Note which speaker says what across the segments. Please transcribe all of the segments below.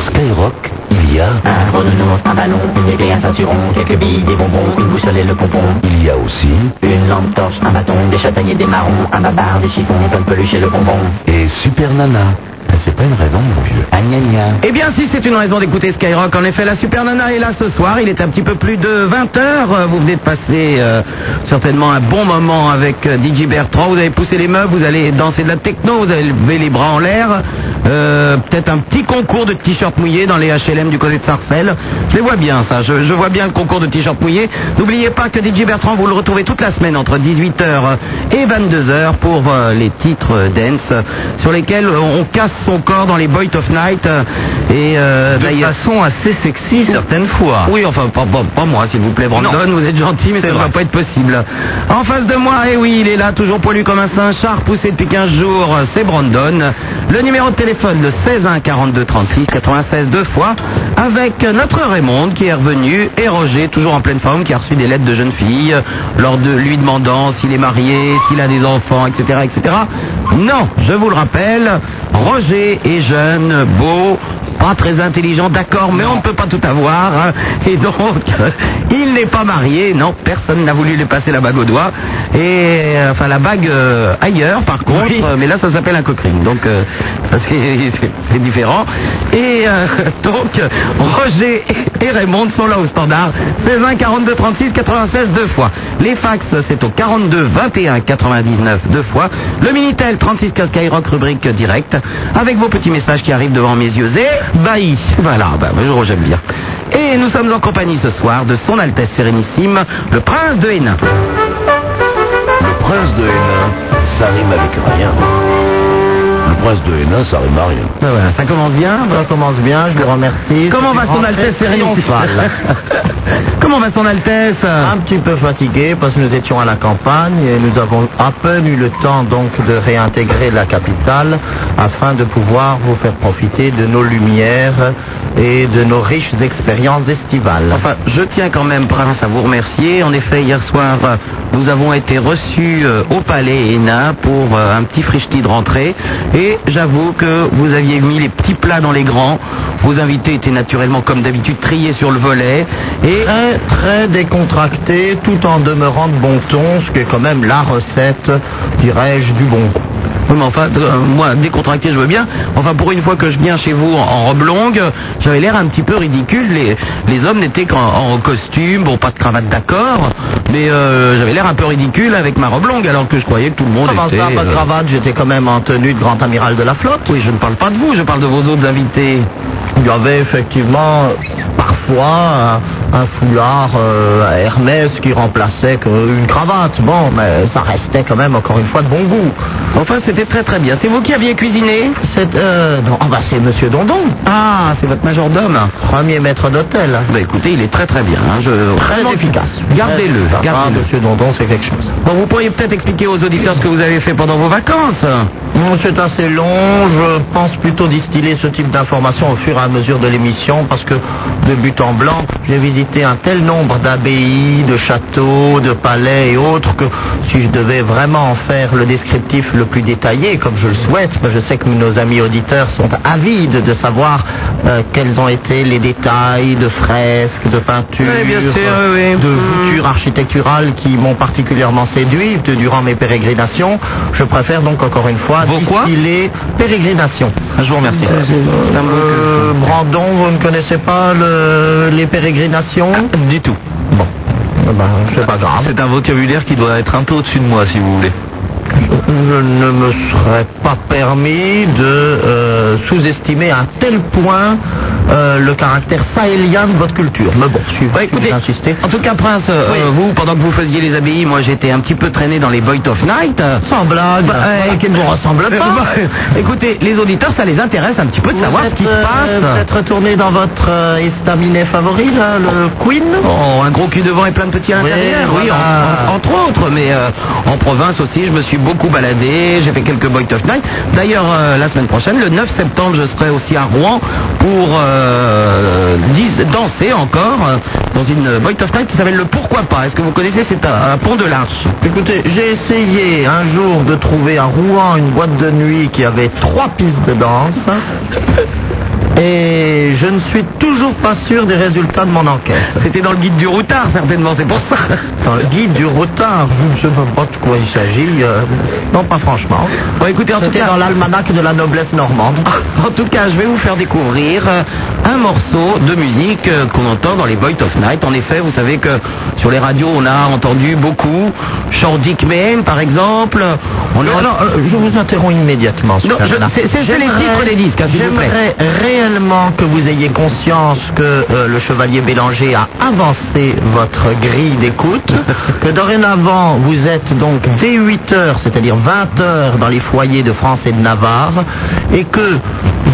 Speaker 1: Skyrock, il y a...
Speaker 2: Un gros nounours, un ballon, une épée, un ceinturon, quelques billes, des bonbons, une boussole et le pompon.
Speaker 1: Il y a aussi...
Speaker 2: Une lampe torche, un bâton, des châtaigniers, des marrons, un babar, des chiffons, plein de peluches et le bonbon.
Speaker 1: Et Super Nana. Ben, C'est pas une raison, mon vieux.
Speaker 2: Ah, gna, gna.
Speaker 3: Eh bien si, c'est une raison d'écouter Skyrock. En effet, la Super Nana est là ce soir. Il est un petit peu plus de 20h. Vous venez de passer euh, certainement un bon moment avec euh, DJ Bertrand. Vous avez poussé les meubles, vous allez danser de la techno, vous avez levé les bras en l'air. Euh, Peut-être un petit concours de t-shirts mouillés dans les HLM du côté de Sarcelles. Je les vois bien ça. Je, je vois bien le concours de t-shirts mouillés. N'oubliez pas que DJ Bertrand, vous le retrouvez toute la semaine entre 18h et 22h pour euh, les titres euh, dance euh, sur lesquels euh, on casse son corps dans les Boy of Night. euh, Et euh, d'ailleurs-
Speaker 4: façon assez sexy certaines fois.
Speaker 3: oui, enfin, pas, pas- pas moi, s'il vous plaît, Brandon.
Speaker 4: Non.
Speaker 3: Vous êtes gentil, mais
Speaker 4: C'est
Speaker 3: ça ne
Speaker 4: vrai.
Speaker 3: va pas être possible. En face de moi, et oui, il est là, toujours poilu comme un singe, char poussé depuis 15 jours, euh, c'est Brandon. Le numéro de téléphone, le 16 1 42 36 96 deux fois, avec euh, notre Raymond qui est revenu, et Roger, toujours en pleine forme, qui a reçu des lettres de jeunes filles, euh, lors de lui demandant s'il est marié, s'il a des enfants, etc., etc. Non, je vous le rappelle, Roger est jeune, beau, pas très intelligent, d'accord, mais on ne peut pas tout avoir. hein. Et donc, il n'est pas marié. Non, personne n'a voulu lui passer la bague au doigt. Et euh, enfin, la bague euh, ailleurs, par contre.
Speaker 4: Oui.
Speaker 3: euh, Mais là, ça s'appelle un coquering. Donc, euh, ça, c'est- c'est c'est différent. Et euh, donc, Roger et Raymond sont là au standard. 16 1 42 36 96 deux fois. Les fax, c'est au 42 21 99 deux fois. Le Minitel 36 15 Skyrock rubrique direct avec vos petits messages qui arrivent devant mes yeux et bailli. Voilà, bah, bonjour, j'aime bien. Et nous sommes en compagnie ce soir de son Altesse Sérénissime, le Prince de Hénin.
Speaker 1: Le prince de Hénin, ça rime avec rien. Le prince de Hénin, ça rime à rien.
Speaker 3: Ben voilà, ça commence bien.
Speaker 4: Ça commence bien, je le remercie.
Speaker 3: Comment
Speaker 4: C'est
Speaker 3: va
Speaker 4: une
Speaker 3: son
Speaker 4: rentrée
Speaker 3: Altesse Sérénissime
Speaker 4: triomphale.
Speaker 3: Comment va son Altesse
Speaker 4: Un petit peu fatigué parce que nous étions à la campagne et nous avons à peine eu le temps donc de réintégrer la capitale afin de pouvoir vous faire profiter de nos lumières et de nos riches expériences estivales.
Speaker 3: Enfin, je tiens quand même, Prince, à vous remercier. En effet, hier soir, euh, nous avons été reçus euh, au Palais Hénin pour euh, un petit frichti de rentrée. Et j'avoue que vous aviez mis les petits plats dans les grands. Vos invités étaient naturellement, comme d'habitude, triés sur le volet. Et
Speaker 4: Très très décontracté tout en demeurant de bon ton, ce qui est quand même la recette, dirais-je, du bon goût.
Speaker 3: Oui, mais enfin, euh, moi, décontracté, je veux bien. Enfin, pour une fois que je viens chez vous en, en robe longue, euh, j'avais l'air un petit peu ridicule. Les, les hommes n'étaient qu'en en costume, bon, pas de cravate, d'accord, mais euh, j'avais l'air un peu ridicule avec ma robe longue, alors que je croyais que tout le monde
Speaker 4: Comment
Speaker 3: était...
Speaker 4: ça, pas de
Speaker 3: euh,
Speaker 4: cravate J'étais quand même en tenue de grand amiral de la flotte.
Speaker 3: Oui, je ne parle pas de vous, je parle de vos autres invités.
Speaker 4: Il y avait effectivement euh, parfois un, un foulard euh, à Hermès qui remplaçait que- une cravate. Bon, mais ça restait quand même encore une fois de bon goût.
Speaker 3: Enfin, c'était très très bien. C'est vous qui aviez cuisiné
Speaker 4: C'est euh, non, ah bah c'est Monsieur Dondon,
Speaker 3: Ah, c'est votre majordome.
Speaker 4: premier maître d'hôtel.
Speaker 3: Bah écoutez, il est très très bien. hein, je...
Speaker 4: Très
Speaker 3: Vraiment-
Speaker 4: efficace.
Speaker 3: Gardez-le,
Speaker 4: Ah,
Speaker 3: gardez-le.
Speaker 4: Monsieur Dondon, c'est quelque chose.
Speaker 3: Bon, vous pourriez peut-être expliquer aux auditeurs ce que vous avez fait pendant vos vacances.
Speaker 4: Hum, C'est assez long. Je pense plutôt distiller ce type d'informations au fur et à mesure de l'émission parce que de but en blanc, j'ai visité un tel nombre d'abbayes, de châteaux, de palais et autres que si je devais vraiment en faire le descriptif le plus détaillé, comme je le souhaite, ben, je sais que nos amis auditeurs sont avides de savoir euh, quels ont été les détails de fresques, de peintures,
Speaker 3: Oui, bien sûr, oui, oui.
Speaker 4: de
Speaker 3: Hum.
Speaker 4: voûtures architecturales qui m'ont particulièrement séduit de- durant mes pérégrinations. Je préfère donc encore une fois
Speaker 3: Vos quoi
Speaker 4: distiller pérégrinations.
Speaker 3: Je vous remercie. C'est un mot que-
Speaker 4: Euh, Brandon, vous ne connaissez pas le- les pérégrinations
Speaker 3: Du tout.
Speaker 4: Bon, Eh ben, c'est pas grave.
Speaker 3: un vocabulaire qui doit être un peu au-dessus de moi, si vous voulez.
Speaker 4: Je ne me serais pas permis de euh, sous-estimer à tel point euh, le caractère sahélien de votre culture. Mais bon, si
Speaker 3: Bah,
Speaker 4: si vous
Speaker 3: écoutez,
Speaker 4: insistez.
Speaker 3: en tout cas, Prince, euh,
Speaker 4: Oui.
Speaker 3: vous, pendant que vous faisiez les abbayes, moi, j'étais un petit peu traîné dans les Boy of Night.
Speaker 4: Sans blague,
Speaker 3: Bah, euh,
Speaker 4: voilà qui ne vous ressemble
Speaker 3: Euh,
Speaker 4: pas.
Speaker 3: bah, euh, écoutez, les auditeurs, ça les intéresse un petit peu de
Speaker 4: Vous
Speaker 3: savoir
Speaker 4: êtes,
Speaker 3: ce qui se
Speaker 4: euh,
Speaker 3: passe.
Speaker 4: Peut-être retourner dans votre euh, estaminet favori, là, le Queen
Speaker 3: Oh, un gros cul devant et plein de petits à
Speaker 4: Oui,
Speaker 3: l'intérieur, oui,
Speaker 4: voilà.
Speaker 3: en- en- entre autres, mais euh, en province aussi, je me suis beaucoup baladé, j'ai fait quelques Boy of Night. D'ailleurs, euh, la semaine prochaine, le 9 septembre, je serai aussi à Rouen pour euh, dis- danser encore euh, dans une Boy of Night qui s'appelle le Pourquoi pas. Est-ce que vous connaissez C'est un, un pont de l'Arche.
Speaker 4: Écoutez, j'ai essayé un jour de trouver à Rouen une boîte de nuit qui avait trois pistes de danse. Et je je ne suis toujours pas sûr des résultats de mon enquête.
Speaker 3: C'était dans le guide du routard, certainement, c'est pour ça.
Speaker 4: Dans le guide du retard, je ne sais pas de quoi il s'agit. euh, non, pas franchement.
Speaker 3: Bon, écoutez, en tout
Speaker 4: C'était
Speaker 3: cas-
Speaker 4: dans l'almanach de la noblesse normande.
Speaker 3: En tout cas, je vais vous faire découvrir euh, un morceau de musique euh, qu'on entend dans les Void of Night. En effet, vous savez que sur les radios, on a entendu beaucoup. Shorty Kmen, par exemple. On
Speaker 4: Mais
Speaker 3: a-
Speaker 4: alors, euh, je vous interromps immédiatement.
Speaker 3: Non, je-
Speaker 4: Superman.
Speaker 3: c'est- c'est- c'est les
Speaker 4: J'aimerais-
Speaker 3: titres des disques, hein, s'il vous plaît.
Speaker 4: J'aimerais réellement que vous ayez conscience que euh, le chevalier Bélanger a avancé votre grille d'écoute, que dorénavant vous êtes donc dès 8 heures, c'est-à-dire 20 heures dans les foyers de France et de Navarre, et que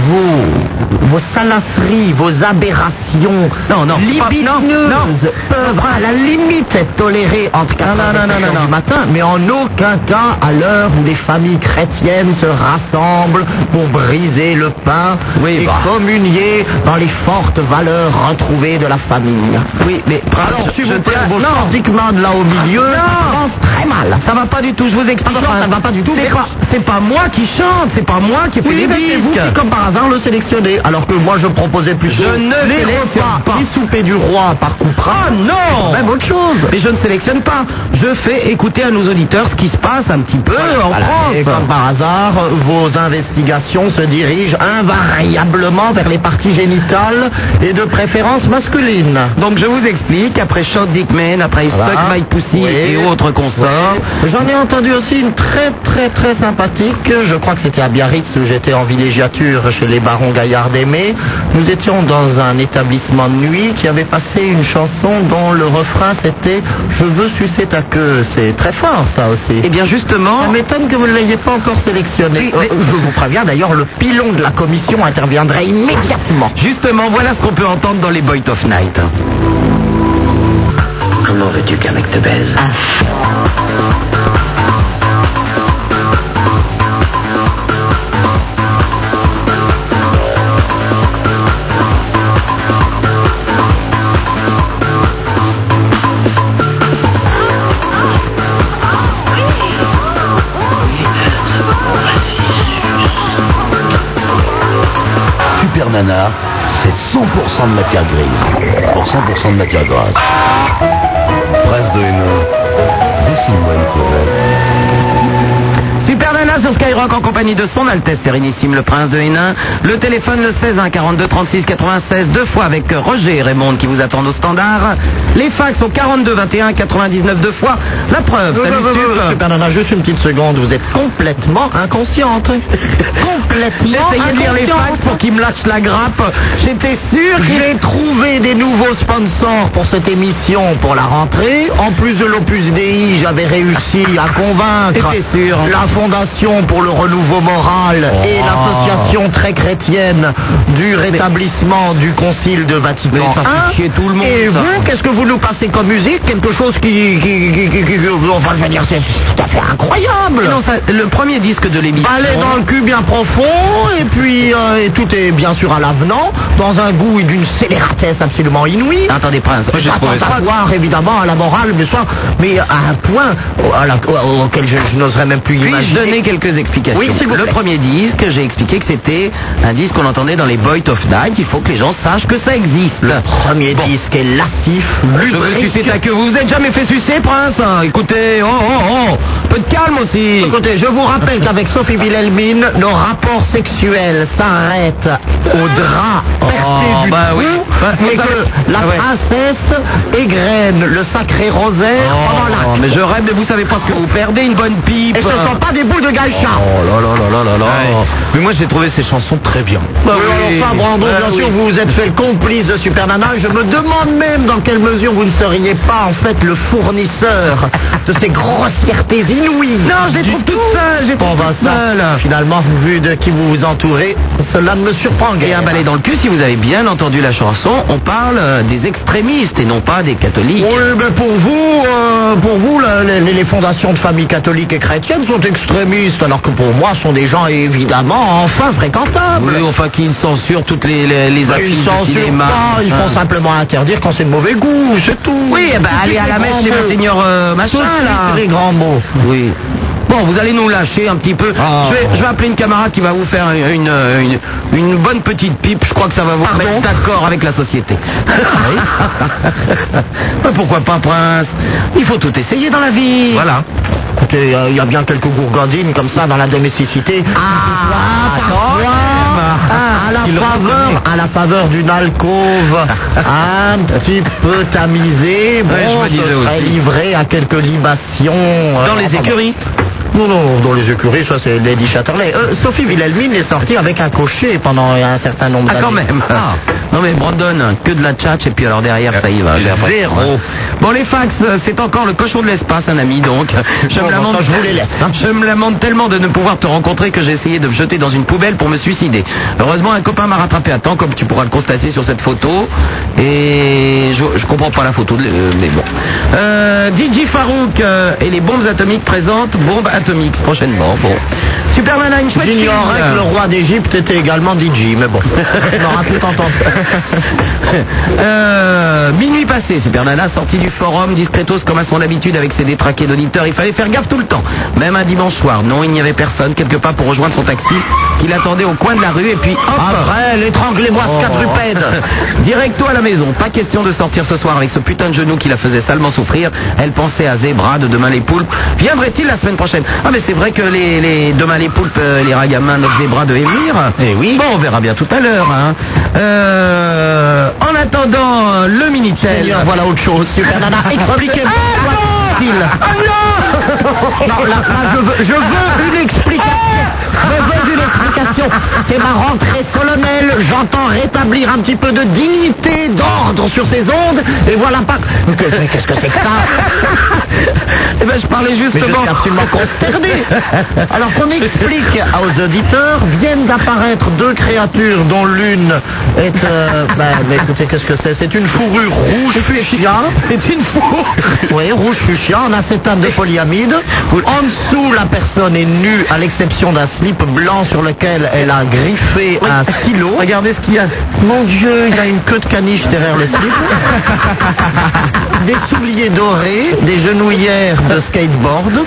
Speaker 4: vos, vos salasseries, vos aberrations
Speaker 3: Non, non, c'est pas-
Speaker 4: libidineuses
Speaker 3: non, non.
Speaker 4: peuvent à la limite être tolérées entre 4
Speaker 3: non, non,
Speaker 4: et 5
Speaker 3: non,
Speaker 4: heures
Speaker 3: non,
Speaker 4: du
Speaker 3: non.
Speaker 4: matin, mais en aucun cas à l'heure où les familles chrétiennes se rassemblent pour briser le pain
Speaker 3: Oui,
Speaker 4: et
Speaker 3: bah.
Speaker 4: communier dans les fortes valeurs retrouvées de la famille.
Speaker 3: Oui, mais
Speaker 4: Alors,
Speaker 3: je-
Speaker 4: s'il
Speaker 3: je
Speaker 4: vous plaît,
Speaker 3: tiens-
Speaker 4: vos
Speaker 3: Non.
Speaker 4: sordicmans là au milieu,
Speaker 3: Ah, non.
Speaker 4: pensent très mal.
Speaker 3: Ça va pas du tout, je vous explique.
Speaker 4: Ah non,
Speaker 3: pas.
Speaker 4: ça va pas du tout.
Speaker 3: C'est
Speaker 4: Mais-
Speaker 3: pas, c'est pas moi qui chante, c'est pas moi qui ai fait
Speaker 4: Oui,
Speaker 3: les
Speaker 4: mais c'est
Speaker 3: disques.
Speaker 4: vous qui, comme par hasard, le sélectionnez, alors que moi je proposais plutôt
Speaker 3: Je ne
Speaker 4: les
Speaker 3: sélectionne
Speaker 4: repas,
Speaker 3: pas.
Speaker 4: les soupers du roi par
Speaker 3: Ah
Speaker 4: couperin,
Speaker 3: non
Speaker 4: même autre chose.
Speaker 3: Mais je ne sélectionne pas. Je fais écouter à nos auditeurs ce qui se passe un petit peu en
Speaker 4: Voilà,
Speaker 3: France.
Speaker 4: Et ben, comme par hasard, vos investigations se dirigent invariablement vers les parties génitales et de préférence masculine.
Speaker 3: Donc je vous explique, après Shot Dickman, après
Speaker 4: ben. Voilà.
Speaker 3: Suck My Pussy
Speaker 4: Oui.
Speaker 3: et autres consorts.
Speaker 4: Oui. J'en ai entendu aussi une très très très sympathique. Je crois que c'était à Biarritz où j'étais en villégiature chez les barons Gaillard d'Aimé. Nous étions dans un établissement de nuit qui avait passé une chanson dont le refrain c'était Je veux sucer ta queue. C'est très fort ça aussi.
Speaker 3: Eh bien justement,
Speaker 4: Ça m'étonne que vous ne l'ayez pas encore sélectionné.
Speaker 3: Oui, mais-
Speaker 4: Euh, je vous préviens d'ailleurs, le pilon de la commission interviendrait immédiatement.
Speaker 3: justement, voilà ce qu'on peut entendre dans les Boys of Night.
Speaker 2: Comment veux-tu qu'un mec te baise
Speaker 1: Super Nana, Ah, c'est 100% de matière grise pour 100% de matière grasse. Prince de Hénin, dessine-moi une courbette.
Speaker 3: Super Nana sur Skyrock en compagnie de son Altesse Sérénissime, le Prince de Hénin. Le téléphone le 16 1 42 36 96, deux fois avec euh, Roger et Raymond qui vous attendent au standard. Les fax au 42 21 99, deux fois. La preuve,
Speaker 4: Euh,
Speaker 3: salut
Speaker 4: euh,
Speaker 3: Sup.
Speaker 4: euh, Super Nana, juste une petite seconde, vous êtes complètement inconsciente. complètement
Speaker 3: J'essayais de lire les fax
Speaker 4: inconsciente.
Speaker 3: pour qu'il me lâche la grappe. J'étais sûr qu'il
Speaker 4: J'ai trouvé des nouveaux sponsors pour cette émission pour la rentrée. En plus de l'Opus Dei, j'avais réussi à convaincre
Speaker 3: T'étais sûr.
Speaker 4: la Fondation pour le renouveau moral et
Speaker 3: Oh.
Speaker 4: l'association très chrétienne du rétablissement du Concile de Vatican
Speaker 3: Mais ça fait
Speaker 4: I.
Speaker 3: chier tout le monde,
Speaker 4: Et
Speaker 3: ça.
Speaker 4: vous, qu'est-ce que vous nous passez comme musique Quelque chose qui... qui, qui, qui- qui- enfin, je veux dire, c'est tout à fait incroyable
Speaker 3: Mais non, ça- le premier disque de l'émission.
Speaker 4: Aller dans le cul bien profond, et puis euh, et tout est bien sûr à l'avenant, dans un goût et d'une scélératesse absolument inouïe.
Speaker 3: Attendez, Prince. Ah, Moi, j'ai
Speaker 4: Pas
Speaker 3: trouvé
Speaker 4: tant à
Speaker 3: ça.
Speaker 4: voir, évidemment à la morale du soir, mais à un point au- à la- au- auquel je, je n'oserais même plus
Speaker 3: Puis-je
Speaker 4: imaginer.
Speaker 3: donner quelques explications
Speaker 4: Oui, s'il vous
Speaker 3: Le
Speaker 4: plaît.
Speaker 3: premier disque, j'ai expliqué que c'était un disque qu'on entendait dans les Boy of Night. Il faut que les gens sachent que ça existe.
Speaker 4: Premier
Speaker 3: Bon.
Speaker 4: disque est lassif,
Speaker 3: Je veux
Speaker 4: lubrique.
Speaker 3: sucer ta queue. Vous vous êtes jamais fait sucer, Prince hein Écoutez, oh, oh, oh. Peu de calme aussi.
Speaker 4: Écoutez, je vous rappelle qu'avec Sophie Wilhelmine, nos rapports sexuels s'arrêtent au drap percé
Speaker 3: Oh,
Speaker 4: du
Speaker 3: bah
Speaker 4: trou
Speaker 3: oui. Bah,
Speaker 4: et
Speaker 3: vous savez-
Speaker 4: que la
Speaker 3: Ah ouais.
Speaker 4: princesse égrène le sacré rosaire pendant
Speaker 3: Oh,
Speaker 4: l'acte.
Speaker 3: mais je rêve, mais vous savez pas ce que vous perdez, une bonne pipe.
Speaker 4: Et ce ne sont pas des boules de gaïcha.
Speaker 1: Oh là là là là là là.
Speaker 3: Ouais.
Speaker 1: Mais moi j'ai trouvé ces chansons très bien.
Speaker 4: Bah
Speaker 3: oui.
Speaker 4: oui, alors ça, Brando,
Speaker 3: Bah
Speaker 4: bien sûr,
Speaker 3: oui.
Speaker 4: vous vous êtes fait le complice de Super Nana. Je me demande même dans quelle mesure vous ne seriez pas, en fait, le fournisseur de ces grossièretés inouïes.
Speaker 3: Non, je les
Speaker 4: Du
Speaker 3: trouve toutes
Speaker 4: tout.
Speaker 3: seules, je les
Speaker 4: Bon,
Speaker 3: trouve toutes
Speaker 4: Vincent,
Speaker 3: seules.
Speaker 4: Finalement, vu de qui vous vous entourez, cela ne me surprend guère.
Speaker 3: Et un balai dans le cul, si vous avez bien entendu la chanson, on parle euh, des extrémistes et non pas des catholiques.
Speaker 4: Oui, mais Oh, eh ben, pour vous, euh, pour vous, la- les, les fondations de familles catholiques et chrétiennes sont extrémistes, alors que pour moi, sont des gens évidemment enfin fréquentables.
Speaker 3: Oui, enfin, qu'ils censurent toutes les, les, les affiches
Speaker 4: Ils
Speaker 3: du
Speaker 4: censurent
Speaker 3: cinéma.
Speaker 4: pas, ils
Speaker 3: enfin.
Speaker 4: font simplement interdire quand c'est de mauvais goût, c'est tout.
Speaker 3: Oui, eh ben,
Speaker 4: Tout de
Speaker 3: allez
Speaker 4: suite,
Speaker 3: à la
Speaker 4: les
Speaker 3: messe
Speaker 4: grands
Speaker 3: chez
Speaker 4: mots.
Speaker 3: Monseigneur euh,
Speaker 4: Tout de
Speaker 3: Machin,
Speaker 4: suite,
Speaker 3: là.
Speaker 4: les grands mots.
Speaker 3: Oui. Bon, vous allez nous lâcher un petit peu.
Speaker 4: Ah.
Speaker 3: je, vais, je vais appeler une camarade qui va vous faire une, une, une bonne petite pipe. Je crois que ça va vous
Speaker 4: Pardon
Speaker 3: mettre d'accord avec la société. Mais Pourquoi pas, Prince Il faut tout essayer dans la vie.
Speaker 4: Voilà. Écoutez, il y a bien quelques gourgandines comme ça dans la domesticité.
Speaker 3: Ah, quand
Speaker 4: Parfois,
Speaker 3: même.
Speaker 4: à la
Speaker 3: Il
Speaker 4: faveur, à la faveur d'une alcôve hein, un petit peu tamisée, bon,
Speaker 3: Ouais, je me
Speaker 4: se
Speaker 3: disais
Speaker 4: serait
Speaker 3: aussi.
Speaker 4: livré à quelques libations. euh,
Speaker 3: Dans les
Speaker 4: enfin,
Speaker 3: écuries.
Speaker 4: Non, non, dans les écuries, ça c'est Lady Chatterley. Euh, Sophie Wilhelmine est sortie avec un cocher pendant un certain nombre
Speaker 3: Ah,
Speaker 4: d'années.
Speaker 3: quand même. Non, mais Brandon, que de la tchatch, et puis alors derrière, ça y va. j'ai l'impression.
Speaker 4: Zéro.
Speaker 3: Bon, les fax, euh, c'est encore le cochon de l'espace, un ami, donc. Je
Speaker 4: Bon,
Speaker 3: me
Speaker 4: bon,
Speaker 3: lamente.
Speaker 4: ça, Oh, je vous les laisse, hein.
Speaker 3: Je me lamente tellement de ne pouvoir te rencontrer que j'ai essayé de me jeter dans une poubelle pour me suicider. Heureusement, un copain m'a rattrapé à temps, comme tu pourras le constater sur cette photo. Et je, je comprends pas la photo, de l'- euh, mais bon. Euh, DJ Farouk euh, et les bombes atomiques présentent Bombes atomiques prochainement. Bon. Superman a une chouette
Speaker 4: J'ignorais
Speaker 3: fille.
Speaker 4: hein, que le roi d'Égypte était également DJ, mais bon, on aura tout entendu.
Speaker 3: Euh, minuit passé, Super Nana sorti du forum, discretos comme à son habitude avec ses détraqués d'auditeurs. Il fallait faire gaffe tout le temps, même un dimanche soir. Non, il n'y avait personne, quelque part pour rejoindre son taxi, qu'il attendait au coin de la rue et puis hop
Speaker 4: Après, l'étranglez-moi
Speaker 3: Oh.
Speaker 4: quadrupède
Speaker 3: Directo à la maison, pas question de sortir ce soir avec ce putain de genou qui la faisait salement souffrir. Elle pensait à Zebra, de demain les poulpes. Viendrait-il la semaine prochaine Ah mais c'est vrai que les, les demain les poulpes, euh, les ragamins, notre Zebra de Émir. Eh oui. Bon, on verra bien tout à l'heure. hein. Euh, en attendant, euh, le Minitel.
Speaker 4: Seigneur, voilà autre chose. Super Nana, expliquez-moi. non, là, là, je, veux, je veux une explication. Je veux une explication. C'est ma rentrée solennelle. J'entends rétablir un petit peu de dignité, d'ordre sur ces ondes. Et voilà pas. Mais Qu'est-ce que c'est que ça
Speaker 3: Eh ben je parlais
Speaker 4: Mais je
Speaker 3: justement.
Speaker 4: suis absolument consterné. Alors qu'on explique aux auditeurs, viennent d'apparaître deux créatures dont l'une est... euh, bah, mais écoutez, qu'est-ce que c'est C'est une fourrure rouge fuchsia.
Speaker 3: C'est une faux.
Speaker 4: Oui, rouge fuchsia en acétate de polyamide. En dessous, la personne est nue à l'exception d'un slip blanc sur lequel elle a griffé un stylo.
Speaker 3: Regardez ce qu'il y a.
Speaker 4: Mon Dieu, il a une queue de caniche derrière le slip. Des souliers dorés, des genouillères de skateboard.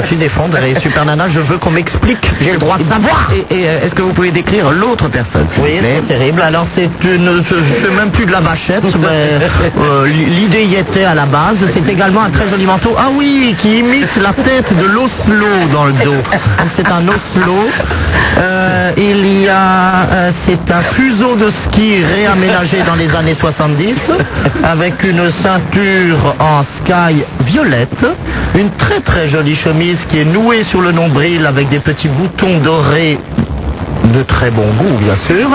Speaker 4: Je suis effondré. Super Nana, je veux qu'on m'explique. J'ai le droit de savoir.
Speaker 3: Et, et, euh, est-ce que vous pouvez décrire l'autre personne s'il
Speaker 4: Oui,
Speaker 3: vous plaît
Speaker 4: c'est terrible. Alors c'est une, je, je sais même plus de la vachette, mais euh, l'idée y était à la base. C'est également un très joli manteau. Ah oui, qui imite la tête de l'oslo dans le dos. Donc c'est un oslo. Euh, il y a, euh, c'est un fuseau de ski réaménagé dans les années 70 avec une ceinture en sky violette, une très très jolie chemise qui est nouée sur le nombril avec des petits boutons dorés de très bon goût, bien sûr,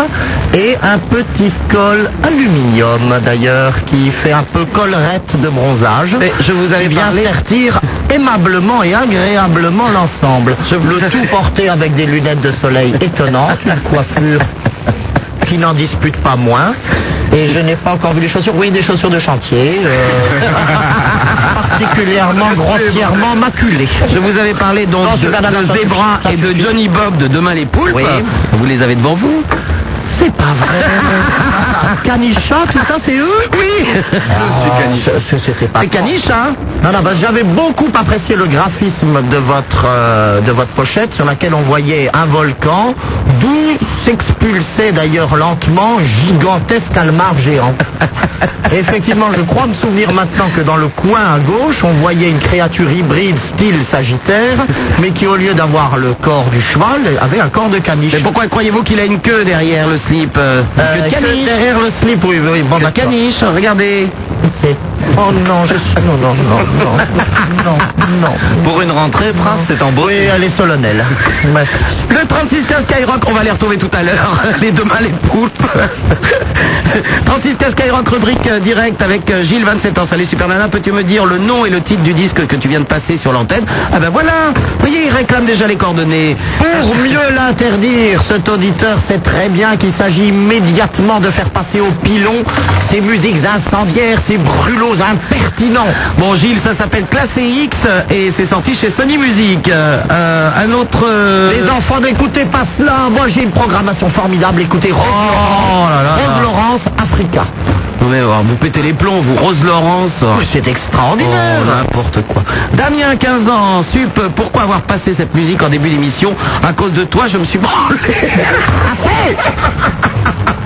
Speaker 4: et un petit col aluminium, d'ailleurs, qui fait un peu collerette de bronzage.
Speaker 3: Mais je vous avais
Speaker 4: Et Eh bien
Speaker 3: parlé-
Speaker 4: sertir aimablement et agréablement l'ensemble. Le tout porté avec des lunettes de soleil étonnantes, une coiffure qui n'en dispute pas moins. Et je n'ai pas encore vu les chaussures. Oui, des chaussures de chantier, euh, particulièrement grossièrement maculées.
Speaker 3: Je vous avais parlé donc
Speaker 4: Non,
Speaker 3: de,
Speaker 4: Super Nana,
Speaker 3: de
Speaker 4: ça
Speaker 3: Zebra
Speaker 4: suffit, ça
Speaker 3: et de
Speaker 4: suffit.
Speaker 3: Johnny Bob de Demain les Poulpes.
Speaker 4: Oui. Ah.
Speaker 3: Vous les avez devant vous
Speaker 4: C'est pas vrai. Canicha, tout ça, c'est eux
Speaker 3: Oui
Speaker 4: Ah, C'était pas
Speaker 3: C'est caniche, hein
Speaker 4: Non, non, parce que j'avais beaucoup apprécié le graphisme de votre, euh, de votre pochette sur laquelle on voyait un volcan d'où s'expulsait d'ailleurs lentement gigantesque calmar géant. Et effectivement, je crois me souvenir maintenant que dans le coin à gauche, on voyait une créature hybride style sagittaire, mais qui au lieu d'avoir le corps du cheval, avait un corps de caniche.
Speaker 3: Mais pourquoi croyez-vous qu'il a une queue derrière le slip euh, une
Speaker 4: Euh,
Speaker 3: queue de
Speaker 4: que
Speaker 3: caniche
Speaker 4: derrière le slip, oui, oui, bon,
Speaker 3: Queue de
Speaker 4: d'accord.
Speaker 3: caniche, regardez
Speaker 4: C'est- Oh non, je suis... Non, non, non, non, non, non.
Speaker 3: Pour une rentrée, Prince, c'est en
Speaker 4: Oui, elle est solennelle.
Speaker 3: Le 36K Skyrock, on va les retrouver tout à l'heure. Les deux mâles et poulpes. 36K Skyrock, rubrique euh, directe avec euh, Gilles, 27 ans. Salut Super Nana, peux-tu me dire le nom et le titre du disque que tu viens de passer sur l'antenne Ah ben voilà Vous voyez, il réclame déjà les coordonnées.
Speaker 4: Pour mieux l'interdire, cet auditeur sait très bien qu'il s'agit immédiatement de faire passer au pilon ces musiques incendiaires, ces brûlots impertinents.
Speaker 3: Bon, Gilles, ça s'appelle Classé X et c'est sorti chez Sony Music. Euh, euh, un autre... euh,
Speaker 4: Les enfants, n'écoutez pas cela. Moi, j'ai une programmation formidable. Écoutez, Rose
Speaker 3: Oh là là là.
Speaker 4: Rose Laurence, Africa.
Speaker 3: attendez, alors, vous pétez les plombs, vous, Rose Laurence.
Speaker 4: Mais C'est extraordinaire.
Speaker 3: Oh, n'importe quoi. Damien, 15 ans, sup, pourquoi avoir passé cette musique en début d'émission À cause de toi, je me suis branlé. Ah,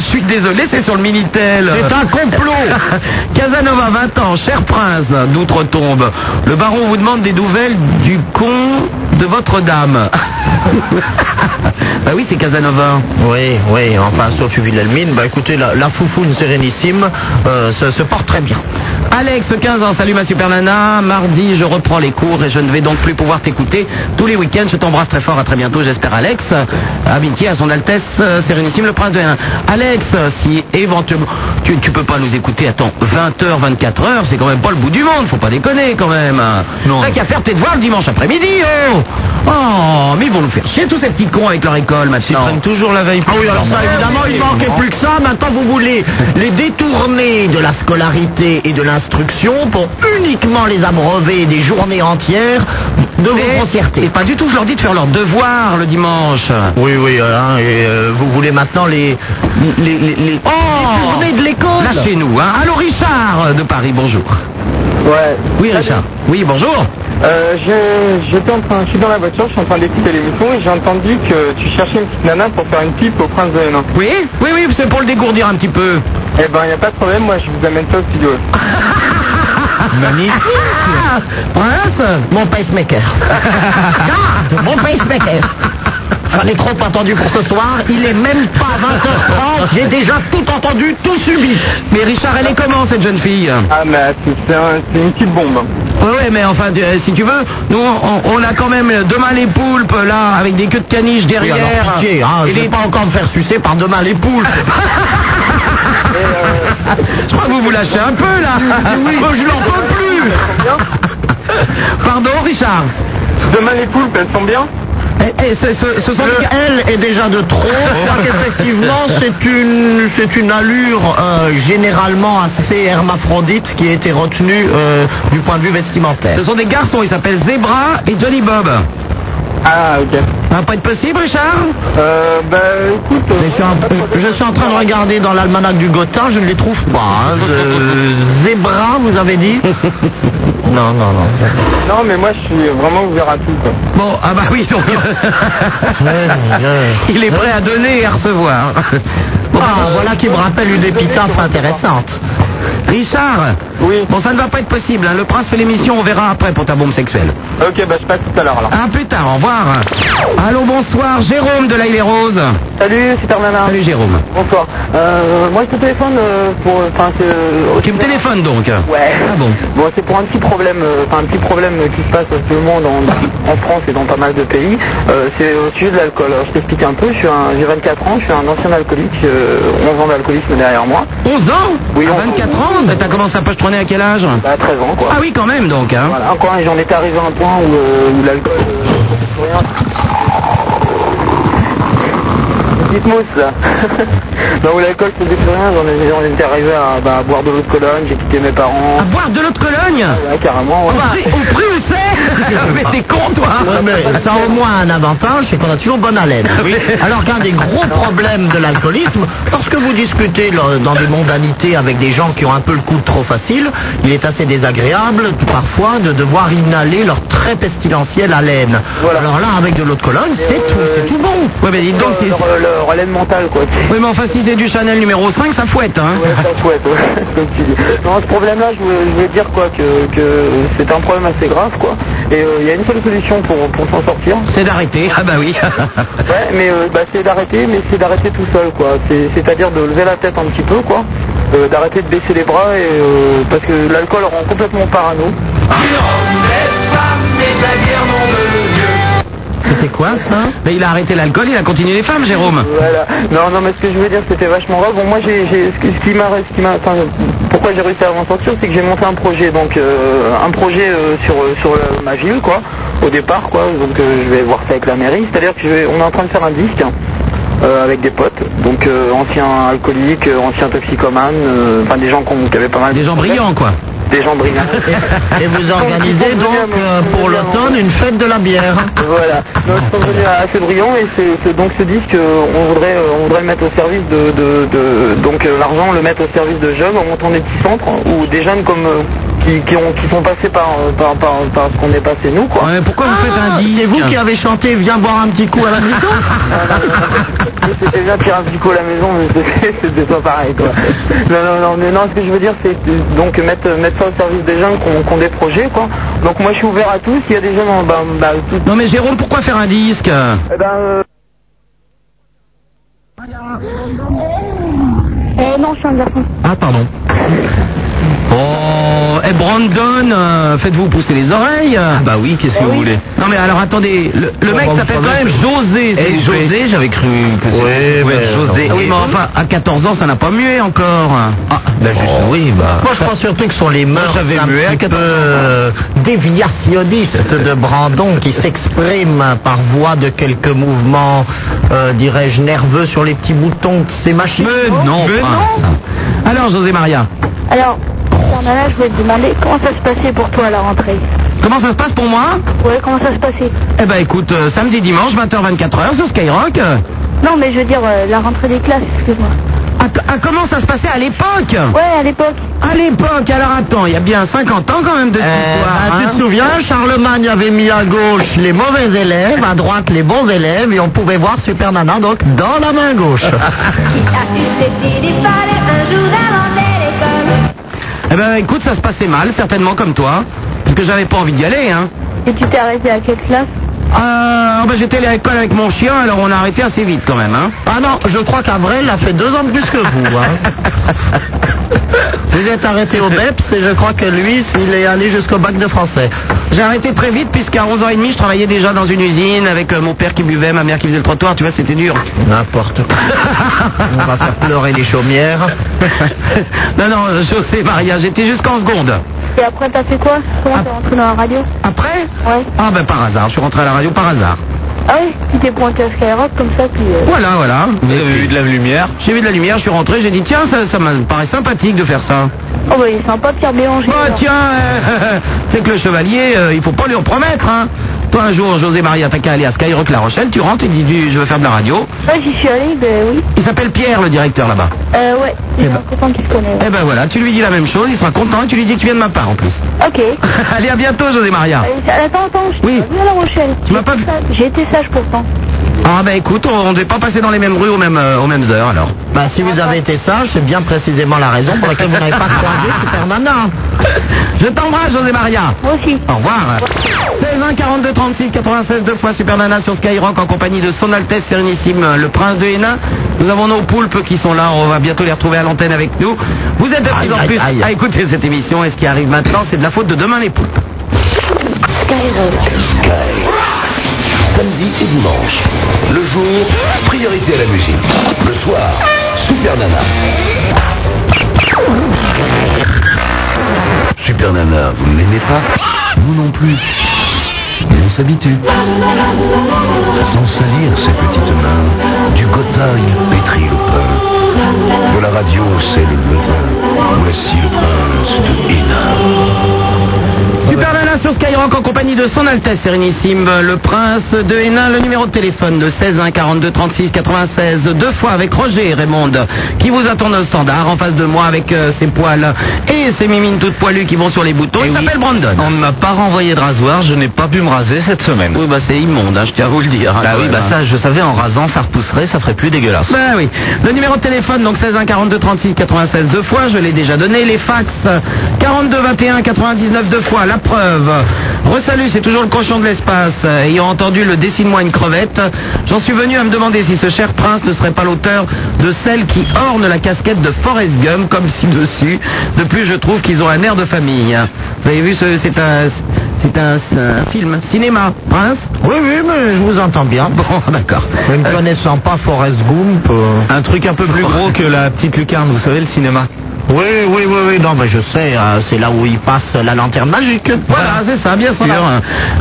Speaker 3: Je suis désolé, c'est sur le Minitel.
Speaker 4: C'est un complot.
Speaker 3: Casanova, 20 ans, cher prince d'outre-tombe, le baron vous demande des nouvelles du con de votre dame. bah oui, c'est Casanova.
Speaker 4: Oui, oui, enfin, Sophie Wilhelmine, bah écoutez, la, la foufoune sérénissime euh, se, se porte très bien.
Speaker 3: Alex, 15 ans, salut ma super nana. Mardi, je reprends les cours et je ne vais donc plus pouvoir t'écouter tous les week-ends. Je t'embrasse très fort, à très bientôt, j'espère, Alex. Amitié Ah, à son Altesse euh, Sérénissime, le prince de Hénin. Alex, euh, si éventuellement. Tu, tu peux pas nous écouter, attends, 20h, 24h, c'est quand même pas le bout du monde, faut pas déconner quand même.
Speaker 4: Non.
Speaker 3: T'as qu'à faire tes devoirs le dimanche après-midi, oh Oh, mais ils vont nous faire chier tous ces petits cons avec leur école maintenant.
Speaker 4: prennent toujours la veille. Ah oui, alors ça, évidemment, il manquait plus que ça. Maintenant, vous voulez les détourner de la scolarité et de l'instruction pour uniquement les abreuver des journées entières de vos
Speaker 3: Mais-
Speaker 4: concertés.
Speaker 3: mais pas du tout, je leur dis de faire leurs devoirs le dimanche.
Speaker 4: Oui, oui, euh, hein, et euh, vous voulez maintenant les, les, les, les
Speaker 3: Oh
Speaker 4: détourner de l'école.
Speaker 3: Là chez nous, hein. Allô Richard euh, de Paris, bonjour.
Speaker 5: Ouais.
Speaker 3: Oui Richard. Oui, bonjour.
Speaker 5: Euh, je, j'étais en train, je suis dans la voiture, je suis en train d'écouter l'émission et j'ai entendu que tu cherchais une petite nana pour faire une pipe au prince de Hénin.
Speaker 3: Oui Oui, oui, c'est pour le dégourdir un petit peu.
Speaker 5: Eh ben, y a pas de problème, moi je vous amène ça au studio.
Speaker 4: Magnifique.
Speaker 3: Ah, Prince Ah.
Speaker 4: Mon pacemaker. Garde, Mon pacemaker. J'en ai trop entendu pour ce soir. Il est même pas 20h30. J'ai déjà tout entendu, tout subi.
Speaker 3: Mais Richard, elle est comment cette jeune fille
Speaker 5: Ah, mais c'est, c'est un- c'est une petite bombe.
Speaker 3: Oui, ouais, mais enfin, tu- euh, si tu veux, nous, on, on a quand même euh, demain les poulpes, là, avec des queues de caniche
Speaker 4: Oui,
Speaker 3: derrière.
Speaker 4: alors pitié, hein,
Speaker 3: Et
Speaker 4: je vais
Speaker 3: les-
Speaker 4: pas encore me faire sucer par demain les poules.
Speaker 5: Et, euh,
Speaker 3: Je crois que vous vous lâchez un peu, là. Moi, Ah, je n'en peux plus.
Speaker 5: bien
Speaker 3: Pardon, Richard.
Speaker 5: Demain les poulpes, elles sont bien
Speaker 3: Eh, eh, ce, ce- ce sont
Speaker 4: Le
Speaker 3: des-
Speaker 4: L est déjà de trop, donc effectivement c'est une c'est une allure euh, généralement assez hermaphrodite qui a été retenue euh, du point de vue vestimentaire.
Speaker 3: Ce sont des garçons, ils s'appellent Zebra et Johnny Bob. Ça
Speaker 5: Ah, ok.
Speaker 3: va pas être possible, Richard
Speaker 5: Euh, bah écoute.
Speaker 4: Je
Speaker 5: euh,
Speaker 4: suis, en, je suis en train de regarder dans l'almanach du Gotha, je ne les trouve pas. hein. Je- zébra, vous avez dit Non, non, non.
Speaker 5: Non, mais moi je suis vraiment ouvert à tout, quoi.
Speaker 3: Bon, ah bah oui, donc... Il est prêt à donner et à recevoir. Bon,
Speaker 4: Ah, voilà qui me rappelle une épitaphe intéressante.
Speaker 3: Richard,
Speaker 5: Oui.
Speaker 3: bon, ça ne va pas être possible. hein. Le prince fait l'émission, on verra après pour ta bombe sexuelle.
Speaker 5: Ok, bah je passe tout à l'heure alors.
Speaker 3: À plus tard, au revoir. Allô, bonsoir, Jérôme de l'Aile et Rose.
Speaker 5: Salut, super nana.
Speaker 3: Salut Jérôme.
Speaker 5: Bonsoir. Euh, moi je te téléphone euh, pour. Enfin, c'est, euh,
Speaker 3: Tu me téléphones donc
Speaker 5: Ouais.
Speaker 3: Ah bon
Speaker 5: Bon, c'est pour un petit problème, euh, enfin un petit problème qui se passe actuellement dans, dans- en France et dans pas mal de pays. Euh, c'est au sujet de l'alcool. Alors, Je t'explique un peu. Je suis un, j'ai 24 ans, je suis un ancien alcoolique, euh, 11 ans d'alcoolisme derrière moi,
Speaker 3: 11 ans
Speaker 5: Oui,
Speaker 3: À
Speaker 5: 11 ans.
Speaker 3: 24 ans Bah, T'as commencé à poche tourner à quel âge
Speaker 5: à 13 Bah, ans quoi.
Speaker 3: Ah oui, quand même donc. hein.
Speaker 5: Voilà. Encore un, j'en étais arrivé à un point où, euh, où l'alcool. euh, rien. Petite mousse là. non, où l'alcool faisait plus rien. J'en ai- j'en étais arrivé à bah, boire de l'eau de Cologne. J'ai quitté mes parents.
Speaker 3: À boire de l'eau de Cologne
Speaker 5: Ouais, carrément. ouais.
Speaker 3: Au prix- Au prix où c'est Mais t'es con toi
Speaker 4: Ouais, mais ça a au moins un avantage, c'est qu'on a toujours bonne haleine. Alors qu'un des gros problèmes de l'alcoolisme, lorsque vous discutez le- dans des mondanités avec des gens qui ont un peu le coup de trop facile, il est assez désagréable parfois de devoir inhaler leur très pestilentielle haleine.
Speaker 5: Voilà.
Speaker 4: Alors là, avec de l'eau de Cologne, c'est tout, c'est tout bon.
Speaker 3: Ouais, mais dis bah, donc,
Speaker 5: Euh,
Speaker 3: si...
Speaker 5: leur, leur haleine mentale quoi.
Speaker 3: Oui, mais enfin, si c'est du Chanel numéro 5, ça fouette, hein
Speaker 5: Ouais, ça souhaite, ouais, comme tu dis. Non, ce problème-là, je veux, je veux dire quoi, que, que c'est un problème assez grave, quoi. Et euh, il y a une seule solution pour, pour s'en sortir.
Speaker 3: C'est d'arrêter, ah bah oui
Speaker 5: Ouais, mais euh, bah, c'est d'arrêter, mais c'est d'arrêter tout seul, quoi. C'est- C'est-à-dire de lever la tête un petit peu, quoi. Euh, d'arrêter de baisser les bras, et, euh, parce que l'alcool rend complètement parano.
Speaker 4: C'était quoi ça
Speaker 3: Mais il a arrêté l'alcool, il a continué les femmes, Jérôme
Speaker 5: Voilà. Non, non, mais ce que je veux dire, c'était vachement grave. Bon, moi, j'ai, j'ai- ce qui- ce qui m'a, ce qui m'a, enfin, pourquoi j'ai réussi à m'en sortir, c'est que j'ai monté un projet, donc euh, un projet euh, sur euh, sur la- ma ville, quoi. Au départ, quoi. Donc, euh, je vais voir ça avec la mairie. C'est-à-dire que je vais- on est en train de faire un disque. euh, avec des potes, donc euh, anciens alcooliques, euh, anciens toxicomanes, euh, enfin des gens qu'on- qui avaient pas mal de
Speaker 3: Des gens
Speaker 5: problèmes.
Speaker 3: brillants, quoi
Speaker 6: des gens brillants.
Speaker 4: Et vous organisez
Speaker 6: Ils sont venus à
Speaker 4: donc
Speaker 6: mon-
Speaker 4: euh,
Speaker 6: ils sont
Speaker 4: pour
Speaker 6: venus à mon-
Speaker 4: l'automne une fête de la bière.
Speaker 6: Voilà, donc ils sont venus à assez brillant et c'est c'est donc ce disque euh, on voudrait euh, on voudrait le mettre au service de, de- de- donc euh, l'argent le mettre au service de jeunes en montant des petits centres où des jeunes comme euh, qui, qui, ont, qui sont passés par, euh, par, par, par ce qu'on est passé nous quoi.
Speaker 3: Ouais, pourquoi vous faites un
Speaker 4: Ah,
Speaker 3: disque
Speaker 4: C'est vous qui avez chanté Viens boire un petit coup à la maison
Speaker 6: Mais C'était bien pire un petit coup à la maison, mais c'était- c'était pas pareil quoi. Non, non, non, mais non, ce que je veux dire, c'est euh, donc mettre, mettre ça au service des jeunes qui ont, qui ont des projets quoi. Donc moi je suis ouvert à tous, il y a des jeunes en bah, bah, tout-
Speaker 3: Non mais Jérôme, pourquoi faire un disque
Speaker 6: eh ben, euh,
Speaker 7: Euh, non, je suis un garçon.
Speaker 3: Ah pardon. Oh, et Brandon, euh, faites-vous pousser les oreilles. bah oui, qu'est-ce que vous voulez Non mais alors attendez, le, le mec
Speaker 4: bah, vous
Speaker 3: s'appelle quand
Speaker 4: savez-
Speaker 3: même Eh, José. s'il vous plaît.
Speaker 4: j'avais cru que
Speaker 3: Ouais,
Speaker 4: Oui,
Speaker 3: ouais, José. Oui, mais enfin, à 14 ans, ça n'a pas mué encore. Ah,
Speaker 4: oui, bah. Moi, je pense surtout que ce sont les mœurs
Speaker 3: j'avais
Speaker 4: un
Speaker 3: muet à
Speaker 4: petit
Speaker 3: 14 ans.
Speaker 4: peu euh, déviationnistes de Brandon qui s'expriment par voie de quelques mouvements, euh, dirais-je, nerveux sur les petits boutons de ces machines.
Speaker 3: mais non, prince. Alors, José Maria,
Speaker 7: Alors, Fernanda, je voulais te demander comment ça se passait pour toi à la rentrée
Speaker 3: comment ça se passe pour moi
Speaker 7: Ouais, comment ça se passait
Speaker 3: Eh ben, écoute, euh, samedi, dimanche, 20h, 24h sur Skyrock. Euh,
Speaker 7: Non, mais je veux dire, euh, la rentrée des classes, excuse-moi.
Speaker 3: Ah, co- ah, comment ça se passait à l'époque
Speaker 7: Ouais, à l'époque.
Speaker 3: À l'époque, alors attends, il y a bien 50 ans quand même de cette
Speaker 4: Euh,
Speaker 3: histoire.
Speaker 4: bah,
Speaker 3: hein.
Speaker 4: Tu te souviens, Charlemagne avait mis à gauche les mauvais élèves, à droite les bons élèves, et on pouvait voir Superman donc dans la main gauche.
Speaker 8: As-tu sais-tu d'y parler un jour avant l'école
Speaker 3: Eh ben, écoute, ça se passait mal, certainement comme toi. Parce que j'avais pas envie d'y aller, hein.
Speaker 7: Et tu t'es arrêté à quelle classe
Speaker 3: Euh, ben, j'étais allé à l'école avec mon chien, alors on a arrêté assez vite quand même, hein.
Speaker 4: ah non, je crois qu'Avrel a fait deux ans de plus que vous. hein. vous êtes arrêté au BEPS et je crois que lui, il est allé jusqu'au bac de français.
Speaker 3: J'ai arrêté très vite puisqu'à 11 ans et demi, je travaillais déjà dans une usine avec euh, mon père qui buvait, ma mère qui faisait le trottoir, tu vois, c'était dur.
Speaker 4: N'importe quoi. on va faire pleurer les chaumières.
Speaker 3: non, non, José Maria, j'étais jusqu'en seconde.
Speaker 7: Et après, t'as fait quoi Comment t'es rentré dans la radio
Speaker 3: Après
Speaker 7: Ouais.
Speaker 3: Ah ben par hasard, je suis rentré à la radio par hasard.
Speaker 7: Ah oui Tu t'es pointé à Skyrock comme ça, puis. euh,
Speaker 3: Voilà, voilà. Vous avez vu de la lumière J'ai vu de la lumière, je suis rentré, j'ai dit tiens, ça, ça me paraît sympathique de faire ça.
Speaker 7: Oh, bah, il est sympa, Pierre Bélanger.
Speaker 3: Oh
Speaker 7: alors.
Speaker 3: tiens, euh, c'est que le chevalier, euh, il faut pas lui en promettre, hein. Toi un jour, José Maria, t'as qu'à aller à Skyrock La Rochelle, tu rentres, tu dis tu- je veux faire de la radio.
Speaker 7: Ouais, j'y suis allé, ben oui.
Speaker 3: Il s'appelle Pierre, le directeur là-bas.
Speaker 7: Euh, ouais, j'ai
Speaker 3: Eh ben.
Speaker 7: un copain qui se connaît. ouais.
Speaker 3: Eh ben voilà, tu lui dis la même chose, il sera content et tu lui dis que tu viens de ma part en plus.
Speaker 7: Ok.
Speaker 3: Allez, à bientôt, José Maria.
Speaker 7: Euh, attends, attends, je t'ai
Speaker 3: ben- Oui.
Speaker 7: pas vu à La Rochelle.
Speaker 3: Tu m'as pas vu.
Speaker 7: J'ai été sage pourtant.
Speaker 3: Ah ben écoute, on ne devait pas passer dans les mêmes rues aux mêmes, euh, aux mêmes heures alors.
Speaker 4: Bah, si vous avez été sage, c'est bien précisément la raison pour laquelle vous n'avez pas croisé Superman.
Speaker 3: Je t'embrasse, José Maria.
Speaker 7: Moi aussi.
Speaker 3: Au revoir. 16 1 42 36 96 deux fois Super Nana sur Skyrock en compagnie de Son Altesse Sérénissime le Prince de Hénin. Nous avons nos poulpes qui sont là, on va bientôt les retrouver à l'antenne avec nous. Vous êtes de plus
Speaker 4: Aïe,
Speaker 3: en
Speaker 4: aïe,
Speaker 3: plus
Speaker 4: aïe.
Speaker 3: à écouter cette émission et ce qui arrive maintenant, c'est de la faute de demain les poulpes.
Speaker 1: Samedi et dimanche. Le jour, priorité à la musique. Le soir, Super Nana. Super Nana, vous ne l'aimez pas Nous non plus. Mais on s'habitue. Sans salir ses petites mains, du gotha il pétrit le pain. De la radio, c'est le levain. Voici le prince de Hénin.
Speaker 3: Super Nana sur Skyrock en compagnie de son Altesse Sérénissime, le Prince de Hénin, le numéro de téléphone le 16 1 42 36 96, deux fois avec Roger et Raymond, qui vous attendent au standard en face de moi avec euh, ses poils et ses mimines toutes poilues qui vont sur les boutons. Il s'appelle Brandon.
Speaker 4: Eh On ne m'a pas renvoyé de rasoir, je n'ai pas pu me raser cette semaine.
Speaker 3: Oui, bah c'est immonde, hein, je tiens à vous le dire. hein,
Speaker 4: Bah
Speaker 3: quand
Speaker 4: oui,
Speaker 3: même,
Speaker 4: bah
Speaker 3: hein.
Speaker 4: ça, je savais, en rasant, ça repousserait, ça ferait plus dégueulasse.
Speaker 3: Ben oui. Le numéro de téléphone, donc 16 1 42 36 96 deux fois, je l'ai déjà donné. Les fax, 42 21 99 deux fois, la preuve. Resalut, c'est toujours le cochon de l'espace. Euh, Ayant entendu le dessine-moi une crevette, j'en suis venu à me demander si ce cher prince ne serait pas l'auteur de celle qui orne la casquette de Forrest Gump comme ci-dessus. De plus, je trouve qu'ils ont un air de famille. Vous avez vu, ce- c'est un, c'est un, c'est un film, cinéma, prince.
Speaker 4: Oui, oui, mais je vous entends bien.
Speaker 3: Bon, d'accord.
Speaker 4: Même connaissant pas Forrest Gump. euh,
Speaker 3: Un truc un peu plus gros que la petite lucarne, vous savez, le cinéma.
Speaker 4: Oui, oui, oui, oui, non, mais je sais, euh, c'est là où il passe la lanterne magique.
Speaker 3: Voilà, c'est ça, bien sûr.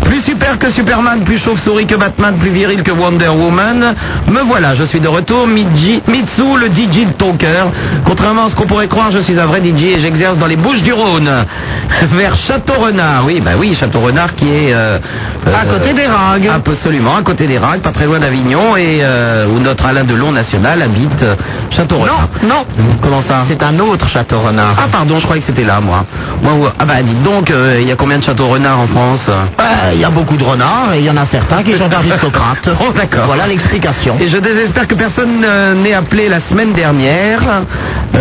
Speaker 3: Plus super que Superman, plus chauve-souris que Batman, plus viril que Wonder Woman. Me voilà, je suis de retour, Midji- Mitsu, le DJ de ton cœur. Contrairement à ce qu'on pourrait croire, je suis un vrai DJ et j'exerce dans les Bouches du Rhône, vers Château-Renard. Oui, bah oui, Château-Renard qui est... euh,
Speaker 4: À
Speaker 3: euh,
Speaker 4: côté des Ragues.
Speaker 3: Absolument, à côté des Ragues, pas très loin d'Avignon, et euh, où notre Alain Delon national habite euh, Château-Renard.
Speaker 4: Non, non.
Speaker 3: Comment ça
Speaker 4: C'est un autre château renard.
Speaker 3: Ah pardon, je croyais que c'était là, moi. Moi, ouais. Ah bah dites donc, euh, il y a combien de châteaux renards en France
Speaker 4: Ouais, Euh, Il y a beaucoup de renards et il y en a certains qui sont aristocrates.
Speaker 3: Oh, d'accord.
Speaker 4: Voilà l'explication.
Speaker 3: Et je désespère que personne euh, n'ait appelé la semaine dernière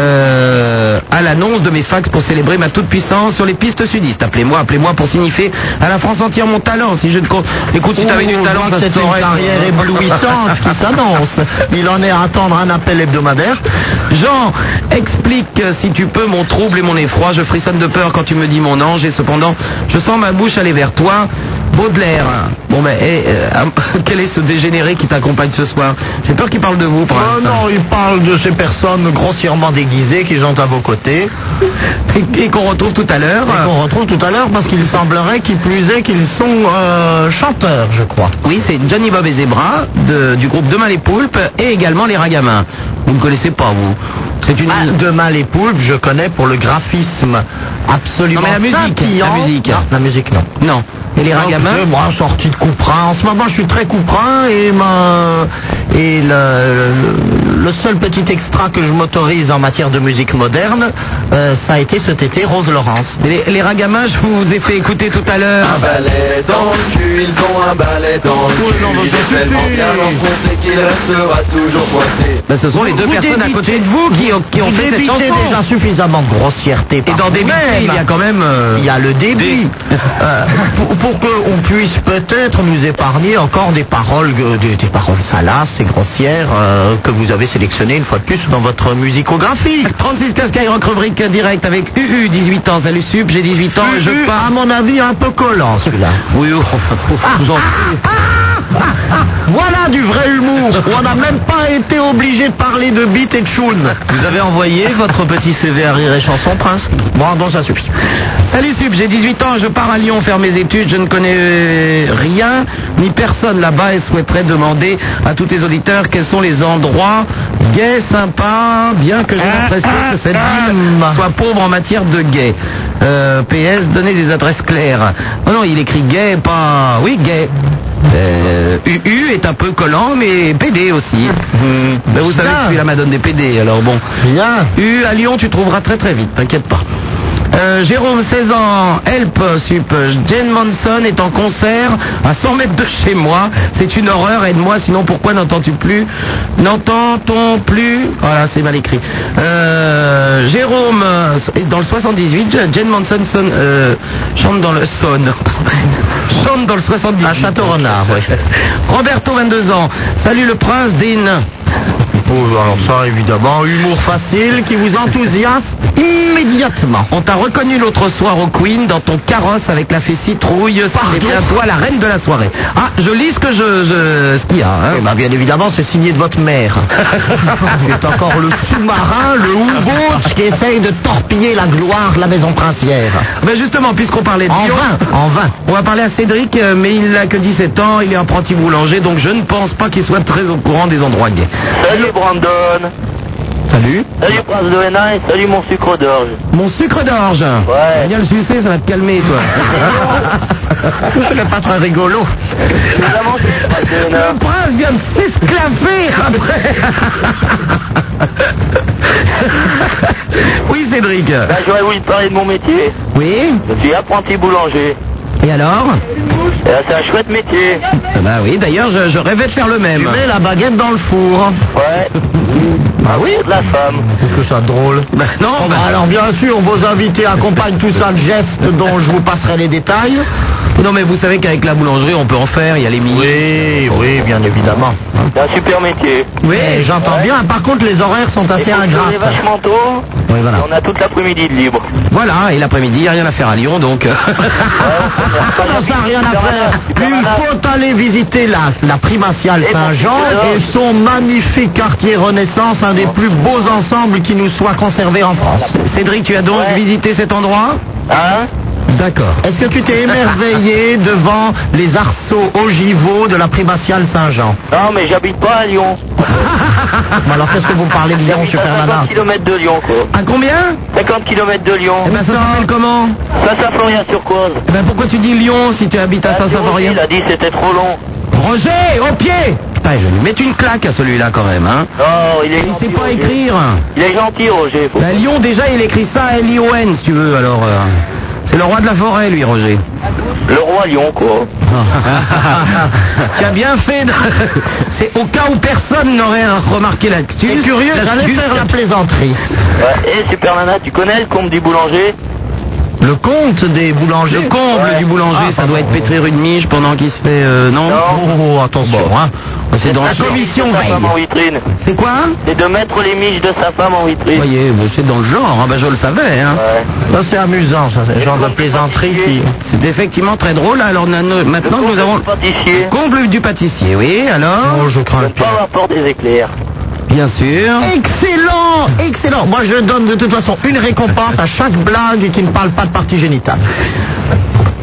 Speaker 3: euh, à l'annonce de mes fax pour célébrer ma toute puissance sur les pistes sudistes. Appelez-moi, appelez-moi pour signifier à la France entière mon talent. Si je ne co- écoute, si t'avais du
Speaker 4: Oh,
Speaker 3: talent,
Speaker 4: donc
Speaker 3: ça se
Speaker 4: c'est une
Speaker 3: saurait.
Speaker 4: carrière éblouissante qui s'annonce. Il en est à attendre un appel hebdomadaire.
Speaker 3: Jean, explique euh, si tu peux mon trouble et mon effroi. Je frissonne de peur quand tu me dis mon ange et cependant, je sens ma bouche aller vers toi. Baudelaire. Bon ben, eh, euh, quel est ce dégénéré qui t'accompagne ce soir J'ai peur qu'il parle de vous, prince.
Speaker 4: Oh non, il parle de ces personnes grossièrement déguisées qui sont à vos côtés
Speaker 3: Et, et qu'on retrouve tout à l'heure. euh,
Speaker 4: et qu'on retrouve tout à l'heure parce qu'il semblerait qu'ils plus est qu'ils sont euh, chanteurs, je crois.
Speaker 3: Oui, c'est Johnny Bob et Zebra de- du groupe Demain les Poulpes et également les Ragamins. Vous ne connaissez pas, vous. C'est une.
Speaker 4: Ah, Demain les poulpes, je connais pour le graphisme absolument
Speaker 3: Non, mais la musique,
Speaker 4: scintillant.
Speaker 3: la musique.
Speaker 4: Non, la musique non.
Speaker 3: Non. Et les Ragamins
Speaker 4: Écoutez, Moi, sorti de couperin. En ce moment, je suis très couperin et ma- et le, le seul petit extra que je m'autorise en matière de musique moderne, euh, ça a été cet été Rose Laurence.
Speaker 3: les, les Ragamins, je vous ai fait écouter tout à l'heure.
Speaker 9: balai dans le cul, ils ont un balai dans le
Speaker 4: Oui,
Speaker 9: cul.
Speaker 4: non, mais
Speaker 9: Il
Speaker 4: ça
Speaker 9: est tellement
Speaker 4: suffit.
Speaker 9: bien enfoncé qu'il restera toujours coincé.
Speaker 3: Ben, ce sont les deux
Speaker 4: vous
Speaker 3: personnes à
Speaker 4: débitez-
Speaker 3: côté de vous qui ont, qui ont
Speaker 4: Vous
Speaker 3: fait cette
Speaker 4: débitez
Speaker 3: chanson.
Speaker 4: déjà suffisamment de grossièreté.
Speaker 3: Et
Speaker 4: par
Speaker 3: dans des
Speaker 4: vous-même.
Speaker 3: métiers, il y a quand même. euh,
Speaker 4: Il y a le débit. Euh, pour pour qu'on puisse peut-être nous épargner encore des paroles, euh, des, des paroles salaces et grossières euh, que vous avez sélectionnées une fois de plus dans votre musicographie.
Speaker 3: 36 15 Skyrock rubrique direct avec UU, 18 ans, salut Sup, j'ai 18 ans et je
Speaker 4: Ubu,
Speaker 3: pars.
Speaker 4: à mon avis, un peu collant celui-là.
Speaker 3: Oui, oh, je vous en prie.
Speaker 4: Voilà du vrai humour. On n'a même pas été obligé de parler de beat et de choun.
Speaker 3: Vous avez envoyé votre petit CV à Rire et Chanson, Prince
Speaker 4: Bon, donc ça suffit.
Speaker 3: Salut Sub, j'ai 18 ans, je pars à Lyon faire mes études, je ne connais euh, rien ni personne là-bas et souhaiterais demander à tous les auditeurs quels sont les endroits gays, sympas, bien que j'ai l'impression que cette ville soit pauvre en matière de gays. Euh, PS, donnez des adresses claires. Oh non, il écrit gay, pas... Oui, gay. Euh, UU est un peu collant, mais PD aussi. Ben, vous savez que je suis la madone des PD, alors bon.
Speaker 4: Bien.
Speaker 3: U à Lyon, tu trouveras très très vite, t'inquiète pas. Euh, Jérôme, 16 ans, help, sup. Jane Manson est en concert à 100 mètres de chez moi. C'est une horreur, aide-moi, sinon pourquoi n'entends-tu plus N'entend-on plus Voilà, c'est mal écrit. Euh, Jérôme, euh, est dans le 78, Jane Manson sonne, euh, chante dans le sonne. chante dans le 78.
Speaker 4: À Château-Renard, oui.
Speaker 3: Roberto, 22 ans. Salut le prince des nains.
Speaker 4: Oh, alors ça, évidemment, humour facile qui vous enthousiasme immédiatement.
Speaker 3: On t'a reconnu l'autre soir au Queen dans ton carrosse avec la fée citrouille. C'est bien toi la reine de la soirée. Ah, je lis ce que je, je- ce qu'il y a. hein.
Speaker 4: Eh ben, bien évidemment, c'est signé de votre mère. c'est encore le sous-marin, le U-boat qui essaye de torpiller la gloire de la maison princière.
Speaker 3: Ben justement, puisqu'on parlait de
Speaker 4: En
Speaker 3: Lyon,
Speaker 4: vain, en vain.
Speaker 3: on va parler à Cédric, euh, mais il n'a que 17 ans, il est apprenti boulanger, donc je ne pense pas qu'il soit très au courant des endroits gays.
Speaker 6: Salut Brandon.
Speaker 3: Salut.
Speaker 6: Salut Prince de Hénin et salut mon sucre d'orge.
Speaker 3: Mon sucre d'orge.
Speaker 6: Ouais.
Speaker 3: Viens le sucer, ça va te calmer, toi.
Speaker 4: C'est pas très rigolo.
Speaker 6: Vraiment, c'est Prince de Hénin.
Speaker 3: Le prince vient de s'esclaver après. oui, Cédric.
Speaker 6: Là, Ben, j'aurais voulu te parler de mon métier.
Speaker 3: Oui.
Speaker 6: Je suis apprenti boulanger.
Speaker 3: Et alors
Speaker 6: Et là, c'est un chouette métier.
Speaker 3: Ah Bah oui, d'ailleurs, je, je rêvais de faire le même.
Speaker 4: Tu mets la baguette dans le four.
Speaker 3: Oh,
Speaker 6: Ouais.
Speaker 3: Ah oui
Speaker 6: De la femme.
Speaker 4: C'est que ça drôle.
Speaker 3: Bah Non,
Speaker 4: Oh, bah,
Speaker 3: bah,
Speaker 4: alors bien sûr, vos invités accompagnent tout ça de gestes dont je vous passerai les détails.
Speaker 3: Non, mais vous savez qu'avec la boulangerie, on peut en faire. Il y a les milliers.
Speaker 4: Oui, oui, bien évidemment.
Speaker 6: C'est un super métier.
Speaker 4: Oui, j'entends bien. Par contre, les horaires sont assez ingrats.
Speaker 6: C'est vachement tôt.
Speaker 4: Oui, voilà.
Speaker 6: et On a toute l'après-midi de libre.
Speaker 3: Voilà, et l'après-midi, il n'y a rien à faire à Lyon, donc. euh,
Speaker 4: Comment ça, rien à faire Il faut aller visiter la, la primatiale Saint-Jean et son magnifique quartier Renaissance, un
Speaker 6: Oh.
Speaker 4: des plus beaux ensembles qui nous soit conservé en France.
Speaker 3: Cédric, tu as donc visité cet endroit
Speaker 6: Hein
Speaker 3: D'accord.
Speaker 4: Est-ce que tu t'es émerveillé devant les arceaux ogivaux de la primatiale Saint-Jean
Speaker 6: Non, mais j'habite pas à Lyon.
Speaker 4: Bon, Alors qu'est-ce que vous parlez de Lyon,
Speaker 6: J'habite à
Speaker 4: Super
Speaker 6: 50
Speaker 4: Nana
Speaker 6: km de Lyon, quoi.
Speaker 3: À combien
Speaker 6: 50 km de Lyon.
Speaker 3: Eh ben, ça s'appelle comment
Speaker 6: Ça, ça florien sur cause. Ah,
Speaker 3: Eh ben, pourquoi tu dis Lyon si tu habites à Saint-Symphorien
Speaker 6: Il a dit que c'était trop long.
Speaker 3: Roger, au pied Putain, je lui mets une claque à celui-là, quand même, hein.
Speaker 6: Non, il est
Speaker 3: Il
Speaker 6: gentil.
Speaker 3: sait pas
Speaker 6: Roger.
Speaker 3: écrire.
Speaker 6: Il est gentil, Roger. Faut-
Speaker 3: Bah, Lyon, déjà, il écrit ça L-I-O-N, si tu veux, alors... euh, C'est le roi de la forêt, lui, Roger.
Speaker 6: Le roi Lyon, quoi.
Speaker 3: tu as bien fait. de- C'est au cas où personne n'aurait euh, remarqué l'astuce.
Speaker 4: C'est curieux, j'allais
Speaker 3: l'astuce.
Speaker 4: faire la plaisanterie.
Speaker 6: Ouais. Et Super Nana, tu connais le comte du boulanger
Speaker 4: Le compte des boulangers.
Speaker 3: Le comble
Speaker 6: Ouais.
Speaker 3: du boulanger,
Speaker 4: Ah,
Speaker 3: ça
Speaker 4: pardon.
Speaker 3: doit être pétrir une miche pendant qu'il se fait... euh, non,
Speaker 4: Oh, attention, hein.
Speaker 3: C'est dans
Speaker 6: la
Speaker 3: la commission
Speaker 6: Sa
Speaker 3: veille.
Speaker 6: femme en vitrine.
Speaker 3: C'est quoi hein
Speaker 6: C'est de mettre les miches de sa femme en
Speaker 3: Vous
Speaker 6: vitrine.
Speaker 3: voyez, bon, c'est dans le genre, hein, ben, je le savais. Hein.
Speaker 6: Ouais.
Speaker 4: Ça, c'est amusant, ça, ce genre de plaisanterie qui...
Speaker 3: C'est effectivement très drôle. Alors na- na-
Speaker 6: Le
Speaker 3: maintenant que
Speaker 6: comte
Speaker 3: nous avons
Speaker 6: du pâtissier.
Speaker 3: le comble du pâtissier, oui. Alors,
Speaker 4: Oh, je crains
Speaker 6: Ne
Speaker 4: le
Speaker 6: pas
Speaker 4: pire.
Speaker 6: avoir peur des éclairs.
Speaker 3: bien sûr.
Speaker 4: Excellent, excellent. Moi, je donne de toute façon une récompense à chaque blague qui ne parle pas de partie génitale.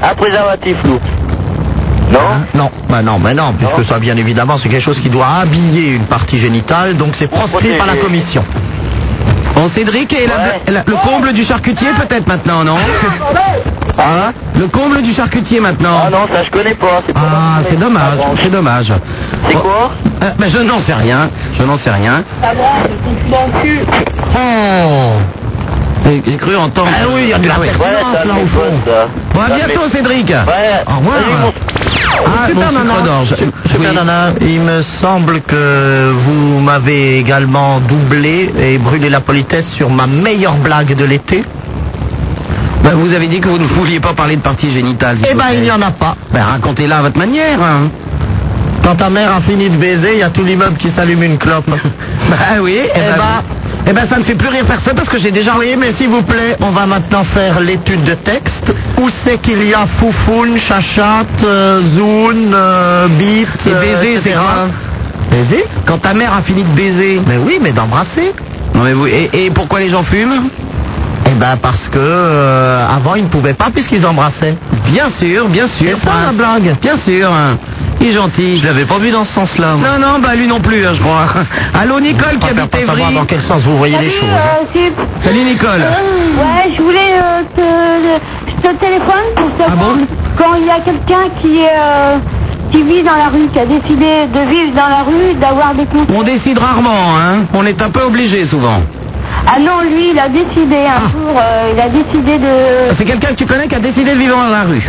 Speaker 6: Un préservatif, nous. Non
Speaker 4: Non, bah non, mais non, puisque
Speaker 6: Non.
Speaker 4: ça, bien évidemment, c'est quelque chose qui doit habiller une partie génitale, donc c'est proscrit
Speaker 6: protéger.
Speaker 4: par la commission.
Speaker 3: Bon, Cédric et la-
Speaker 6: Ouais.
Speaker 3: la- le comble du charcutier
Speaker 4: Ah.
Speaker 3: peut-être maintenant, non
Speaker 6: Hein
Speaker 3: Le comble du charcutier maintenant.
Speaker 6: Ah non, ça je connais pas. C'est pas
Speaker 3: Ah,
Speaker 6: ma-
Speaker 3: c'est dommage,
Speaker 6: ma branche.
Speaker 3: c'est dommage.
Speaker 6: C'est
Speaker 3: Bon,
Speaker 6: quoi
Speaker 3: euh, ben, je n'en sais rien, je n'en sais rien.
Speaker 4: Ah, Oh
Speaker 3: J'ai j'ai cru entendre.
Speaker 4: Ah oui, il y a de la
Speaker 3: Ah oui.
Speaker 4: perf-
Speaker 6: Ouais,
Speaker 4: Silence,
Speaker 6: ça
Speaker 4: là,
Speaker 6: me
Speaker 4: au fond.
Speaker 6: fond. ça.
Speaker 3: Bon, à
Speaker 6: Ça me
Speaker 3: bientôt, Cédric.
Speaker 6: Ouais.
Speaker 4: Au revoir.
Speaker 6: Salut, mon-
Speaker 4: Ah,
Speaker 3: Super
Speaker 4: mon sucre
Speaker 3: Nana.
Speaker 4: d'orge.
Speaker 3: Su-
Speaker 4: Super
Speaker 3: oui.
Speaker 4: Nana, il me semble que vous m'avez également doublé et brûlé la politesse sur ma meilleure blague de l'été.
Speaker 3: Ben, vous avez dit que vous ne vouliez pas parler de partie génitale. s'il
Speaker 4: Eh
Speaker 3: vous
Speaker 4: ben,
Speaker 3: plaît.
Speaker 4: il n'y en a pas.
Speaker 3: Ben, racontez-la à votre manière. hein.
Speaker 4: Quand ta mère a fini de baiser, il y a tout l'immeuble qui s'allume une clope.
Speaker 3: Bah oui, eh ben, Euh,
Speaker 4: ben-
Speaker 3: eh ben, ça ne fait plus rire personne parce que j'ai déjà
Speaker 4: Oui, Eh, mais s'il vous plaît, on va maintenant faire l'étude de texte. Où c'est qu'il y a foufoune, chachat, euh, zoun, euh, bite,
Speaker 3: Et
Speaker 4: euh,
Speaker 3: baiser, c'est
Speaker 4: etc.
Speaker 3: quoi
Speaker 4: Baiser
Speaker 3: Quand ta mère a fini de baiser.
Speaker 4: Mais oui, mais d'embrasser.
Speaker 3: Non mais vous, et, et pourquoi les gens fument
Speaker 4: Eh ben parce que euh, avant ils ne pouvaient pas puisqu'ils embrassaient.
Speaker 3: Bien sûr, bien sûr.
Speaker 4: C'est ça,
Speaker 3: prince.
Speaker 4: la blague.
Speaker 3: Bien sûr. hein. Il est gentil. Je l'avais pas vu dans ce sens-là. Non, non, bah lui non plus, hein, je crois. Allô, Nicole qui
Speaker 4: Préfère
Speaker 3: habite
Speaker 4: pas savoir
Speaker 3: Évry.
Speaker 4: dans quel sens vous voyez les choses. hein.
Speaker 3: Salut, Nicole.
Speaker 7: Ouais, je voulais euh, te, je te téléphone pour savoir
Speaker 3: Ah bon
Speaker 7: quand il y a quelqu'un qui est, euh, qui vit dans la rue, qui a décidé de vivre dans la rue, d'avoir des conseils.
Speaker 3: On décide rarement, hein. On est un peu obligé souvent.
Speaker 7: Ah non, lui, il a décidé
Speaker 4: Ah.
Speaker 7: un jour, euh, il a décidé de.
Speaker 3: C'est quelqu'un que tu connais qui a décidé de vivre dans la rue.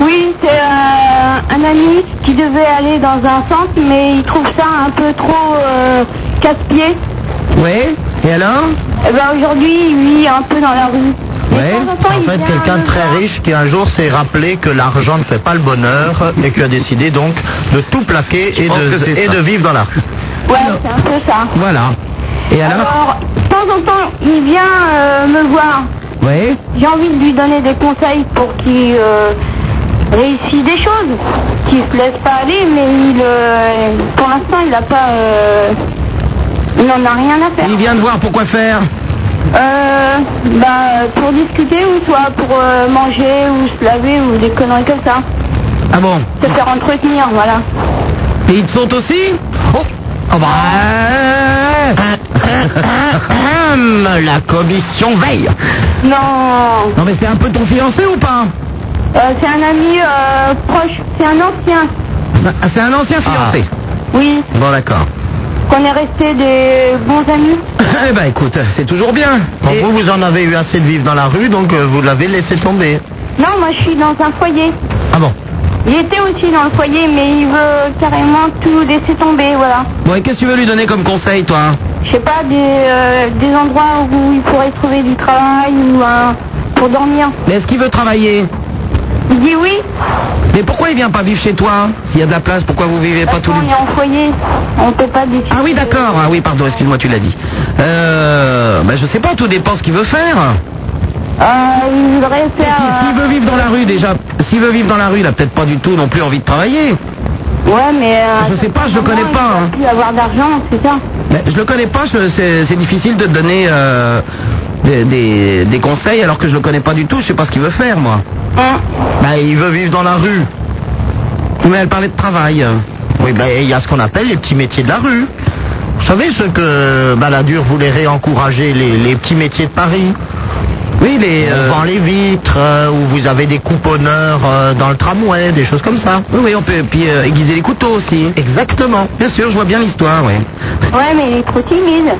Speaker 7: Oui, c'est euh, un ami qui devait aller dans un centre, mais il trouve ça un peu trop euh, casse-pied.
Speaker 3: Oui. Et alors
Speaker 7: Eh ben aujourd'hui, il vit un peu dans la rue. Mais
Speaker 4: Ouais,
Speaker 7: de temps temps,
Speaker 4: en
Speaker 7: il
Speaker 4: fait,
Speaker 7: vient euh,
Speaker 4: quelqu'un
Speaker 7: me
Speaker 4: de très
Speaker 7: voir.
Speaker 4: riche qui un jour s'est rappelé que l'argent ne fait pas le bonheur et qui a décidé donc de tout plaquer et,
Speaker 3: pense que
Speaker 4: de,
Speaker 3: c'est
Speaker 4: et
Speaker 3: ça.
Speaker 4: de vivre dans la rue.
Speaker 7: Ouais, c'est un peu ça.
Speaker 3: Voilà. Et alors
Speaker 7: Alors, de temps en temps, il vient euh, me voir.
Speaker 3: Oui.
Speaker 7: J'ai envie de lui donner des conseils pour qu'il euh, réussisse des choses, qu'il se laisse pas aller, mais il, euh, pour l'instant, il n'a pas, euh, il n'en a rien à faire.
Speaker 3: Il vient de voir pour quoi faire.
Speaker 7: Euh, bah, pour discuter ou soit pour euh, manger ou se laver ou des conneries comme ça,
Speaker 3: Ah bon
Speaker 7: se faire entretenir, voilà.
Speaker 3: Et ils te sont aussi Oh Ah
Speaker 4: Ah,
Speaker 3: bah
Speaker 4: Hum, la commission veille.
Speaker 7: Non,
Speaker 3: Non mais c'est un peu ton fiancé ou pas
Speaker 7: euh, c'est un ami euh, proche, c'est un ancien,
Speaker 3: Ah, C'est un ancien fiancé.
Speaker 7: oui,
Speaker 3: Bon d'accord.
Speaker 7: qu'on est resté des bons amis.
Speaker 3: eh ben écoute, c'est toujours bien.
Speaker 4: Bon,
Speaker 3: Et-
Speaker 4: vous, vous en avez eu assez de vivre dans la rue, donc euh, vous l'avez laissé tomber.
Speaker 7: Non, moi je suis dans un foyer.
Speaker 4: Ah bon
Speaker 7: Il était aussi dans le foyer, mais il veut carrément tout laisser tomber, voilà.
Speaker 3: Bon et qu'est-ce que tu veux lui donner comme conseil toi
Speaker 7: Je sais pas, des, euh, des endroits où il pourrait trouver du travail ou un... pour dormir.
Speaker 3: Mais est-ce qu'il veut travailler
Speaker 7: Il Il dit oui.
Speaker 3: Mais pourquoi il vient pas vivre chez toi S'il y a de la place, pourquoi vous vivez pas tous
Speaker 7: Attends,
Speaker 3: les...
Speaker 7: il est en foyer. On peut pas décider.
Speaker 3: Ah oui, d'accord. Ah oui, pardon, excuse-moi, tu l'as dit. Euh, ben, je sais pas, tout dépend ce qu'il veut faire.
Speaker 7: Euh, il voudrait
Speaker 3: S'il
Speaker 7: faire. euh,
Speaker 3: s'il veut vivre dans la rue, déjà, s'il veut vivre dans la rue, il a peut-être pas du tout non plus envie de travailler.
Speaker 7: euh, Ouais, mais. euh,
Speaker 3: Je sais pas, je le connais
Speaker 7: il
Speaker 3: pas,
Speaker 7: va
Speaker 3: hein.
Speaker 7: plus avoir d'argent, c'est ça.
Speaker 3: Mais Ben, je le connais pas, je- c'est c'est difficile de te donner euh, des, des- des conseils alors que je le connais pas du tout, je sais pas ce qu'il veut faire, moi.
Speaker 7: Hein.
Speaker 4: Ben, il veut vivre dans la rue.
Speaker 3: Mais elle parlait de travail.
Speaker 4: Oui, ben, il y a ce qu'on appelle les petits métiers de la rue. Vous savez ce que euh, Balladur voulait réencourager, les, les petits métiers de Paris
Speaker 3: Oui, les... euh,
Speaker 4: On vend les vitres, euh, où vous avez des couponneurs euh, dans le tramway, des choses comme ça.
Speaker 3: Oui, oui, on peut puis euh, aiguiser les couteaux aussi.
Speaker 4: Exactement.
Speaker 3: Bien sûr, je vois bien l'histoire, oui.
Speaker 7: Ouais, mais il est trop timide.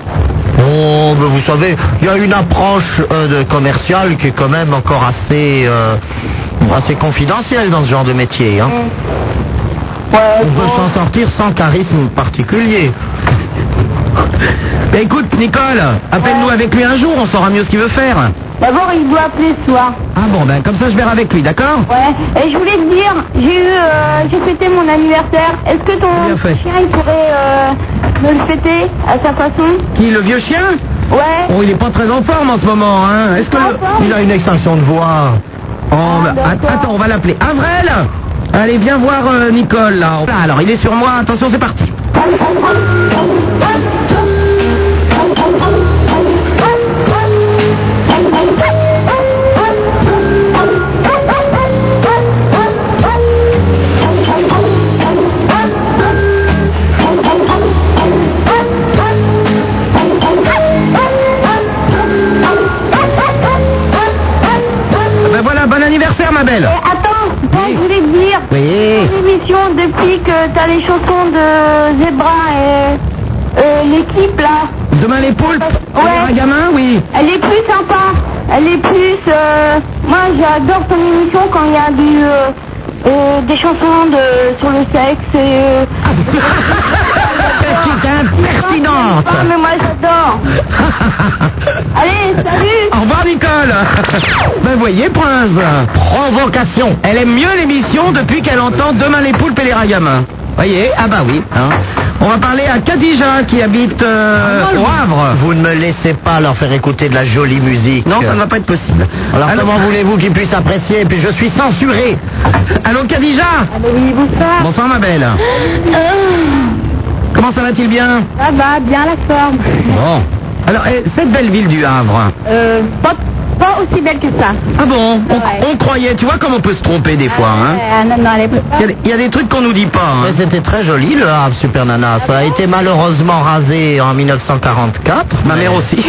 Speaker 4: Oh, ben vous savez, il y a une approche euh, de commerciale qui est quand même encore assez, euh, assez confidentielle dans ce genre de métier.
Speaker 3: Ah.
Speaker 4: Hein.
Speaker 7: Ouais,
Speaker 4: On peut
Speaker 7: bon.
Speaker 3: Oh.
Speaker 4: s'en sortir sans charisme particulier.
Speaker 3: Mais Ben, écoute, Nicole, appelle-nous avec lui un jour, on saura mieux ce qu'il veut faire.
Speaker 7: D'abord, il doit appeler ce soir.
Speaker 3: Ah bon, ben comme ça je verrai avec lui, d'accord
Speaker 7: Ouais. Et je voulais te dire, j'ai eu, euh, j'ai fêté mon anniversaire. Est-ce que
Speaker 3: Bien
Speaker 7: ton
Speaker 3: fait.
Speaker 7: chien il pourrait euh, me le fêter à sa façon
Speaker 3: Qui, le vieux chien
Speaker 7: Ouais.
Speaker 3: Oh, il est pas très en forme en ce moment, hein Est-ce que... le-
Speaker 7: Encore
Speaker 4: Il a une extinction de voix.
Speaker 3: Oh,
Speaker 7: Ah,
Speaker 3: bah, att-
Speaker 7: d'accord.
Speaker 3: attends, on va l'appeler. Avrel Allez, viens voir euh, Nicole, là. Ah, alors, il est sur moi. Attention, c'est parti. Ah, Ben voilà, bon anniversaire, ma belle.
Speaker 7: Et attends, attends, je voulais te dire,
Speaker 3: Oui.
Speaker 7: l'émission depuis que t'as les chansons de Zebra et euh, l'équipe là,
Speaker 3: Demain, les poulpes. On
Speaker 7: Ouais.
Speaker 3: verra un gamin, oui.
Speaker 7: elle est plus sympa, elle est plus. euh, moi j'adore ton émission quand il y a du, euh, euh, des chansons de, sur le sexe et. euh,
Speaker 3: Pertinente.
Speaker 7: Ah, mais moi j'adore. Allez, salut.
Speaker 3: Au revoir, Nicole. ben voyez, Prince. Provocation. Elle aime mieux l'émission depuis qu'elle entend Demain, les poulpes et les ragamins. Voyez Ah bah oui. hein. On va parler à Khadija qui habite euh,
Speaker 7: Ah,
Speaker 3: au Havre.
Speaker 4: Vous ne me laissez pas leur faire écouter de la jolie musique.
Speaker 3: Non, ça ne va pas être possible.
Speaker 4: Alors,
Speaker 3: Allô-
Speaker 4: comment voulez-vous qu'ils puissent apprécier Puis je suis censuré.
Speaker 3: Allô, Khadija
Speaker 7: Allez, oui, bonsoir.
Speaker 3: Bonsoir ma belle. Comment ça va-t-il bien
Speaker 7: Ah, Ça va, bien la forme.
Speaker 3: Bon. Alors, eh, cette belle ville du Havre.
Speaker 7: Euh, pas, pas aussi belle que ça.
Speaker 3: Ah bon on,
Speaker 7: Ouais.
Speaker 3: on croyait, tu vois comme on peut se tromper des fois. Hein
Speaker 7: Euh, non, non, elle est
Speaker 3: Il y a des- il y, a des trucs qu'on nous dit pas. hein.
Speaker 4: Mais c'était très joli le Havre Super Nana. Ça a été malheureusement rasé en 1944.
Speaker 3: Ma mère aussi.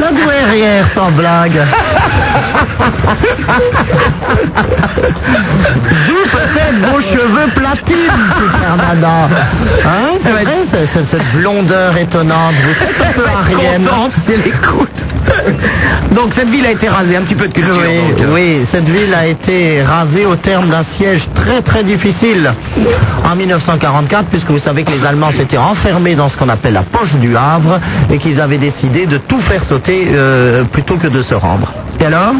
Speaker 4: La douairière sans blague. D'où peut-être vos cheveux platines, Super Nana. Hein, c'est
Speaker 3: Elle va
Speaker 4: vrai, ce- ce- cette blondeur étonnante. Vous êtes un peu arienne.
Speaker 3: Contente, c'est l'écoute. Donc cette ville a été rasée, un petit peu de culture.
Speaker 4: Oui,
Speaker 3: donc, euh,
Speaker 4: oui, cette ville a été rasée au terme d'un siège très très difficile en 1944, puisque vous savez que les Allemands s'étaient enfermés dans ce qu'on appelle la poche du Havre et qu'ils avaient décidé de tout faire sauter euh, plutôt que de se rendre.
Speaker 3: Et alors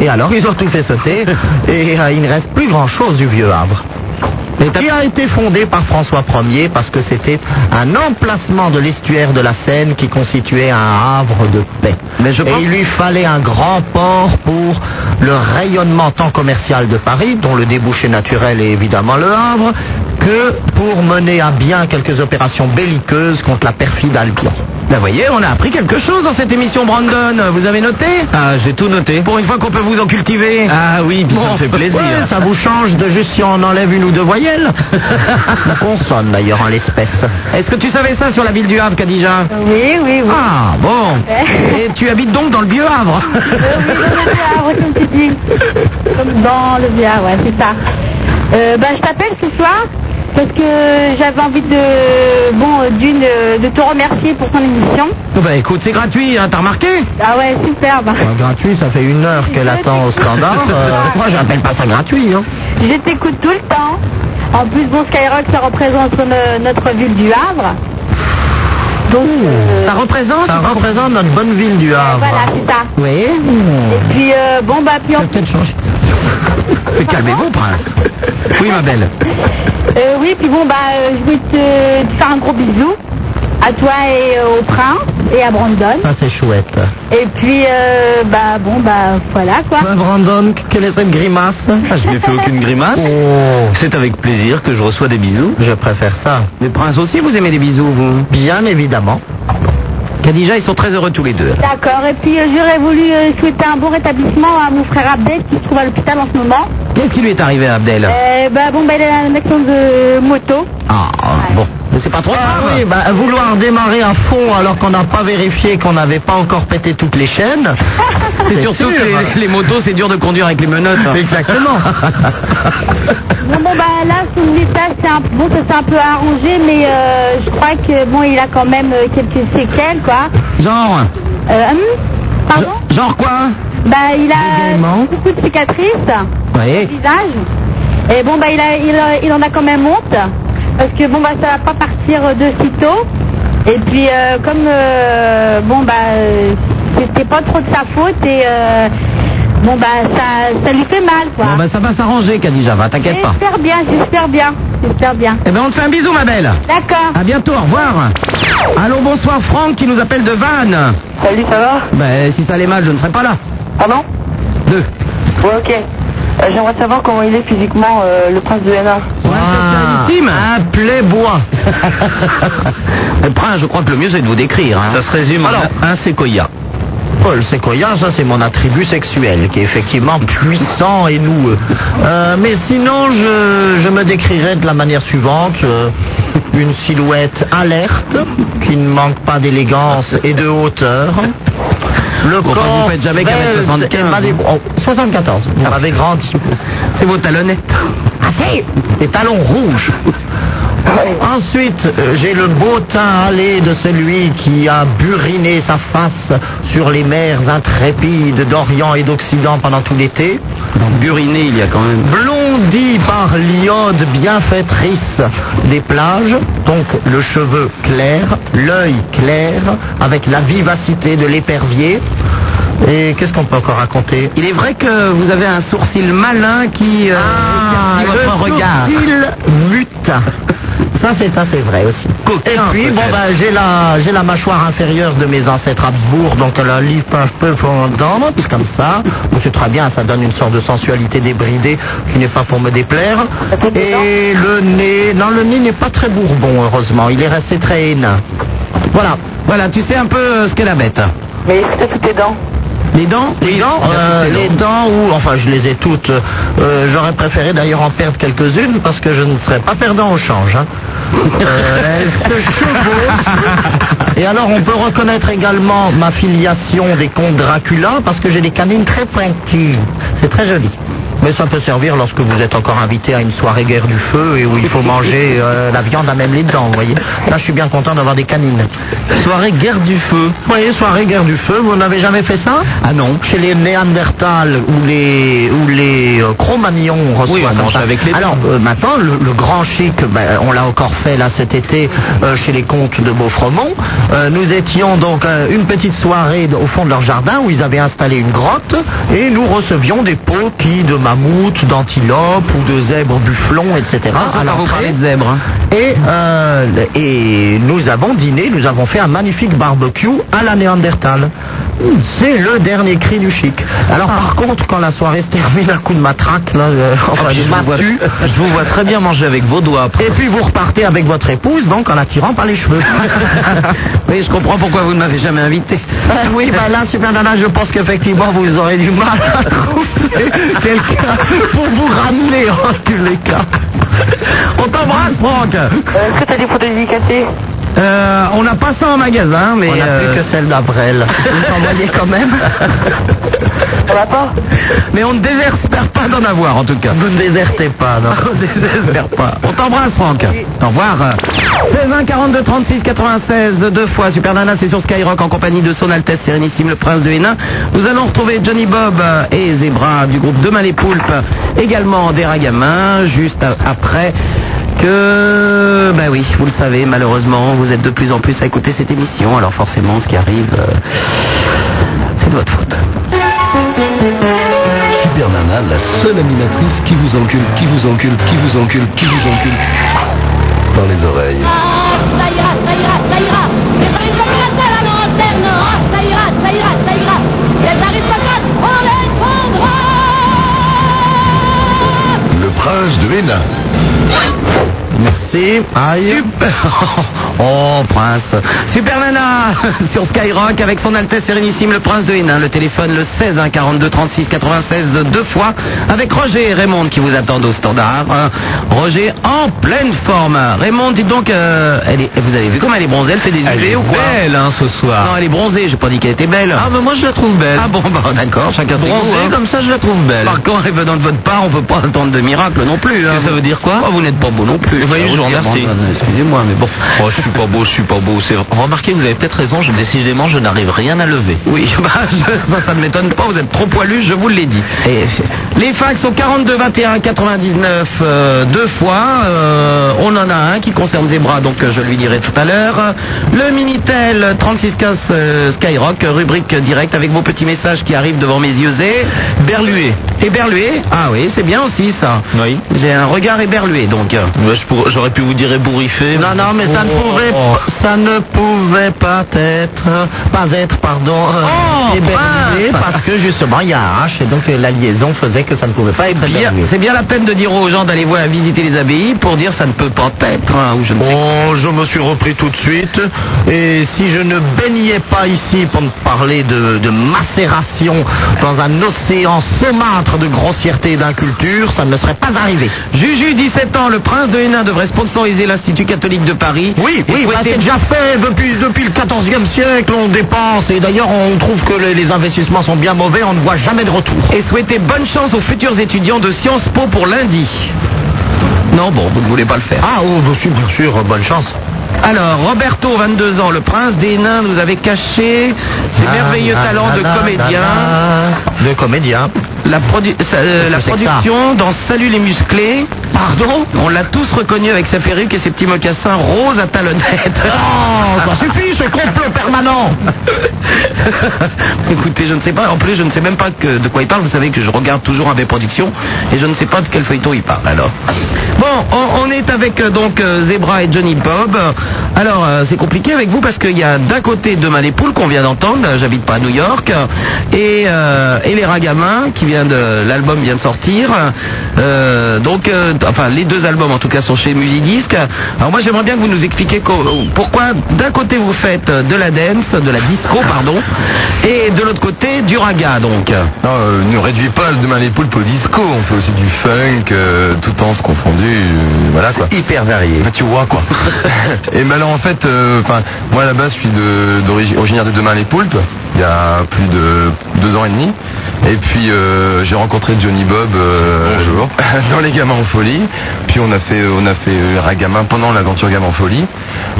Speaker 4: Et alors ils ont tout fait sauter et euh, il ne reste plus grand chose du vieux Havre. qui a été fondé par François Ier parce que c'était un emplacement de l'estuaire de la Seine qui constituait un havre de paix.
Speaker 3: Mais je pense-
Speaker 4: Et il lui fallait un grand port pour le rayonnement tant commercial de Paris, dont le débouché naturel est évidemment le Havre, que pour mener à bien quelques opérations belliqueuses contre la perfide Albion.
Speaker 3: Ben voyez, on a appris quelque chose dans cette émission, Brandon. Vous avez noté Ah, j'ai tout noté. Pour une fois qu'on peut vous en cultiver. Ah oui, puis ça me fait plaisir.
Speaker 4: Ouais, ça vous change de juste si on enlève une ou deux voyelles. La consonne d'ailleurs en l'espèce.
Speaker 3: Est-ce que tu savais ça sur la ville du Havre, Khadija
Speaker 7: Oui, oui, oui.
Speaker 3: Ah, bon.
Speaker 7: Ouais.
Speaker 3: Et tu habites donc dans le vieux Havre
Speaker 7: Euh, oui, dans le Viard, ouais, comme tu dis. Comme dans le Viard, ouais, c'est ça. Euh, ben, je t'appelle ce soir parce que j'avais envie de, bon, euh, d'une, euh, de te remercier pour ton émission.
Speaker 3: Bah écoute, c'est gratuit, hein, t'as remarqué
Speaker 7: Ah ouais, superbe.
Speaker 4: Pas gratuit, ça fait une heure qu'elle attend au standard. Euh, moi, j'appelle pas ça gratuit. Hein.
Speaker 7: Je t'écoute tout le temps. En plus, bon, Skyrock, ça représente no- notre ville du Havre.
Speaker 3: Ça représente
Speaker 4: Ça représente notre bonne ville du Havre.
Speaker 7: Voilà, c'est ça.
Speaker 3: Oui.
Speaker 7: Et puis, euh, bon, bah, puis en
Speaker 4: peut-être changer.
Speaker 3: Mais Euh, Calmez-vous, prince. Oui, ma belle.
Speaker 7: Euh, oui, puis bon, bah, euh, je vais te, te faire un gros bisou à toi et euh, au prince et à Brandon.
Speaker 4: Ça, c'est chouette.
Speaker 7: Et puis, euh, bah, bon, bah, voilà quoi.
Speaker 4: Bah, Brandon, quelle est cette grimace
Speaker 3: Ah, je n'ai fait aucune grimace.
Speaker 4: Oh,
Speaker 3: C'est avec plaisir que je reçois des bisous.
Speaker 4: je préfère ça.
Speaker 3: Mais prince aussi, vous aimez les bisous, vous
Speaker 4: Bien évidemment.
Speaker 3: Khadija, ils sont très heureux tous les deux.
Speaker 7: D'accord, et puis euh, j'aurais voulu euh, souhaiter un bon rétablissement à mon frère Abdel qui se trouve à l'hôpital en ce moment.
Speaker 3: Qu'est-ce qui lui est arrivé à Abdel
Speaker 7: Euh, bah, bon, bah, il a un accident de moto.
Speaker 3: Ah, bon. Mais c'est pas trop
Speaker 4: Ah
Speaker 3: grave.
Speaker 4: oui, bah, vouloir démarrer à fond alors qu'on n'a pas vérifié qu'on n'avait pas encore pété toutes les chaînes.
Speaker 3: C'est surtout
Speaker 4: sûr.
Speaker 3: que les, les motos, c'est dur de conduire avec les menottes. hein.
Speaker 4: Ah. Exactement.
Speaker 7: Bon, bon, bah, là, son état, c'est un, bon, ça s'est un peu arrangé, mais euh, je crois que, bon, il a quand même euh, quelques séquelles, quoi.
Speaker 3: Genre
Speaker 7: Euh, hum, pardon
Speaker 3: Genre quoi
Speaker 7: Bah, il
Speaker 4: Légalement.
Speaker 7: a beaucoup de cicatrices sur
Speaker 3: Oui.
Speaker 7: le visage. Et bon, bah, il, a, il, a- il en a quand même honte. Parce que bon, bah, ça va pas partir euh, de sitôt. Et puis, euh, comme, euh, bon, bah, euh, c'était pas trop de sa faute et, euh, bon, bah, ça, ça lui fait mal, quoi.
Speaker 3: Bon, ben ça va s'arranger, Khadija, va, t'inquiète pas.
Speaker 7: j'espère bien, j'espère bien, j'espère bien.
Speaker 3: Eh ben on te fait un bisou, ma belle.
Speaker 7: D'accord.
Speaker 3: À bientôt, au revoir. Allons, bonsoir, Franck qui nous appelle de Vannes.
Speaker 6: Salut, ça va
Speaker 3: Ben, si ça allait mal, je ne serais pas là.
Speaker 6: Pardon
Speaker 3: Deux.
Speaker 6: Ouais, ok. Euh, J'aimerais savoir comment il est physiquement, euh, le prince de Hénin.
Speaker 3: Ah,
Speaker 4: Un playbois. Eh
Speaker 3: Le
Speaker 4: ben,
Speaker 3: prince, je crois que le mieux, c'est de vous décrire. hein.
Speaker 4: Ça se résume en
Speaker 3: Alors, un séquoia.
Speaker 4: Paul séquoia, ça c'est mon attribut sexuel qui est effectivement puissant et noueux. Euh, mais sinon, je, je me décrirais de la manière suivante euh, une silhouette alerte qui ne manque pas d'élégance et de hauteur. Le
Speaker 3: Bon,
Speaker 4: corps
Speaker 3: vous faites jamais qu'un mètre
Speaker 4: svelte et
Speaker 3: 75,
Speaker 4: pas des-
Speaker 3: hein. Ah.
Speaker 4: oh, 74. Vous m'avez grandi.
Speaker 3: C'est vos talonnettes.
Speaker 4: Assez Les talons rouges. Ensuite, euh, j'ai le beau teint hâlé de celui qui a buriné sa face sur les mers intrépides d'Orient et d'Occident pendant tout l'été.
Speaker 3: Buriné, il y a quand même.
Speaker 4: Blondi par l'iode bienfaitrice des plages, donc le cheveu clair, l'œil clair, avec la vivacité de l'épervier. Et qu'est-ce qu'on peut encore raconter
Speaker 3: Il est vrai que vous avez un sourcil malin qui euh, éclaircit
Speaker 4: Ah, le
Speaker 3: votre regard.
Speaker 4: sourcil mutin. Ça, c'est assez vrai aussi.
Speaker 3: Coquin,
Speaker 4: Et puis, bon,
Speaker 3: Ah, peut-être.
Speaker 4: ben, j'ai la, j'ai la mâchoire inférieure de mes ancêtres Habsbourg, donc euh, la liste un peu fondante, comme ça. Bon, C'est très bien, ça donne une sorte de sensualité débridée qui n'est pas pour me déplaire. Et le nez, non, le nez n'est pas très bourbon, heureusement. Il est resté très nain. Voilà.
Speaker 3: Voilà, tu sais un peu euh, ce qu'est la bête.
Speaker 6: Mais est-ce que t'as toutes tes dents
Speaker 3: Les dents
Speaker 4: Les dents, euh, les dents ou enfin je les ai toutes. Euh, J'aurais préféré d'ailleurs en perdre quelques-unes parce que je ne serais pas perdant au change. hein. Euh, elles se chevauchent. Et alors on peut reconnaître également ma filiation des contes Dracula parce que j'ai des canines très pointues. C'est très joli. Mais ça peut servir lorsque vous êtes encore invité à une soirée guerre du feu et où il faut manger euh, la viande à même les dents, vous voyez. Là, je suis bien content d'avoir des canines.
Speaker 3: Soirée guerre du feu.
Speaker 4: Vous voyez, soirée guerre du feu, vous n'avez jamais fait ça
Speaker 3: Ah non.
Speaker 4: chez les Néandertals ou les ou les euh, Cro-Magnons reçoit
Speaker 3: Oui, on
Speaker 4: comme
Speaker 3: mange
Speaker 4: ça.
Speaker 3: avec les dents.
Speaker 4: Alors euh, maintenant le, le grand chic, ben, on l'a encore fait là cet été euh, chez les comtes de Beaufremont. Euh, nous étions donc euh, une petite soirée d- au fond de leur jardin où ils avaient installé une grotte et nous recevions des pots qui de mammouth, d'antilope ou de zèbre bufflon, etc.
Speaker 3: Ah,
Speaker 4: à
Speaker 3: alors vous
Speaker 4: l'entrée.
Speaker 3: parlez de zèbre. hein.
Speaker 4: Et, euh, et nous avons dîné, nous avons fait un magnifique barbecue à la Néandertal. C'est le dernier cri du chic. Alors
Speaker 3: Ah.
Speaker 4: par contre, quand la soirée se termine à coup de matraque, là, euh, enfin,
Speaker 3: Ah, puis
Speaker 4: de
Speaker 3: je, vous vois,
Speaker 4: massue,
Speaker 3: je vous vois très bien manger avec vos doigts. après.
Speaker 4: et puis vous repartez avec votre épouse, donc en la tirant par les cheveux.
Speaker 3: oui, je comprends pourquoi vous ne m'avez jamais invité.
Speaker 4: Ah oui, bah là, Super Nana, je pense qu'effectivement, vous aurez du mal à trouver quelqu'un pour vous ramener en tous les cas.
Speaker 3: On t'embrasse, Franck.
Speaker 6: Euh, Est-ce que t'as des photos dédicacées
Speaker 3: Euh, on n'a pas ça en magasin, mais
Speaker 4: On n'a
Speaker 3: euh,
Speaker 4: plus que celle d'Avrel. Vous envoyez quand même
Speaker 6: On l'a pas
Speaker 3: mais on ne désespère pas d'en avoir en tout cas.
Speaker 4: Vous ne désertez pas, non
Speaker 3: On désespère pas. On t'embrasse, Franck. Au revoir. 16 1 42 36 96 deux fois. Super Nana, c'est sur Skyrock en compagnie de Son Altesse Sérénissime, le Prince de Hénin. Nous allons retrouver Johnny Bob euh, et Zebra du groupe Demain les Poulpes, également des Ragamins, juste a- après que, ben oui, vous le savez, malheureusement, vous êtes de plus en plus à écouter cette émission. Alors forcément, ce qui arrive, euh, c'est de votre faute.
Speaker 1: Super Nana, la seule animatrice qui vous encule, qui vous encule, qui vous encule, qui vous encule. Dans les oreilles.
Speaker 8: ça ira, ça ira, ça ira. Les aristocrates à la lanterne, ah, ça ira, ça ira, ça ira. Les aristocrates, on les prendra.
Speaker 1: Le prince de Hénin.
Speaker 4: Merci. Aïe.
Speaker 3: Super Oh, prince Super Nana Sur Skyrock avec son Altesse Sérénissime, le prince de Hénin. Le téléphone le 16 1 42 36 96 deux fois avec Roger et Raymond qui vous attendent au standard. Euh, Roger en pleine forme. Raymond, dites donc, euh, elle est- vous avez vu comme elle est bronzée, elle fait des UV ou quoi
Speaker 4: belle, hein, ce soir.
Speaker 3: Non, elle est bronzée, j'ai pas dit qu'elle était belle.
Speaker 4: Ah, mais moi, je la trouve belle.
Speaker 3: Ah bon, bah, d'accord, chacun ses
Speaker 4: Bronzée,
Speaker 3: goûts, hein.
Speaker 4: comme ça, je la trouve belle.
Speaker 3: Par contre, elle venant de votre part, on peut pas attendre de miracle non plus. hein.
Speaker 4: Et ça veut dire quoi
Speaker 3: Oh, Vous n'êtes pas beau non plus.
Speaker 4: voyez,
Speaker 3: Ça
Speaker 4: je vous
Speaker 3: veut dire-
Speaker 4: remercie.
Speaker 3: Bon, euh, Excusez-moi, mais bon.
Speaker 4: Oh, je suis pas beau, je suis pas beau. C'est... Remarquez, vous avez peut-être raison, je, décidément, je n'arrive rien à lever.
Speaker 3: Oui, bah, je- ça, ça ne m'étonne pas, vous êtes trop poilu, je vous l'ai dit. Et- les fax sont 42, 21, 99, euh, deux fois. Euh, on en a un qui concerne Zebra, donc euh, je lui dirai tout à l'heure. Le Minitel euh, 3615 euh, Skyrock, euh, rubrique directe avec vos petits messages qui arrivent devant mes yeux et...
Speaker 4: Berluer.
Speaker 3: Et Berlué Ah oui, c'est bien aussi ça.
Speaker 4: Oui.
Speaker 3: J'ai un regard éberlué, donc... euh.
Speaker 4: Ouais, je pourrais- j'aurais pu vous dire ébouriffé.
Speaker 3: Non, non, mais ça ne pouvait-
Speaker 4: ça ne pouvait pas être, pas être, pardon, euh,
Speaker 3: Oh,
Speaker 4: éberlué,
Speaker 3: prince
Speaker 4: parce que justement il y a un H et donc euh, la liaison faisait que ça ne pouvait pas
Speaker 3: C'est
Speaker 4: être
Speaker 3: bien,
Speaker 4: éberlué.
Speaker 3: c'est bien la peine de dire aux gens d'aller voir visiter les abbayes pour dire ça ne peut pas être, hein, ou je ne sais
Speaker 4: Bon, je me suis repris tout de suite. Et si je ne baignais pas ici pour me parler de, de macération dans un océan saumâtre de grossièreté et d'inculture, ça ne me serait pas arrivé.
Speaker 3: Juju, 17 ans, le prince de Hénin devrait sponsoriser l'Institut catholique de Paris.
Speaker 4: Oui,
Speaker 3: Et
Speaker 4: oui, bah,
Speaker 3: souhaiter-
Speaker 4: c'est déjà fait. Depuis, depuis le 14e siècle, on dépense. Et d'ailleurs, on trouve que les, les investissements sont bien mauvais. On ne voit jamais de retour.
Speaker 3: et souhaiter bonne chance aux futurs étudiants de Sciences Po pour lundi. Non, bon, vous ne voulez pas le faire.
Speaker 4: Ah, oh, bah, si, bien sûr, euh, bonne chance.
Speaker 3: Alors, Roberto, 22 ans, le prince des nains nous avait caché ses
Speaker 4: Ah,
Speaker 3: merveilleux
Speaker 4: Na, na,
Speaker 3: talents
Speaker 4: na,
Speaker 3: de
Speaker 4: na,
Speaker 3: comédien.
Speaker 4: ah, na, na. De comédien.
Speaker 3: La, produ- sa- euh, la
Speaker 4: que c'est que ça
Speaker 3: production dans Salut les musclés. Pardon On l'a tous reconnu avec sa perruque et ses petits mocassins roses à talonnettes.
Speaker 4: Oh, ça suffit, ce complot permanent.
Speaker 3: Écoutez, je ne sais pas. En plus, je ne sais même pas que- de quoi il parle. Vous savez que je regarde toujours AB Productions et je ne sais pas de quel feuilleton il parle. Alors, bon, on, on est avec euh, donc euh, Zebra et Johnny Bob. Alors, euh, c'est compliqué avec vous parce qu'il y a d'un côté Demain les poules qu'on vient d'entendre. euh, J'habite pas à New York et euh, et les Ragamins qui vient de l'album vient de sortir. Euh, donc, euh, t- enfin, les deux albums en tout cas sont chez Musidisc. Alors moi, j'aimerais bien que vous nous expliquiez co- pourquoi d'un côté vous faites euh, de la dance, de la disco, pardon, et de l'autre côté du raga, donc.
Speaker 1: Non, euh, ne réduis pas demain les poulpes au disco. On fait aussi du funk, euh, tout en se confondu. euh, voilà quoi.
Speaker 4: Hyper varié.
Speaker 1: Bah, tu vois quoi. et ben là en fait, euh, 'fin, moi à la base je suis de- d'origi- originaire de Demain les Poulpes, il y a plus de deux ans et demi. Et puis euh, j'ai rencontré Johnny Bob euh, dans les gamins en folie. Puis on a fait on a fait euh, Ragamin pendant l'aventure gamin en folie.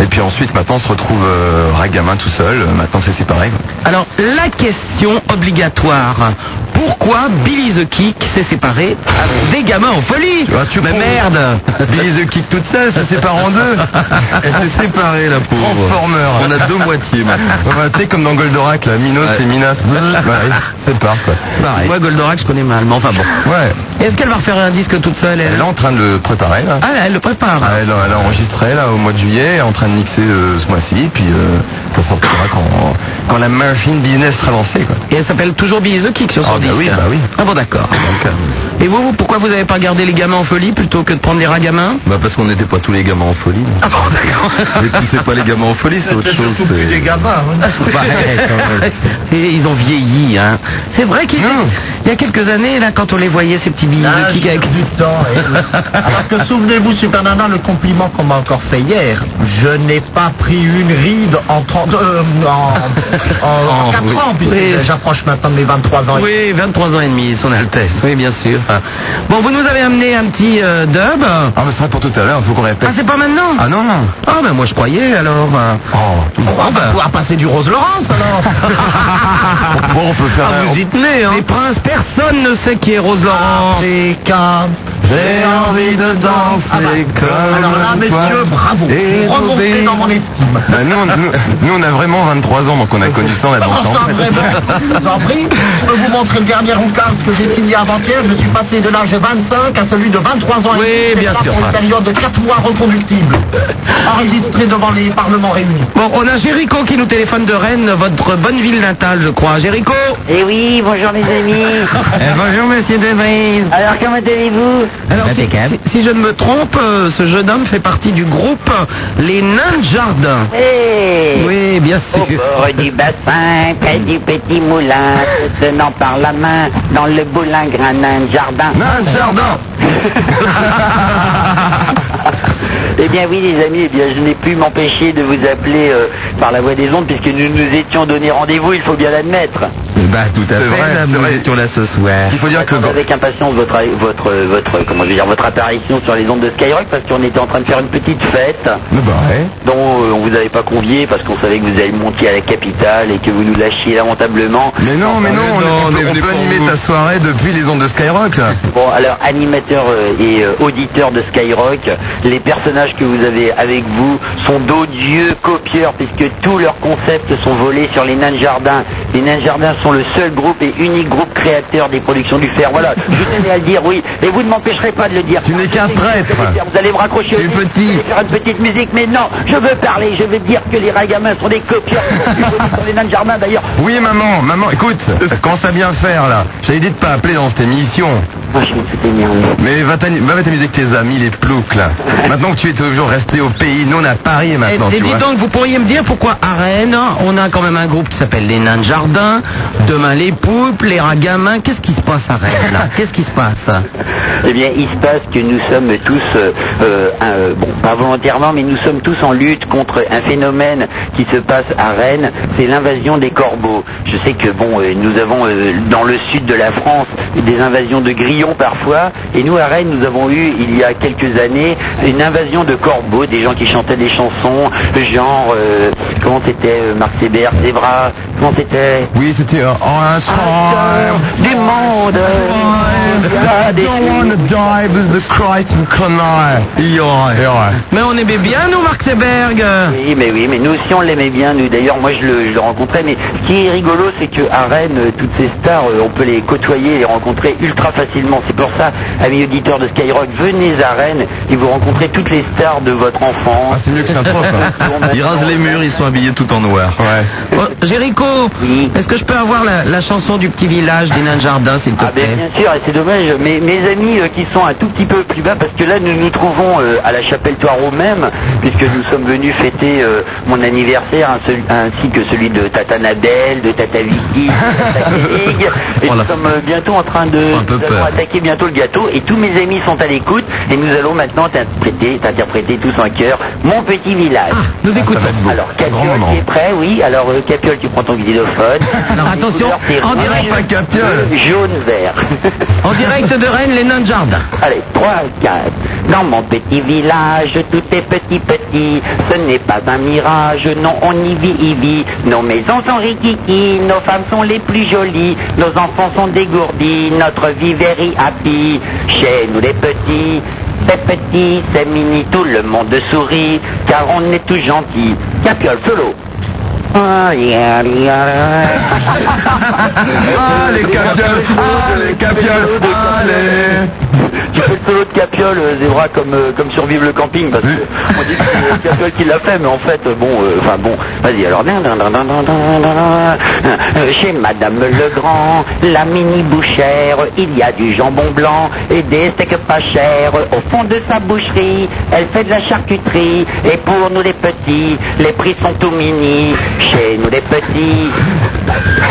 Speaker 1: Et puis ensuite maintenant on se retrouve euh, Ragamin tout seul, euh, maintenant que c'est séparé.
Speaker 3: Alors la question obligatoire. Pourquoi Billy the Kick s'est séparé des gamins en folie
Speaker 10: Bah,
Speaker 1: Ah, tu
Speaker 3: Mais
Speaker 1: prends-
Speaker 3: merde
Speaker 1: Billy the Kick toute seule, ça sépare en deux. Elle s'est séparée, la pauvre. Transformer. On a deux moitiés maintenant. tu sais, comme dans Goldorak, là, Minos et Minas. bah, oui, sépare, quoi.
Speaker 3: Moi Goldorak je connais mal, mais enfin bon.
Speaker 1: Ouais.
Speaker 3: Est-ce qu'elle va refaire un disque toute seule
Speaker 1: Elle est
Speaker 3: elle
Speaker 1: en train de le préparer, là.
Speaker 3: Ah elle le prépare.
Speaker 1: Ah, Elle, a- elle a enregistré là au mois de juillet, elle est en train de mixer euh, ce mois-ci, puis euh, ça sortira quand, quand la machine business sera lancée. Quoi.
Speaker 3: Et elle s'appelle toujours Billy the Kick sur son
Speaker 1: Ah, bah
Speaker 3: disque.
Speaker 1: oui, bah oui.
Speaker 10: hein.
Speaker 1: bah,
Speaker 3: Ah bon d'accord. Et vous, vous, pourquoi vous n'avez pas gardé les gamins en folie plutôt que de prendre les ragamins
Speaker 1: Bah parce qu'on n'était pas tous les gamins en folie.
Speaker 3: Ah bon d'accord.
Speaker 1: Et puis c'est pas les gamins en folie, c'est autre chose. c'est-
Speaker 4: gamins. hein.
Speaker 3: Et ils ont vieilli, hein. C'est vrai qu'il
Speaker 1: Non. Ah,
Speaker 3: il y a quelques années, là, quand on les voyait, ces petits
Speaker 10: Ah,
Speaker 3: billes de kick avec...
Speaker 4: du temps. eh oui. Parce que souvenez-vous, Super Nana, le compliment qu'on m'a encore fait hier, je n'ai pas pris une ride en 30, euh, en, en,
Speaker 10: Ah,
Speaker 1: En,
Speaker 4: 4
Speaker 1: oui.
Speaker 4: ans, puisque
Speaker 3: Oui.
Speaker 4: j'approche maintenant de mes 23 ans.
Speaker 3: Oui, 23 ans et demi, son Altesse. Oui, bien sûr. Ah. Bon, vous nous avez amené un petit euh, dub. Ah,
Speaker 1: Ah mais ce sera pour tout à l'heure, faut qu'on répète.
Speaker 3: c'est pas maintenant
Speaker 1: Ah non non.
Speaker 3: Ah, ben moi, je croyais, alors. euh.
Speaker 1: Oh.
Speaker 4: On va
Speaker 3: Ah, ben.
Speaker 4: pouvoir passer du Rose Laurence alors.
Speaker 1: Bon, on peut faire.
Speaker 3: Ah, vous y tenez, hein Les princes, personne ne sait qui est Rose Laurence.
Speaker 4: Africa, J'ai envie de danser
Speaker 3: Ah, bah.
Speaker 4: comme Alors là, messieurs, bravo. Remontez dans mon estime.
Speaker 10: Bah, nous, on, nous- nous, on a vraiment 23 ans, donc on a connu ça, on a
Speaker 4: Bah,
Speaker 10: dansé
Speaker 4: on s'en
Speaker 10: en fait.
Speaker 4: vraiment, je vous en prie. Je peux vous montrer le dernier roucasse que j'ai signé avant-hier. Je suis passé de l'âge de 25 à celui de 23 ans.
Speaker 3: Oui,
Speaker 4: et demi,
Speaker 3: bien
Speaker 4: par
Speaker 3: sûr,
Speaker 4: Pour une
Speaker 3: Prince.
Speaker 4: période de 4 mois reconductible. Enregistré devant les parlements réunis.
Speaker 3: Bon, on a Jéricho qui nous téléphone de Rennes, votre bonne ville natale, je crois. Jéricho
Speaker 2: Eh oui, bonjour mes amis.
Speaker 3: Eh, Bonjour, monsieur Debrise.
Speaker 2: Alors comment allez-vous
Speaker 3: Alors, si, si- si je ne me trompe, euh, ce jeune homme fait partie du groupe Les Nains de Jardin. Oh, bah.
Speaker 2: Eh
Speaker 3: Oui, bien
Speaker 2: Au
Speaker 3: sûr.
Speaker 2: bord du bassin, près du petit moulin, se tenant par la main, dans le boulingrin nain de jardin.
Speaker 10: Nain de jardin
Speaker 2: Eh bien oui les amis, eh bien, je n'ai pu m'empêcher de vous appeler euh, par la voie des ondes puisque nous nous étions donné rendez-vous, il faut bien l'admettre.
Speaker 3: Bah, tout à
Speaker 10: C'est
Speaker 3: fait,
Speaker 10: vrai,
Speaker 3: là,
Speaker 10: c'est
Speaker 3: nous
Speaker 10: vrai.
Speaker 3: étions là ce soir.
Speaker 10: Il faut dire que
Speaker 2: J'attends avec impatience votre, votre, votre, comment je vais dire, votre apparition sur les ondes de Skyrock parce qu'on était en train de faire une petite fête
Speaker 10: Bah, ouais.
Speaker 2: dont euh, on vous avait pas convié parce qu'on savait que vous alliez monter à la capitale et que vous nous lâchiez lamentablement.
Speaker 10: Mais non, mais non,
Speaker 3: mais
Speaker 10: on,
Speaker 3: non,
Speaker 10: on
Speaker 3: on
Speaker 10: peut-
Speaker 3: est
Speaker 10: on
Speaker 3: venu
Speaker 10: peut
Speaker 3: pour
Speaker 10: animer
Speaker 3: vous.
Speaker 10: ta soirée depuis les ondes de Skyrock. là.
Speaker 2: Bon, alors animateur euh, et euh, auditeur de Skyrock, les personnages que vous avez avec vous sont d'odieux copieurs puisque tous leurs concepts sont volés sur les nains de jardin. Les nains de jardin sont le seul groupe et unique groupe créateur des productions du fer. Voilà, je tenais à le dire, oui, et vous ne m'empêcherez pas de le dire.
Speaker 10: Tu n'es qu'un
Speaker 2: Je sais que vous allez
Speaker 10: traître.
Speaker 2: dire, Vous allez me raccrocher
Speaker 10: Tu es
Speaker 2: au nez,
Speaker 10: petit.
Speaker 2: vous allez faire une petite musique, mais non, je veux parler, je veux dire que les ragamins sont des copieurs Ils sont volés sur les nains de jardin d'ailleurs.
Speaker 10: Oui, maman, maman, écoute, ça commence à bien faire là. J'avais dit de pas appeler dans cette émission.
Speaker 2: Moi, Ah, je me suis énervé.
Speaker 10: Mais va t'ani- va t'amuser avec tes amis, les ploucs là. Maintenant que tu es toujours resté au pays, nous on est à Paris
Speaker 3: Et,
Speaker 10: maintenant,
Speaker 3: et
Speaker 10: tu
Speaker 3: Eh, dis
Speaker 10: vois.
Speaker 3: donc, vous pourriez me dire pourquoi à Rennes, on a quand même un groupe qui s'appelle les Nains de Jardin, demain les Poulpes, les Ragamins. Qu'est-ce qui se passe à Rennes, là Qu'est-ce qui se passe
Speaker 2: Eh bien, il se passe que nous sommes tous, euh, euh, un, euh, bon, pas volontairement, mais nous sommes tous en lutte contre un phénomène qui se passe à Rennes, c'est l'invasion des corbeaux. Je sais que, bon, euh, nous avons euh, dans le sud de la France des invasions de grillons parfois, et nous, à Rennes, nous avons eu, il y a quelques années, une invasion de corbeaux, des gens qui chantaient des chansons, genre, euh, comment c'était, euh, Marc Sébert, Zébra, comment c'était
Speaker 10: Oui, c'était euh, en un soir.
Speaker 2: du monde.
Speaker 10: I don't wanna die with the Christ in Conner.
Speaker 3: Mais on aimait bien, nous, Marc Seberg
Speaker 2: Oui, mais oui, mais nous aussi on l'aimait bien. Nous d'ailleurs, moi je le, je le rencontrais. Mais ce qui est rigolo, c'est que à Rennes, euh, toutes ces stars, euh, on peut les côtoyer, les rencontrer ultra facilement. C'est pour ça, amis auditeurs de Skyrock, venez à Rennes et vous rencontrez toutes les stars de votre enfance.
Speaker 10: Ah, c'est mieux que Saint-Prof. Hein.
Speaker 2: Ils rasent les murs,
Speaker 10: ils sont habillés tout en noir. Ouais.
Speaker 3: Oh, Jéricho,
Speaker 2: Oui.
Speaker 3: est-ce que je peux avoir la, la chanson du petit village des nains de jardin, s'il te
Speaker 2: Ah ben,
Speaker 3: plaît
Speaker 2: bien sûr, et c'est dommage, mais mes amis euh, qui sont un tout petit peu plus bas, parce que là nous nous trouvons euh, à la chapelle Toireau même, puisque nous sommes venus fêter euh, mon anniversaire, hein, celui- ainsi que celui de Tata Nadel, de Tata Vicky, de Tata Kelly. et
Speaker 3: Oh là.
Speaker 2: nous sommes euh, bientôt en train de
Speaker 3: Un peu
Speaker 2: nous allons
Speaker 3: peur.
Speaker 2: attaquer bientôt le gâteau, et tous mes amis sont à l'écoute, et nous allons maintenant t'interpréter, t'interpréter tous en cœur, mon petit village.
Speaker 3: Ah, nous écoutons.
Speaker 2: Alors,
Speaker 10: Grand
Speaker 2: Capiole,
Speaker 10: moment.
Speaker 2: tu es prêt, oui. Alors, euh, Capiole, tu prends ton xylophone.
Speaker 3: Alors,
Speaker 2: Les
Speaker 3: attention,
Speaker 2: couleurs, c'est
Speaker 3: en
Speaker 2: rouge,
Speaker 3: direct.
Speaker 10: Ah, Pas Capiole.
Speaker 2: Jaune, vert.
Speaker 3: En direct de Rennes, les nains de jardin.
Speaker 2: Allez, 3, 4. Dans mon petit village, tout est petit, petit. Ce n'est pas un mirage, non, on y vit, y vit. Nos maisons sont rikiki, nos femmes sont les plus jolies. Nos enfants sont dégourdis, notre vie very happy. Chez nous les petits, c'est petit, c'est mini, tout le monde sourit, car on est tous gentils. Capiole, solo. Ah, yeah, yeah.
Speaker 10: Ah, les capioles, ah, les capioles, allez.
Speaker 2: Tu fais le solo de Capiole, euh, Zébra, comme, euh, comme survivre le camping, parce que on dit que c'est euh, Capiole qui l'a fait, mais en fait, euh, bon, euh, enfin bon, vas-y, alors... dun, dun, dun, dun, dun, dun, dun, dun. Euh, Chez Madame Legrand, la mini bouchère, il y a du jambon blanc et des steaks pas chers. Au fond de sa boucherie, elle fait de la charcuterie, et pour nous les petits, les prix sont tout mini. Chez nous les petits,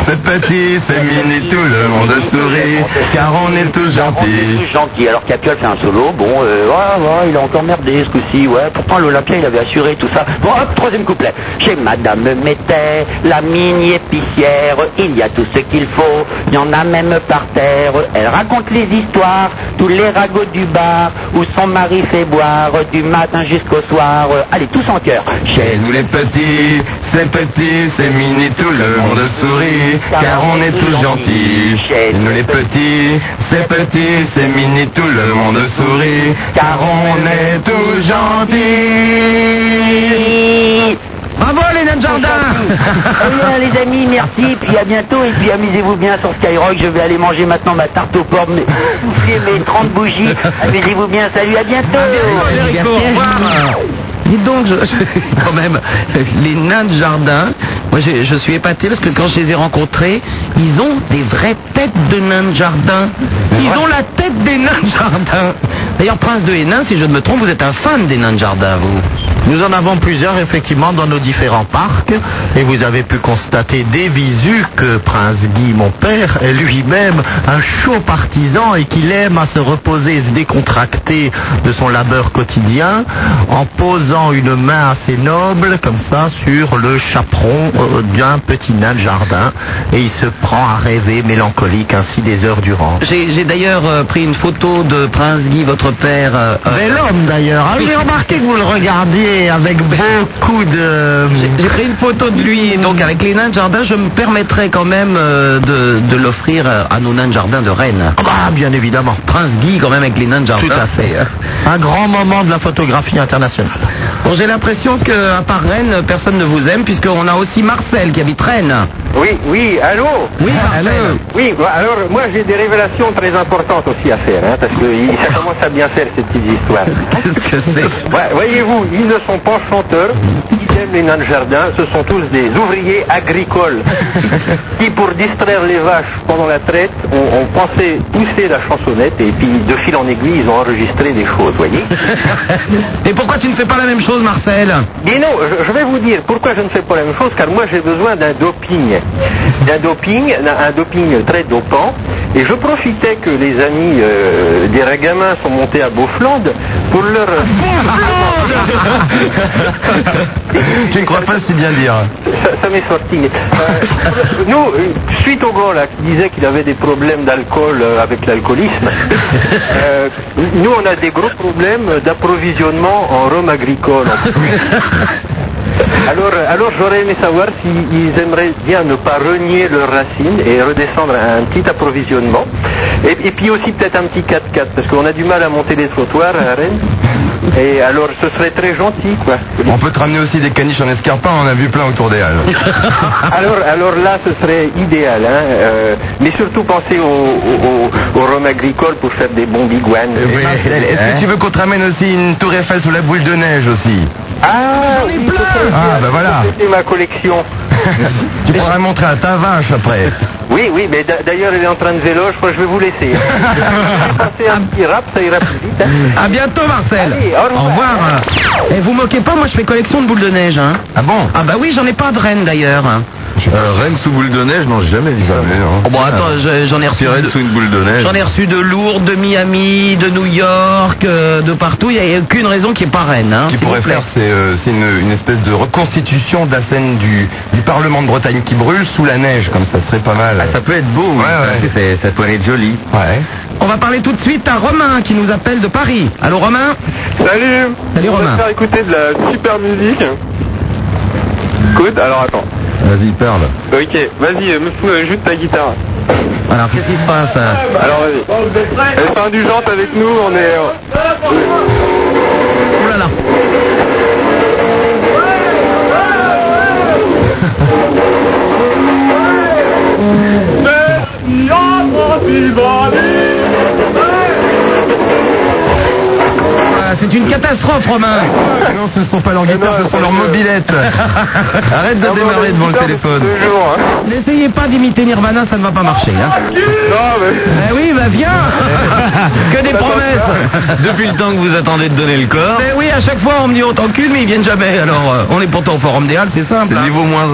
Speaker 10: C'est petit, c'est mini, tout le monde sourit, car on est tous
Speaker 2: On est
Speaker 10: gentils.
Speaker 2: tous gentils. Alors Capiol fait un solo, bon, euh, ouais, ouais, il a encore merdé ce coup-ci, ouais. Pourtant l'Olympia, il avait assuré tout ça. Bon, hop, troisième couplet. Chez Madame Mettet, la mini épicière, il y a tout ce qu'il faut, il y en a même par terre. Elle raconte les histoires, tous les ragots du bar, où son mari fait boire, du matin jusqu'au soir. Allez, tous en cœur. Chez
Speaker 10: Et nous les petits,
Speaker 11: C'est petit, c'est mini, tout le monde sourit, car on est tous gentils. Et nous les petits, c'est petit, c'est mini, tout le monde sourit, car on est tous gentils.
Speaker 3: Bravo Léna Jardin
Speaker 2: Eh bien, les amis, merci, puis à bientôt, et puis amusez-vous bien sur Skyrock, je vais aller manger maintenant ma tarte au porc, mais souffler mes 30 bougies, amusez-vous bien, salut, à bientôt
Speaker 3: Enrico, au revoir. Dites donc, je- je- quand même, les nains de jardin, moi je, je suis épaté parce que quand je les ai rencontrés, ils ont des vraies têtes de nains de jardin. Ils ont la tête des nains de jardin. D'ailleurs, Prince de Hénin, si je ne me trompe, vous êtes un fan des nains de jardin, vous.
Speaker 4: Nous en avons plusieurs effectivement dans nos différents parcs et vous avez pu constater des visus que Prince Guy, mon père, est lui-même un chaud partisan et qu'il aime à se reposer et se décontracter de son labeur quotidien en posant une main assez noble comme ça sur le chaperon euh, d'un petit nain de jardin et il se prend à rêver mélancolique ainsi des heures durant.
Speaker 3: J'ai j'ai d'ailleurs euh, pris une photo de Prince Guy, votre père. euh, euh,
Speaker 4: Bel homme d'ailleurs, hein. j'ai remarqué que vous le regardiez avec beaucoup de...
Speaker 3: J'ai pris une photo de lui, donc avec les nains de jardin, je me permettrais quand même euh, de, de l'offrir euh, à nos nains de jardin de Rennes.
Speaker 10: bah,
Speaker 4: Ah, bien évidemment.
Speaker 3: Prince Guy quand même avec les nains de jardin.
Speaker 4: Tout à fait. Un grand moment de la photographie internationale.
Speaker 3: Bon, j'ai l'impression que à part Rennes, personne ne vous aime puisqu'on a aussi Marcel qui habite Rennes. Ah,
Speaker 5: Oui, oui, allô
Speaker 3: Oui, Marcel.
Speaker 5: Oui, bah, alors moi j'ai des révélations très importantes aussi à faire, hein, parce que il- ça commence à bien faire ces petites histoires.
Speaker 3: Qu'est-ce que c'est
Speaker 5: Ouais, Voyez-vous, ils ne sont pas chanteurs, ils aiment les nains de jardin, ce sont tous des ouvriers agricoles qui, pour distraire les vaches pendant la traite, ont, ont pensé pousser la chansonnette et puis de fil en aiguille, ils ont enregistré des choses, voyez
Speaker 3: Et pourquoi tu ne fais pas la même chose, Marcel
Speaker 5: Dis non, je, je vais vous dire pourquoi je ne fais pas la même chose, car moi j'ai besoin d'un doping. D'un doping, d'un- un doping très dopant. Et je profitais que les amis euh, des ragamins sont montés à Beaufland pour leur...
Speaker 11: Je ne crois pas si bien dire.
Speaker 5: Ça, ça m'est sorti. Euh, nous, euh, suite au gars là, qui disait qu'il avait des problèmes d'alcool euh, avec l'alcoolisme, euh, nous on a des gros problèmes d'approvisionnement en rhum agricole. en plus. Alors, euh, alors j'aurais aimé savoir s'ils aimeraient bien ne pas renier leurs racines et redescendre à un petit approvisionnement. Et, et puis aussi peut-être un petit 4x4, parce qu'on a du mal à monter les trottoirs à Rennes. Et alors ce serait très gentil, quoi.
Speaker 11: On peut te ramener aussi des caniches en escarpin, on en a vu plein autour des Halles.
Speaker 5: Alors, alors là, ce serait idéal, hein, euh, mais surtout pensez au, au, au- au rhum agricole pour faire des bons biguanes.
Speaker 11: Eh oui, Marcel, Est-ce que tu veux qu'on te ramène aussi une tour Eiffel sous la boule de neige aussi
Speaker 5: Ah, oui, peut-être.
Speaker 11: Ah, bah voilà.
Speaker 5: C'était ma collection.
Speaker 11: Tu pourras la montrer à ta vache après.
Speaker 5: Oui, oui, mais d'a- d'ailleurs, elle est en train de vélo, je crois que je vais vous laisser. Pensez un petit rap, ça ira plus vite.
Speaker 4: Hmm.
Speaker 5: hein.
Speaker 3: À bientôt, Marcel.
Speaker 5: Allez, au revoir.
Speaker 3: Et vous moquez pas, moi je fais collection de boules de neige. Hein.
Speaker 11: Ah bon
Speaker 3: Ah bah oui, j'en ai pas de Rennes d'ailleurs.
Speaker 11: euh, Rennes sous boule de neige, non, j'ai jamais vu ça. mais non.
Speaker 3: Oh, bon, attends, je- j'en ai reçu.
Speaker 11: Rennes
Speaker 3: deux-
Speaker 11: sous une boule de neige.
Speaker 3: J'en ai reçu de Lourdes, de Miami, de New York, euh, de partout. Il n'y a aucune raison qui est pas Rennes. Hein,
Speaker 11: Ce
Speaker 3: s'il
Speaker 11: qu'il
Speaker 3: vous
Speaker 11: pourrait
Speaker 3: plaît.
Speaker 11: faire, c'est euh, c'est une, une espèce de reconstitution de la scène du, du Parlement de Bretagne qui brûle sous la neige, comme ça serait pas mal. Ah, ça peut être beau, Ah, ouais, ouais.
Speaker 2: ça pourrait être joli.
Speaker 11: Ouais.
Speaker 3: On va parler tout de suite à Romain qui nous appelle de Paris. Allô Romain
Speaker 5: Salut
Speaker 3: Salut,
Speaker 5: On va
Speaker 3: Romain.
Speaker 5: faire écouter de la super musique. Écoute, alors attends.
Speaker 11: Vas-y, parle.
Speaker 5: Ok, vas-y, euh, Moussou, euh, juste ta guitare.
Speaker 3: Alors qu'est-ce qui se passe euh
Speaker 5: Alors vas-y. Elle est indulgente avec nous, on est... euh,
Speaker 3: Oh là là Voilà, Euh, C'est une catastrophe, Romain.
Speaker 11: non, ce sont pas leurs guitares, ce sont leurs mobilettes. Ah, Arrête de démarrer devant le téléphone.
Speaker 5: Toujours, hein.
Speaker 3: N'essayez pas d'imiter Nirvana, ça ne va pas marcher. Hein.
Speaker 5: Non, mais...
Speaker 11: Ah,
Speaker 3: Eh oui, bah viens Que des promesses
Speaker 11: Depuis le temps que vous attendez de donner le corps,
Speaker 3: Mais oui, à chaque fois on me dit on t'encule, mais ils viennent jamais. Alors euh, on est pourtant au Forum des Halles, c'est simple. hein.
Speaker 11: niveau moins 1.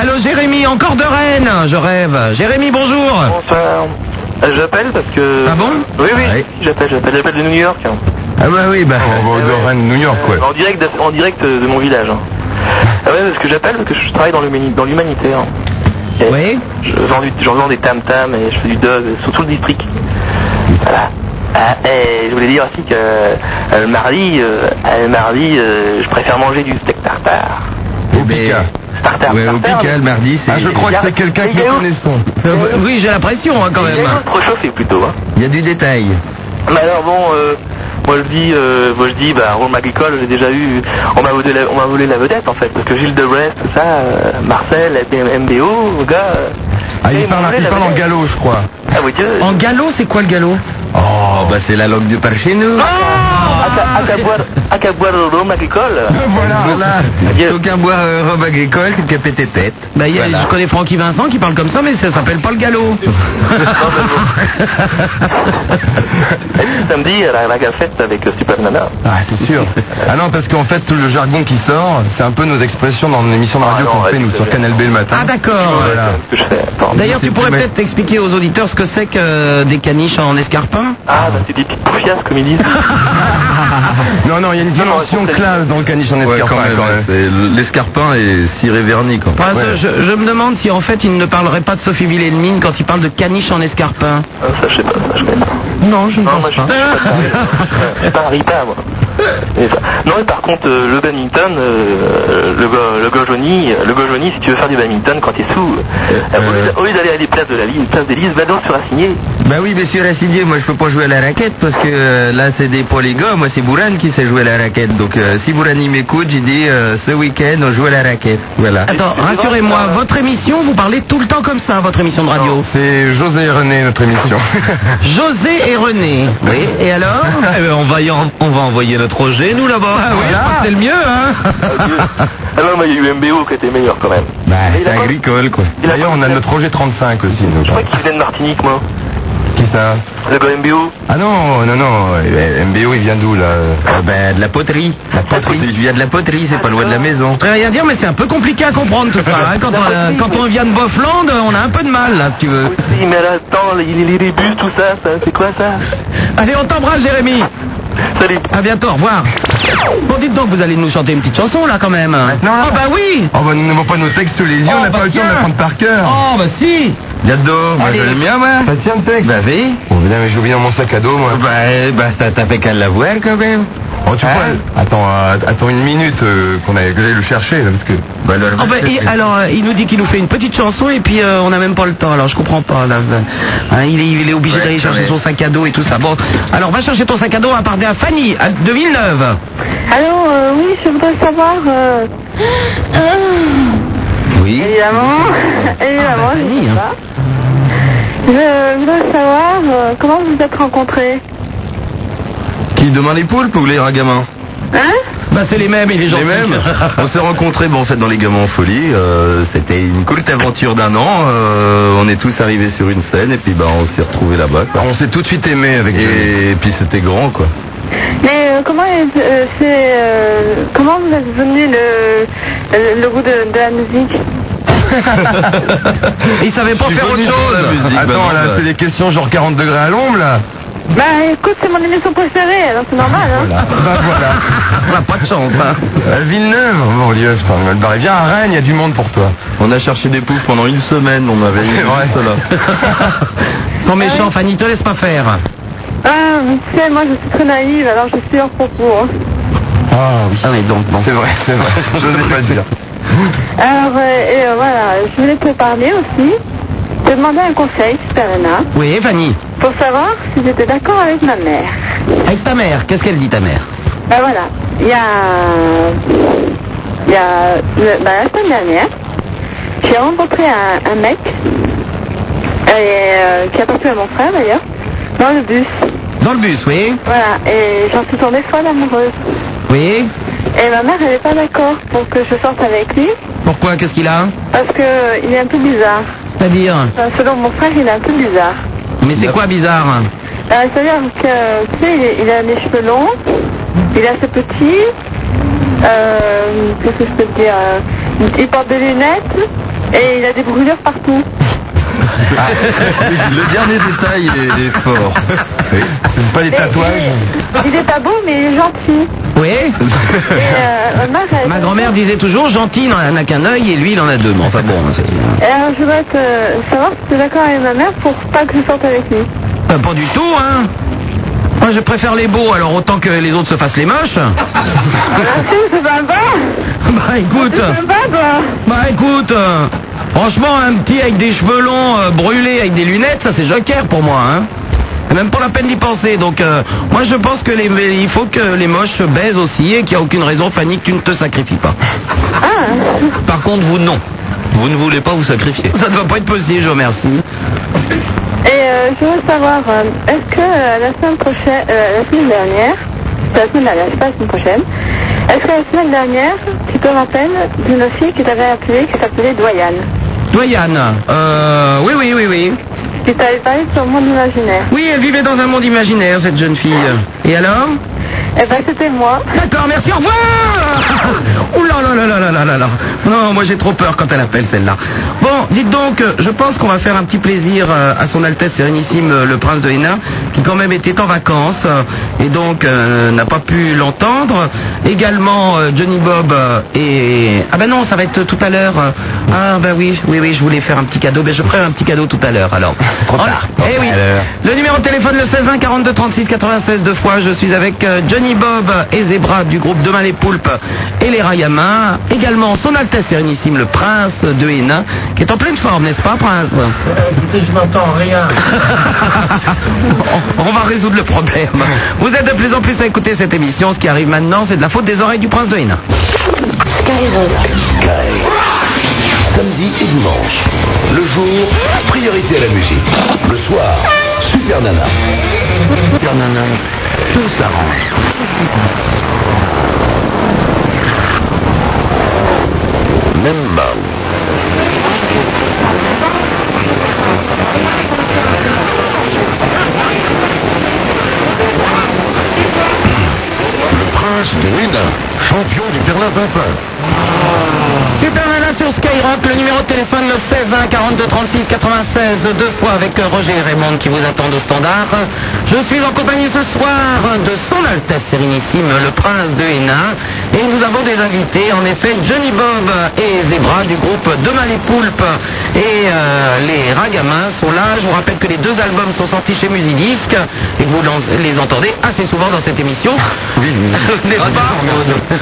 Speaker 3: Allô Jérémy, encore de Rennes, je rêve. Jérémy, bonjour.
Speaker 5: Bonsoir. Euh, J'appelle parce que.
Speaker 3: Ah bon
Speaker 5: Oui, oui,
Speaker 11: Ouais.
Speaker 5: j'appelle, j'appelle, j'appelle de New York. Oh, hein.
Speaker 11: Ah bah oui, bah.
Speaker 5: ouais.
Speaker 11: de Rennes, New York, ouais.
Speaker 5: En direct, de, en direct euh, de mon village. hein. Ah ouais, parce que j'appelle parce que je travaille dans l'humani- dans l'humanitaire. hein. Et
Speaker 3: Oui.
Speaker 5: Je vends, du- j'en vends des tam-tam et je fais du dog, euh, surtout le district. Voilà. Ah, et je voulais dire aussi que euh, le mardi, euh, euh, le mardi euh, je préfère manger du steak tartare.
Speaker 11: Oh
Speaker 10: au Pika.
Speaker 2: Starter,
Speaker 10: Ouais, au
Speaker 2: starter,
Speaker 10: Pika, le mardi, c'est. Ah, je crois que c'est quelqu'un que
Speaker 2: Les
Speaker 10: nous
Speaker 2: yaourts.
Speaker 10: connaissons.
Speaker 3: Euh, oui, j'ai l'impression hein, quand
Speaker 2: Il y
Speaker 3: même.
Speaker 2: a trop chauffé plutôt. Hein.
Speaker 10: Il y a du détail.
Speaker 6: Bah alors bon, euh, moi je dis, euh, moi je dis, bah Rome agricole, j'ai déjà eu, on m'a volé, la- on m'a volé la vedette en fait, parce que Gilles de Brest, tout ça, euh, Marcel, M- MBO, le gars. euh,
Speaker 10: Ah,
Speaker 6: et
Speaker 10: il
Speaker 6: ils
Speaker 10: parle,
Speaker 6: m'ont volé
Speaker 10: il
Speaker 6: la
Speaker 10: parle en
Speaker 6: vedette.
Speaker 10: galop, je crois.
Speaker 6: Ah oui, Dieu.
Speaker 3: En galop, c'est quoi le galop
Speaker 10: Oh, bah c'est la langue du par chez nous.
Speaker 5: Ah,
Speaker 6: À qu'à boire Rome agricole.
Speaker 10: Voilà, voilà.
Speaker 6: Adieu.
Speaker 10: Aucun bois euh, robe agricole, c'est qu'à péter tête.
Speaker 3: Bah, il y a-
Speaker 10: Voilà.
Speaker 3: Je connais Francky Vincent qui parle comme ça, mais ça s'appelle pas le galop.
Speaker 6: Samedi, la, la gafette avec le Super Nana.
Speaker 10: Ah, c'est sûr. Ah non, parce qu'en fait, tout le jargon qui sort, c'est un peu nos expressions dans l'émission de radio
Speaker 6: Ah non,
Speaker 10: qu'on fait,
Speaker 6: ouais,
Speaker 10: nous,
Speaker 6: tout à
Speaker 10: sur
Speaker 6: fait.
Speaker 10: Canal B le matin.
Speaker 3: ah d'accord.
Speaker 10: Voilà.
Speaker 6: Que je fais, attends.
Speaker 3: D'ailleurs,
Speaker 10: C'est
Speaker 3: tu pourrais
Speaker 10: plus-
Speaker 3: peut-être expliquer aux auditeurs ce que c'est que des caniches en escarpin.
Speaker 6: Ah bah c'est des petites poufias comme ils disent.
Speaker 10: Non, non, il y a une dimension
Speaker 6: non, c'est-
Speaker 10: classe dans le caniche en
Speaker 5: Ouais, quand
Speaker 10: escarpin,
Speaker 5: même,
Speaker 10: quand
Speaker 5: ouais,
Speaker 10: même.
Speaker 5: c'est l'escarpin et ciré verni quand
Speaker 3: Pour
Speaker 5: même.
Speaker 3: l'instant,
Speaker 10: Ouais.
Speaker 3: je, je me demande si en fait il ne parlerait pas de Sophie Wilhelmine quand il parle de caniche en escarpin.
Speaker 6: Ah, ça je sais pas, ça je sais pas.
Speaker 3: Non, je ne
Speaker 6: Non,
Speaker 3: pense
Speaker 6: moi je suis
Speaker 3: pas.
Speaker 6: pas de Paris. Je suis pas un ripard, moi. Et ça. Non, et par contre, euh, le badminton, euh, le, go- le gojoni, euh, le gojoni, si tu veux faire du badminton quand t'es sous, euh, au lieu d'a- au lieu d'aller à des places de la ligne, place d'Élise, va donc sur Assigné.
Speaker 4: Bah oui, monsieur Racidier, moi je peux pas jouer à la raquette parce que euh, là c'est des polygones. Moi c'est Bourane qui sait jouer à la raquette. Donc euh, si Bourani m'écoute, j'ai dit euh, ce week-end on joue à la raquette. Voilà.
Speaker 3: Attends, rassurez-moi, votre émission, vous parlez tout le temps comme ça, votre émission de radio.
Speaker 10: C'est José et René, notre émission.
Speaker 3: José et René. Oui. Et alors
Speaker 4: Eh ben, on, va on va envoyer notre Roger, nous là-bas.
Speaker 3: Ah oui, je crois que c'est le mieux,
Speaker 5: Euh,
Speaker 3: hein
Speaker 6: Alors, Ah il y a eu MBO qui était meilleur quand même.
Speaker 10: bah,
Speaker 6: il
Speaker 10: c'est
Speaker 6: a pas-
Speaker 10: agricole, quoi.
Speaker 6: il a
Speaker 10: D'ailleurs,
Speaker 6: pas-
Speaker 10: on a notre Roger 35 aussi, nous.
Speaker 6: Je crois qu'il venait de Martinique, moi.
Speaker 10: Qui ça
Speaker 6: Le gars MBO.
Speaker 10: Ah non, non, non, euh, MBO, il vient d'où, là
Speaker 4: de la poterie. La poterie. Il vient de la poterie, c'est pas loin de la maison.
Speaker 3: Très rien à dire, mais c'est un peu compliqué à comprendre tout ça. hein. Quand, on, euh, quand on vient de Bofland, on a un peu de mal, là, si tu veux.
Speaker 6: Oui, mais là, attends, il les bus, tout ça, ça c'est quoi ça
Speaker 3: Allez, on t'embrasse, Jérémy.
Speaker 6: Salut.
Speaker 3: À bientôt, au revoir. Bon, dites donc, vous allez nous chanter une petite chanson, là, quand même.
Speaker 10: Non, non.
Speaker 3: Ah, bah oui
Speaker 10: Oh, bah, nous n'avons pas nos textes sous les yeux,
Speaker 3: Oh,
Speaker 10: on n'a
Speaker 3: bah,
Speaker 10: pas le temps de
Speaker 3: tiens.
Speaker 10: les prendre par cœur.
Speaker 3: Oh, bah si
Speaker 10: J'adore, moi
Speaker 3: Allez.
Speaker 10: je l'aime bien, moi. Ça tient le texte Bah oui. Oh, mais là, mais j'ai oublié dans mon sac à dos, moi. Bah, bah ça t'a fait qu'à l'avoir quand même. Oh, tu vois, attends, euh, attends une minute euh, qu'on aille, que j'aille le chercher, là, parce que. Bah, alors,
Speaker 3: Oh, bah, il- alors, euh, il nous dit qu'il nous fait une petite chanson et puis euh, on n'a même pas le temps, alors je comprends pas. Là, ça- hein, il, est, il est obligé
Speaker 10: Ouais,
Speaker 3: d'aller chercher
Speaker 10: ouais.
Speaker 3: son sac à dos et tout ça. Bon, alors va chercher ton sac à dos, on va parler à Fanny, à- de Villeneuve.
Speaker 7: Alors, euh, oui, je voudrais savoir. euh,
Speaker 10: Oui.
Speaker 7: évidemment, évidemment,
Speaker 3: bah,
Speaker 7: je
Speaker 3: Fanny,
Speaker 7: sais
Speaker 3: hein.
Speaker 7: pas. Je voudrais savoir euh, comment vous vous êtes rencontrés.
Speaker 5: Qui demande les poulpes ou les ragamins
Speaker 7: Hein
Speaker 3: Bah, c'est les mêmes, il est gentil.
Speaker 5: Les mêmes On s'est rencontrés, bon, en fait, dans les gamins en folie. euh, C'était une courte aventure d'un an. euh, on est tous arrivés sur une scène et puis bah, on s'est retrouvés là-bas. quoi.
Speaker 10: On s'est tout de suite aimé avec
Speaker 5: Et, puis c'était grand, quoi.
Speaker 7: Mais euh, comment est- euh, c'est euh, comment vous êtes venu le, euh, le, le goût de, de la musique
Speaker 3: Il savait pas
Speaker 10: Je suis
Speaker 3: faire autre
Speaker 10: venu pour la
Speaker 3: chose.
Speaker 10: musique.
Speaker 5: bah
Speaker 10: Attends,
Speaker 5: non,
Speaker 10: là,
Speaker 5: bah.
Speaker 10: c'est des questions genre 40 degrés à l'ombre, là.
Speaker 7: Bah écoute, c'est mon émission préférée, alors c'est normal. Hein
Speaker 10: Bah, voilà.
Speaker 3: On a pas de chance, hein.
Speaker 10: À Villeneuve, bon lieu, putain, il va le barrer. Viens à Rennes, il y a du monde pour toi.
Speaker 5: On a cherché des poufs pendant une semaine. On avait eu
Speaker 10: vrai. Ah,
Speaker 5: juste là.
Speaker 3: Sans méchant, Fanny, te laisse pas faire.
Speaker 7: Ah, mais tu sais, moi je suis très naïve, alors je suis hors propos. hein.
Speaker 10: Ah oui. C'est vrai, c'est vrai. Je n'ai pas le dire.
Speaker 7: Alors, euh, et, euh, voilà, je voulais te parler aussi, te demander un conseil, Super Nana,
Speaker 3: Oui, Fanny.
Speaker 7: pour savoir si j'étais d'accord avec ma mère.
Speaker 3: Avec ta mère, qu'est-ce qu'elle dit, ta mère
Speaker 7: Ben voilà, il y a. Il y a. le- ben, la semaine dernière, j'ai rencontré un, un mec, et, euh, qui appartient à mon frère d'ailleurs, dans le bus.
Speaker 3: Dans le bus, oui.
Speaker 7: Voilà, et j'en suis tombée folle amoureuse.
Speaker 3: Oui.
Speaker 7: Et ma mère, elle n'est pas d'accord pour que je sorte avec lui,
Speaker 3: Pourquoi Qu'est-ce qu'il a
Speaker 7: parce que euh, il est un peu bizarre.
Speaker 3: C'est-à-dire
Speaker 7: Enfin, selon mon frère, il est un peu bizarre.
Speaker 3: Mais c'est quoi bizarre
Speaker 7: Euh, C'est-à-dire que, tu sais, il est- il a les cheveux longs, il est assez petit, euh, qu'est-ce que je peux te dire euh, Il porte des lunettes et il a des brûlures partout.
Speaker 5: Le dernier détail est, est fort.
Speaker 10: C'est pas des
Speaker 7: Et-
Speaker 10: tatouages.
Speaker 7: et- Il est pas beau, mais il est gentil.
Speaker 3: Oui.
Speaker 7: Et, euh, ma mère, elle-
Speaker 3: Ma grand-mère disait toujours, gentil n'en- n'a qu'un œil et lui, il en a deux. Mais enfin bon, c'est...
Speaker 7: Et alors, je voudrais te- savoir si tu es d'accord avec ma mère pour pas que je sorte avec lui.
Speaker 3: Euh, pas du tout, hein Moi, je préfère les beaux, alors autant que les autres se fassent les moches.
Speaker 7: Merci, Ah, c'est sympa.
Speaker 3: Bah écoute,
Speaker 7: C'est sympa, quoi.
Speaker 3: bah écoute, euh, franchement, un petit avec des cheveux longs, euh, brûlés, avec des lunettes, ça c'est joker pour moi, hein. C'est Même pas la peine d'y penser. Donc, euh, moi, je pense que les, il faut que les moches se baisent aussi et qu'il n'y a aucune raison, Fanny, que tu ne te sacrifies pas.
Speaker 7: Ah.
Speaker 5: Par contre, vous non. Vous ne voulez pas vous sacrifier.
Speaker 3: Ça ne va pas être possible, je vous remercie.
Speaker 7: Et euh, je veux savoir, euh, est-ce que euh, la semaine prochaine, euh, la semaine dernière, la semaine dernière, c'est pas la semaine prochaine, est-ce que la semaine dernière, tu te rappelles d'une fille que t'avais appelée qui s'appelait Doyane
Speaker 3: Doyane, euh, oui, oui, oui, oui.
Speaker 7: Tu t'avais parlé de son monde imaginaire.
Speaker 3: Oui, elle vivait dans un monde imaginaire, cette jeune fille. Et alors
Speaker 7: Eh ben c'était moi.
Speaker 3: D'accord, merci, au revoir Ouh là là là là là là là là Non, moi j'ai trop peur quand elle appelle celle-là. Bon, dites donc, euh, je pense qu'on va faire un petit plaisir euh, à son Altesse Sérénissime euh, le Prince de Hénin, qui quand même était en vacances euh, et donc euh, n'a pas pu l'entendre. Également euh, Johnny Bob euh, et... Ah ben non, ça va être tout à l'heure. euh, Ah ben oui, oui, oui, je voulais faire un petit cadeau. Ben je ferai un petit cadeau tout à l'heure alors. Trop
Speaker 5: tard, trop
Speaker 3: Eh oui.
Speaker 5: tard.
Speaker 3: Le numéro de téléphone, le 16 1 42 36 96 deux fois. Je suis avec euh, Johnny Bob et Zebra du groupe Demain les Poulpes et les Rayamins. Également son Altesse Sérénissime, le Prince de Hénin, qui est en pleine forme, n'est-ce pas, Prince
Speaker 4: Écoutez, je n'entends rien.
Speaker 3: on, on va résoudre le problème. Vous êtes de plus en plus à écouter cette émission. Ce qui arrive maintenant, c'est de la faute des oreilles du Prince de Hénin.
Speaker 1: Samedi et dimanche. Le jour, priorité à la musique. Le soir, Super Nana. Super Nana, tout s'arrange. Même mal. Le prince de Hénin, champion du Berlin-Pimpin.
Speaker 3: Super Nana sur Skyrock, le numéro de téléphone le 16 1 42 36 96, deux fois avec euh, Roger et Raymond qui vous attendent au standard. Je suis en compagnie ce soir de son Altesse Sérénissime, le Prince de Hénin, et nous avons des invités, en effet Johnny Bob et Zebra du groupe Demain les Poulpes et euh, les Ragamins sont là. Je vous rappelle que les deux albums sont sortis chez Musidisc et que vous l'en- les entendez assez souvent dans cette émission. Ah, Oui, Ah, N'est-ce pas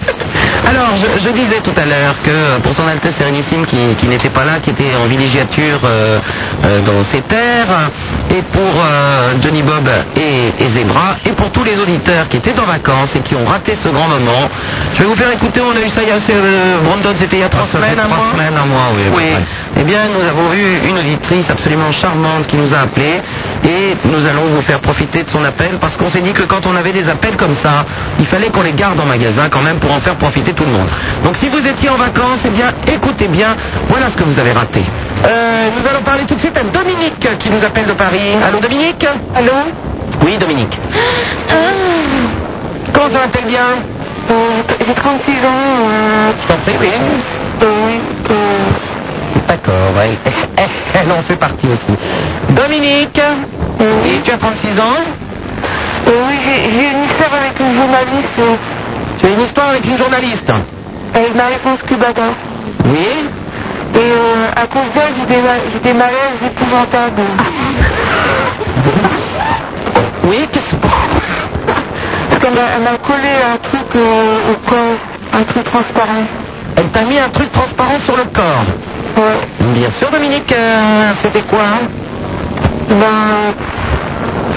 Speaker 3: alors, je, je disais tout à l'heure que euh, pour son Altesse Sérénissime qui, qui n'était pas là, qui était en villégiature euh, euh, dans ses terres, et pour euh, Johnny Bob et, et Zebra, et pour tous les auditeurs qui étaient en vacances et qui ont raté ce grand moment, je vais vous faire écouter, on a eu ça il y a, c'est, euh, Brandon, c'était il y a trois
Speaker 4: Ah, ça fait
Speaker 3: semaines, un
Speaker 4: trois
Speaker 3: mois
Speaker 4: semaines, un mois, oui, à peu
Speaker 3: Oui.
Speaker 4: près.
Speaker 3: Eh bien, nous avons eu une auditrice absolument charmante qui nous a appelé et nous allons vous faire profiter de son appel parce qu'on s'est dit que quand on avait des appels comme ça, il fallait qu'on les garde en magasin quand même pour en faire profiter tout le monde. Donc si vous étiez en vacances, eh bien, écoutez bien, voilà ce que vous avez raté. Euh, nous allons parler tout de suite à Dominique qui nous appelle de Paris. Allô Dominique Allô Ah. Oui Dominique. Comment ça va-t-elle bien Euh, J'ai 36 ans. euh. Je t'en prie, oui. D'accord, ouais. elle en fait partie aussi. Dominique, et tu as 36 ans Oui, j'ai une histoire avec une journaliste. Tu as une histoire avec une journaliste
Speaker 7: Et Marie-France Cubada.
Speaker 3: Oui
Speaker 7: Et euh, à cause d'elle, j'ai des, ma- j'ai des malaises épouvantables.
Speaker 3: Oui, qu'est-ce que...
Speaker 7: Parce qu'elle m'a- elle m'a collé un truc euh, au corps, un truc transparent.
Speaker 3: Elle t'a mis un truc transparent sur le corps.
Speaker 7: Ouais.
Speaker 3: Bien sûr, Dominique, euh, c'était quoi hein
Speaker 7: Ben,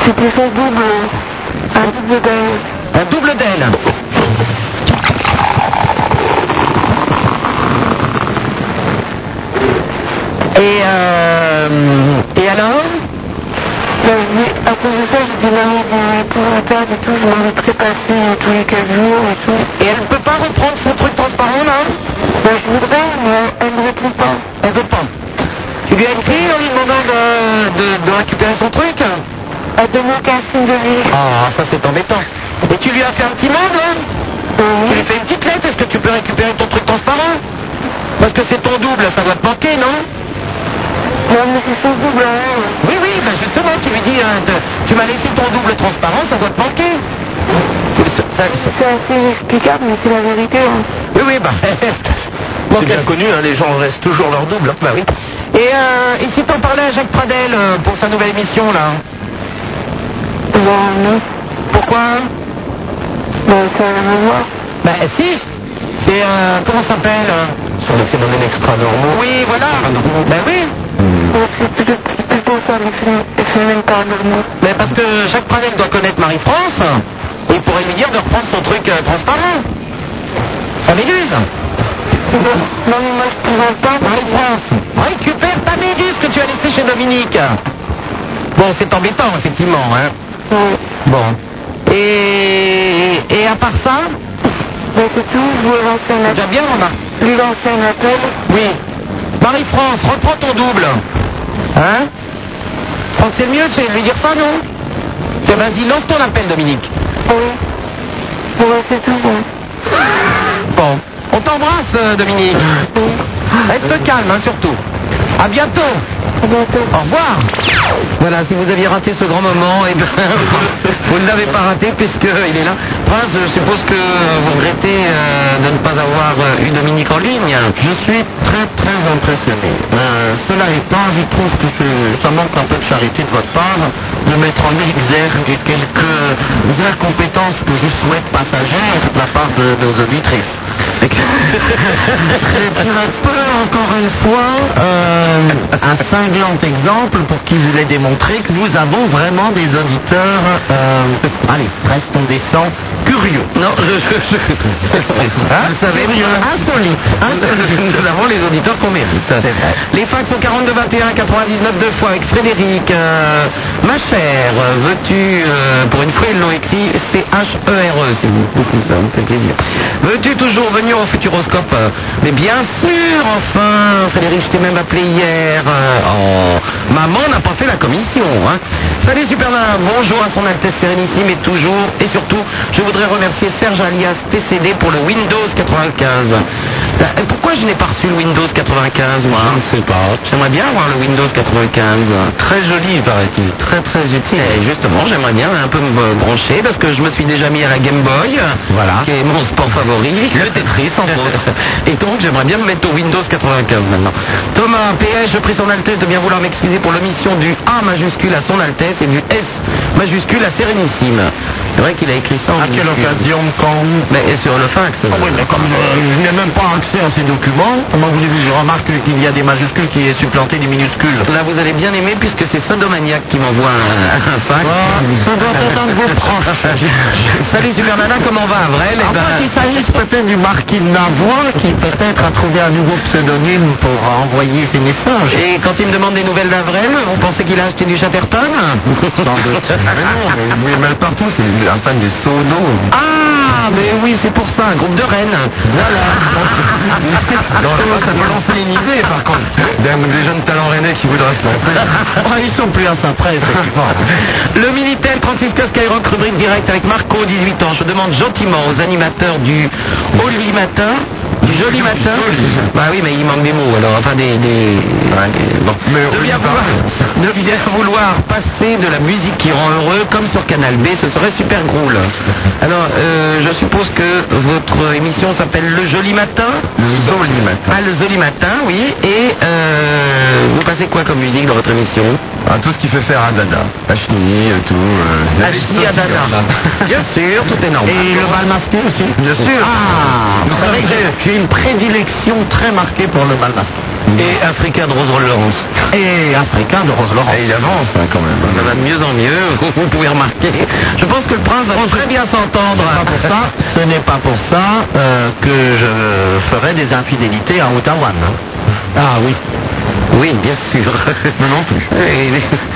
Speaker 7: c'était son double, hein. un double d'elle.
Speaker 3: Un double d'aile. Et, euh, et alors
Speaker 7: Ben, j'ai- à cause de ça, j'ai des malaises épouvantables et tout, je m'en ai trépassé euh, tous les 4 jours et tout.
Speaker 3: Et elle ne peut pas reprendre son truc transparent là hein.
Speaker 7: Ben, je voudrais, mais elle ne répond pas.
Speaker 3: Elle peut pas. Tu lui as euh, écrit en lui demandant de, euh, de- de récupérer son truc
Speaker 7: Elle donne aucun signe de vie.
Speaker 3: Ah, ça c'est embêtant. Et tu lui as fait un petit mot là Tu lui fais une petite lettre, est-ce que tu peux récupérer ton truc transparent Parce que c'est ton double, ça doit te manquer, non
Speaker 7: Non, mais c'est son double hein. à elle.
Speaker 3: Oui, oui, ben justement, tu lui dis, hein, te- tu m'as laissé ton double transparent, ça doit te manquer. Ça- ça-
Speaker 7: C'est assez inexplicable, mais c'est la vérité. hein.
Speaker 3: oui, oui, bah.
Speaker 4: C'est bien connu, hein, les gens restent toujours leur double. hein.
Speaker 3: Bah oui. Et, euh, et si t'en parlais à Jacques Pradel euh, pour sa nouvelle émission, là
Speaker 7: Euh,
Speaker 12: Ben non.
Speaker 3: Pourquoi
Speaker 12: Ben ça n'a rien à voir.
Speaker 3: Ben si C'est euh, comment ça s'appelle Sur les phénomènes extra-normaux. Oui, voilà Ben oui
Speaker 12: C'est plutôt, c'est plutôt ça, les phénomènes- les phénomènes paranormaux.
Speaker 3: Mais parce que Jacques Pradel doit connaître Marie-France, il pourrait lui dire de reprendre son truc euh, transparent. Ça méduse
Speaker 12: Non, non, mais moi je plaisante pas.
Speaker 3: Marie-France, récupère ta méduse que tu as laissée chez Dominique. Bon, c'est embêtant, effectivement. Hein.
Speaker 12: Ouais.
Speaker 3: Bon. Et, et à part ça,
Speaker 12: Ben c'est tout, je lui lancer un
Speaker 3: t'as
Speaker 12: appel.
Speaker 3: déjà bien remarqué.
Speaker 12: Lui lancer un appel.
Speaker 3: Oui. Marie-France, reprends ton double. Hein Je crois que c'est le mieux, tu vas lui dire ça, non Tiens, Vas-y, lance ton appel, Dominique.
Speaker 12: Oui. Ouais, c'est tout, ouais.
Speaker 3: Bon. On t'embrasse, euh, Dominique. Reste calme, hein, surtout. À bientôt.
Speaker 12: À bientôt.
Speaker 3: Au revoir. Voilà, si vous aviez raté ce grand moment, eh ben, vous ne l'avez pas raté puisqu'il est là. Prince, je suppose que vous regrettez euh, de ne pas avoir euh, eu Dominique en ligne.
Speaker 4: Je suis très très impressionné. Euh, cela étant, je trouve que ce- ça manque un peu de charité de votre part de mettre en exergue quelques incompétences que je souhaite passagères de la part de nos auditrices. C'est un peu, encore une fois, euh, un cinglant exemple pour qui voulait démontrer que nous avons vraiment des auditeurs, euh, allez, presque condescends, curieux. Hein
Speaker 3: Non, je, je, vous savez,
Speaker 4: Insolite, insolite.
Speaker 3: nous avons les auditeurs qu'on mérite. Les fax sont 42 21 99 deux fois avec Frédéric. Euh, ma chère, veux-tu, euh, pour une fois ils l'ont écrit
Speaker 4: E.
Speaker 3: C-H-E-R-E, c'est beaucoup comme ça, me fait plaisir. Veux-tu toujours venir au Futuroscope Euh, Mais bien sûr, enfin, Frédéric, je t'ai même appelé hier. Euh, oh, maman n'a pas fait la commission. Hein. Salut Superman, bonjour à son Altesse Sérénissime et toujours, et surtout, je voudrais remercier Serge alias TCD pour le Windows 95. Euh, Pourquoi je n'ai pas reçu le Windows 95, moi hein? Je ne sais pas. J'aimerais bien avoir le Windows 95. Très joli, paraît-il. Très, très utile. Et justement, j'aimerais bien un peu me brancher parce que je me suis déjà mis à la Game Boy, voilà. qui est mon sport favori, le Tetris, entre autres. Et donc, j'aimerais bien me mettre au Windows 95 maintenant. Thomas, PS, je prie son Altesse de bien vouloir m'excuser pour l'omission du A majuscule à son Altesse et du S majuscule à Sérénissime. C'est vrai qu'il a écrit ça en
Speaker 4: À quelle
Speaker 3: minuscule.
Speaker 4: occasion, quand
Speaker 3: Mais sur le fax.
Speaker 4: Ah oui, mais comme euh, je n'ai même pas accès à ces documents, comment voulez-vous que je remarque qu'il y a des majuscules qui est supplanté des minuscules
Speaker 3: Là, vous allez bien aimer puisque c'est Sodomaniac qui m'envoie un, un fax. Oh,
Speaker 4: ça doit être un de vos proches.
Speaker 3: Salut Super Nana, comment va Avrel Eh
Speaker 4: Enfin,
Speaker 3: ben,
Speaker 4: qu'il s'agisse peut-être du marquis de Navois qui peut-être a trouvé un nouveau pseudonyme pour euh, envoyer ses messages.
Speaker 3: Et quand il me demande des nouvelles d'Avrel, vous pensez qu'il a acheté du Chatterton
Speaker 4: Sans doute.
Speaker 13: Mais mal partout, c'est un fan des sonos.
Speaker 3: Ah, mais oui, c'est pour ça, un groupe de Rennes.
Speaker 13: Non, là, ça peut lancer une idée, par contre. Des, des jeunes talents rennais qui voudraient se lancer.
Speaker 3: Oh,
Speaker 4: Ah, ils sont plus à sa presse.
Speaker 3: Le Minitel 36 Skyrock, rubrique direct avec Marco, 18 ans. Je demande gentiment aux animateurs du Holy Matin, du Joli Matin. Bah oui, mais il manque des mots, alors, enfin des. des- des- bon.
Speaker 13: Mais
Speaker 3: de,
Speaker 13: on
Speaker 3: bien
Speaker 13: y va.
Speaker 3: vouloir, de bien vouloir passer de la musique qui rend heureux, comme sur Canal B, ce serait super cool. Alors, euh, je suppose que votre émission s'appelle Le Joli Matin
Speaker 13: Le Zoli matin.
Speaker 3: Ah, Le Joli Matin, oui. Et euh, vous passez quoi comme musique dans votre émission
Speaker 13: Ah, tout ce qui fait faire à Dada. Achni, tout. euh, la
Speaker 3: Ah,
Speaker 13: liste
Speaker 3: si, à
Speaker 13: sautille,
Speaker 3: Dada.
Speaker 13: là.
Speaker 3: Bien sûr, tout est normal.
Speaker 4: Et le bal masqué aussi
Speaker 13: Bien sûr.
Speaker 4: Ah,
Speaker 13: Nous
Speaker 4: vous savez que
Speaker 13: sommes-
Speaker 4: j'ai- j'ai une prédilection très marquée pour le bal masqué.
Speaker 3: Et Africa de Rose Laurence.
Speaker 4: Et africain de Rose Laurent.
Speaker 13: Et il avance, hein, quand même.
Speaker 3: Ça va de mieux en mieux, vous pouvez remarquer. Je pense que le prince va très bien s'entendre.
Speaker 4: pas pour ça, ce n'est pas pour ça euh, que je ferai des infidélités à hein. Ottawa.
Speaker 3: Ah oui. Oui, bien sûr. non plus.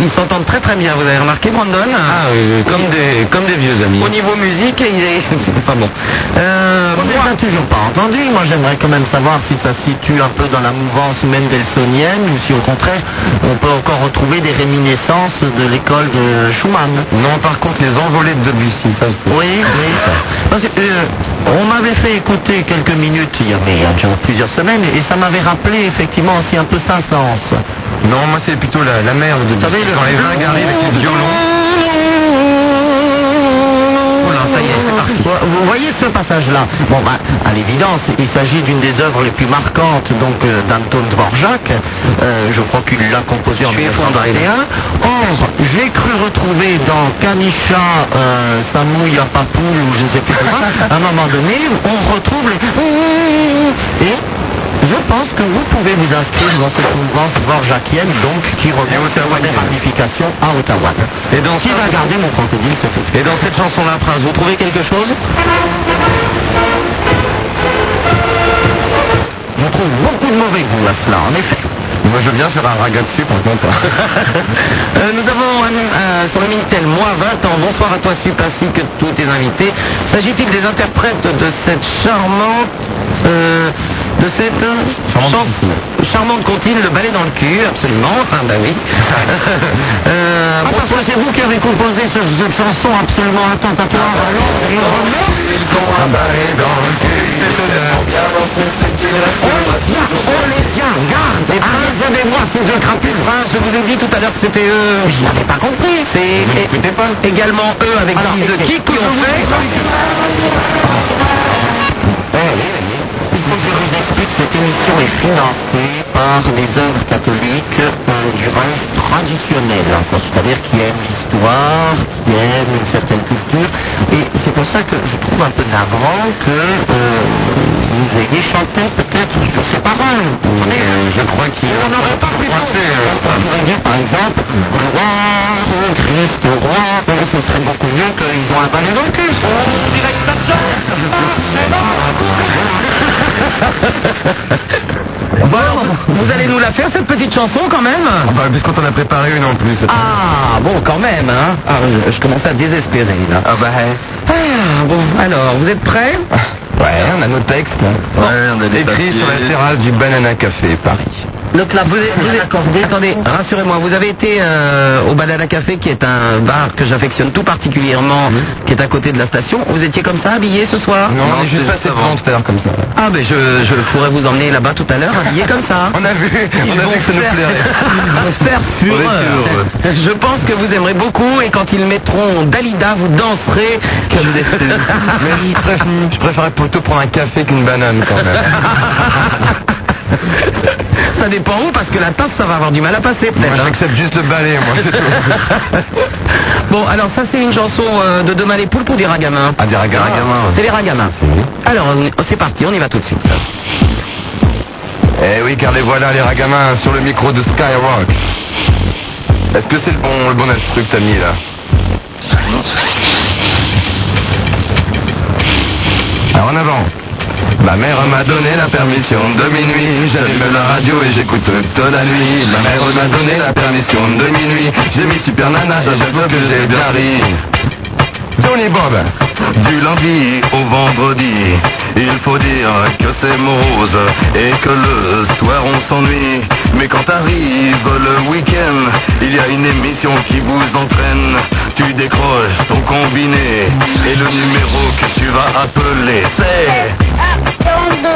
Speaker 3: Ils s'entendent très très bien, vous avez remarqué Brandon Ah oui, comme des, comme des vieux amis. Au niveau musique, il est... Enfin bon. Euh,
Speaker 4: On ne
Speaker 3: moi-
Speaker 4: l'a toujours pas entendu. Moi, j'aimerais quand même savoir si ça se situe un peu dans la mouvance mendelssohnienne ou si, au contraire, on peut encore retrouver des réminiscences de l'école de Schumann.
Speaker 13: Non, par contre, les envolées de Debussy, ça, c'est.
Speaker 4: Oui, oui. Parce que, euh, on m'avait fait écouter quelques minutes il y a, mais il y a déjà plusieurs semaines et ça m'avait rappelé effectivement aussi un peu Saint-Saëns.
Speaker 13: Non, moi, c'est plutôt la, la merde de
Speaker 4: savez,
Speaker 13: Debussy.
Speaker 4: le-
Speaker 13: Quand les vingues arrivent avec les violons.
Speaker 3: Oula, ça y est, c'est parti.
Speaker 4: Ouais, vous voyez ce passage-là Bon, ben, à l'évidence, il s'agit d'une des œuvres les plus marquantes donc euh, d'Anton Dvorak. Euh, je crois qu'il l'a composée en 1921. Or, j'ai cru retrouver dans Kanisha, euh, sa mouille à Papoule ou je ne sais plus quoi, à un moment donné, on retrouve les... Et je pense que vous pouvez vous inscrire dans cette mouvance dvorjakienne, donc, qui reprend des ramifications à Ottawa.
Speaker 3: Et dans
Speaker 4: Qui
Speaker 3: ça-
Speaker 4: va garder mon crocodile cet été
Speaker 3: Et dans cette chanson-là, Prince, vous trouvez quelque chose
Speaker 4: Je trouve beaucoup de mauvais goût à cela, en effet.
Speaker 3: Moi, je veux bien faire un raga dessus, par contre.
Speaker 4: Euh, nous avons un- un- sur le Minitel moins 20 ans. Bonsoir à toi, Sup, ainsi que tous tes invités. S'agit-il des interprètes de cette charmante. euh, de cette
Speaker 3: Charmante
Speaker 4: chans-
Speaker 3: comptine.
Speaker 4: charmante comptine, le balai dans le cul, absolument, enfin bah oui. Euh, parce que c'est vous qui avez composé cette chanson absolument attentatoire.
Speaker 10: bah.
Speaker 14: Ils ont
Speaker 10: Ah,
Speaker 14: un balai dans le cul.
Speaker 3: Cette odeur.
Speaker 14: Bien pensé, c'est qu'il restera
Speaker 4: Tiens, on les tient, garde Et moi ces deux crapules Prince, je vous ai dit tout à l'heure que c'était eux Je n'avais pas compris C'est é- également eux avec
Speaker 3: Alors,
Speaker 4: Lise Kick qui ont fait Eh, Il faut que je vous explique, cette émission est financée par les œuvres catholiques euh, du reste traditionnel, hein, quoi, c'est-à-dire qui aiment l'histoire, qui aiment une certaine culture, et c'est pour ça que je trouve un peu navrant que euh, vous ayez chanté peut-être sur ces paroles. Mais
Speaker 3: euh,
Speaker 4: je crois qu'il... On n'aurait pas pu penser... On pourrait dire par exemple, roi, oh, Christ, roi, mais ce serait beaucoup mieux qu'ils ont un balai dans le cul. Bon, vous allez nous la faire cette petite chanson quand même
Speaker 3: Bah, puisqu'on t'en a préparé une en plus.
Speaker 4: Ah, bon, quand même, hein. Ah, je, je commence à désespérer, là.
Speaker 3: Ah bah, hey.
Speaker 4: Ah, bon, alors, vous êtes prêts
Speaker 3: ouais, on a nos textes. hein. Ouais, on a des Écrit sur la terrasse du Banana Café, Paris.
Speaker 4: Donc là, vous êtes, vous êtes- Attendez, rassurez-moi, vous avez été euh, au Banana Café, qui est un bar que j'affectionne tout particulièrement, qui est à côté de la station. Vous étiez comme ça, habillé ce soir
Speaker 3: Hmm. Non, on est juste
Speaker 4: c'est-
Speaker 3: passé devant tout à l'heure comme ça.
Speaker 4: Ah, ben je, je pourrais vous emmener là-bas tout à l'heure, habillé comme ça.
Speaker 3: On a vu, on a vu que ça nous plairait.
Speaker 4: faire fureur.
Speaker 3: On
Speaker 4: Je pense que vous aimerez beaucoup et quand ils mettront Dalida, vous danserez comme des...
Speaker 3: Mais je, préfère, je préférais plutôt prendre un café qu'une banane quand même.
Speaker 4: ça dépend où, parce que la tasse, ça va avoir du mal à passer
Speaker 3: Moi,
Speaker 4: peut-être. hein.
Speaker 3: j'accepte juste le balai, moi, c'est tout.
Speaker 4: bon, alors ça, c'est une chanson euh, de Demain les poules ou des ragamins
Speaker 3: Ah, des ragas- ragamins, ouais.
Speaker 4: C'est les ragamins. Alors, on- c'est parti, on y va tout de suite.
Speaker 3: Eh oui, car les voilà, les ragamins, sur le micro de Skyrock. Est-ce que c'est le bon, le bon instru que t'as mis là Alors Ah, en avant. Ma mère m'a donné la permission de minuit. J'allume la radio et j'écoute toute la nuit. Ma mère m'a donné la permission de minuit. J'ai mis Super Nana, j'avoue que j'ai bien ri. Johnny Bob.
Speaker 5: Du lundi au vendredi, il faut dire que c'est morose et que le soir on s'ennuie. Mais quand arrive le week-end, il y a une émission qui vous entraîne. Tu décroches ton combiné et le numéro que tu vas appeler c'est.
Speaker 8: 42,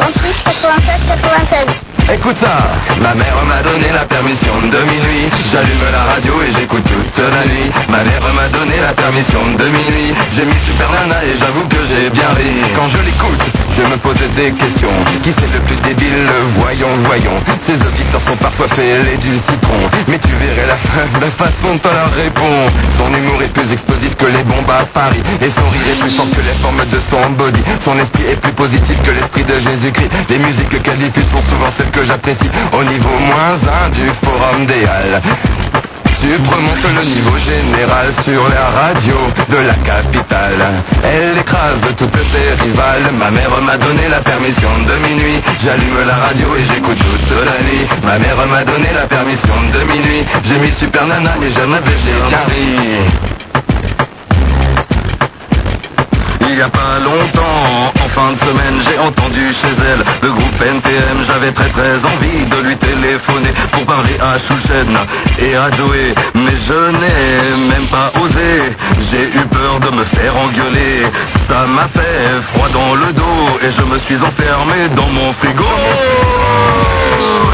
Speaker 8: 36, 96, 96.
Speaker 5: Écoute ça Ma mère m'a donné la permission de minuit J'allume la radio et j'écoute toute la nuit Ma mère m'a donné la permission de minuit J'ai mis Super Nana et j'avoue que j'ai bien ri Quand je l'écoute, je me pose des questions Qui c'est le plus débile Voyons, voyons Ces auditeurs sont parfois fêlés du citron Mais tu verrais la, fa- la façon dont on leur répond Son humour est plus explosif que les bombes à Paris Et son rire est plus fort que les formes de son body Son esprit est plus positif que l'esprit de Jésus-Christ Les musiques qu'elle diffuse sont souvent celles que j'apprécie Au niveau moins 1 du forum des Halles Sup remonte le niveau général sur la radio de la capitale. Elle écrase toutes ses rivales. Ma mère m'a donné la permission de minuit. J'allume la radio et j'écoute toute la nuit. Ma mère m'a donné la permission de minuit. J'ai mis Super Nana et jamais j'ai bien ri. Il y a pas longtemps, en fin de semaine, j'ai entendu chez elle le groupe NTM. J'avais très très envie de lui téléphoner pour parler à Schulchen et à Joey. Mais je n'ai même pas osé. J'ai eu peur de me faire engueuler. Ça m'a fait froid dans le dos et je me suis enfermé dans mon frigo.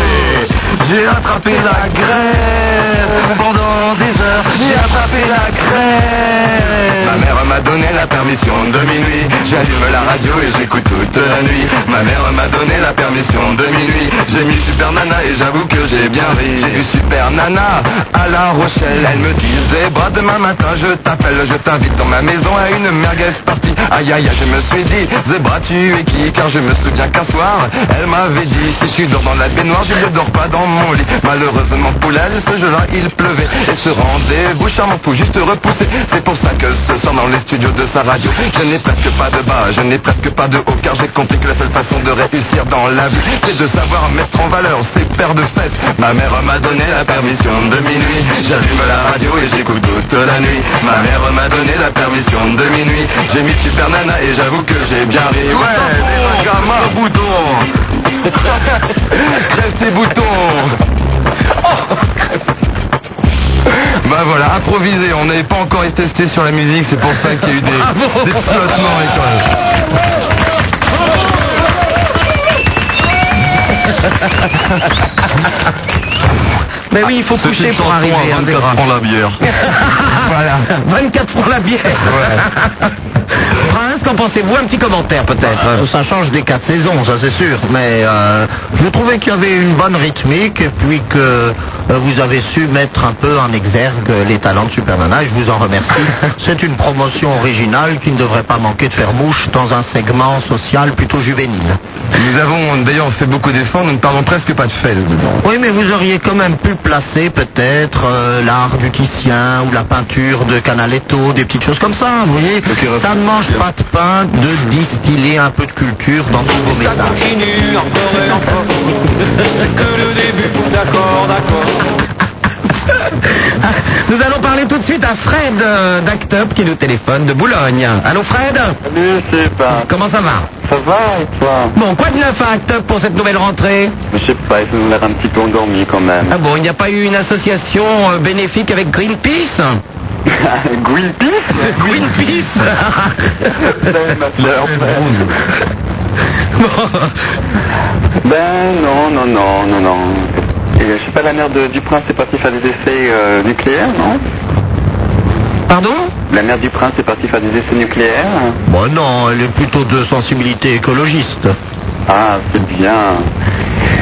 Speaker 5: Et J'ai attrapé la grève pendant des heures. J'ai attrapé la grève. Ma mère m'a m'a donné la permission de minuit. J'allume la radio et j'écoute toute la nuit. Ma mère m'a donné la permission de minuit. J'ai mis Super Nana et j'avoue que j'ai bien ri. J'ai vu Super Nana à La Rochelle. Elle me disait, bras demain matin, je t'appelle, je t'invite dans ma maison à une merguez partie. Aïe aïe, aïe, je me suis dit, Zebra, tu es qui Car je me souviens qu'un soir, elle m'avait dit, si tu dors dans la baignoire, je ne dors pas dans mon lit. Malheureusement pour elle, ce jour-là, il pleuvait. Et ce rendez-vous charmant, faut juste repousser. C'est pour ça que ce soir, dans les studios de sa radio, je n'ai presque pas de bas, je n'ai presque pas de haut, car j'ai compris que la seule façon de réussir dans la vie, c'est de savoir mettre en valeur ses paires de fesses. Ma mère m'a donné la permission de minuit. J'allume la radio et j'écoute toute la nuit. Ma mère m'a donné la permission de minuit. J'ai mis Super Nana et j'avoue que j'ai bien ri. Ouais, les gamins, boutons. Crève tes boutons. Oh. Bah voilà, improvisé, on n'avait pas encore été testé sur la musique, c'est pour ça qu'il y a eu des, des flottements et
Speaker 4: Ben
Speaker 3: Mais oui, il faut coucher pour arriver. hein, c'est grave.
Speaker 5: la bière.
Speaker 3: voilà. 24 francs la bière. Prince, qu'en pensez-vous Un petit commentaire peut-être.
Speaker 4: Ah, Ça change des quatre saisons, ça c'est sûr. Mais euh, je trouvais qu'il y avait une bonne rythmique et puis que euh, vous avez su mettre un peu en exergue les talents de Supernana et je vous en remercie. c'est une promotion originale qui ne devrait pas manquer de faire mouche dans un segment social plutôt juvénile.
Speaker 5: Nous avons d'ailleurs fait beaucoup d'efforts, nous ne parlons presque pas de fesses dedans.
Speaker 4: Oui, mais vous auriez quand même pu placer peut-être euh, l'art du Titien ou la peinture de Canaletto, des petites choses comme ça, vous voyez.
Speaker 5: aurait
Speaker 4: Ça
Speaker 5: pu
Speaker 4: ne mange
Speaker 5: bien.
Speaker 4: pas de pain de distiller un peu de culture dans tous vos messages.
Speaker 10: continue encore et encore. C'est que le début, d'accord, d'accord.
Speaker 3: Nous allons parler tout de suite à Fred euh, d'Act Up qui nous téléphone de Boulogne. Allô Fred
Speaker 6: Salut, super.
Speaker 3: Comment ça va
Speaker 6: Ça va et toi
Speaker 3: Bon, quoi de neuf à Act Up pour cette nouvelle rentrée
Speaker 6: Je sais pas, ils ont l'air un petit peu endormis quand même.
Speaker 3: Ah bon, il n'y a pas eu une association euh, bénéfique avec Greenpeace
Speaker 6: Greenpeace
Speaker 3: Greenpeace
Speaker 6: Ben non, non, non, non, non. Et, je sais pas, la mère de, du prince est partie faire des essais euh, nucléaires, non
Speaker 3: Pardon
Speaker 6: La mère du prince est partie faire des essais nucléaires
Speaker 4: Bon non, elle est plutôt de sensibilité écologiste.
Speaker 6: Ah, c'est bien.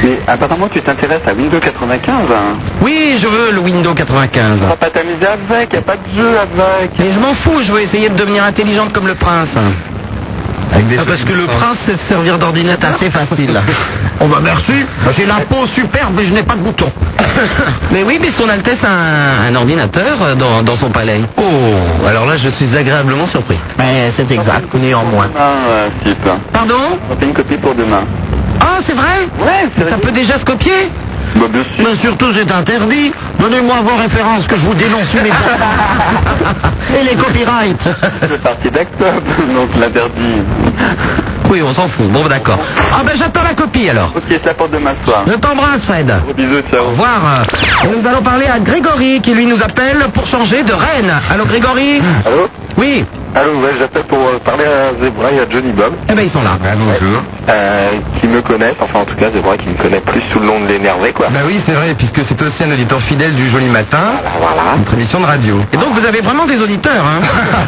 Speaker 6: Mais apparemment, tu t'intéresses à Windows 95. Hein.
Speaker 3: Oui, je veux le Windows 95.
Speaker 6: On va pas t'amuser avec, y a pas de jeu avec.
Speaker 3: Mais je m'en fous, je veux essayer de devenir intelligente comme le prince. Ah,
Speaker 4: parce que le prince, c'est de servir d'ordinateur. C'est assez facile.
Speaker 5: Oh,
Speaker 4: On
Speaker 5: bah,
Speaker 4: va merci.
Speaker 3: Ah,
Speaker 4: J'ai la peau superbe, mais je n'ai pas de bouton.
Speaker 3: Mais oui, mais son Altesse a un, un ordinateur euh, dans, dans son palais. Oh, alors là, je suis agréablement surpris.
Speaker 4: Mais c'est exact, néanmoins.
Speaker 6: Ah, euh, super.
Speaker 3: Pardon
Speaker 6: On fait une copie pour demain.
Speaker 3: Ah, c'est vrai
Speaker 6: Ouais,
Speaker 3: Mais ça peut déjà se copier
Speaker 6: Bah, bien sûr.
Speaker 4: Mais surtout, c'est interdit. Donnez-moi vos références que je vous dénonce immédiatement. Et les copyrights.
Speaker 6: Je fais partie d'Actop, donc l'interdit.
Speaker 3: Oui, on s'en fout. Bon, bah, d'accord. Ah ben, j'attends la copie, alors.
Speaker 6: Ok, c'est la porte demain soir.
Speaker 3: Je t'embrasse, Fred.
Speaker 6: Gros Eh, bisous,
Speaker 3: Au
Speaker 6: ciao.
Speaker 3: revoir. Et nous allons parler à Grégory, qui lui nous appelle pour changer de reine. Allô, Grégory
Speaker 6: Allô
Speaker 3: Oui.
Speaker 6: Allô, ouais, j'appelle pour euh, parler à Zebra et à Johnny Bob,
Speaker 3: Eh ben, ils sont là.
Speaker 5: bonjour.
Speaker 6: euh, qui me connaissent, enfin en tout cas Zebra qui me connaît plus sous le nom de l'énervé, quoi.
Speaker 5: Bah oui, c'est vrai, puisque c'est aussi un auditeur fidèle du Joli Matin,
Speaker 6: Voilà.
Speaker 5: notre émission de radio.
Speaker 3: Et donc, vous avez vraiment des auditeurs, hein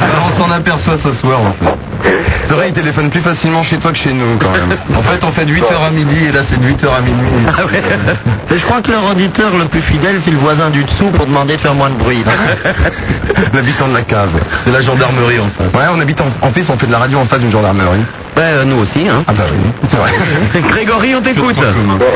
Speaker 5: Alors on s'en aperçoit ce soir en fait. C'est vrai, il téléphone plus facilement chez toi que chez nous quand même. En fait, on fait de 8h à midi et là c'est de 8h à minuit.
Speaker 3: Ah
Speaker 4: Et je crois que leur auditeur le plus fidèle, c'est le voisin du dessous pour demander de faire moins de bruit.
Speaker 5: L'habitant de la cave, c'est la gendarmerie en face. Ouais, on habite en, en fait, on fait de la radio en face d'une gendarmerie.
Speaker 3: Ben, euh, nous aussi, hein.
Speaker 5: Ah bah oui, c'est vrai.
Speaker 3: Grégory, on t'écoute.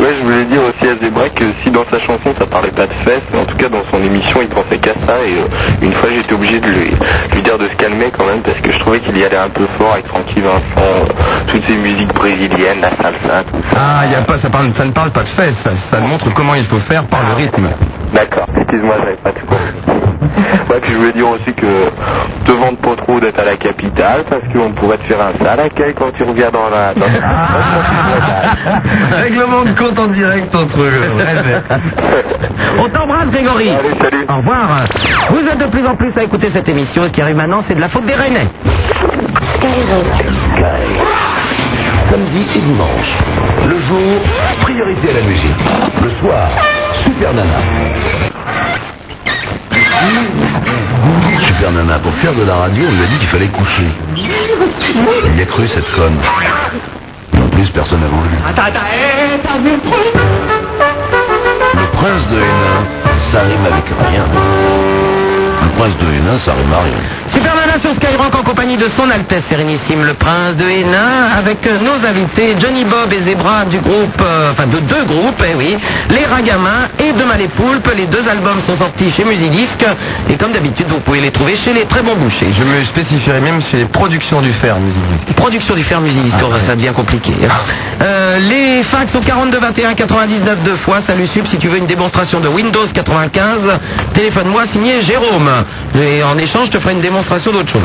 Speaker 6: Ouais, je voulais dire aussi à Zebra que si dans sa chanson ça parlait pas de fesses, mais en tout cas dans son émission il pensait qu'à ça et euh, une fois j'étais obligé de lui, lui dire de se calmer quand même parce que je trouvais qu'il y allait un peu fort avec Frankie Vincent, euh, toutes ces musiques brésiliennes, la salsa, tout ça.
Speaker 5: Ah, y a pas, ça, parle- ça ne parle pas de fesses, ça, ça montre comment il faut faire par le rythme.
Speaker 6: D'accord, excuse-moi, j'avais pas tout compris. Ouais, puis je voulais dire aussi que te vante pas trop d'être à la capitale parce qu'on pourrait te faire un sale accueil quand tu reviens dans la... Dans
Speaker 5: Règlement de compte en direct entre eux.
Speaker 3: On t'embrasse, Grégory.
Speaker 6: Allez, salut.
Speaker 3: Au revoir. Vous êtes de plus en plus à écouter cette émission. Ce qui arrive maintenant, c'est de la faute des Rennais.
Speaker 1: Samedi et dimanche. Le jour, priorité à la musique. Le soir, Super Nana. Super Nana, pour faire de la radio, on lui a dit qu'il fallait coucher. Il y a cru, cette conne. Et en plus, personne n'a voulu.
Speaker 15: Attends, attends, hé, t'as vu le problème
Speaker 1: Le prince de Hénin, ça rime avec rien. Le prince de Hénin, ça rime à rien.
Speaker 3: Superman sur Skyrock en compagnie de son Altesse Sérénissime, le Prince de Hénin, avec euh, nos invités Johnny Bob et Zebra du groupe, euh, enfin de deux groupes, eh oui, les Ragamins et de les Poulpes. Les deux albums sont sortis chez Musidisc et comme d'habitude, vous pouvez les trouver chez les très bons bouchers.
Speaker 5: Je me spécifierai même chez les productions du fer, Ah, musique.
Speaker 3: Production du fer Musidisc, oh, ça devient compliqué. Euh, les fax au 42 21 99 deux fois. Salut Sub, si tu veux une démonstration de Windows 95, téléphone-moi signé Jérôme. Et en échange, je te ferai une démonstration d'autre chose.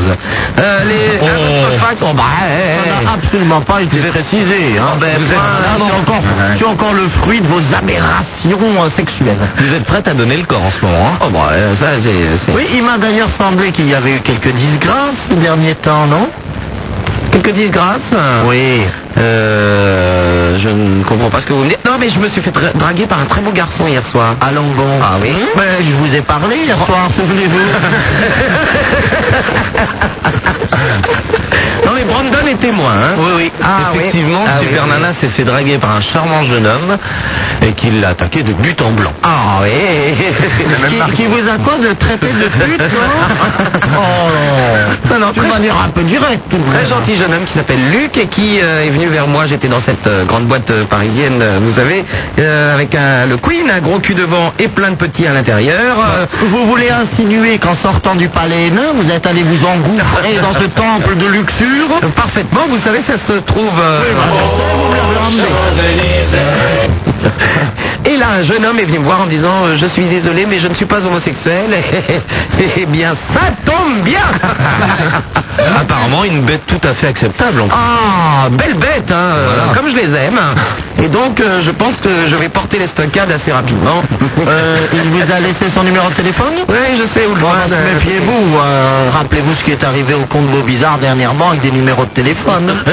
Speaker 3: Euh, les un autre fax, oh, bah, eh, eh.
Speaker 4: On n'a absolument pas été précisé. Hein.
Speaker 3: ben,
Speaker 4: Voilà,
Speaker 3: voilà,
Speaker 4: c'est
Speaker 3: non.
Speaker 4: encore,
Speaker 5: Ouais.
Speaker 4: c'est encore le fruit de vos aberrations euh, sexuelles.
Speaker 5: Vous êtes prête à donner le corps en ce moment, hein
Speaker 3: Oh, bah, euh, ça, c'est. c'est-
Speaker 4: Oui, il m'a d'ailleurs semblé qu'il y avait eu quelques disgrâces ces derniers temps, non
Speaker 3: Quelques disgrâces.
Speaker 4: Oui.
Speaker 3: Euh, je ne comprends pas ce que vous me dites. Non, mais je me suis fait dra- draguer par un très beau garçon hier soir.
Speaker 4: Allons bon.
Speaker 3: Ah oui
Speaker 4: Mais je vous ai parlé hier soir, souvenez-vous.
Speaker 3: Non, mais Brandon est témoin. Hein.
Speaker 4: Oui, oui.
Speaker 3: Ah, oui.
Speaker 5: Effectivement,
Speaker 3: Ah, oui,
Speaker 5: Super
Speaker 3: oui.
Speaker 5: Nana s'est fait draguer par un charmant jeune homme et qu'il l'a attaqué de but en blanc.
Speaker 3: Ah oui.
Speaker 4: qui, qui vous accorde le traité de pute, non Oh
Speaker 3: Non, non,
Speaker 4: D'une
Speaker 3: très-
Speaker 4: manière un peu directe, tout de
Speaker 3: Très
Speaker 4: même.
Speaker 3: gentil jeune homme qui s'appelle Luc et qui euh, est venu vers moi. J'étais dans cette euh, grande boîte euh, parisienne, euh, vous savez, euh, avec un, le Queen, un gros cul devant et plein de petits à l'intérieur. Euh,
Speaker 4: Vous voulez insinuer qu'en sortant du palais nain, vous êtes allé vous engouffrer dans ce temple de luxure
Speaker 3: euh, parfaitement, vous savez, ça se trouve. euh, Et là, un jeune homme est venu me voir en me disant euh, Je suis désolé, mais je ne suis pas homosexuel. Eh bien, ça tombe bien
Speaker 5: Apparemment, une bête tout à fait acceptable. en plus.
Speaker 3: Ah, belle bête, hein, euh,
Speaker 5: Voilà.
Speaker 3: comme je les aime. Et donc, euh, je pense que je vais porter l'estocade assez rapidement.
Speaker 4: Euh, Il vous a laissé son numéro de téléphone
Speaker 3: oui, je sais où le
Speaker 4: Bon, bah,
Speaker 3: joindre.
Speaker 4: méfiez-vous, euh, rappelez-vous ce qui est arrivé au comte Beaubizarre dernièrement avec des numéros de téléphone.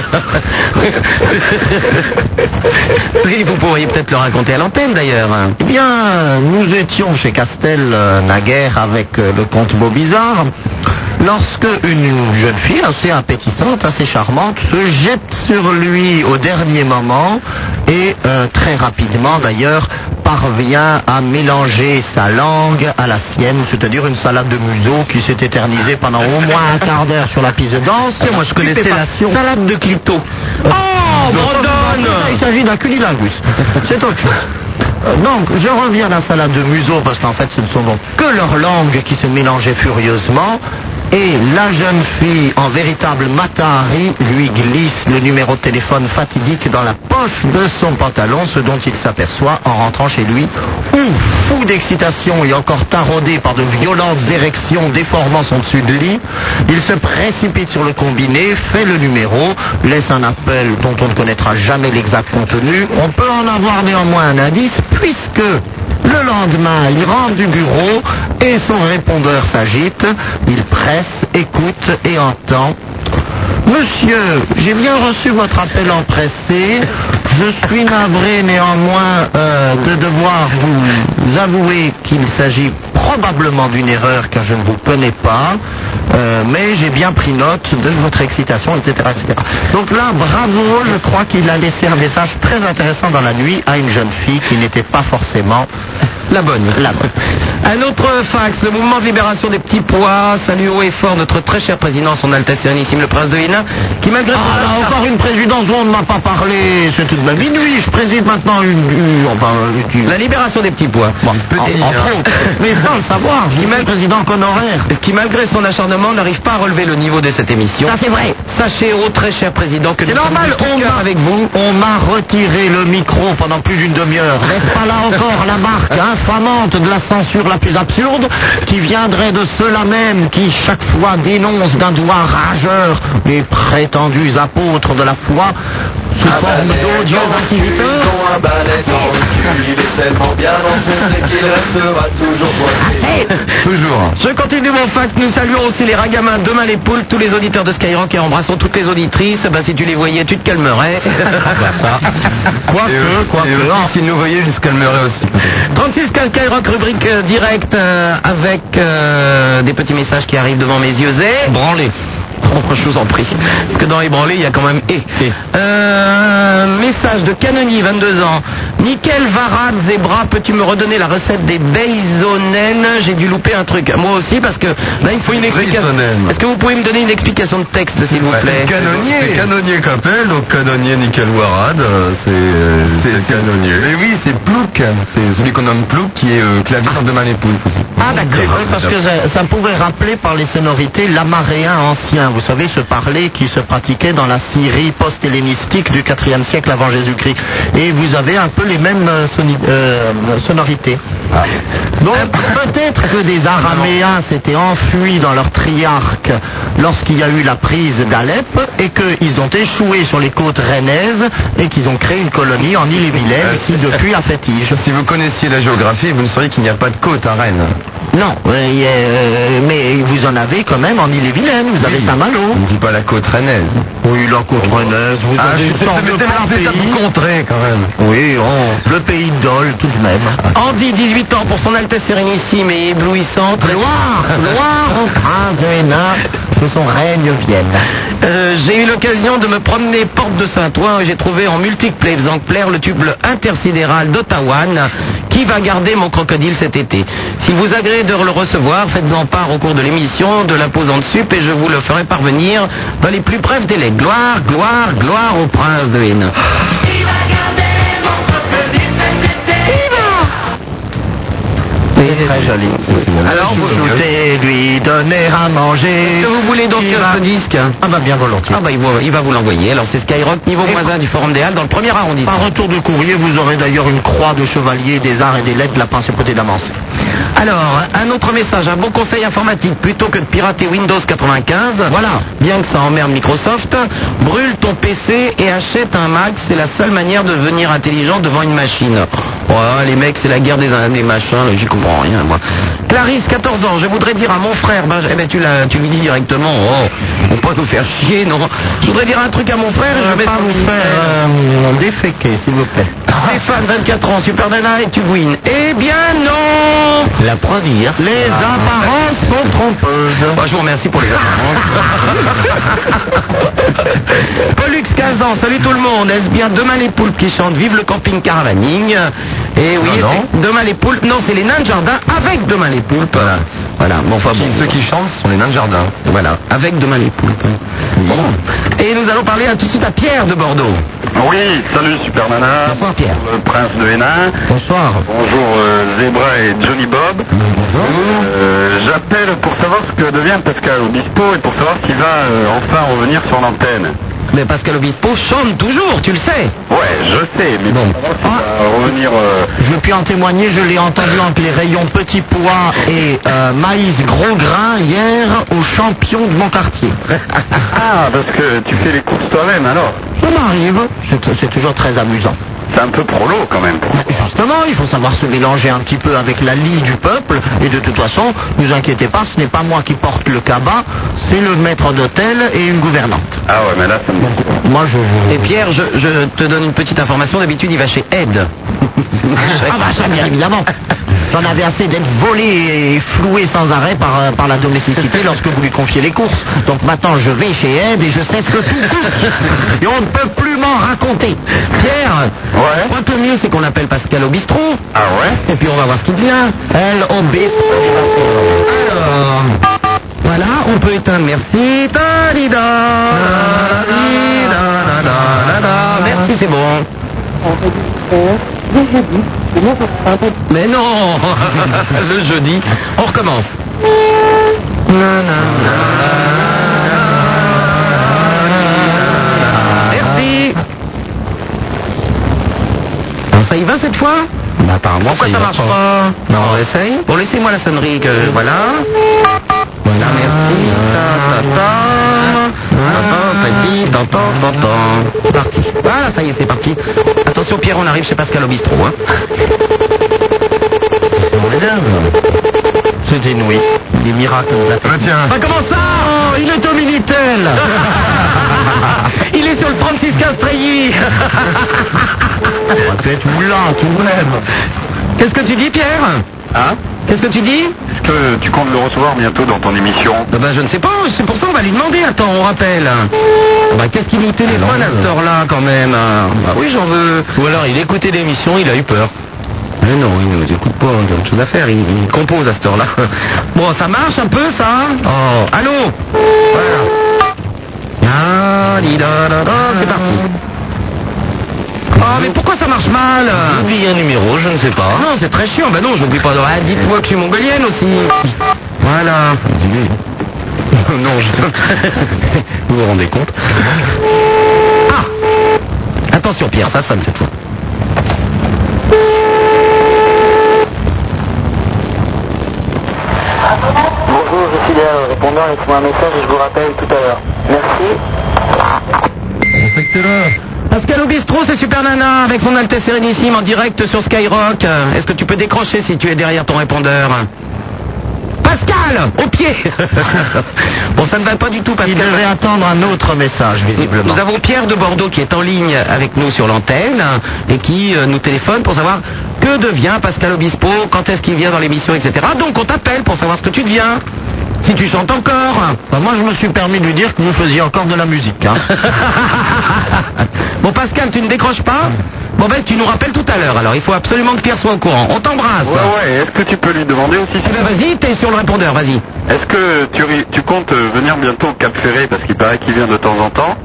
Speaker 3: Oui, vous pourriez peut-être le raconter à l'antenne d'ailleurs.
Speaker 4: Eh bien, nous étions chez Castel euh, naguère avec euh, le comte Beaubizarre lorsque une jeune fille assez appétissante, assez charmante, se jette sur lui au dernier moment et euh, très rapidement d'ailleurs parvient à mélanger sa langue à la sienne, c'est-à-dire une salade de museau qui s'est éternisée pendant au moins un quart d'heure sur la piste de danse.
Speaker 3: Ah, Moi, je connaissais la
Speaker 4: Stupéfaction.
Speaker 3: salade de Clito. Oh,
Speaker 4: Il
Speaker 3: Brandon
Speaker 4: s'agit d'un cunilingus. C'est autre chose. Euh, Donc, je reviens à la salade de museau parce qu'en fait, ce ne sont donc que leurs langues qui se mélangeaient furieusement. Et la jeune fille, en véritable matahari, lui glisse le numéro de téléphone fatidique dans la poche de son pantalon, ce dont il s'aperçoit en rentrant chez lui, où, fou d'excitation et encore taraudé par de violentes érections déformant son dessus de lit, il se précipite sur le combiné, fait le numéro, laisse un appel dont on ne connaîtra jamais l'exact contenu. On peut en avoir néanmoins un indice puisque le lendemain, il rentre du bureau et son répondeur s'agite. Il presse, écoute et entend. Monsieur, j'ai bien reçu votre appel en pressé. Je suis navré néanmoins euh, de devoir vous avouer qu'il s'agit probablement d'une erreur car je ne vous connais pas. euh, mais j'ai bien pris note de votre excitation, etc., etc. Donc là, bravo, je crois qu'il a laissé un message très intéressant dans la nuit à une jeune fille qui n'était pas forcément
Speaker 3: La bonne.
Speaker 4: la bonne.
Speaker 3: Un autre fax, le mouvement de libération des petits pois. Salut haut et fort notre très cher président, son Altesse Sérénissime, le Prince de Hénin, qui malgré tout-
Speaker 4: Ah, là, encore une présidence dont on ne m'a pas parlé, c'est tout de même minuit, je préside maintenant une... une- enfin, une-
Speaker 3: la libération des petits pois.
Speaker 4: Bon, en- entre autres. mais sans le savoir, je suis président honoraire.
Speaker 3: qui malgré son acharnement n'arrive pas à relever le niveau de cette émission.
Speaker 4: Ça, c'est vrai.
Speaker 3: Sachez, ô très cher président, que
Speaker 4: C'est
Speaker 3: nous sommes
Speaker 4: normal,
Speaker 3: de tout
Speaker 4: on
Speaker 3: cœur
Speaker 4: m'a-
Speaker 3: avec vous.
Speaker 4: On m'a retiré le micro pendant plus d'une demi-heure. N'est-ce pas là encore la marque infamante de la censure la plus absurde qui viendrait de ceux-là même qui chaque fois dénoncent d'un doigt rageur les prétendus apôtres de la foi sous
Speaker 3: Ah bah,
Speaker 4: forme d'odieux inquisiteurs.
Speaker 5: Un balai dans le cul, il est tellement bien enfoncé qu'il restera toujours coincé.
Speaker 10: Toujours.
Speaker 3: Je continue mon fax. Nous saluons aussi les ragamins demain les poules, tous les auditeurs de Skyrock et embrassons toutes les auditrices. Bah, si tu les voyais, tu te calmerais.
Speaker 4: Bah, ça. Quoique,
Speaker 10: Ah, Et
Speaker 4: quoique.
Speaker 10: aussi, s'il nous voyait, il se calmerait aussi.
Speaker 3: 36 K Skyrock, rubrique euh, directe euh, avec euh, des petits messages qui arrivent devant mes yeux. Et... Branlé. je vous en prie. Parce que dans Ébranlé, il y a quand même et. Euh, message de Canoni, 22 ans. Nickel Varade, Zebra, peux-tu me redonner la recette des Baisonen J'ai dû louper un truc. Moi aussi, parce que là, il me faut une explication.
Speaker 10: Baisonen.
Speaker 3: Est-ce que vous pouvez me donner une explication de texte, s'il vous plaît
Speaker 10: C'est canonnier. C'est canonnier Capel, donc canonnier Nickel Warad, euh, c'est euh, c'est canonnier. Mais oui, c'est Plouk, c'est celui qu'on nomme Plouk qui est euh, claviste de Malépoule aussi.
Speaker 4: Ah d'accord, oui, parce que ça, ça pourrait rappeler par les sonorités l'amaréen ancien, vous savez, ce parler qui se pratiquait dans la Syrie post-hellénistique du IVe siècle avant Jésus-Christ. Et vous avez un peu les mêmes euh, soni- euh, sonorités.
Speaker 3: Ah.
Speaker 4: Donc
Speaker 3: Euh,
Speaker 4: peut-être que des Araméens s'étaient enfuis dans leur triarque lorsqu'il y a eu la prise d'Alep et qu'ils ont échoué sur les côtes rennaises et qu'ils ont créé une colonie en
Speaker 3: Euh,
Speaker 4: Ille-et-Vilaine qui depuis a fait tige.
Speaker 10: Si vous connaissiez la géographie, vous ne sauriez qu'il n'y a pas de côte à Rennes.
Speaker 4: Non, euh, il y a, euh, mais vous en avez quand même en Ille-et-Vilaine, vous avez Saint-Malo.
Speaker 10: On ne dit pas la côte rennaise.
Speaker 4: Oui, la
Speaker 3: Euh,
Speaker 4: Courtrenaise, vous
Speaker 10: Ah,
Speaker 4: avez
Speaker 10: je
Speaker 4: une
Speaker 10: ça
Speaker 4: sorte de
Speaker 10: m'étonne,
Speaker 4: plein
Speaker 10: c'est ça
Speaker 4: pays.
Speaker 10: de contrée quand même.
Speaker 4: Oui, on- le pays d'Ol tout de même.
Speaker 3: Andy, 18 ans, pour son Altesse Sérénissime et éblouissante.
Speaker 4: Oh, Gloire, gloire au prince Hénin, que son règne vienne.
Speaker 3: Euh, j'ai eu l'occasion de me promener porte de Saint-Ouen et j'ai trouvé en multiples exemplaires le tube intersidéral d'Ottawa qui va garder mon crocodile cet été. S'il vous agréez de le recevoir, faites-en part au cours de l'émission de la posante sup et je vous le ferai parvenir dans les plus brefs délais. Gloire, gloire, gloire au prince de Hénin.
Speaker 4: C'est très joli.
Speaker 3: Alors, vous-
Speaker 4: Chouchouter, lui donner à manger.
Speaker 3: Que vous voulez donc
Speaker 4: Il
Speaker 3: euh,
Speaker 4: va-
Speaker 3: ce disque
Speaker 4: Ah bah bien volontiers.
Speaker 3: Ah bah il, va- il va vous l'envoyer. Alors c'est Skyrock niveau
Speaker 4: Et-
Speaker 3: voisin du Forum des Halles dans le premier arrondissement.
Speaker 4: Par retour de courrier, vous aurez d'ailleurs une croix de chevalier des arts et des lettres de la principauté d'Amancé.
Speaker 3: Alors, un autre message, un bon conseil informatique, plutôt que de pirater Windows 95,
Speaker 4: Voilà.
Speaker 3: bien que ça emmerde Microsoft, brûle ton PC et achète un Mac, c'est la seule manière de devenir intelligent devant une machine. Ouais, les mecs, c'est la guerre des, des machins, là, j'y comprends rien, moi. Clarisse, 14 ans, je voudrais dire à mon frère, ben, eh ben, tu, l'as- tu lui dis directement, oh, on peut nous faire chier, non Je voudrais dire un truc à mon frère et je
Speaker 4: Je
Speaker 3: vais
Speaker 4: vais pas vous faire euh, déféquer, s'il vous plaît.
Speaker 10: Ah,
Speaker 3: Stéphane, 24 ans, Super Nana et tu win. Eh bien non
Speaker 4: La preuve hier. Les apparences sont trompeuses.
Speaker 3: Bah, je vous remercie pour les réponses. Pollux, 15 ans, salut tout le monde. Est-ce bien demain les poulpes qui chantent Vive le camping caravaning Et oui,
Speaker 10: Ah Non, non.
Speaker 3: c'est demain les poulpes. Non, c'est les nains de jardin avec demain les poulpes. Voilà, bon, enfin bon.
Speaker 10: Qui- ceux qui chantent, ce sont les nains de jardin.
Speaker 3: Voilà, avec demain les poulpes. Bon. Et nous allons parler à- tout de suite à Pierre de Bordeaux.
Speaker 5: Oui, salut Super Nana.
Speaker 3: Bonsoir, Pierre.
Speaker 5: Le prince de Hénin.
Speaker 4: Bonsoir.
Speaker 5: Bonjour euh, Zebra et Johnny Bob. Bonjour.
Speaker 6: Euh,
Speaker 5: J'appelle pour savoir ce que devient Pascal Obispo et pour savoir s'il va euh, enfin revenir sur l'antenne.
Speaker 3: Mais Pascal Obispo chante toujours, tu le sais.
Speaker 5: Ouais, je sais, mais bon. savoir s'il va revenir. euh,
Speaker 4: Je puis en témoigner, je l'ai entendu entre les rayons petits pois et euh, maïs gros grain hier au champion de mon quartier.
Speaker 5: Ah, parce que tu fais les courses toi-même alors.
Speaker 4: Ça m'arrive, c'est- c'est toujours très amusant.
Speaker 5: C'est un peu prolo quand même.
Speaker 4: Mais Justement, il faut savoir se mélanger un petit peu avec la lie du peuple. Et de toute façon, ne vous inquiétez pas, ce n'est pas moi qui porte le cabas, c'est le maître d'hôtel et une gouvernante.
Speaker 5: Ah ouais, mais là ça me.
Speaker 4: Donc, moi, je... je-
Speaker 3: Et Pierre, je, je te donne une petite information. D'habitude, il va chez Ed. C'est mon chef.
Speaker 4: Ah bah ça, bien évidemment. J'en avais assez d'être volé et floué sans arrêt par, euh, par la domesticité lorsque vous lui confiez les courses. Donc maintenant, je vais chez Ed et je sais ce que tout coûte. Et on ne peut plus m'en raconter.
Speaker 3: Pierre,
Speaker 5: Ouais.
Speaker 3: moi, le mieux, c'est qu'on appelle Pascal au bistrot.
Speaker 5: Ah ouais
Speaker 3: Et puis on va voir ce qu'il devient.
Speaker 4: Elle obéit.
Speaker 3: Alors, voilà, on peut éteindre. Merci. Ta di da, da di da, da da, da da. Merci, c'est bon. Mais Eh non Le jeudi, on recommence. Merci Ça y va cette fois
Speaker 10: apparemment,
Speaker 3: Pourquoi ça, marche pas
Speaker 10: Non,
Speaker 3: on essaye. Bon, laissez-moi la sonnerie que voilà. Voilà, merci. Ta ta ta. T'entends, t'as dit, t'entends, t'entends. C'est parti. Voilà, ça Pierre, on arrive chez Pascal au bistrot. Hein.
Speaker 4: C'est formidable. C'est inouï. Des miracles de la technique.
Speaker 3: Ah, comment ça Oh, Il est au Minitel Il est sur le 36 Castreilly
Speaker 4: Ça peut être moulant tout de même.
Speaker 3: Qu'est-ce que tu dis, Pierre
Speaker 6: Hein
Speaker 3: Qu'est-ce que tu dis
Speaker 6: Est-ce que tu comptes le recevoir bientôt dans ton émission
Speaker 3: Ah ben, Je ne sais pas, c'est pour ça qu'on va lui demander. Attends, on rappelle. Ah ben, Qu'est-ce qu'il nous téléphone à cette heure-là, quand même hein Bah oui, j'en veux.
Speaker 4: Ou alors il écoutait l'émission, il a eu peur.
Speaker 3: Mais non, il ne nous écoute pas, il a autre chose à faire, il, il compose à cette heure-là. Bon, ça marche un peu, ça Oh, allô Ah, di da da da, c'est parti. Oh, mais pourquoi ça marche mal
Speaker 4: Oubliez un numéro, je ne sais pas.
Speaker 3: Non, c'est très chiant, ben non, j'oublie pas. de- Ah, dites-moi que je suis mongolienne aussi. Voilà. non, je... vous vous rendez compte Ah Attention, Pierre, ça sonne cette fois.
Speaker 5: Bonjour, je suis derrière le répondeur, laissez-moi un message et je vous rappelle tout à l'heure. Merci.
Speaker 3: Pascal au bistrot, c'est Super Nana avec son Altesse Sérénissime en direct sur Skyrock. Euh, Est-ce que tu peux décrocher si tu es derrière ton répondeur Pascal Au pied Bon, ça ne va pas du tout,
Speaker 4: Il
Speaker 3: Pascal.
Speaker 4: devait attendre un autre message, visiblement.
Speaker 3: Nous avons Pierre de Bordeaux qui est en ligne avec nous sur l'antenne et qui euh, nous téléphone pour savoir que devient Pascal Obispo, quand est-ce qu'il vient dans l'émission, etc. Donc on t'appelle pour savoir ce que tu deviens, si tu chantes encore.
Speaker 4: Bah, moi, je me suis permis de lui dire que vous faisiez encore de la musique. Hein.
Speaker 3: bon Pascal, tu ne décroches pas Bon ben tu nous rappelles tout à l'heure, alors il faut absolument que Pierre soit au courant. On t'embrasse.
Speaker 6: Ouais, ouais, est-ce que tu peux lui demander aussi
Speaker 3: Eh ben, vas-y, t'es sur le répondeur, vas-y.
Speaker 6: Est-ce que tu, ri- tu comptes euh, venir bientôt au Cap Ferré Parce qu'il paraît qu'il vient de temps en temps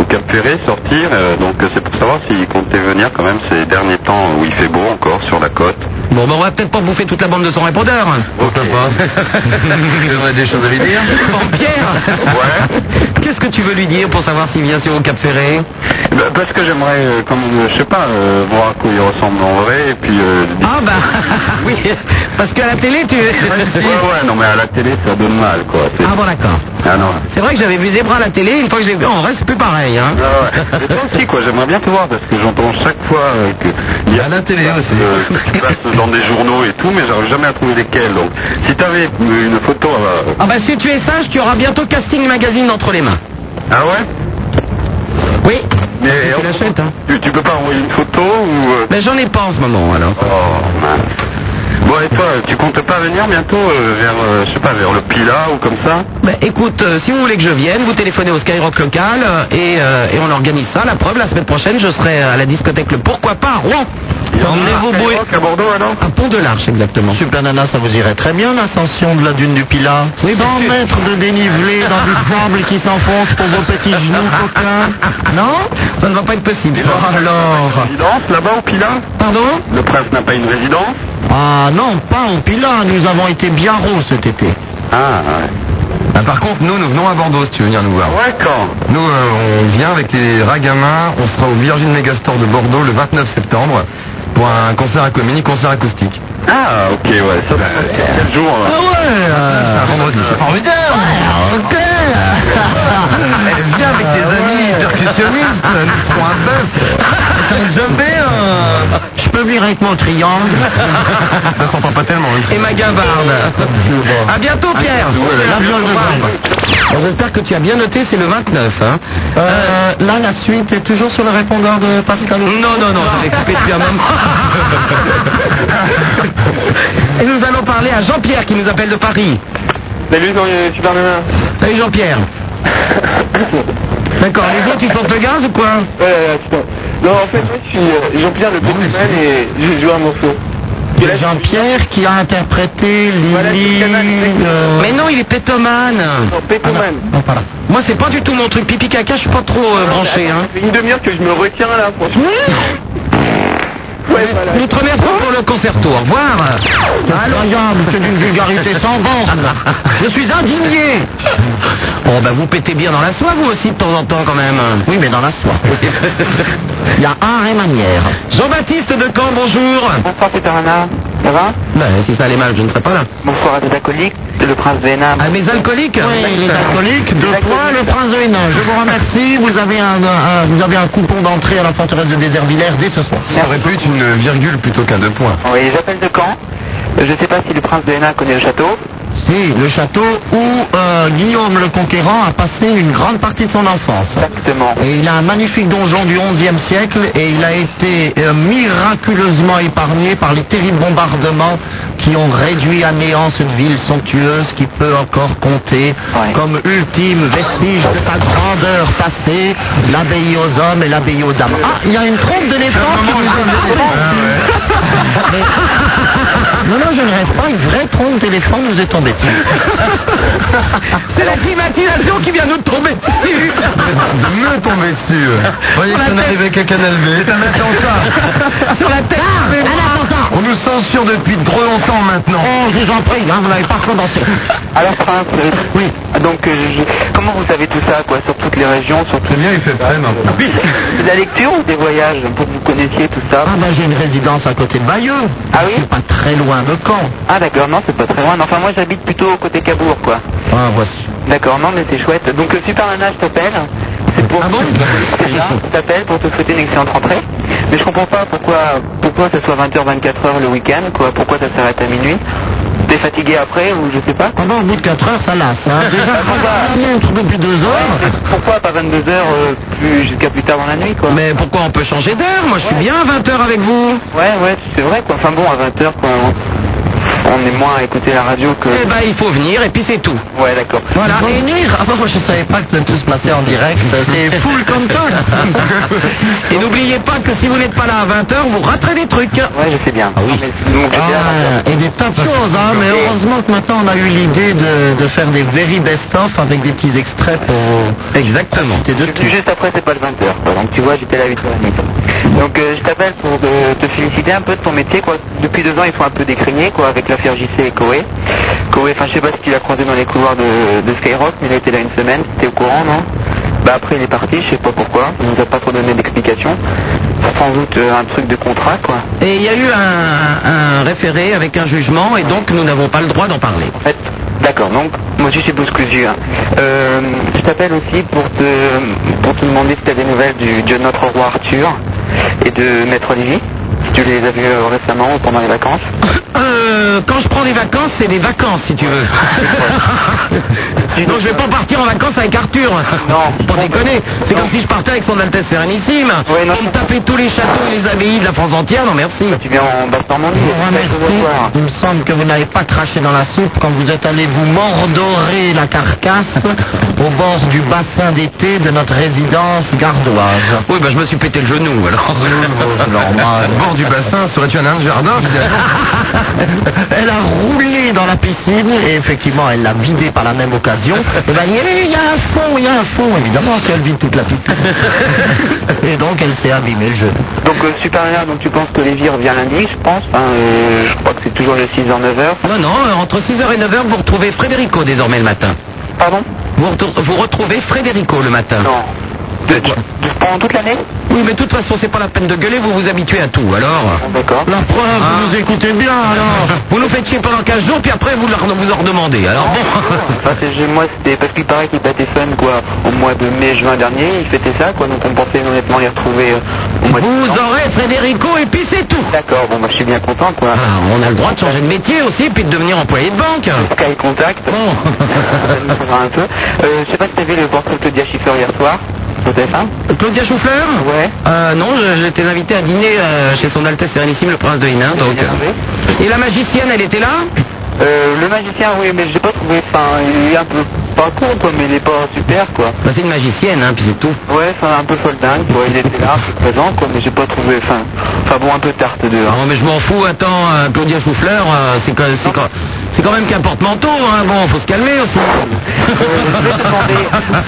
Speaker 6: au Cap Ferré sortir. euh, donc euh, c'est pour savoir s'il comptait venir quand même ces derniers temps où il fait beau encore sur la côte.
Speaker 3: Bon ben on va peut-être pas bouffer toute la bande de son répondeur.
Speaker 6: Pourquoi pas On a des choses à lui dire
Speaker 3: Bon Pierre
Speaker 6: Ouais.
Speaker 3: Qu'est-ce que tu veux lui dire pour savoir s'il vient sur au Cap Ferré
Speaker 6: Bah, Parce que j'aimerais, euh, comme euh, je sais pas, euh, voir à quoi il ressemble en vrai et puis. euh,
Speaker 3: Ah bah oui, parce qu'à la télé tu...
Speaker 6: Ouais, ouais, non mais à la télé ça donne mal quoi. c'est-
Speaker 3: Ah bon d'accord.
Speaker 6: Ah non.
Speaker 3: C'est vrai que j'avais vu Zebra à la télé, une fois que je l'ai vu, en vrai c'est plus pareil. Hein.
Speaker 6: Ah ouais. Mais toi aussi quoi, j'aimerais bien te voir parce que j'entends chaque fois euh, que il y a
Speaker 16: À la télé aussi.
Speaker 6: euh, qui passe dans des journaux et tout, mais j'arrive jamais à trouver lesquels. Donc si t'avais une photo, euh,
Speaker 3: Ah bah si tu es sage, tu auras bientôt Casting Magazine entre les mains.
Speaker 6: ah ouais,
Speaker 3: Oui.
Speaker 6: Mais
Speaker 3: tu l'achètes, hein.
Speaker 6: tu, tu peux pas envoyer une photo ou euh,
Speaker 3: Mais Ben, j'en ai pas en ce moment alors.
Speaker 6: oh mince. Bon et toi, tu comptes pas venir bientôt euh, vers, euh, je sais pas, vers le Pila ou comme ça
Speaker 3: Bah écoute, euh, si vous voulez que je vienne, vous téléphonez au Skyrock local euh, et, euh, et on organise ça. La preuve, la semaine prochaine, je serai à la discothèque Le Pourquoi pas à Rouen. Emmenez vos bouées.
Speaker 6: Skyrock à Bordeaux alors
Speaker 3: À Pont de l'Arche, exactement.
Speaker 4: Super Nana, ça vous irait très bien l'ascension de la dune du Pilat.
Speaker 3: Oui,
Speaker 4: 100
Speaker 3: bien sûr.
Speaker 4: mètres de dénivelé dans du sable qui s'enfonce pour vos petits genoux coquins. Non Oh,
Speaker 3: Ça ne va pas être possible.
Speaker 4: Alors
Speaker 6: Résidence là-bas au Pila
Speaker 3: Pardon
Speaker 6: Le prince n'a pas une résidence
Speaker 4: Ah non, pas au Pilat. Nous avons été bien rauds cet été.
Speaker 6: Ah ouais.
Speaker 16: Ah, par contre, nous, nous venons à Bordeaux si tu veux venir nous voir.
Speaker 6: Ouais quand
Speaker 16: Nous, euh, on vient avec les Ragamins. On sera au Virgin Megastore de Bordeaux le 29 septembre pour un concert à mini concert acoustique.
Speaker 6: Ah, ok, ouais, ça, c'est quel jour hein
Speaker 3: Ah
Speaker 4: ouais
Speaker 16: C'est
Speaker 3: euh,
Speaker 16: un Ah, vendredi.
Speaker 4: Ok
Speaker 16: Eh, viens avec tes amis percussionnistes, nous ferons un bœuf. un jumpé, hein.
Speaker 4: Je peux venir avec mon triangle.
Speaker 16: Ça s'entend pas tellement. hein.
Speaker 3: Et ma gavarde. à bientôt Pierre.
Speaker 16: bisou, euh,
Speaker 4: la viande de Berne.
Speaker 3: Bon, J'espère que tu as bien noté, c'est le 29. Hein.
Speaker 4: Euh, là, la suite est toujours sur le répondeur de Pascal.
Speaker 3: Non, non, non, j'avais coupé depuis un moment. Et nous allons parler à Jean-Pierre qui nous appelle de Paris.
Speaker 5: Salut, dans les super nanas.
Speaker 3: Salut Jean-Pierre. D'accord, les autres ils sentent le gaz ou quoi
Speaker 5: Ouais, ouais, ouais, putain. Non, en fait, moi, je suis euh, Jean-Pierre le Pokémon et je joue un morceau.
Speaker 4: C'est Jean-Pierre qui a interprété
Speaker 5: Voilà,
Speaker 4: Lily.
Speaker 5: c'est le canal, c'est-
Speaker 4: euh,
Speaker 3: Mais non, il est pétomane.
Speaker 5: Non,
Speaker 3: Oh,
Speaker 5: Pétoman.
Speaker 4: non, pas là.
Speaker 3: Moi c'est pas du tout mon truc pipi caca, je suis pas trop euh, branché. Hein.
Speaker 5: Ça fait une demi-heure que je me retiens là, franchement. Ouais, voilà.
Speaker 3: Nous te remercions pour le concerto, au revoir.
Speaker 4: Incroyable, c'est d'une vulgarité sans borne.
Speaker 3: Je suis indigné. Bon ben vous pétez bien dans la soie vous aussi de temps en temps quand même.
Speaker 4: Oui, mais dans la soie. Il y a art et manière.
Speaker 3: Jean-Baptiste de Caen, bonjour.
Speaker 5: Bonsoir, super nana. Ça va
Speaker 3: Ben, si ça allait mal, je ne serais pas là.
Speaker 5: Bonsoir à tes acolytes, le prince Vénam.
Speaker 3: Ah, À mes alcooliques
Speaker 4: Oui, les alcooliques, deux points, le prince de Catherine, je vous remercie. Vous avez un, un- vous avez un coupon d'entrée à la forteresse de Désertvillers dès ce soir.
Speaker 17: Ça aurait pu être une virgule plutôt qu'un deux points.
Speaker 2: Oui, j'appelle de Caen. Je ne sais pas si le prince de Hénin connaît le château.
Speaker 4: Si, le château où euh, Guillaume le Conquérant a passé une grande partie de son enfance.
Speaker 2: Exactement.
Speaker 4: Et il a un magnifique donjon du XIe siècle et il a été euh, miraculeusement épargné par les terribles bombardements qui ont réduit à néant cette ville somptueuse qui peut encore compter comme ultime vestige de sa grandeur passée, l'abbaye aux hommes et l'abbaye aux dames. Ah, il y a une trompe d'éléphant qui vous
Speaker 17: Ah,
Speaker 3: Ah.
Speaker 4: Mais- Non, non, je ne rêve pas, une vraie trompe d'éléphant nous est tombée dessus.
Speaker 3: C'est la climatisation qui vient nous tomber dessus.
Speaker 17: Me tomber dessus. Vous voyez
Speaker 3: Sur la
Speaker 17: qu'on
Speaker 3: tête.
Speaker 17: n'arrivait qu'à Canal V. C'est un attentat.
Speaker 3: Sur la tête.
Speaker 17: Ah, On nous censure depuis trop longtemps maintenant.
Speaker 4: Oh, je vous en prie, hein, vous n'avez pas condensé.
Speaker 2: Alors, prince, oui. Donc, euh, je- comment vous savez tout ça, quoi, sur toutes les régions, sur
Speaker 17: C'est bien, il fait frais
Speaker 3: Ah,
Speaker 17: maintenant.
Speaker 2: de la lecture ou des voyages pour que vous connaissiez tout ça
Speaker 4: Ah ben j'ai une résidence à côté de Bayeux.
Speaker 2: Ah oui
Speaker 4: Je suis pas très loin de Caen.
Speaker 2: Ah, d'accord, non, c'est pas très loin. Mais Enfin, moi, j'habite plutôt côté Cabourg, quoi.
Speaker 4: Ah voici.
Speaker 2: D'accord, non, mais c'est chouette. Donc, euh, Super Nana, je t'appelle. C'est pour.
Speaker 4: Ah bon
Speaker 2: C'est ça, je t'appelle pour te souhaiter une excellente rentrée. Mais je comprends pas pourquoi, pourquoi ça soit 20h, 24h le week-end, quoi. Pourquoi ça s'arrête à minuit T'es fatigué après ou je sais pas
Speaker 4: Ah ben, au bout de 4 heures ça lasse. Hein. Déjà
Speaker 2: Ah, bon, bah.
Speaker 4: je montre depuis 2 heures.
Speaker 2: Pourquoi pas 22h plus jusqu'à plus tard dans la nuit quoi
Speaker 3: Mais pourquoi on peut changer d'heure Moi, je suis bien à 20h avec vous.
Speaker 2: Ouais ouais c'est vrai quoi. Enfin bon à 20h quoi on, on est moins à écouter la radio que.
Speaker 3: Eh ben, il faut venir et puis c'est tout.
Speaker 2: Ouais d'accord.
Speaker 4: Voilà. Venir Ah bon, je savais pas que tout se passait en direct. C'est full contact.
Speaker 3: Et n'oubliez pas que si vous n'êtes pas là à 20h, vous raterez des trucs.
Speaker 2: Ouais je sais bien.
Speaker 4: Ah oui.
Speaker 2: Non, mais donc, j'étais à 20h.
Speaker 4: Ah, et des tas de choses, hein, mais heureusement que maintenant on a eu l'idée de, de faire des very best-of avec des petits extraits pour
Speaker 3: Exactement.
Speaker 4: profiter de
Speaker 2: Ju-
Speaker 4: tout.
Speaker 2: Juste après c'est pas le 20h quoi. Donc tu vois j'étais là à 8h30. Donc euh, je t'appelle pour euh, te féliciter un peu de ton métier quoi. Depuis deux ans ils sont un peu décrignés quoi avec l'affaire JC et Koé. Koé, enfin je sais pas si tu l'as croisé dans les couloirs de, de Skyrock mais il a été là une semaine, t'es au courant non Bah après il est parti, je sais pas pourquoi, il nous a pas trop donné d'explication. Sans doute euh, un truc de contrat quoi.
Speaker 3: Et il y a eu un, un référé avec un jugement et donc nous n'avons pas le droit d'en parler.
Speaker 2: En fait, d'accord, donc moi aussi c'est Bouscusu. Hein. Euh, je t'appelle aussi pour te, pour te demander si tu as des nouvelles du, de notre roi Arthur et de Maître Olivier. Si tu les as vus euh, récemment ou pendant les vacances.
Speaker 3: Euh, quand je prends des vacances, c'est des vacances si tu veux. Donc je vais pas partir en vacances avec Arthur.
Speaker 2: Non.
Speaker 3: Pour déconner. C'est
Speaker 2: Non.
Speaker 3: comme si je partais avec son Altesse Sérénissime.
Speaker 2: Ouais, non.
Speaker 3: Pour me taper tous les châteaux et les abbayes de la France entière. Non merci.
Speaker 2: Tu viens en Basse-Normandie.
Speaker 4: Je vous
Speaker 2: t'as quelque chose à
Speaker 4: remercie.
Speaker 2: voir.
Speaker 4: Il me semble que vous n'avez pas craché dans la soupe quand vous êtes allé vous mordorer la carcasse au bord du bassin d'été de notre résidence gardoise.
Speaker 3: Oui,
Speaker 17: bah,
Speaker 3: ben je me suis pété le genou alors.
Speaker 17: Normal. Bord du bassin, serais-tu un nain de jardin finalement
Speaker 4: Elle a roulé dans la piscine et effectivement elle l'a vidée par la même occasion. Et ben, il y a- il y a un fond, il y a un fond évidemment si elle vide toute la piscine. Et donc elle s'est abîmée le jeu.
Speaker 2: Donc euh, Super Nana, donc tu penses qu'Olivier revient lundi, je pense. Enfin, euh, je crois que c'est toujours le 6h-9h.
Speaker 3: Non, non, euh, entre 6h et 9h, vous retrouvez Frédérico désormais le matin.
Speaker 2: Pardon
Speaker 3: Vous, retour- vous retrouvez Frédérico le matin.
Speaker 2: Non.
Speaker 17: Ah,
Speaker 2: De-
Speaker 3: De quoi
Speaker 2: de- pendant toute l'année
Speaker 3: Oui, mais de toute façon, c'est pas la peine de gueuler, vous vous habituez à tout, alors.
Speaker 2: Bon, D'accord.
Speaker 4: La
Speaker 3: Ah.
Speaker 4: preuve, vous nous écoutez bien alors.
Speaker 3: Vous nous faites chier pendant 15 jours, puis après, vous leur- vous en redemandez. Alors bon.
Speaker 2: Enfin, c'est- je- moi, c'était parce qu'il paraît qu'il battait fun, quoi, au mois de mai, juin dernier. Il fêtait ça, quoi, donc on pensait honnêtement les retrouver euh, au mois de
Speaker 3: Vous
Speaker 2: septembre.
Speaker 3: aurez Frédérico et puis c'est tout.
Speaker 2: D'accord, bon, bah, je suis bien content, quoi.
Speaker 3: Ah, on a le droit de changer de métier aussi, puis de devenir employé de banque.
Speaker 2: Sky Contact.
Speaker 3: Bon.
Speaker 2: Ça nous fera un peu. Euh, je sais pas si t'as vu le portrait de Claudia Schiffer hier soir, sur TF1.
Speaker 3: Claudia Choufleur
Speaker 2: Ouais.
Speaker 3: Euh, non, je- j'étais invité à dîner euh, chez son Altesse Sérénissime, le prince de Hénin. Donc,
Speaker 2: énervé.
Speaker 3: euh, Et la magicienne, elle était là
Speaker 2: Euh, le magicien, oui, mais je l'ai pas trouvé, enfin, il est un peu pas con, quoi, mais il est pas super, quoi.
Speaker 3: Bah, C'est une magicienne, hein, puis c'est tout.
Speaker 2: Ouais, enfin, un peu folding, quoi, il était là, un peu présent, quoi, mais j'ai pas trouvé, enfin, enfin, bon, un peu tarte de...
Speaker 3: Non, Ah, mais je m'en fous, attends, euh, Claudia Choufleur, euh, c'est quand, c'est quand- c'est quand même qu'un porte-manteau, hein, bon, faut se calmer aussi.
Speaker 2: je vais te demander-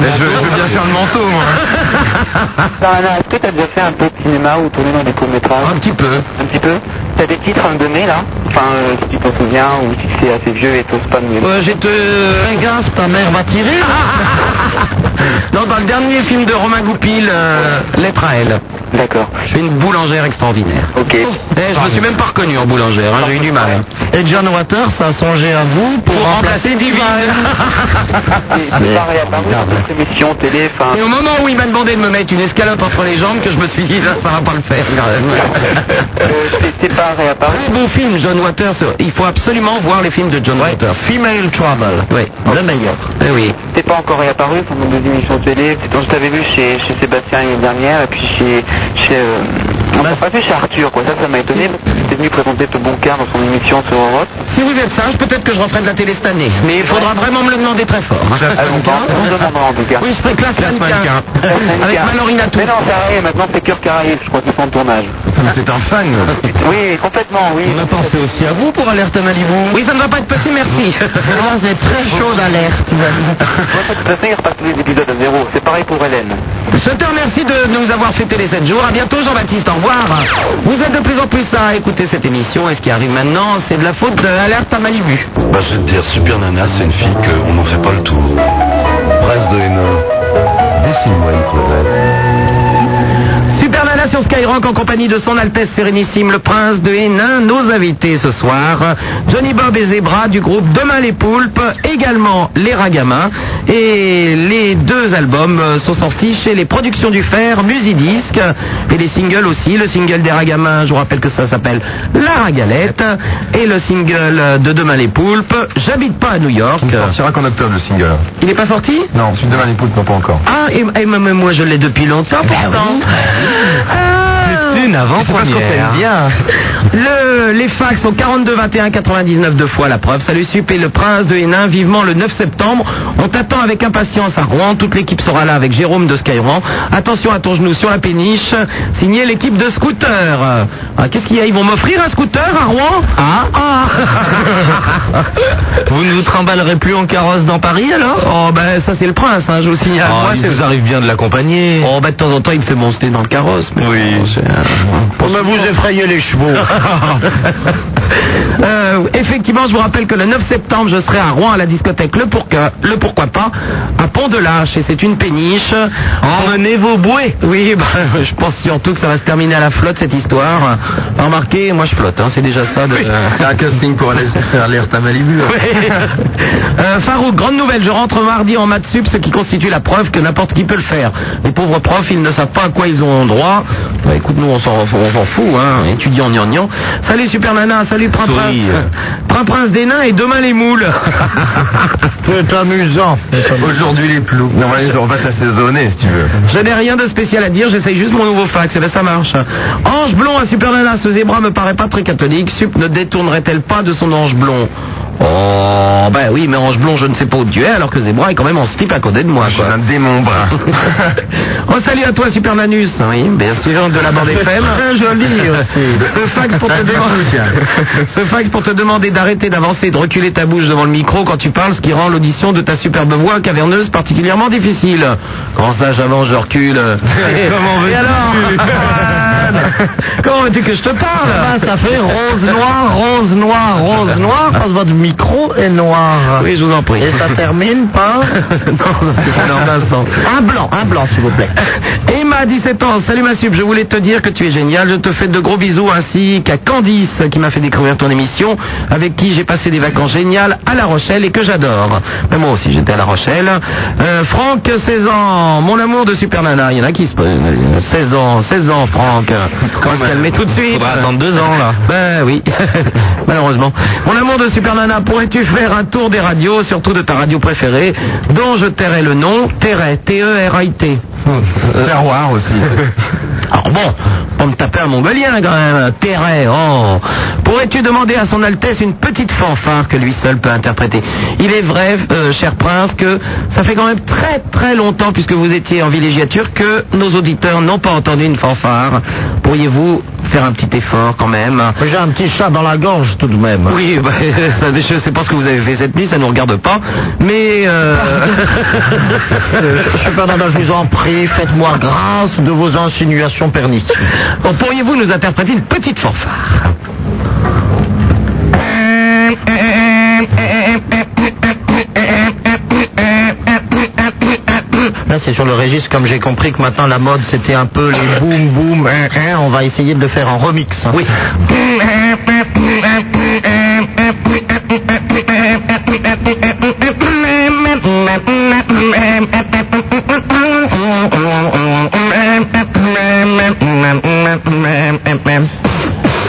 Speaker 17: Mais je, je veux bien faire le manteau, moi.
Speaker 2: hein. Sarana, est-ce que t'as déjà fait un peu de cinéma ou tourné dans des courts-métrages
Speaker 3: Ah.
Speaker 17: Un petit peu.
Speaker 2: Un petit peu T'as des titres à me donner là Enfin, euh, si tu t'en souviens ou si c'est assez vieux et t'oses pas me
Speaker 3: Euh, J'étais... euh,
Speaker 4: Fais gaffe, ta mère va tirer.
Speaker 3: Non, dans le dernier film de Romain Goupil, euh, Lettre à elle.
Speaker 2: D'accord.
Speaker 3: Je suis une boulangère extraordinaire.
Speaker 2: Ok, compliqué.
Speaker 3: Eh, je me suis même pas reconnu en boulangère, hein, j'ai eu du mal.
Speaker 4: Et John Waters a songé à vous pour,
Speaker 3: Pour remplacer Divine.
Speaker 2: C'est pas réapparu dans votre émission télé. Enfin,
Speaker 3: Et au moment où il m'a demandé de me mettre une escalope entre les jambes, que je me suis dit, là, ça va pas le faire quand même.
Speaker 2: euh, c'est- c'est pas réapparu.
Speaker 3: Très bon film, John Waters. Il faut absolument voir les films de John Waters.
Speaker 4: Female Trouble.
Speaker 3: Oui.
Speaker 4: Le meilleur.
Speaker 3: Eh oui.
Speaker 2: C'est pas encore réapparu pour nos deux émissions télé. C'est- Je t'avais vu chez, chez Sébastien l'année dernière et puis chez. chez euh, on
Speaker 4: Bah,
Speaker 2: m'a pas vu chez Arthur, quoi. Ça, ça m'a étonné. T'es venu présenter ton bon quart dans son émission sur Europe.
Speaker 3: Si vous êtes sage, peut-être que je referai de la télé cette année. Mais il faudra vraiment me le demander très fort. hein.
Speaker 2: Ah, on on me demandera en tout cas.
Speaker 3: Oui, je ferai classe
Speaker 4: Classe
Speaker 3: mannequin.
Speaker 2: Mannequin.
Speaker 3: Avec Malorina Tour.
Speaker 2: Mais non, ça arrive, maintenant c'est Cœur Caraïbes, je crois qu'ils sont en tournage.
Speaker 5: C'est un fan.
Speaker 2: Oui, complètement, oui.
Speaker 4: On a pensé aussi à vous pour Alerte Malibu.
Speaker 3: Oui, ça ne va pas être passé, merci.
Speaker 4: Ah, c'est très chaud d'alerte.
Speaker 2: Moi, de toute façon, ils repassent tous les épisodes à zéro. C'est pareil pour Hélène.
Speaker 3: Je te remercie de nous avoir fêté les 7 jours. À bientôt, Jean-Baptiste. Au revoir. Vous êtes de plus en plus à écouter cette émission. Et ce qui arrive maintenant, c'est de la faute d'Alerte à Malibu.
Speaker 1: Bah, je vais te dire, Super Nana, c'est une fille qu'on n'en fait pas le tour. Prince de Hénin, dessine-moi une crevette.
Speaker 3: Super Nana sur Skyrock en compagnie de son Altesse Sérénissime, le Prince de Hénin. Nos invités ce soir, Johnny Bob et Zebra du groupe Demain les Poulpes, également les Ragamins. Et les deux albums euh, sont sortis chez les productions du fer, Musidisc, et les singles aussi. Le single des Ragamins, je vous rappelle que ça s'appelle La Ragalette. Et le single de Demain les Poulpes, J'habite pas à New York.
Speaker 5: Il ne sortira qu'en octobre le single.
Speaker 3: Il n'est pas sorti
Speaker 5: Non, celui de Manipout, non pas encore.
Speaker 3: Ah, et, et même moi je l'ai depuis longtemps
Speaker 4: Eh ben
Speaker 3: pourtant. Ah.
Speaker 5: avant-première.
Speaker 4: Bien.
Speaker 3: Le- les fax sont 42 21 99 deux fois la preuve. Salut Sup et le prince de Hénin, vivement le 9 septembre. On t'attend avec impatience à Rouen. Toute l'équipe sera là avec Jérôme de Skyrouen. Attention à ton genou sur la péniche. Signé l'équipe de scooter. Ah, Qu'est-ce qu'il y a Ils vont m'offrir un scooter à Rouen Ah ah
Speaker 4: Vous ne vous trimballerez plus en carrosse dans Paris alors Ah,
Speaker 3: Oh ben ça c'est le prince, hein, je vous signale. Moi, c'est-
Speaker 4: arrive bien de l'accompagner.
Speaker 3: Oh ben de temps en temps il me fait monter dans le carrosse. Mais
Speaker 5: Oui.
Speaker 4: vous effrayez les chevaux.
Speaker 3: Euh, effectivement, je vous rappelle que le 9 septembre, je serai à Rouen à la discothèque Le Pourquoi, le pourquoi pas, à Pont de Lâche, et c'est une péniche.
Speaker 4: Emmenez vos bouées.
Speaker 3: Oui, bah, je pense surtout que ça va se terminer à la flotte cette histoire. Remarquez, moi je flotte, hein, c'est déjà ça. De...
Speaker 5: C'est un casting pour aller faire l'air à Malibu.
Speaker 3: Euh, Farouk, grande nouvelle, je rentre mardi en maths sup, ce qui constitue la preuve que n'importe qui peut le faire. Les pauvres profs, ils ne savent pas à quoi ils ont droit. Bah, écoute, nous, on s'en on s'en fout, hein, étudiants gnangnang. Salut Super Nana, salut Prince Prince.
Speaker 5: Souris.
Speaker 3: Prince Prince des nains et demain les moules.
Speaker 4: C'est amusant.
Speaker 5: Aujourd'hui les ploucs. Non, mais on va t'assaisonner si tu veux.
Speaker 3: Je n'ai rien de spécial à dire, j'essaye juste mon nouveau fax, et ben ça marche. Ange blond à Super Nana, ce zébra me paraît pas très catholique, Sup ne détournerait-elle pas de son ange blond Oh, ben oui, mais ange blond, je ne sais pas où tu es, alors que zébra est quand même en slip à côté de moi,
Speaker 5: Je suis
Speaker 3: quoi.
Speaker 5: un démon brun.
Speaker 3: oh, salut à toi, Super Nanus. Oui, bien sûr, de la bande FM. Très joli aussi. Ce fax pour
Speaker 5: Ça
Speaker 3: te
Speaker 5: vient tout, tiens.
Speaker 3: demander. Ce fax pour te demander d'arrêter d'avancer et de reculer ta bouche devant le micro quand tu parles, ce qui rend l'audition de ta superbe voix caverneuse particulièrement difficile. Quand ça, j'avance, je recule. Et-
Speaker 5: Comment
Speaker 3: Et
Speaker 5: veux-tu
Speaker 3: alors Comment veux-tu que je te parle
Speaker 4: Ah, ça fait rose noir, rose noir, rose noir, parce que votre micro est noir.
Speaker 3: Oui, je vous en prie.
Speaker 4: Ah, Et ça termine par
Speaker 3: non, ça, c'est pas leur Vincent.
Speaker 4: un blanc, un blanc s'il vous plaît.
Speaker 3: Emma, 17 ans, salut ma sub, je voulais te dire que tu es génial, je te fais de gros bisous ainsi qu'à Candice qui m'a fait découvrir ton émission, avec qui j'ai passé des vacances géniales à La Rochelle et que j'adore. Mais moi aussi j'étais à La Rochelle. Euh, Franck, 16 ans, mon amour de Super Nana, il y en a qui se... euh, 16 ans, 16 ans Franck, on va se calmer tout de suite.
Speaker 4: Faudra attendre deux ans, là.
Speaker 3: Ben oui, malheureusement. Mon amour de Super Nana, pourrais-tu faire un tour des radios, surtout de ta radio préférée, dont je tairai E le nom, Terrait, T-E-R-I-T
Speaker 4: Euh,
Speaker 5: Terroir aussi.
Speaker 3: alors bon, on me tapait un mongolien quand même, Terret, oh. Pourrais-tu demander à son Altesse une petite fanfare que lui seul peut interpréter Il est vrai, euh, cher prince, que ça fait quand même très très longtemps, puisque vous étiez en villégiature, que nos auditeurs n'ont pas entendu une fanfare. Pourriez-vous faire un petit effort quand même
Speaker 4: J'ai un petit chat dans la gorge tout de même.
Speaker 3: oui, bah, ça, je sais pas ce que vous avez fait cette nuit, ça nous regarde pas, mais euh,
Speaker 4: Super Nana, je vous en prie, faites-moi grâce de vos insinuations pernicieuses.
Speaker 3: Bon, Oh, Pourriez-vous nous interpréter une petite fanfare
Speaker 4: presse et sur le registre, comme j'ai compris que maintenant la mode c'était un peu les boum boum, hein, hein, on va essayer de le faire en remix. hein.
Speaker 3: Oui.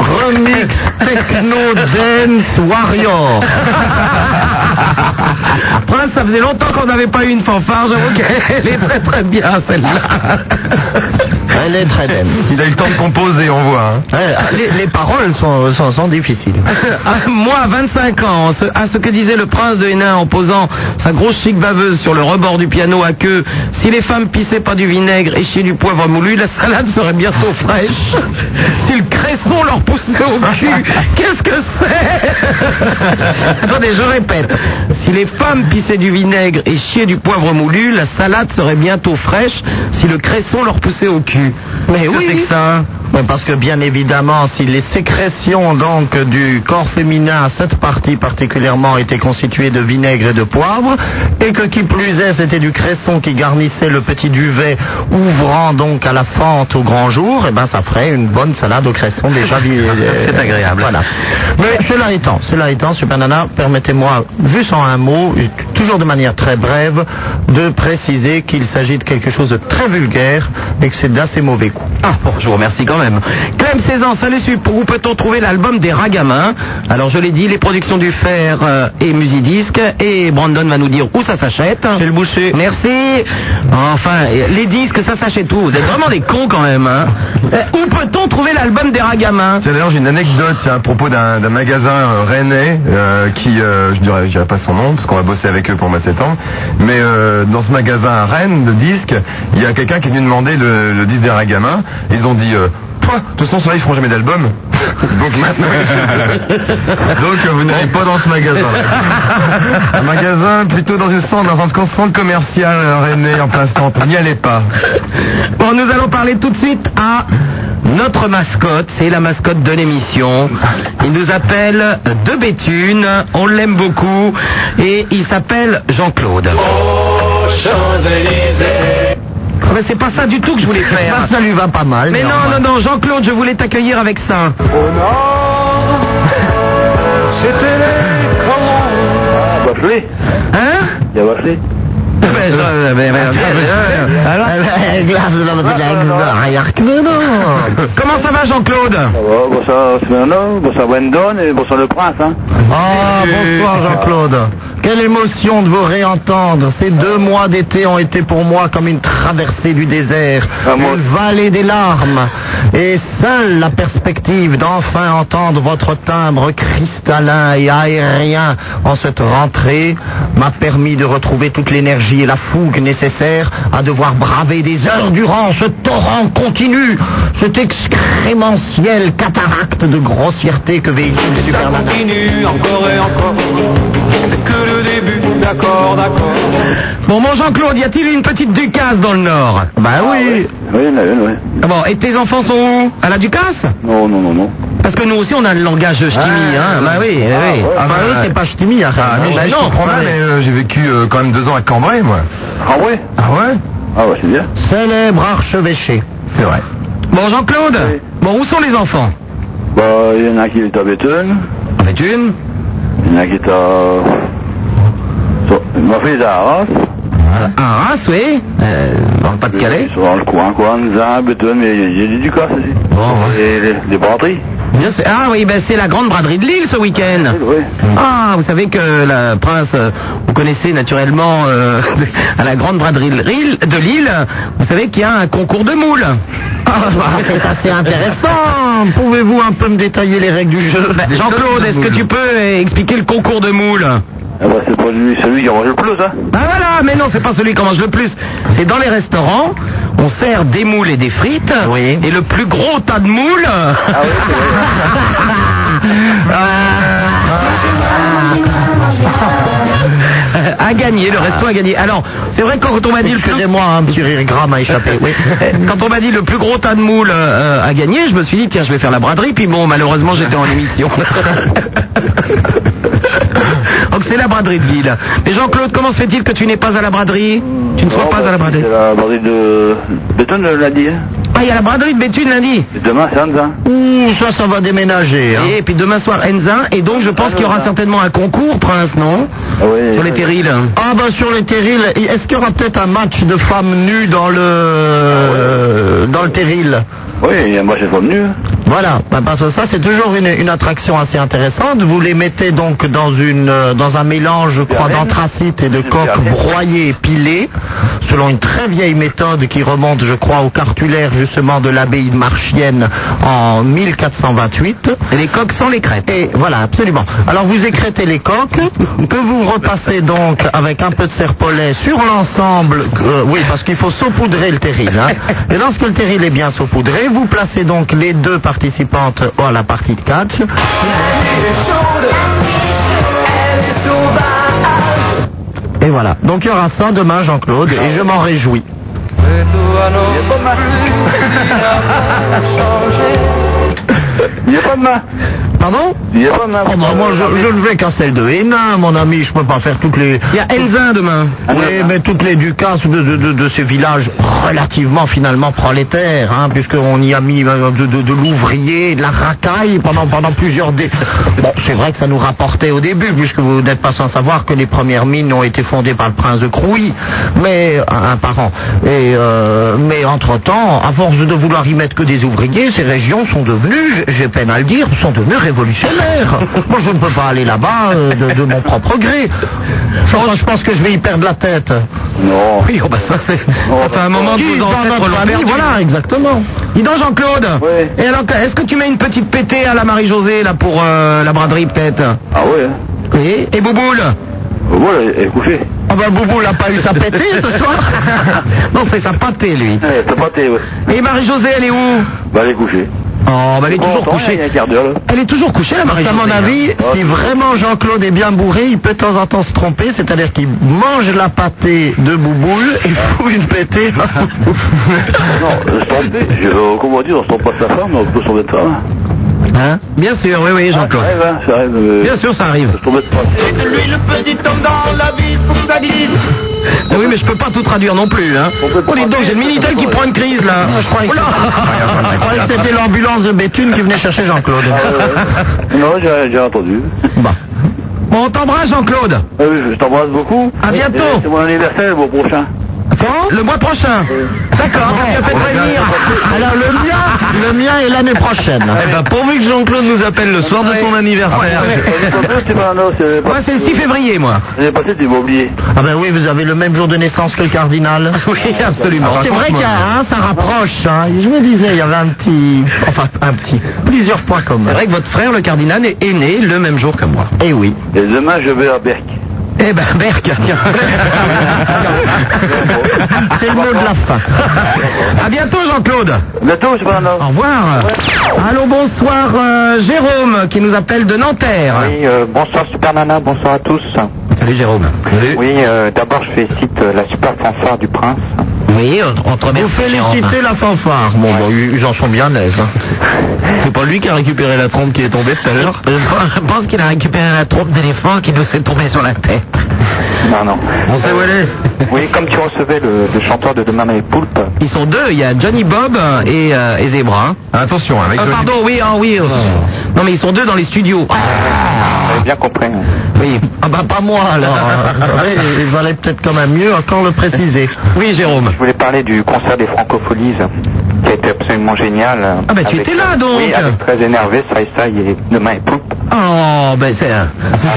Speaker 4: Remix Techno Dance Warrior.
Speaker 3: Prince, ça faisait longtemps qu'on n'avait pas eu une fanfare. J'avoue qu'elle est très très bien celle-là.
Speaker 4: Elle est très dense.
Speaker 5: Il a eu le temps de composer, on voit. hein.
Speaker 4: Ouais, Les, les paroles sont, sont, sont difficiles.
Speaker 3: À Ah, Moi, à 25 ans, ce- à ce que disait le prince de Hénin en posant sa grosse chic baveuse sur le rebord du piano à queue, si les femmes pissaient pas du vinaigre et chiaient du poivre moulu, la salade serait bientôt fraîche. Si le cresson leur poussait au cul, qu'est-ce que c'est Attendez, je répète. Si les femmes pissaient du vinaigre et chiaient du poivre moulu, la salade serait bientôt fraîche si le cresson leur poussait au cul.
Speaker 4: Mais
Speaker 3: Qu'est-ce que
Speaker 4: oui.
Speaker 3: c'est que ça hein
Speaker 4: Ouais, Parce que bien évidemment, si les sécrétions donc du corps féminin à cette partie particulièrement étaient constituées de vinaigre et de poivre, et que qui plus est, c'était du cresson qui garnissait le petit duvet ouvrant donc à la fente au grand jour, et ben ça ferait une bonne salade au cresson déjà. vi- euh,
Speaker 3: C'est agréable.
Speaker 4: Voilà. Mais cela étant, cela étant, Super Nana, permettez-moi juste en un mot, et t- toujours de manière très brève, de préciser qu'il s'agit de quelque chose de très vulgaire et que c'est d'assez mauvais goût.
Speaker 3: Ah bon, je vous remercie quand même. Clem 16 ans, salut Sup, où peut-on trouver l'album des Ragamins Alors je l'ai dit, les productions du Fer euh, et Musidisc, et Brandon va nous dire où ça s'achète.
Speaker 4: Chez le boucher.
Speaker 3: Merci. Enfin, les disques, ça s'achète où Vous êtes vraiment des cons quand même. Hein Euh, où peut-on trouver l'album des Ragamins
Speaker 5: Tiens, D'ailleurs, j'ai une anecdote tiens, à propos d'un d'un magasin euh, rennais euh, qui, euh, je dirais, je dirais pas son nom parce qu'on va bosser avec eux pour le mois de septembre. Mais euh, dans ce magasin à Rennes de disques, il y a quelqu'un qui est venu demander le, le disque des Ragamins. Ils ont dit. Euh, Pouah, de toute façon, ceux-là, ils feront jamais d'album. Donc maintenant, donc euh, vous n'allez pas dans ce magasin. Un magasin plutôt dans une centre, dans un centre commercial euh, rennais en plein centre. N'y allez pas.
Speaker 3: Bon, nous allons parler tout de suite à notre mascotte. C'est la mascotte de l'émission. Il nous appelle De Béthune. On l'aime beaucoup. Et il s'appelle Jean-Claude. Ah ben, c'est pas ça du tout que je voulais faire.
Speaker 4: Bah, ça lui va pas mal.
Speaker 3: Mais non, non, non, Jean-Claude, je voulais t'accueillir avec ça. Hein
Speaker 6: Il y a Wafley.
Speaker 3: Ben, je- ben, ben, ben, alors, Comment ça va, Jean-Claude
Speaker 6: Ça va, bonsoir Smirno, bonsoir Wendon et bonsoir le prince. Hein.
Speaker 4: Ah,
Speaker 3: Oh,
Speaker 4: bonsoir Jean-Claude. Quelle émotion de vous réentendre. Ces deux mois d'été ont été pour moi comme une traversée du désert,
Speaker 6: Ah, moi-
Speaker 4: une vallée des larmes. Et seule la perspective d'enfin entendre votre timbre cristallin et aérien en cette rentrée m'a permis de retrouver toute l'énergie et la fougue nécessaires à devoir braver des heures durant ce torrent continu, cet excrémentiel cataracte de grossièreté que véhicule le Superman.
Speaker 3: Bon, mon Jean-Claude, y a-t-il une petite Ducasse dans le Nord
Speaker 4: Bah oui,
Speaker 6: Oui, il y en a une, oui.
Speaker 3: Ah Bon, et tes enfants sont où À la Ducasse
Speaker 6: Non, non, non, non.
Speaker 3: Parce que nous aussi, on a le langage ch'timi, hein. Bah oui, oui.
Speaker 4: Ah bah eux, c'est pas ch'timi, hein.
Speaker 5: Ah, mais
Speaker 4: Bah
Speaker 5: je- je
Speaker 4: non.
Speaker 5: comprends mal, mais euh, j'ai vécu euh, quand même deux ans à Cambrai, moi.
Speaker 6: Ah ouais
Speaker 5: Ah ouais
Speaker 6: Ah ouais, c'est bien.
Speaker 4: Célèbre archevêché.
Speaker 5: C'est vrai.
Speaker 3: Bon, Jean-Claude, bon, où sont les enfants
Speaker 6: Bah, il y en a un qui est à Béthune,
Speaker 3: En fait une.
Speaker 6: il y en a un qui est à. So- Ma fille est à Arras.
Speaker 3: À Reims, oui. Euh, dans le Pas-de-Calais.
Speaker 6: Ils sont dans le coin, quoi. Nous
Speaker 2: ah,
Speaker 6: à Béthune, mais il y a des Ducasse aussi.
Speaker 3: Bon, ouais.
Speaker 6: Et les, les braderies.
Speaker 3: Bien sûr. Ah oui, ben c'est la grande braderie de Lille ce week-end.
Speaker 6: Oui.
Speaker 3: Ah, vous savez que la prince, euh, vous connaissez naturellement euh, à la grande braderie de Lille- de Lille, vous savez qu'il y a un concours de moules. Ah, bah,
Speaker 4: c'est assez intéressant. Bah, Laurent, pouvez-vous un peu me détailler les règles du jeu
Speaker 3: Bah, Jean-Claude, est-ce que tu peux euh, expliquer le concours de moules
Speaker 2: Ah bah, c'est pas lui, celui qui en mange le plus, hein.
Speaker 3: Ah voilà, mais non, c'est pas celui qui en mange le plus. C'est dans les restaurants, on sert des moules et des frites. Et le plus gros tas de moules.
Speaker 2: Ah
Speaker 3: Ah. a gagné, le resto a gagné. Alors, c'est vrai que quand on m'a dit le plus-
Speaker 4: Excusez-moi, un petit rire gras m'a échappé. Oui.
Speaker 3: Euh, quand on m'a dit le plus gros tas de moules euh, à gagner, je me suis dit tiens je vais faire la braderie. Puis bon malheureusement j'étais en émission. Donc c'est la braderie de ville. Mais Jean-Claude, comment se fait-il que tu n'es pas à la braderie Tu ne sois
Speaker 2: Oh,
Speaker 3: pas
Speaker 2: bah,
Speaker 3: à la braderie.
Speaker 2: C'est la braderie de. Béton l'a dit, hein.
Speaker 3: Ah il y a la braderie de Béthune lundi.
Speaker 2: Et Demain, c'est Anza.
Speaker 4: Ouh, ça, ça va déménager. hein. Ah,
Speaker 3: Et puis demain soir Enzin. Et donc je pense qu'il y aura certainement un concours, Prince, non
Speaker 2: Ah ouais.
Speaker 3: Sur les terrils.
Speaker 4: Ah ben sur les terrils, est-ce qu'il y aura peut-être un match de femmes nues dans le dans le terril
Speaker 2: Oui, moi j'ai venu.
Speaker 4: Voilà, Ben, parce que ça c'est toujours une, une attraction assez intéressante. Vous les mettez donc dans une euh, dans un mélange, je crois,
Speaker 2: Arène.
Speaker 4: d'anthracite et de
Speaker 2: Du
Speaker 4: coque
Speaker 2: Arène.
Speaker 4: broyé et pilé, selon une très vieille méthode qui remonte, je crois, au cartulaire justement de l'abbaye de Marchienne en 1428.
Speaker 3: Et les coques sans les crêpes.
Speaker 4: Et voilà, absolument. Alors vous écrêtez les coques, que vous repassez donc avec un peu de serpolet sur l'ensemble, euh, oui, parce qu'il faut saupoudrer le terril. hein. Et lorsque le terril est bien saupoudré, vous placez donc les deux participantes à la partie de catch. Et voilà. Donc il y aura ça demain, Jean-Claude, et je m'en réjouis.
Speaker 2: Il n'y a pas de main.
Speaker 4: Pardon
Speaker 2: Il n'y a pas de main.
Speaker 4: Oh, bah, Moi, je, je ne vais qu'à celle de Hénin, mon ami. Je peux pas faire toutes les...
Speaker 3: Il y a Enzin demain.
Speaker 4: Oui, mais toutes les ducasses de, de, de, de ces villages relativement finalement prolétaires, hein, puisqu'on y a mis euh, de, de, de l'ouvrier, de la racaille pendant, pendant plusieurs dé... Bon, c'est vrai que ça nous rapportait au début, puisque vous n'êtes pas sans savoir que les premières mines ont été fondées par le prince de Crouy, mais un un par an. Et, euh, mais entre-temps, à force de vouloir y mettre que des ouvriers, ces régions sont devenues, j'ai peine à le dire, sont devenues révolutionnaires. Moi, je ne peux pas aller là-bas euh, de, de mon propre gré. Enfin, je pense que je vais y perdre la tête.
Speaker 2: Non.
Speaker 3: Oui, oh, bah, ça, c'est- ça fait un moment que
Speaker 4: Qui,
Speaker 3: vos
Speaker 4: dans
Speaker 3: ancêtres
Speaker 4: notre
Speaker 3: l'ont
Speaker 4: famille,
Speaker 3: perdu.
Speaker 4: Voilà, exactement.
Speaker 3: Dis donc Jean-Claude.
Speaker 2: Oui.
Speaker 3: Et alors, est-ce que tu mets une petite pétée à la Marie-Josée là pour euh, la braderie peut-être
Speaker 2: Ah ouais. Bah,
Speaker 3: Oui. Et Bouboule bah,
Speaker 2: Voilà, elle est couchée.
Speaker 4: Ah ben, Boubou l'a pas eu sa pétée ce soir.
Speaker 3: Non, c'est sa pâtée lui.
Speaker 2: Ouais, t'as pas tes. ouais.
Speaker 3: Et Marie-Josée, elle est où
Speaker 2: Bah, elle est couchée.
Speaker 3: Oh, bah elle est
Speaker 2: Bon,
Speaker 3: toujours
Speaker 2: attends, Il y
Speaker 3: couchée.
Speaker 2: a un quart d'heure, là.
Speaker 3: Elle est toujours couchée la
Speaker 4: Parce
Speaker 3: Marie-Josée.
Speaker 4: qu'à mon avis,
Speaker 2: hein.
Speaker 4: Ah si vraiment Jean-Claude est bien bourré, il peut de temps en temps se tromper, c'est-à-dire qu'il mange la pâtée de Bouboule et fout une pétée. à Bouboule.
Speaker 2: Non, je tombe. Je, euh, comment dire, on se trompe pas de sa femme, on peut se tromper de femme.
Speaker 3: Hein Bien sûr, oui, oui,
Speaker 2: Ça
Speaker 3: Jean-Claude.
Speaker 2: arrive, hein, ça arrive. euh,
Speaker 3: Bien sûr, ça arrive.
Speaker 2: on se trompe de femme.
Speaker 3: Ah oui, mais je peux pas tout traduire non plus, hein.
Speaker 2: On peut
Speaker 3: Oh, dis
Speaker 2: traduire,
Speaker 3: donc, j'ai le
Speaker 2: on peut
Speaker 3: Minitel qui
Speaker 2: traduire.
Speaker 3: prend une crise, là.
Speaker 4: Je croyais
Speaker 3: Oh
Speaker 4: que
Speaker 3: là
Speaker 4: c'était- je croyais que c'était l'ambulance de Béthune qui venait chercher Jean-Claude.
Speaker 2: Ah, ouais, ouais. Non, j'ai j'ai entendu.
Speaker 4: Bah.
Speaker 3: Bon, on t'embrasse, Jean-Claude.
Speaker 2: Euh, je t'embrasse beaucoup.
Speaker 3: À bientôt.
Speaker 2: Et C'est mon anniversaire, le mois prochain.
Speaker 3: Le mois prochain. D'accord, je te fais prévenir.
Speaker 4: Alors le mien, le mien est l'année prochaine.
Speaker 3: Eh ben, pourvu que Jean-Claude nous appelle le soir de son anniversaire.
Speaker 2: C'est pas non, c'est
Speaker 3: Moi, c'est le 6 février, moi.
Speaker 2: J'ai passé, tu m'as oublié.
Speaker 4: Ah ben oui, vous avez le même jour de naissance que le cardinal.
Speaker 3: Oui, absolument.
Speaker 4: C'est vrai qu'il y a, hein, ça rapproche. hein. Je me disais, il y avait un petit, enfin un petit, plusieurs points
Speaker 3: C'est
Speaker 4: communs.
Speaker 3: vrai que votre frère, le cardinal, est est né le même jour que moi.
Speaker 4: Eh oui.
Speaker 2: Et demain, je vais à Berck.
Speaker 3: Eh ben, Berck, tiens.
Speaker 4: C'est le mot de la fin.
Speaker 3: À bientôt, Jean-Claude.
Speaker 2: À bientôt, c'est pas non.
Speaker 3: Au revoir. Allô, bonsoir, euh, Jérôme, qui nous appelle de Nanterre.
Speaker 18: Oui, euh, bonsoir Super Nana, bonsoir à tous.
Speaker 3: Salut, Jérôme.
Speaker 18: Oui, euh, d'abord je félicite euh, la super fanfare du prince.
Speaker 3: Oui, on, on te remercie.
Speaker 4: Vous félicitez la fanfare. Bon,
Speaker 3: bah,
Speaker 4: bon, ils ils en sont bien aises. hein.
Speaker 3: C'est pas lui qui a récupéré la trompe qui est tombée tout à l'heure Je pense qu'il a récupéré la trompe d'éléphant qui nous est tombée sur la tête.
Speaker 18: Non, non.
Speaker 3: On sait où elle est
Speaker 18: Oui, comme tu recevais le, le chanteur de Demain dans les poulpes,
Speaker 3: Ils sont deux, il y a Johnny Bob et, euh, et Zebra.
Speaker 5: Attention, avec
Speaker 3: Euh,
Speaker 5: Johnny-
Speaker 3: pardon, oui, ah oui. euh, Non, mais ils sont deux dans les studios.
Speaker 18: j'avais bien compris. hein.
Speaker 3: Oui.
Speaker 4: Ah bah pas moi alors. Oui, il valait peut-être quand même mieux encore le préciser.
Speaker 3: Oui, Jérôme.
Speaker 18: Je voulais parler du concert des francopholies.
Speaker 2: qui a été absolument génial.
Speaker 3: Ah, bah, tu
Speaker 2: Avec- euh,
Speaker 3: étais là, donc.
Speaker 2: Oui, avec très énervé, ça et ça, et demain et poupe.
Speaker 3: Oh, ben c'est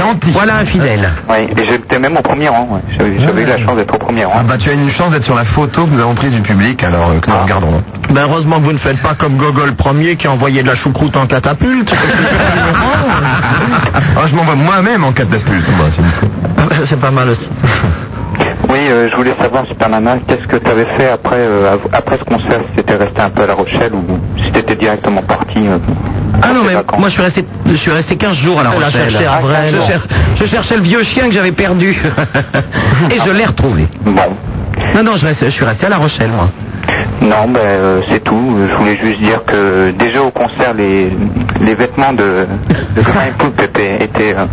Speaker 3: gentil. Voilà un fidèle.
Speaker 2: Oui, et j'étais même au premier rang. ouais. J'avais j'avais eu la chance d'être au premier rang.
Speaker 5: Ah bah tu as une chance d'être sur la photo que nous avons prise du public alors euh, que nous
Speaker 2: Ah.
Speaker 5: regardons.
Speaker 4: Ben heureusement que vous ne faites pas comme Gogol premier qui envoyait de la choucroute en catapulte.
Speaker 5: Ah je m'envoie moi-même en catapulte. moi, c'est une fois.
Speaker 4: C'est pas mal aussi.
Speaker 2: Oui, euh, je voulais savoir, Super Nana, qu'est-ce que tu avais fait après, euh, av- après ce concert Si t'étais resté un peu à La Rochelle ou si t'étais directement parti euh,
Speaker 3: Ah non, mais moi je suis resté, je suis resté 15 jours à La
Speaker 4: Elle a
Speaker 3: Rochelle.
Speaker 4: cherché à
Speaker 3: Ah,
Speaker 4: Brel.
Speaker 3: je, cher- je cherchais le vieux chien que j'avais perdu. Et je l'ai retrouvé.
Speaker 2: Ah. Bon.
Speaker 3: Non, non, je, reste- je suis resté à La Rochelle, moi.
Speaker 2: Non, ben euh, c'est tout. Je voulais juste dire que déjà au concert, les, les vêtements de, de Demain et Poupe étaient, étaient, euh,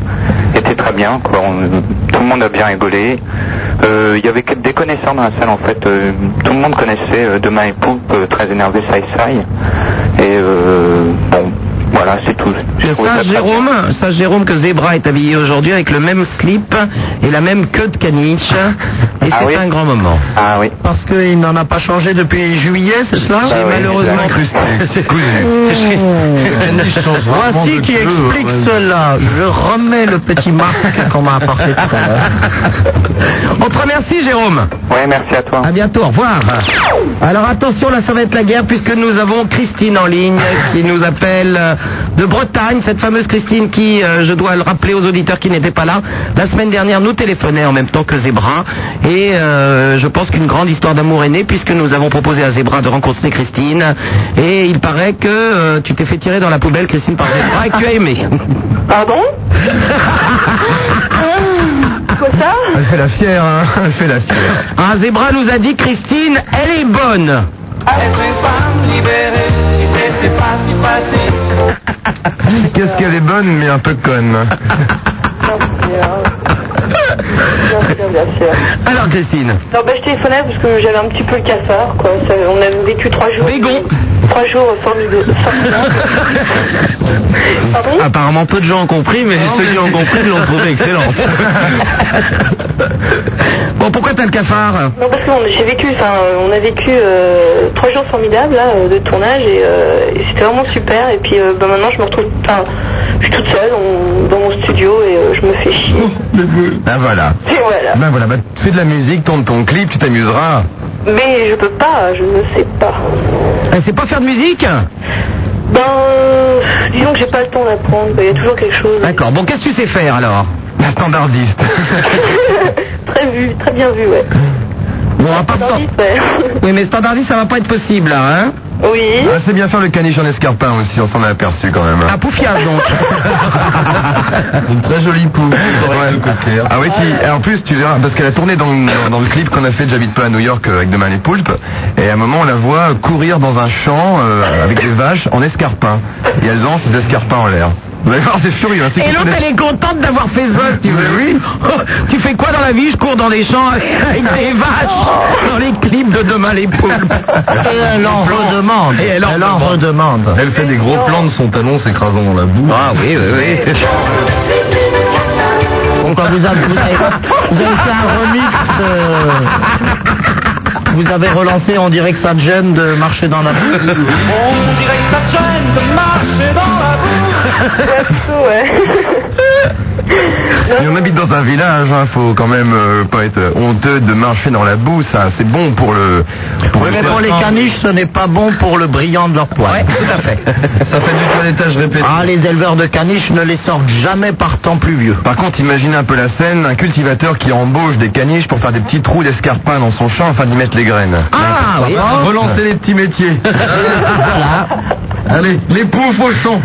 Speaker 2: étaient très bien. quoi. On- tout le monde a bien rigolé. Euh, Il y avait que des connaisseurs dans la salle en fait. Euh, tout le monde connaissait euh, Demain et Poupe, euh, très énervé, ça et ça. Et euh, bon, voilà, c'est tout. J'ai
Speaker 3: Le
Speaker 2: trouvé ça
Speaker 3: Saint
Speaker 2: très
Speaker 3: Jérôme,
Speaker 2: bien.
Speaker 3: Saint Jérôme que Zebra est habillé aujourd'hui avec le même slip et la même queue de caniche. Et
Speaker 2: Ah
Speaker 3: c'est
Speaker 2: oui.
Speaker 3: un grand moment.
Speaker 2: Ah oui.
Speaker 4: Parce qu'il n'en a pas changé depuis juillet, c'est cela
Speaker 2: Bah oui,
Speaker 4: malheureusement.
Speaker 5: Incrusté,
Speaker 4: Mmh. Voici qui explique cela. Je remets le petit masque qu'on m'a apporté tout à l'heure.
Speaker 3: On te remercie, Jérôme.
Speaker 2: Ouais, merci à toi.
Speaker 3: À bientôt, au revoir. Alors attention, là ça va être la guerre puisque nous avons Christine en ligne qui nous appelle euh, de Bretagne, cette fameuse Christine qui, euh, je dois le rappeler aux auditeurs qui n'étaient pas là, la semaine dernière nous téléphonait en même temps que Zébra et euh, je pense qu'une grande histoire d'amour est née puisque nous avons proposé à Zébra de rencontrer Christine et il paraît que euh, tu t'es fait tirer dans la poubelle Christine par Zébra et que tu as aimé.
Speaker 7: Pardon Quoi ça
Speaker 5: Elle fait la fière, hein Elle fait la fière.
Speaker 3: Ah, Zébra nous a dit Christine, elle est bonne.
Speaker 5: Qu'est-ce qu'elle est bonne mais un peu conne.
Speaker 7: Bien sûr, bien sûr.
Speaker 3: Alors Christine,
Speaker 7: Non, bah, je téléphonais parce que j'avais un petit peu le cafard, quoi. Ça- on a vécu trois jours.
Speaker 3: Bégon.
Speaker 7: Trois jours formidables. Pardon
Speaker 3: Apparemment, peu de gens ont compris, mais ceux qui ont compris l'ont trouvé excellente. bon, pourquoi t'as le cafard
Speaker 7: Non, parce que on- j'ai vécu, enfin, on a vécu euh, trois jours formidables là, euh, de tournage et, euh, et c'était vraiment super. Et puis euh, bah, maintenant, je me retrouve, enfin, je suis toute seule on- dans mon studio et euh, je me fais chier.
Speaker 5: Ben voilà.
Speaker 7: Et voilà.
Speaker 5: Ben voilà, ben, fais de la musique, tourne ton clip, tu t'amuseras.
Speaker 7: Mais je peux pas, je ne sais pas.
Speaker 3: Elle sait pas faire de musique
Speaker 7: Ben, euh, disons que j'ai pas le temps d'apprendre, quoi. il y a toujours quelque chose.
Speaker 3: D'accord, bon, qu'est-ce que tu sais faire alors
Speaker 5: La standardiste.
Speaker 7: très vu, très bien vu, ouais.
Speaker 3: Bon, à part
Speaker 7: Dans
Speaker 3: stand-
Speaker 7: le vide, ouais.
Speaker 3: Oui, mais standardiste, ça va pas être possible là, hein
Speaker 7: Oui.
Speaker 5: Ah, c'est bien faire le caniche en escarpin aussi, on s'en est aperçu quand même.
Speaker 3: Un poufiage donc
Speaker 5: Une très jolie poule.
Speaker 19: oreilles de cocker.
Speaker 5: Ah oui, qui- et en plus tu verras, parce qu'elle a tourné dans, dans- dans le clip qu'on a fait de J'habite pas à New York euh, avec Demain les Poulpes, et à un moment on la voit courir dans un champ euh, avec des vaches en escarpin, et elle lance des escarpins en l'air. Vous allez voir, c'est furieux. hein, c'est
Speaker 3: Et
Speaker 5: qu'on
Speaker 3: l'autre,
Speaker 5: connaît-
Speaker 3: elle est contente d'avoir fait ça, si tu veux.
Speaker 5: Mais oui.
Speaker 3: Oh, tu fais quoi dans la vie Je cours dans les champs avec des vaches, dans les clips de Demain les poulpes.
Speaker 4: Et elle en redemande.
Speaker 3: Et elle en
Speaker 4: redemande.
Speaker 5: Elle fait des gros plans de son talon s'écrasant dans la boue.
Speaker 3: Ah oui, oui, oui.
Speaker 4: Bon, quand vous avez, vous avez- vous avez fait un remix de... Vous avez relancé, on dirait que ça te gêne de marcher dans la boue.
Speaker 5: Ah. Et on habite dans un village, hein, faut quand même euh, pas être honteux de marcher dans la boue, ça c'est bon pour le. Pour le
Speaker 4: Mais pour les caniches, ce n'est pas bon pour le brillant de leur poil. tout à fait.
Speaker 5: Ça fait du toilettage répété.
Speaker 4: Ah, les éleveurs de caniches ne les sortent jamais par temps pluvieux.
Speaker 5: Par contre, imaginez un peu la scène, un cultivateur qui embauche des caniches pour faire des petits trous d'escarpins dans son champ afin d'y mettre les graines.
Speaker 3: Ah oui.
Speaker 5: Relancer les petits métiers. voilà. Allez, les poufs au champ.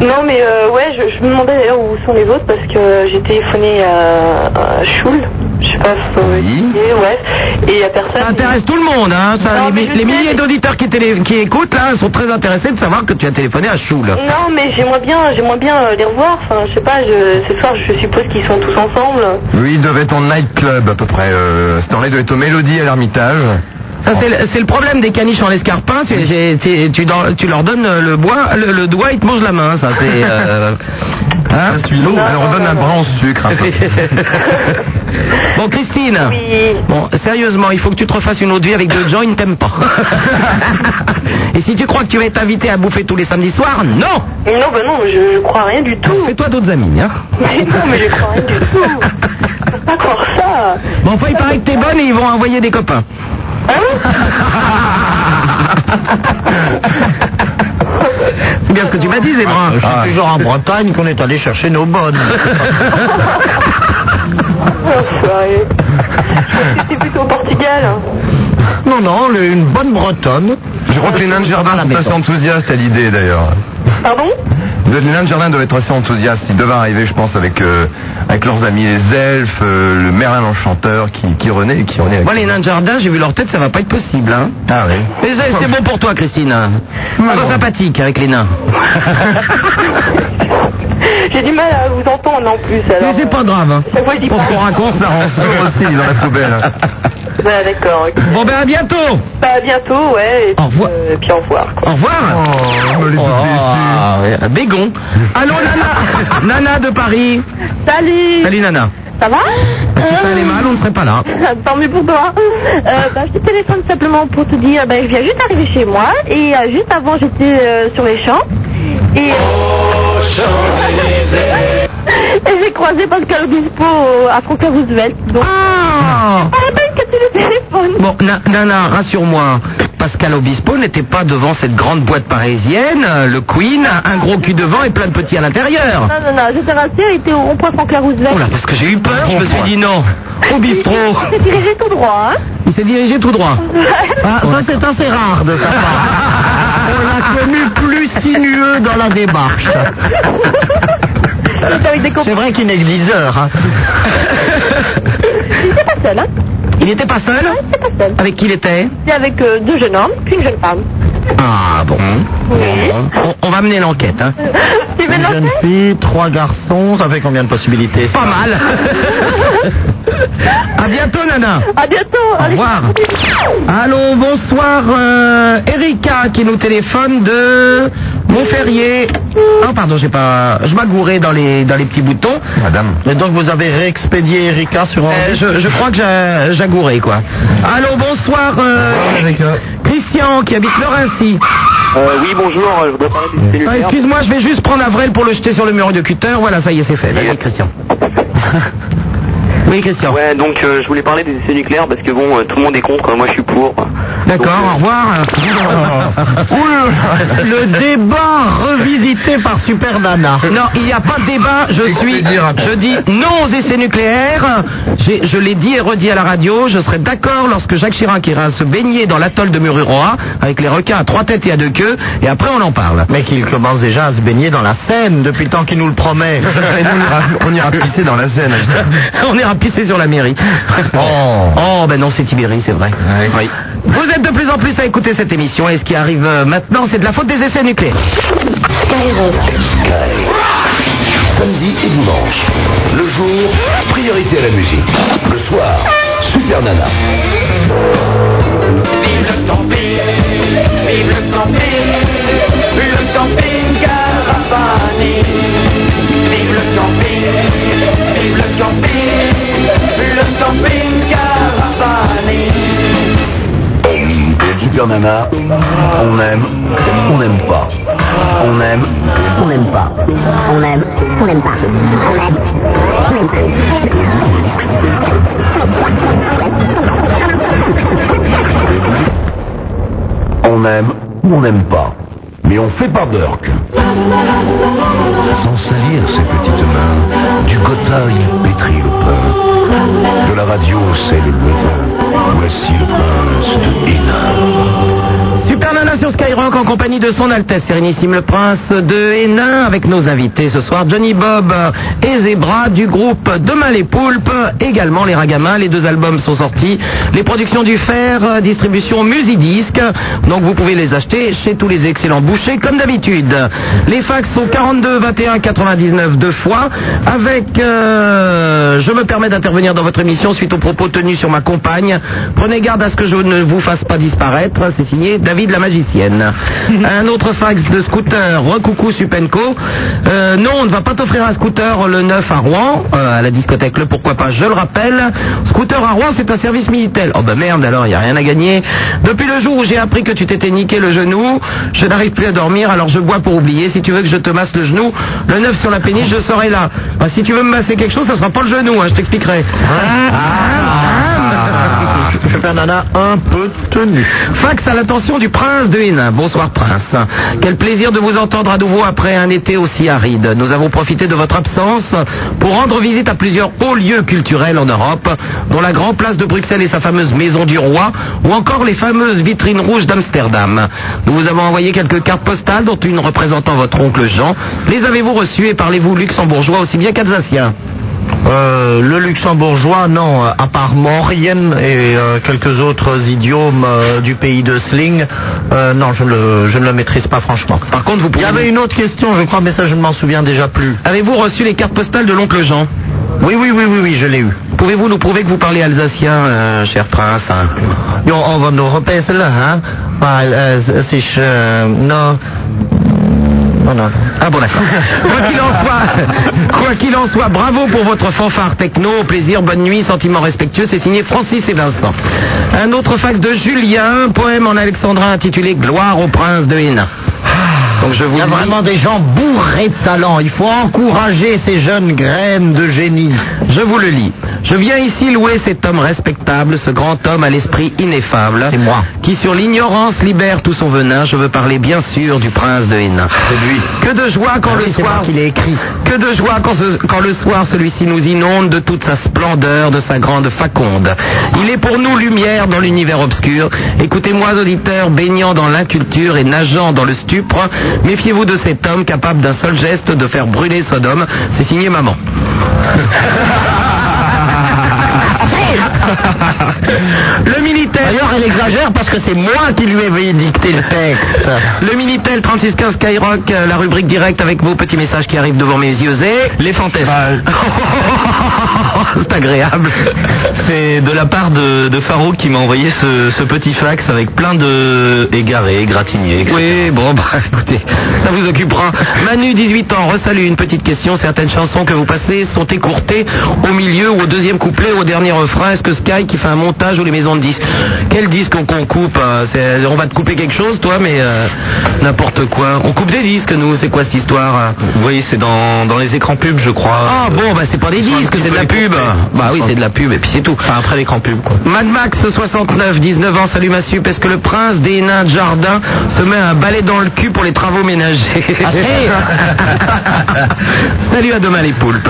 Speaker 7: Non, mais euh, ouais, je, je me demandais d'ailleurs où sont les vôtres parce que j'ai téléphoné à, à Choul. Je sais pas, faut
Speaker 5: Oui.
Speaker 7: essayer, ouais. Et il y a personne.
Speaker 3: Ça intéresse tout le monde, hein. ça-
Speaker 7: Non,
Speaker 3: les,
Speaker 7: mais je
Speaker 3: les
Speaker 7: sais,
Speaker 3: milliers
Speaker 7: mais-
Speaker 3: d'auditeurs qui, télé- qui écoutent là sont très intéressés de savoir que tu as téléphoné à
Speaker 4: Ah,
Speaker 3: Choul.
Speaker 7: Non, mais j'aimerais bien, j'aimerais bien euh, les revoir. Enfin, je sais pas, je, ce soir, je suppose qu'ils sont tous ensemble.
Speaker 5: Lui, il devait être en nightclub à peu près. Euh, Stanley devait être aux Mélodies à l'Ermitage.
Speaker 3: Ça c'est le, c'est le problème des caniches en escarpin, c'est- j'ai- c'est- tu, dans- tu leur donnes le, bois, le, le doigt, ils te mangent la main, ça c'est. euh,
Speaker 5: Hein Ça suit l'eau. Elle redonne un bras en sucre. un peu.
Speaker 4: Bon, Christine. Bon, sérieusement, il faut que tu te refasses une autre vie avec deux gens, ils ne t'aiment pas. Et si tu crois que tu vas être invité à bouffer tous les samedis soirs, non
Speaker 20: Non,
Speaker 7: bah
Speaker 20: ben non, je, je crois rien du tout.
Speaker 4: Fais-toi d'autres amis, hein
Speaker 20: Mais non, mais je crois rien du tout. Faut pas croire ça.
Speaker 4: Bon, enfin, il paraît que t'es bonne et ils vont envoyer des copains.
Speaker 7: Hein
Speaker 4: C'est bien ce que tu m'as dit, Zébrin.
Speaker 3: C'est toujours en Bretagne qu'on est allé chercher nos bonnes.
Speaker 20: Enfoiré. Je pensais que C'était plutôt au Portugal.
Speaker 7: hein.
Speaker 3: non, non, le- une bonne Bretonne.
Speaker 5: Je crois que les nains de jardin sont assez enthousiastes à l'idée d'ailleurs.
Speaker 20: Pardon
Speaker 5: Les nains de jardin doivent être assez enthousiastes. Ils devaient arriver, je pense, avec, euh, avec leurs amis les elfes, euh, le merlin enchanteur qui, qui renaît et qui renaît avec
Speaker 4: Moi, les nains de jardin, j'ai vu leur tête, ça va pas être possible, hein.
Speaker 5: Ah oui.
Speaker 4: Mais c'est c'est bon pour toi, Christine. Sois sympathique avec les nains.
Speaker 20: J'ai du mal à vous entendre en plus. Alors.
Speaker 4: Mais c'est pas grave, hein.
Speaker 20: Ça voit, je dis
Speaker 4: Pour
Speaker 20: pas.
Speaker 4: qu'on raconte, ça rend
Speaker 5: sourd aussi dans la poubelle.
Speaker 20: Ouais, d'accord. ok.
Speaker 4: Bon, ben, à bientôt
Speaker 20: Bah, à bientôt, ouais. Et,
Speaker 4: Au revoir.
Speaker 20: euh, puis au revoir. quoi.
Speaker 4: Au revoir
Speaker 5: Oh, les
Speaker 4: Ah, ouais, Bégon. Allô, Nana Nana de Paris.
Speaker 20: Salut
Speaker 4: Salut, Bah, Nana.
Speaker 20: Ça va
Speaker 4: Si ça allait mal, on ne serait pas là.
Speaker 20: Tant mieux pour toi.
Speaker 7: Euh, bah, je te téléphone simplement pour te dire, bah, je viens juste d'arriver chez moi et euh, juste avant j'étais euh, sur les champs et, euh, et j'ai croisé Pascal Obispo euh, à Franca Roosevelt. Donc,
Speaker 4: Ah
Speaker 7: ah, bah, que tu le téléphones.
Speaker 4: Bon, Na- Nana, rassure-moi, Pascal Obispo n'était pas devant cette grande boîte parisienne, euh, le Queen, un gros cul devant et plein de petits à l'intérieur.
Speaker 7: Non, non, non, je te rassure, il était au rond-point Franca Roosevelt.
Speaker 4: Oh
Speaker 3: Ah,
Speaker 4: là, parce que j'ai eu peur, je me suis dit non. Au bistrot,
Speaker 7: Il s'est dirigé tout droit, hein.
Speaker 4: il s'est dirigé tout droit.
Speaker 3: Ah, ça, c'est assez rare de sa part. On l'a connu plus sinueux dans la démarche.
Speaker 7: Il était avec des
Speaker 3: C'est
Speaker 7: copains.
Speaker 3: vrai qu'il est gliseur. hein.
Speaker 7: Il était pas seul, hein.
Speaker 4: Il n'était pas seul
Speaker 7: Il était pas seul.
Speaker 4: Avec qui il était
Speaker 7: Il était avec euh, deux jeunes hommes, puis une jeune femme.
Speaker 4: Ah bon.
Speaker 7: Oui.
Speaker 4: On, on va mener l'enquête, hein.
Speaker 7: Tu veux
Speaker 3: Une jeune
Speaker 7: lancer
Speaker 3: fille, trois garçons, ça fait combien de possibilités ça
Speaker 4: Pas mal. à bientôt, Nana.
Speaker 7: À bientôt.
Speaker 4: Au
Speaker 7: allez.
Speaker 4: revoir. Allô, bonsoir. euh, Erika qui nous téléphone de Montferrier. Ah, pardon, j'ai pas. Je m'agourais dans les, dans les petits boutons.
Speaker 5: Madame.
Speaker 3: Et donc vous avez réexpédié Erika sur un...
Speaker 4: Euh, je, je crois que j'a- j'agourais, quoi. Allô, bonsoir. euh, Christian qui habite Laurency.
Speaker 21: Euh, oui, bonjour, je voudrais parler du
Speaker 4: Ah,
Speaker 21: cellulaire.
Speaker 4: Excuse-moi, je vais juste prendre Avril pour le jeter sur le mur de cutter. Voilà, ça y est, c'est fait. Vas-y, Christian. oui, Christian.
Speaker 21: Ouais, donc euh, je voulais parler des essais nucléaires parce que bon, euh, tout le monde est contre, moi je suis pour.
Speaker 4: D'accord, au
Speaker 21: Donc,
Speaker 4: revoir. Oh.
Speaker 3: Le débat revisité par Super Nana.
Speaker 4: Non, il n'y a pas de débat. Je suis, je dis non aux essais nucléaires. J'ai- Je l'ai dit et redit à la radio. Je serai d'accord lorsque Jacques Chirac ira se baigner dans l'atoll de Mururoa avec les requins à trois têtes et à deux queues. Et après, on en parle.
Speaker 3: Mais qu'il commence déjà à se baigner dans la Seine depuis le temps qu'il nous le promet.
Speaker 5: Et nous, on ira- on ira pisser dans la Seine.
Speaker 4: on ira pisser sur la mairie.
Speaker 5: Oh.
Speaker 4: Oh, ben non, c'est Tibérie, c'est vrai. Oui. Vous êtes de plus en plus à écouter cette émission. Et ce qui arrive euh, maintenant, c'est de la faute des essais nucléaires.
Speaker 2: Samedi et dimanche. Le jour, priorité à la musique. Le soir, Super Nana. Super Nana, on aime, on n'aime pas. On aime, on n'aime pas. On aime, on n'aime pas. On aime, on n'aime pas. On aime ou on n'aime pas. Mais on fait pas d'orque. Sans salir ses petites mains, du gotail pétrit le pain. De la radio, c'est le levain. Voici le prince de Hénin.
Speaker 4: Super Nana sur Skyrock en compagnie de son Altesse Sérénissime le Prince de Hénin avec nos invités ce soir Johnny Bob et Zebra du groupe Demain les Poulpes, également les Ragamins. Les deux albums sont sortis. Les productions du Fer, euh, distribution Musidisc. Donc vous pouvez les acheter chez tous les excellents bouchers comme d'habitude. Les fax sont 42 21 99 deux fois avec euh, je me permets d'intervenir dans votre émission suite aux propos tenus sur ma compagne. Prenez garde à ce que je ne vous fasse pas disparaître. C'est signé David la magicienne.
Speaker 3: Un autre fax de scooter, recoucou Supenco. Euh, non, on ne va pas t'offrir un scooter le 9 à Rouen, euh, à la discothèque Le Pourquoi Pas, je le rappelle. Scooter à Rouen, c'est un service Minitel. Oh bah merde alors, il n'y a rien à gagner. Depuis le jour où j'ai appris que tu t'étais niqué le genou, je n'arrive plus à dormir, alors je bois pour oublier. Si tu veux que je te masse le genou, le 9 sur la péniche, je serai là. Bah, si tu veux me masser quelque chose, ça sera pas le genou, hein, je t'expliquerai. Ah,
Speaker 4: Supernana un peu tenu.
Speaker 3: Fax à l'attention du prince de Hénin. Bonsoir prince. Quel plaisir de vous entendre à nouveau après un été aussi aride. Nous avons profité de votre absence pour rendre visite à plusieurs hauts lieux culturels en Europe, dont la Grand Place de Bruxelles et sa fameuse Maison du Roi, ou encore les fameuses vitrines rouges d'Amsterdam. Nous vous avons envoyé quelques cartes postales, dont une représentant votre oncle Jean. Les avez-vous reçues et parlez-vous luxembourgeois aussi bien qu'alsacien
Speaker 4: Euh, le luxembourgeois, non, euh, à part Maurienne et euh, quelques autres idiomes euh, du pays de Sling, euh, non, je, le- je ne le maîtrise pas franchement.
Speaker 3: Par contre, vous
Speaker 4: Il y
Speaker 3: pouvez...
Speaker 4: avait une autre question, je crois, mais ça je ne m'en souviens déjà plus.
Speaker 3: Avez-vous reçu les cartes postales de l'oncle Jean
Speaker 4: Oui, oui, oui, oui, oui, je l'ai eu.
Speaker 3: Pouvez-vous nous prouver que vous parlez alsacien, euh, cher prince
Speaker 4: Jo, on va nous repasser là, hein Weil, euh, c'est, euh, non, non, non.
Speaker 3: Ah bon d'accord. quoi qu'il en soit, quoi qu'il en soit, bravo pour votre fanfare techno, au plaisir, bonne nuit, sentiment respectueux, c'est signé Francis et Vincent. Un autre fax de Julien, poème en alexandrin intitulé Gloire au prince de Hénin. Donc je vous
Speaker 4: Il y a
Speaker 3: le lis.
Speaker 4: vraiment des gens bourrés de talent. Il faut encourager ces jeunes graines de génie.
Speaker 3: Je vous le lis. Je viens ici louer cet homme respectable, ce grand homme à l'esprit ineffable.
Speaker 4: C'est moi.
Speaker 3: Qui sur l'ignorance libère tout son venin. Je veux parler bien sûr du prince de Hénin. Que de joie quand
Speaker 4: Ah
Speaker 3: le
Speaker 4: oui, c'est
Speaker 3: soir.
Speaker 4: moi qui l'ai écrit.
Speaker 3: Que de joie quand, ce- quand le soir celui-ci nous inonde de toute sa splendeur, de sa grande faconde. Il est pour nous lumière dans l'univers obscur. Écoutez-moi, auditeurs, baignant dans l'inculture et nageant dans le stupre, méfiez-vous de cet homme capable d'un seul geste de faire brûler Sodome. C'est signé maman. Le militaire.
Speaker 4: D'ailleurs, elle exagère parce que c'est moi qui lui ai dicté le texte.
Speaker 3: Le Minitel 3615 Skyrock, euh, la rubrique directe avec vos petits messages qui arrivent devant mes yeux et les fantasmes.
Speaker 5: Bah,
Speaker 3: C'est agréable.
Speaker 5: C'est de la part de, de Faro qui m'a envoyé ce, ce petit fax avec plein de égarés, gratignés, etc.
Speaker 3: Oui, bon, bah, écoutez, ça vous occupera. Manu, 18 ans, resalue une petite question. Certaines chansons que vous passez sont écourtées au milieu ou au deuxième couplet ou au dernier refrain. Est-ce que Sky qui fait un montage ou les maisons de disques Quel disque on- qu'on coupe euh, c'est- On va te couper quelque chose, toi, mais euh, n'importe quoi. On coupe des disques, nous. C'est quoi cette histoire euh
Speaker 5: Oui, c'est dans, dans les écrans pubs, je crois.
Speaker 3: Ah bon, bah c'est pas des
Speaker 5: sont un
Speaker 3: disques,
Speaker 5: petit
Speaker 3: c'est de
Speaker 5: peu
Speaker 3: la pub.
Speaker 5: écourtés.
Speaker 3: Bah oui, c'est de la pub et puis c'est tout.
Speaker 5: Enfin, après l'écran pub, quoi.
Speaker 3: Mad Max 69, 19 ans, salut ma sup. Est-ce que le prince des nains de jardin se met un balai dans le cul pour les travaux ménagers
Speaker 5: Ah,
Speaker 3: Salut à demain les poulpes.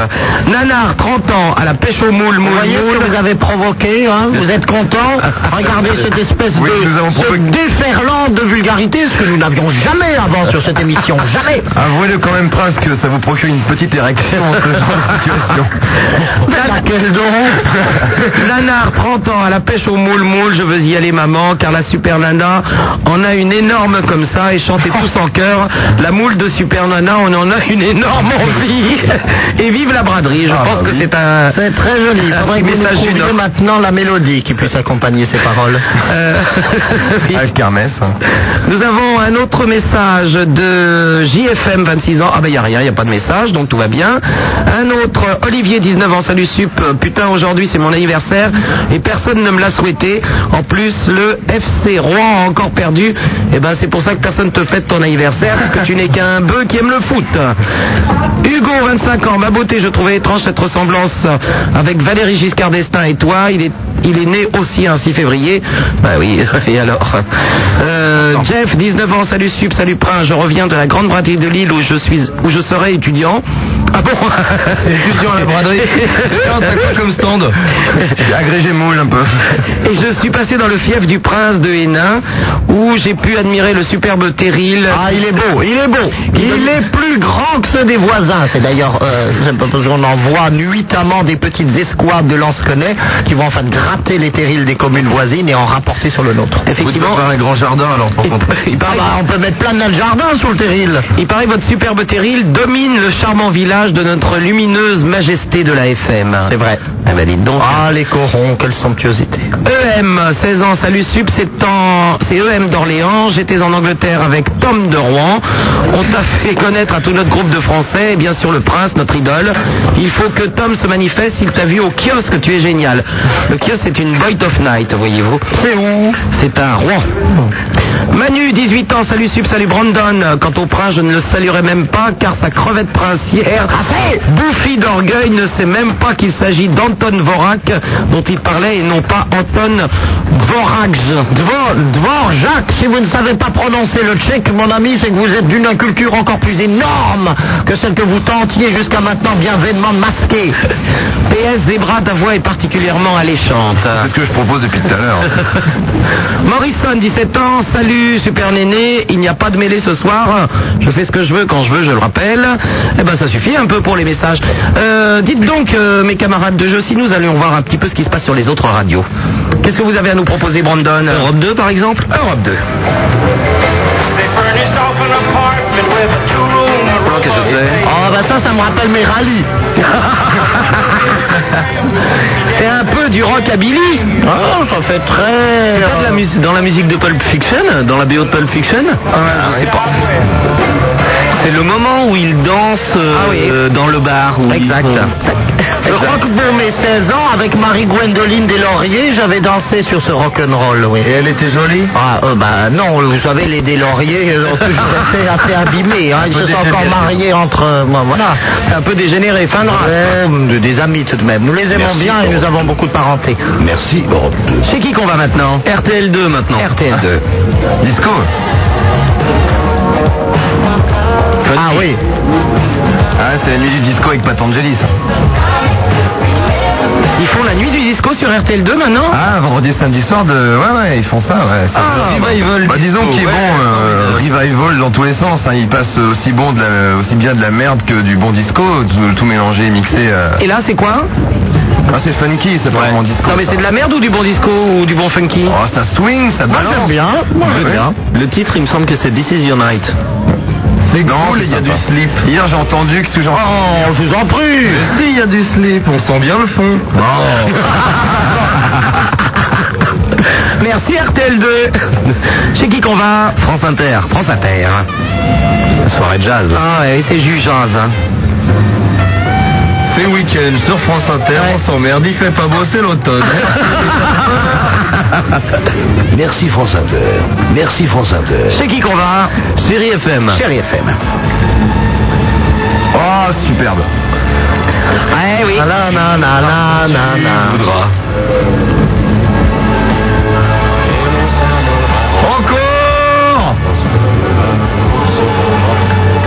Speaker 3: Nanar, 30 ans, à la pêche au moule,
Speaker 4: Vous
Speaker 3: moule,
Speaker 4: voyez ce
Speaker 3: moule.
Speaker 4: que vous avez provoqué, hein Vous êtes content Regardez cette espèce
Speaker 5: Oui,
Speaker 4: de
Speaker 5: nous avons
Speaker 4: ce
Speaker 5: provoqué-
Speaker 4: déferlant de vulgarité, ce que nous n'avions jamais avant sur cette émission,
Speaker 5: Ah,
Speaker 4: jamais.
Speaker 5: Avouez-le quand même, Prince, que ça vous procure une petite érection, ce genre de situation.
Speaker 4: Laquelle donc
Speaker 3: Nanar, 30 ans, à la pêche au moule moule, je veux y aller maman, car la super nana en a une énorme comme ça, et chantez tous en chœur, la moule de super nana, on en a une énorme envie, et vive la braderie, je
Speaker 5: Ah,
Speaker 3: pense
Speaker 5: bah
Speaker 3: que
Speaker 5: oui.
Speaker 3: c'est un...
Speaker 4: C'est très joli. Il faudrait que vous
Speaker 3: Message
Speaker 4: nous
Speaker 3: du
Speaker 4: trouviez
Speaker 3: Nord.
Speaker 4: maintenant la mélodie qui puisse accompagner ces paroles.
Speaker 3: Euh, oui.
Speaker 5: Avec Kermesse.
Speaker 3: Nous avons un autre message de JFM 26 ans. Ah ben il y a rien, il y a pas de message, donc tout va bien. Un autre euh, Olivier 19 ans, salut sup. Euh, Putain, aujourd'hui c'est mon anniversaire et personne ne me l'a souhaité. En plus, le FC Rouen a encore perdu. Et ben c'est pour ça que personne te fête ton anniversaire parce que tu n'es qu'un bœuf qui aime le foot. Hugo 25 ans, ma beauté, je trouvais étrange cette ressemblance avec Valérie Giscard d'Estaing et toi. Il est il est né aussi un 6 février. Bah oui, et alors Euh, Jeff, 19 ans, salut Sup, salut Prince. Je reviens de la grande braderie de Lille où je suis, où je serai étudiant. Ah bon
Speaker 5: Étudiant à la braderie. Tiens, t'as quoi comme stand Agrégé moule un peu.
Speaker 3: Et je suis passé dans le fief du Prince de Hénin où j'ai pu admirer le superbe terril.
Speaker 4: Ah, il est beau, il est beau. Il est plus grand que ceux des voisins. C'est d'ailleurs, euh, j'aime pas parce qu'on en voit nuitamment des petites escouades de lansquenets qui vont en fait gratter les terrils des communes voisines et en rapporter sur le nôtre.
Speaker 5: Vous
Speaker 3: Effectivement.
Speaker 5: devez faire un grand jardin alors pour comprendre.
Speaker 3: Il
Speaker 4: Ah
Speaker 3: paraît,
Speaker 4: bah, on peut mettre plein de jardin sur le terril.
Speaker 3: il paraît que votre superbe terril domine le charmant village. l'image de notre lumineuse majesté de la FM.
Speaker 5: Ah.
Speaker 4: C'est vrai.
Speaker 3: Eh ben, dites donc.
Speaker 4: Ah, les corons, quelle somptuosité.
Speaker 3: EM, 16 E ans, salut Sub, c'est en... c'est EM d'Orléans. J'étais en Angleterre avec Tom de Rouen. On t'a fait connaître à tout notre groupe de Français, et bien sûr le prince, notre idole. Il faut que Tom se manifeste, il t'a vu au kiosque, tu es génial. Le kiosque, c'est une Boit of Night, voyez-vous.
Speaker 4: C'est où
Speaker 3: C'est à Rouen. Manu, 18 ans, salut Sub, salut Brandon. Quant au prince, je ne le saluerai même pas, car sa crevette princière, bouffie d'orgueil, ne sait même pas qu'il s'agit d'Anton Vorak, dont il parlait, et non pas Anton Dvorak.
Speaker 4: Dvorak, si vous ne savez pas prononcer le tchèque, mon ami, c'est que vous êtes d'une inculture encore plus énorme que celle que vous tentiez jusqu'à maintenant bien vainement masquer.
Speaker 3: PS Zebra, ta voix est particulièrement alléchante.
Speaker 5: C'est ce que je propose depuis tout à l'heure.
Speaker 3: Morrison, 17 ans, salut, super néné, il n'y a pas de mêlée ce soir, je fais ce que je veux quand je veux, je le rappelle. Eh ben ça suffit un peu pour les messages. Euh, dites donc, euh, mes camarades de jeu, si nous allions voir un petit peu ce qui se passe sur les autres radios. Qu'est-ce que vous avez à nous proposer, Brandon
Speaker 5: Euh,
Speaker 4: Europe 2 par exemple
Speaker 3: Europe 2.
Speaker 5: Oh, qu'est-ce que c'est
Speaker 4: Ah bah ça, ça me rappelle mes rallyes.
Speaker 3: C'est un peu du rockabilly.
Speaker 4: Ah, ça fait très...
Speaker 3: C'est pas de la mus- dans la musique de Pulp Fiction Dans la BO de Pulp Fiction
Speaker 4: je sais pas.
Speaker 3: C'est le moment où il danse euh, dans le bar.
Speaker 4: Exact. Je crois que pour mes 16 ans, avec Marie-Gwendoline Deslauriers, j'avais dansé sur ce rock'n'roll, oui.
Speaker 5: Et elle était jolie
Speaker 4: Ah, euh, bah non, vous savez, les Deslauriers euh, ont toujours été assez abîmés. hein. Ils
Speaker 5: Un peu
Speaker 4: se sont encore
Speaker 5: dégénérés.
Speaker 4: mariés entre... euh, moi, voilà.
Speaker 3: C'est un peu dégénéré, fin de race.
Speaker 4: Ouais, des amis tout de même. Nous les aimons
Speaker 5: Merci,
Speaker 4: bien et
Speaker 5: Laurent.
Speaker 4: nous avons beaucoup de parenté.
Speaker 5: Merci, Europe 2.
Speaker 3: C'est qui qu'on va maintenant
Speaker 5: RTL2 maintenant.
Speaker 3: RTL2.
Speaker 5: Disco
Speaker 4: Ah oui.
Speaker 5: Ah, c'est la nuit du disco avec Patangeli, ça.
Speaker 3: Ils font la nuit du disco sur RTL2 maintenant
Speaker 5: Ah, vendredi, samedi soir, de... ouais, ouais, ils font ça, ouais. c'est-
Speaker 3: Ah, revival
Speaker 5: Bah, disons
Speaker 3: disco,
Speaker 5: qu'ils
Speaker 3: ouais.
Speaker 5: vont euh, revival dans tous les sens. hein. Ils passent aussi, bon de la- aussi bien de la merde que du bon disco, tout, tout mélangé, mixé. euh.
Speaker 3: Et là, c'est quoi
Speaker 5: Ah, c'est funky, c'est pas vraiment disco.
Speaker 3: Non, mais
Speaker 5: ça.
Speaker 3: c'est Ah, de la merde ou du bon disco ou du bon funky
Speaker 5: Oh, ça swing, ça
Speaker 4: Moi
Speaker 5: balance.
Speaker 4: j'aime bien. Moi j'aime
Speaker 5: Ouais.
Speaker 4: bien.
Speaker 3: Le titre, il me semble que c'est This Is Your Night.
Speaker 5: C'est
Speaker 4: c'est
Speaker 5: cool, il y a
Speaker 4: sympa.
Speaker 5: du slip. Hier, j'ai entendu que ce genre.
Speaker 4: Oh, je vous en prie.
Speaker 5: Mais si, il y a du slip, on sent bien le fond.
Speaker 3: Merci RTL2 Chez qui qu'on va France Inter, France Inter.
Speaker 5: Soirée jazz.
Speaker 3: Ah et c'est juste jazz. hein.
Speaker 5: C'est week-end sur France Inter, on s'emmerde, il fait pas beau, c'est l'automne.
Speaker 1: Merci France Inter. Merci France Inter.
Speaker 3: Chez qui qu'on va hein Série FM.
Speaker 1: Chérie FM.
Speaker 5: Oh, superbe.
Speaker 3: Ah eh oui.
Speaker 4: Na, na, na, na, na,
Speaker 5: Il
Speaker 4: na.
Speaker 5: voudra. Encore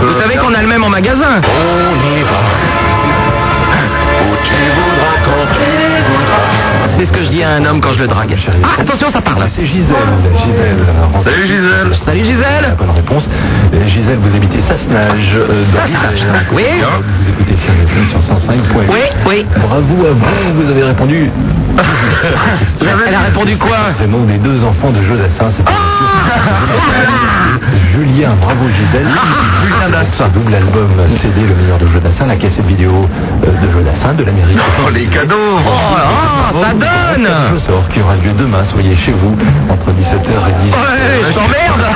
Speaker 3: Vous savez qu'on a le même en magasin.
Speaker 5: On y va. Où tu voudras quand tu voudras.
Speaker 3: C'est ce que je dis à un homme quand je le drague. Ah, attention, ça parle.
Speaker 5: C'est Gisèle. Gisèle. Alors,
Speaker 10: Salut,
Speaker 5: Gisèle.
Speaker 3: Salut Gisèle
Speaker 10: Bonne réponse. Euh, Gisèle, vous habitez Sassenage euh, dans
Speaker 3: Sassenage.
Speaker 10: l'Isère.
Speaker 3: Oui.
Speaker 10: Vous écoutez Firme sur 105.
Speaker 3: Oui, oui.
Speaker 10: Bravo à vous, vous avez répondu.
Speaker 3: Elle a répondu quoi
Speaker 10: Vraiment des deux enfants de Jodassin. C'était
Speaker 4: Ah
Speaker 10: Julien, bravo Gisèle.
Speaker 5: Julien Dassin.
Speaker 10: Ce Double album CD Le meilleur de Jodassin, la cassette vidéo euh, de Jodassin, de l'Amérique.
Speaker 5: Oh, les cadeaux
Speaker 3: Oh, oh, ça donne
Speaker 10: Je sors qui aura lieu demain, soyez chez vous entre 17h et 18h.
Speaker 3: Ouais, je t'emmerde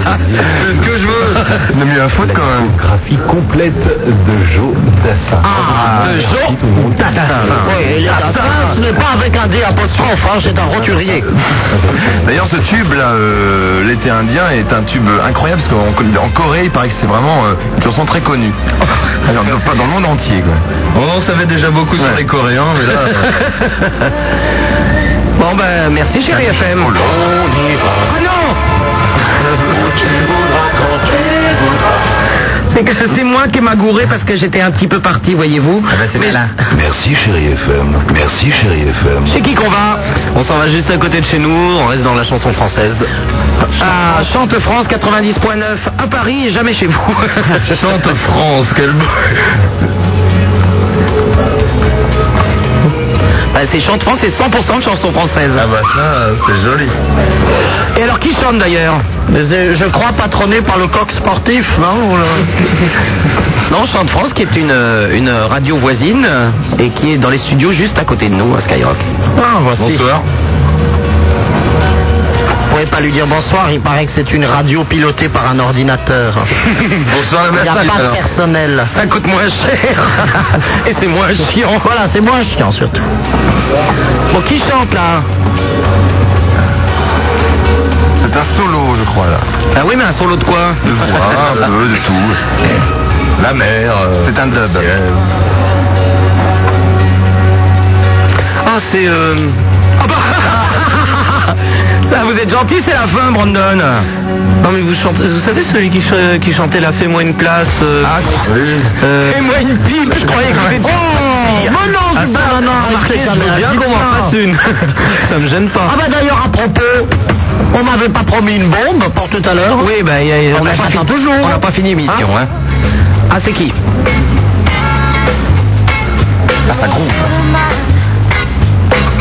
Speaker 5: C'est ce que je veux. De mieux à foutre quand même.
Speaker 10: Graphie complète de Joe Dassin.
Speaker 3: Ah, de
Speaker 10: Merci
Speaker 3: Joe
Speaker 10: tout le monde.
Speaker 3: Dassin. Ah,
Speaker 4: Oui, et la date, ce n'est pas avec un D apostrophe, hein, c'est un roturier.
Speaker 5: D'ailleurs, ce tube là, euh, l'été indien, est un tube incroyable parce qu'en en Corée, il paraît que c'est vraiment euh, une chanson très connue. Alors, dans- pas dans le monde entier. Quoi.
Speaker 3: Oh,
Speaker 5: On en savait déjà beaucoup sur les Coréens, mais là.
Speaker 3: Bon ben, euh. merci chérie FM. Ah non C'est que c'est moi qui ai magouré parce que j'étais un petit peu parti, voyez-vous. Mais-
Speaker 1: Merci Chérie FM. Merci Chérie FM.
Speaker 3: Chez qui qu'on va On s'en va juste à côté de chez nous, on reste dans la chanson française. Ah, Chante France 90.9 à Paris et jamais chez vous.
Speaker 5: Chante France, quel beau.
Speaker 3: Bah, c'est Chante France, c'est 100% de chansons françaises.
Speaker 5: Ah bah ça, c'est joli.
Speaker 3: Et alors qui chante d'ailleurs
Speaker 4: Mais c'est, je crois patronné par le coq sportif, non ou le-
Speaker 3: maintenant Chant de France qui est une, euh, une radio voisine euh, et qui est dans les studios juste à côté de nous à Skyrock.
Speaker 4: Ah, voici. Bonsoir. Vous pouvez pas lui dire bonsoir, il paraît que c'est une radio pilotée par un ordinateur.
Speaker 5: Bonsoir,
Speaker 4: Il n'y a
Speaker 5: Lassalle,
Speaker 4: pas de
Speaker 5: Ah, alors.
Speaker 4: personnel.
Speaker 3: Ah, Ça coûte moins cher. Et c'est moins chiant.
Speaker 4: Voilà, c'est moins chiant surtout.
Speaker 3: Bon, qui chante là
Speaker 5: C'est un solo, je crois, là.
Speaker 3: Ah oui, mais un solo de quoi
Speaker 5: De voix, un peu, de tout. La mer. C'est un dub.
Speaker 3: Ah, c'est. euh, ah bah, Ça, vous êtes gentil, c'est la fin, Brandon. Non, mais vous chantez. Vous savez celui qui, ch- qui chantait la Fais-moi une place Ah, Fais-moi une pipe, je croyais que vous étiez. Oh
Speaker 4: mais non, c'est pas- non, non,
Speaker 3: remarquez,
Speaker 4: c'est ça,
Speaker 3: je veux
Speaker 4: mais
Speaker 3: bien
Speaker 4: dites
Speaker 3: qu'on m'en
Speaker 4: ça.
Speaker 3: fasse une. ça me gêne pas.
Speaker 4: Ah bah d'ailleurs à propos, on m'avait pas promis une bombe pour tout à l'heure.
Speaker 3: oui, bah, y a-
Speaker 4: Ah
Speaker 3: on
Speaker 4: bah,
Speaker 3: n'a pas,
Speaker 4: j'attends
Speaker 3: fini-
Speaker 4: toujours.
Speaker 3: on n'a pas fini l'émission. Hein ah, c'est qui
Speaker 5: Ah, ça groove.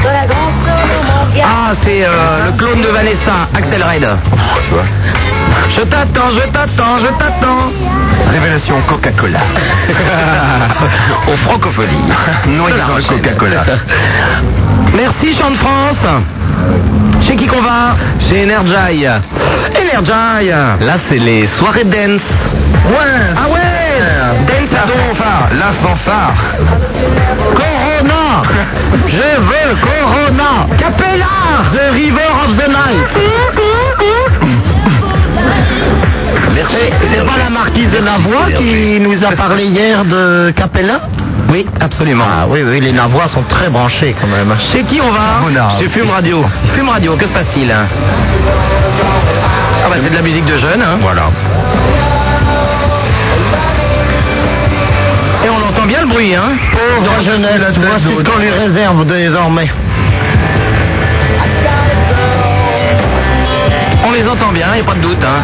Speaker 8: De la grande solo mondiale.
Speaker 3: Ah, c'est euh, le clone de Vanessa, Axel Red.
Speaker 5: Tu vois
Speaker 3: Je t'attends, je t'attends, je t'attends.
Speaker 5: Révélation Coca-Cola.
Speaker 3: Au francophonie.
Speaker 5: Noyé dans le Coca-Cola.
Speaker 3: Merci Chant de France. Chez qui qu'on va Chez Energy. Energy. Là, c'est les soirées dance.
Speaker 5: Ouais,
Speaker 3: Ah ouais Dance à don, enfin.
Speaker 5: la fanfare.
Speaker 4: Corona Je veux Corona Capella The River of the Night C'est- C'est pas la marquise de Navois qui nous a parlé hier de Capella
Speaker 3: Oui, absolument.
Speaker 4: Ah oui, oui, les Navois sont très branchés quand même.
Speaker 3: Chez qui on va
Speaker 5: Carbonara.
Speaker 3: Chez Fume Radio. Fume Radio, que se passe-t-il Ah bah c'est de la musique de jeunes. Hein.
Speaker 5: Voilà.
Speaker 3: Et on entend bien le bruit. Hein.
Speaker 4: Pauvre jeunesse, voici ce qu'on lui réserve désormais.
Speaker 3: On les entend bien, il a pas de doute. Hein.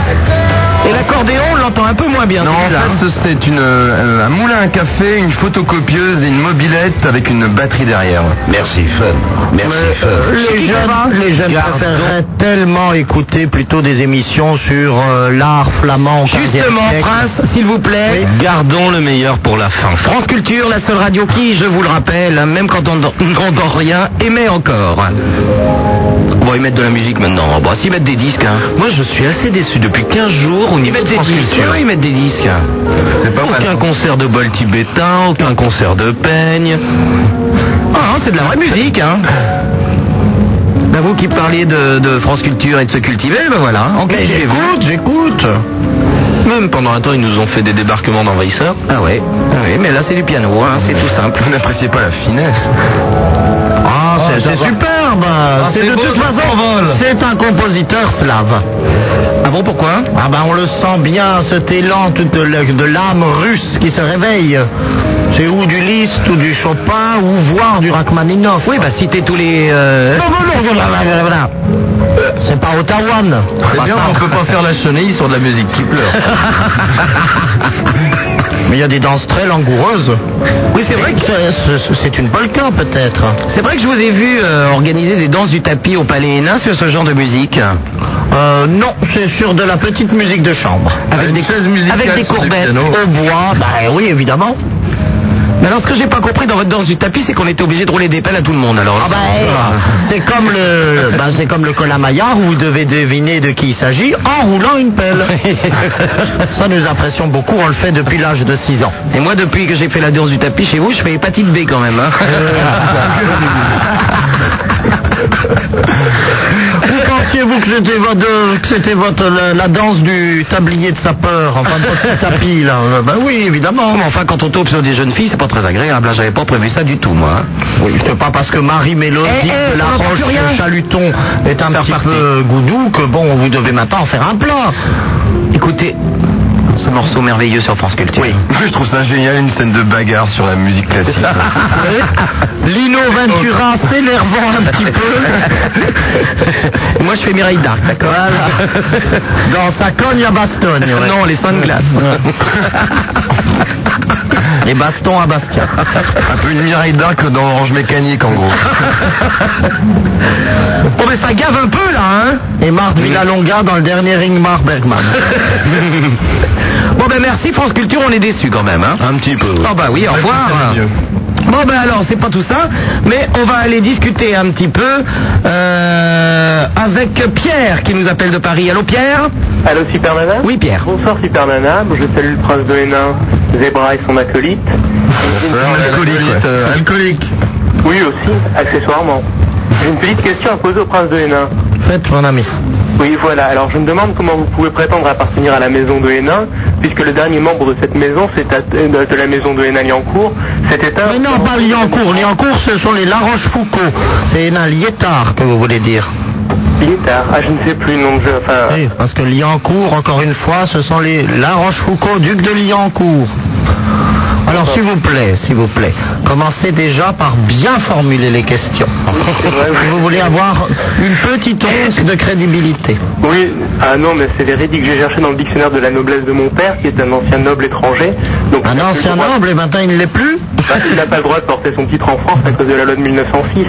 Speaker 3: Et l'accordéon, on l'entend un peu moins bien.
Speaker 5: Non,
Speaker 3: c'est
Speaker 5: en
Speaker 3: bizarre, hein.
Speaker 5: fait, ce- c'est une, euh, un moulin à café, une photocopieuse et une mobilette avec une batterie derrière.
Speaker 1: Merci, fun. Merci, fun.
Speaker 5: euh,
Speaker 4: Les jeunes, les jeunes préféreraient tellement écouter plutôt des émissions sur euh, l'art flamand. au XVe
Speaker 3: Justement,
Speaker 4: siècle.
Speaker 3: Prince, s'il vous plaît, gardons le meilleur pour la fin. France Culture, la seule radio qui, je vous le rappelle, hein, même quand on n'entend rien, émet encore. Bon, ils mettent de la musique maintenant. Bon, s'ils mettent des disques. hein. Moi, je suis assez déçu. Depuis 15 jours, on y met des disques. Oui, ils mettent des disques.
Speaker 5: pas mal.
Speaker 3: aucun concert de bol tibétain, aucun concert de peigne. Ah, hein, c'est de la vraie musique, hein. Ben, vous qui parliez de, de France Culture et de se cultiver, ben voilà, engagez-vous.
Speaker 4: J'écoute, j'écoute.
Speaker 3: Même pendant un temps, ils nous ont fait des débarquements d'envahisseurs. Ah ouais. Ah ouais, mais là c'est du piano, hein, c'est tout simple.
Speaker 5: Vous n'appréciez pas la finesse.
Speaker 4: Ah,
Speaker 5: Ah,
Speaker 4: c'est-
Speaker 5: ça
Speaker 4: c'est
Speaker 5: va.
Speaker 4: superbe. c'est de
Speaker 5: beau,
Speaker 4: toute
Speaker 5: ça
Speaker 4: façon,
Speaker 5: s'envole.
Speaker 4: c'est un compositeur slave.
Speaker 3: Ah bon, pourquoi
Speaker 4: Ah ben, on le sent bien, cet élan tout de la- de l'âme russe qui se réveille. C'est ou du Liszt ou du Chopin ou voire du Rachmaninoff.
Speaker 3: Oui, bah citez tous les. euh,
Speaker 4: Non, non, non, voilà, voilà, voilà. C'est pas Ottawa.
Speaker 5: C'est
Speaker 3: Bah,
Speaker 5: bien qu'on peut pas faire la chenille sur de la musique qui pleure.
Speaker 4: Mais il y a des danses très langoureuses.
Speaker 3: Oui, c'est vrai que
Speaker 4: C'est- c'est- C'est une polka peut-être.
Speaker 3: c'est vrai que je vous ai vu euh, organiser des danses du tapis au Palais Hénin sur ce genre de musique.
Speaker 4: Euh, non, c'est sur de la petite musique de chambre.
Speaker 3: Avec
Speaker 5: Une
Speaker 3: des,
Speaker 5: chaise musicale
Speaker 3: avec des
Speaker 5: sur des
Speaker 3: courbettes. Euh,
Speaker 5: pianos.
Speaker 4: Au bois, bah oui, évidemment.
Speaker 3: Mais alors, ce que j'ai pas compris dans votre danse du tapis, c'est qu'on était obligé de rouler des pelles à tout le monde. Alors,
Speaker 4: Ah bah, eh, c'est comme le, bah, c'est comme le Colamaillard où vous devez deviner de qui il s'agit en roulant une pelle. Ça nous impressionne beaucoup, on le fait depuis l'âge de 6 ans.
Speaker 3: Et moi, depuis que j'ai fait la danse du tapis chez vous, je fais hépatite B quand même. Hein.
Speaker 4: Vous pensiez-vous que c'était votre, que c'était votre la, la danse du tablier de sapeur, enfin de votre tapis là Euh, Ben oui, évidemment.
Speaker 3: Mais enfin, quand on tombe sur des jeunes filles, c'est pas très agréable. hein. J'avais pas prévu ça du tout, moi. hein.
Speaker 4: Oui, c'est pas parce que Marie Mélodie
Speaker 3: Eh, eh,
Speaker 4: de la
Speaker 3: on n'entend
Speaker 4: Roche
Speaker 3: plus rien.
Speaker 4: Chaluton est un
Speaker 3: C'est
Speaker 4: petit
Speaker 3: reparti.
Speaker 4: peu goudou que bon, vous devez maintenant en faire un plat.
Speaker 3: Écoutez, ce morceau merveilleux sur France Culture. Oui.
Speaker 5: Je trouve ça génial, une scène de bagarre sur la musique classique.
Speaker 4: Lino Ventura s'énervant un petit peu.
Speaker 3: Moi, je fais Mireille Darc, d'accord
Speaker 4: Voilà. Dans sa cogne à Bastogne. ouais.
Speaker 3: Non, les seins de glace.
Speaker 4: Et baston à Bastia.
Speaker 6: Un peu une Mireille Darc dans Orange Mécanique, en gros.
Speaker 3: Oh,
Speaker 4: Bon, mais ça gave un peu, là, hein
Speaker 3: Eh
Speaker 4: Et Marthe Villalonga dans le dernier Ingmar Bergman.
Speaker 3: Bon ben merci France Culture, on est déçus quand même. Hein
Speaker 6: Un petit peu.
Speaker 3: Ah bah oui, au
Speaker 6: Ouais,
Speaker 3: revoir.
Speaker 6: c'est mieux.
Speaker 3: Bon ben alors c'est pas tout ça, mais on va aller discuter un petit peu euh, avec Pierre qui nous appelle de Paris. Allô Pierre
Speaker 5: Allô Super Nana
Speaker 3: Oui Pierre.
Speaker 5: Bonsoir Super Nana, je salue le prince de Hénin, Zebra et son acolyte.
Speaker 3: Ah,
Speaker 6: Alcoolique. euh, Alcoolique.
Speaker 5: Oui aussi, accessoirement. J'ai une petite question à poser au prince de Hénin.
Speaker 4: Faites mon ami.
Speaker 5: Oui, voilà. Alors, je me demande comment vous pouvez prétendre appartenir à la maison de Hénin, puisque le dernier membre de cette maison, c'est à- euh, de de la maison de Hénin-Liancourt, s'est éteint.
Speaker 4: Mais non, pas Liancourt. Liancourt, ce sont les Laroche-Foucault.
Speaker 3: Oh,
Speaker 4: C'est un liétard que vous voulez dire.
Speaker 5: Liétard. Ah, je ne sais plus, non, je, enfin,
Speaker 4: Oui, parce que Liancourt, encore une fois, ce sont les Laroche-Foucault, duc de Liancourt. Alors, s'il vous plaît, s'il vous plaît, commencez déjà par bien formuler les questions. Si vous voulez avoir une petite once de crédibilité.
Speaker 5: Oui, ah non, mais c'est véridique. J'ai cherché dans le dictionnaire de la noblesse de mon père, qui est un ancien noble étranger. Donc,
Speaker 4: Un
Speaker 5: il a
Speaker 4: ancien
Speaker 5: plus le droit-
Speaker 4: noble, et maintenant il ne l'est plus
Speaker 5: Bah, il n'a pas le droit de porter son titre en France à cause de la loi de 1906.
Speaker 4: Oui,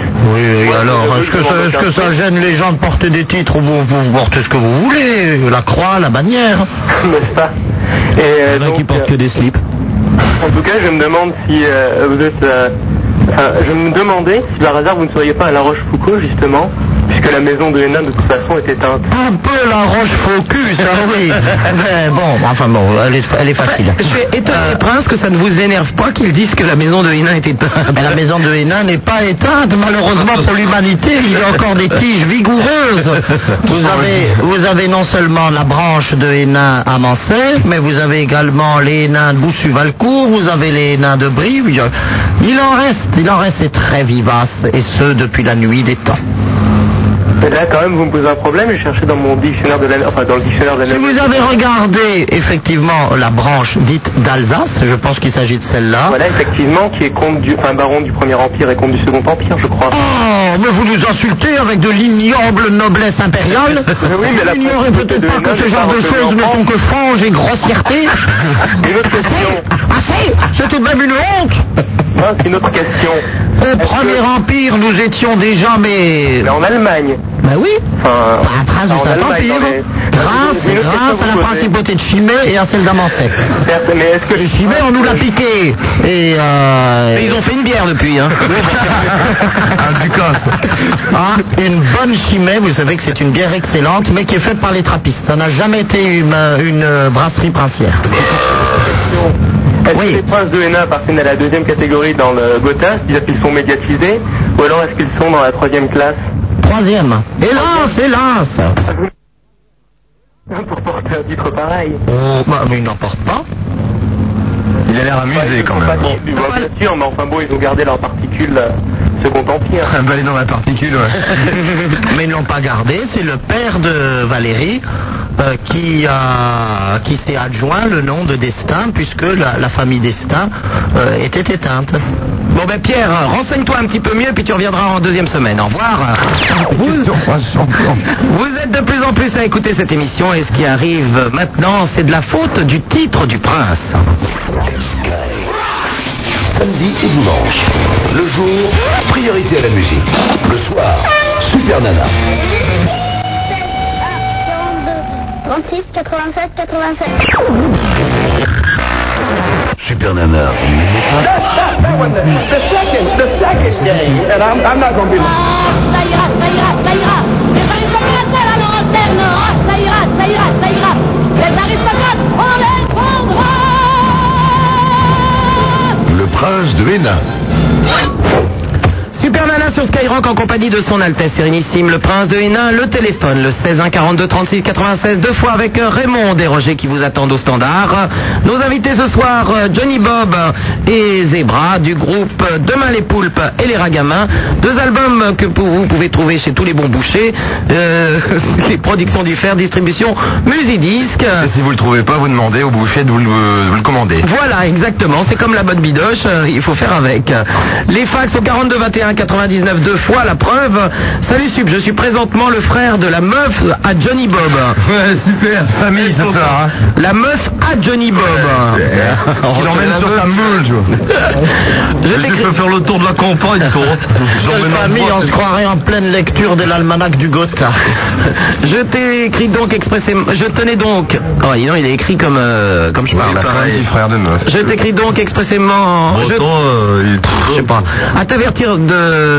Speaker 4: et
Speaker 5: Moi, je
Speaker 4: alors,
Speaker 5: veux
Speaker 4: est-ce que,
Speaker 5: que
Speaker 4: ça,
Speaker 5: mon
Speaker 4: est-ce que ça
Speaker 5: père-
Speaker 4: gêne les gens de porter des titres Vous, vous portez ce que vous voulez, la croix, la bannière.
Speaker 5: N'est-ce pas Et, euh, donc, euh,
Speaker 3: des slips.
Speaker 5: En tout cas, je me demande si euh, vous êtes. euh, enfin, je me demandais si par hasard vous ne seriez pas à La Rochefoucauld, justement, puisque la maison de Hénin, de toute façon, est éteinte.
Speaker 4: Un peu la roche focus, hein, oui. Mais bon, enfin bon, elle est, elle est facile. Euh,
Speaker 3: Je suis étonné Prince que ça ne vous énerve pas qu'ils disent que la maison de Hénin était éteinte.
Speaker 4: Mais la maison de Hénin n'est pas éteinte, malheureusement pour l'humanité, il y a encore des tiges vigoureuses. Vous avez, vous avez non seulement la branche de Hénin à Mansay, mais vous avez également les Hénins de Boussu-Valcourt, vous avez les Hénins de Brive. Il y a- Il en reste, il en reste, c'est très vivace, et ce depuis la nuit des temps.
Speaker 5: Mais là, quand même, vous me posez un problème. J'ai cherché dans mon dictionnaire de la. Enfin, dans le dictionnaire de la.
Speaker 4: Si vous avez regardé effectivement la branche dite d'Alsace, je pense qu'il s'agit de celle-là.
Speaker 5: Voilà, effectivement, qui est comte du. Enfin, baron du Premier Empire et comte du Second Empire, je crois.
Speaker 4: Oh, mais vous nous insultez avec de l'ignoble noblesse impériale.
Speaker 5: Mais oui, mais la
Speaker 4: vous n'ignorez
Speaker 5: principauté
Speaker 4: peut-être
Speaker 5: de
Speaker 4: pas
Speaker 5: Hénin
Speaker 4: que ce
Speaker 5: n'est
Speaker 4: genre
Speaker 5: pas
Speaker 4: de
Speaker 5: reconnue
Speaker 4: choses
Speaker 5: en
Speaker 4: ne sont
Speaker 5: France.
Speaker 4: que franges et grossièreté.
Speaker 5: Une autre question.
Speaker 4: Assez C'est tout de même une honte
Speaker 5: Ah, c'est une autre question.
Speaker 4: Au
Speaker 5: Est-ce
Speaker 4: Premier Empire, nous étions déjà, mais...
Speaker 5: que- Mais en Allemagne.
Speaker 4: Ben oui
Speaker 5: Enfin.
Speaker 4: un Ah, prince
Speaker 5: en
Speaker 4: de cet
Speaker 5: Allemagne,
Speaker 4: empire,
Speaker 5: dans les-
Speaker 4: grâce,
Speaker 5: C'est une autre question
Speaker 4: grâce
Speaker 5: que
Speaker 4: à la
Speaker 5: vous posez.
Speaker 4: principauté de Chimay et à celle d'Amancet.
Speaker 5: Certes, Mais est-ce que
Speaker 4: Et Chimay, on nous l'a piqué. Et euh,
Speaker 3: Mais ils ont fait une bière depuis. Hein.
Speaker 6: Un Ducasse.
Speaker 4: Ah, une bonne chimay, vous savez que c'est une bière excellente, mais qui est faite par les trappistes. Ça n'a jamais été une, une, euh, brasserie princière.
Speaker 5: Est-ce
Speaker 4: Oui.
Speaker 5: que les princes de Hénin appartiennent à la deuxième catégorie dans le Gotha, c'est-à-dire qu'ils sont médiatisés, ou alors est-ce qu'ils sont dans la troisième classe
Speaker 4: Troisième. Hélas, hélas
Speaker 5: Hein, pour porter un titre pareil
Speaker 4: Oh, bah, mais ils n'en portent pas.
Speaker 6: Il a l'air amusé quand
Speaker 5: Pas
Speaker 6: même.
Speaker 5: qu'ils du
Speaker 4: Ah,
Speaker 5: voient, bien sûr, mais enfin bon, ils ont gardé leurs particules euh, Second Empire.
Speaker 6: Un balai dans la particule, ouais.
Speaker 4: mais ils ne l'ont pas gardé. C'est le père de Valérie euh, qui, a, qui s'est adjoint le nom de Destin, puisque la, la famille Destin euh, était éteinte.
Speaker 3: Bon ben Pierre, euh, renseigne-toi un petit peu mieux puis tu reviendras en deuxième semaine. Au revoir. Vous, vous êtes de plus en plus à écouter cette émission et ce qui arrive maintenant, c'est de la faute du titre du prince.
Speaker 22: Samedi et dimanche. Le jour, priorité à la musique. Le soir, Super Nana.
Speaker 8: 36, 96, 87.
Speaker 22: Super Nana, vous n'aimez
Speaker 8: Ah, ça ira, ça ira, ça ira. Les aristocrates à la lanterne. Ah, ça ira, ça ira, ça ira. Les aristocrates, on les prendra.
Speaker 22: pas Le prince de Hénin.
Speaker 3: Super Nana sur Skyrock en compagnie de son Altesse Sérénissime, le Prince de Hénin, le téléphone, le 16 1 42 36 96, deux fois avec euh, Raymond et Roger qui vous attendent au standard. Nos invités ce soir, euh, Johnny Bob et Zebra du groupe euh, Demain les Poulpes et les Ragamins, deux albums euh, que pou- vous pouvez trouver chez tous les bons bouchers, Euh, les productions du fer, distribution, Musidisc.
Speaker 6: Et si vous le trouvez pas, vous demandez au boucher de vous le, de vous le commander.
Speaker 3: Voilà, exactement. C'est comme la bonne bidoche, euh, il faut faire avec. Les fax au 42 21
Speaker 4: 21 99 deux fois la preuve. Salut Sub, je suis présentement le frère de la meuf à Johnny Bob.
Speaker 3: Ouais, super, famille ce soir. hein.
Speaker 4: La meuf à Johnny Bob.
Speaker 3: Il l'emmène sur sa meule, tu vois. Je peux faire le tour de la campagne, toi.
Speaker 6: Quelle famille, on se croirait en pleine lecture de l'almanach du Gotha.
Speaker 4: Je t'ai écrit donc expressément. Je tenais donc. Oh, dis donc, il est écrit comme euh, comme je parle. là.
Speaker 3: Petit frère de meuf.
Speaker 4: Je t'écris donc expressément. je... je sais pas. À t'avertir de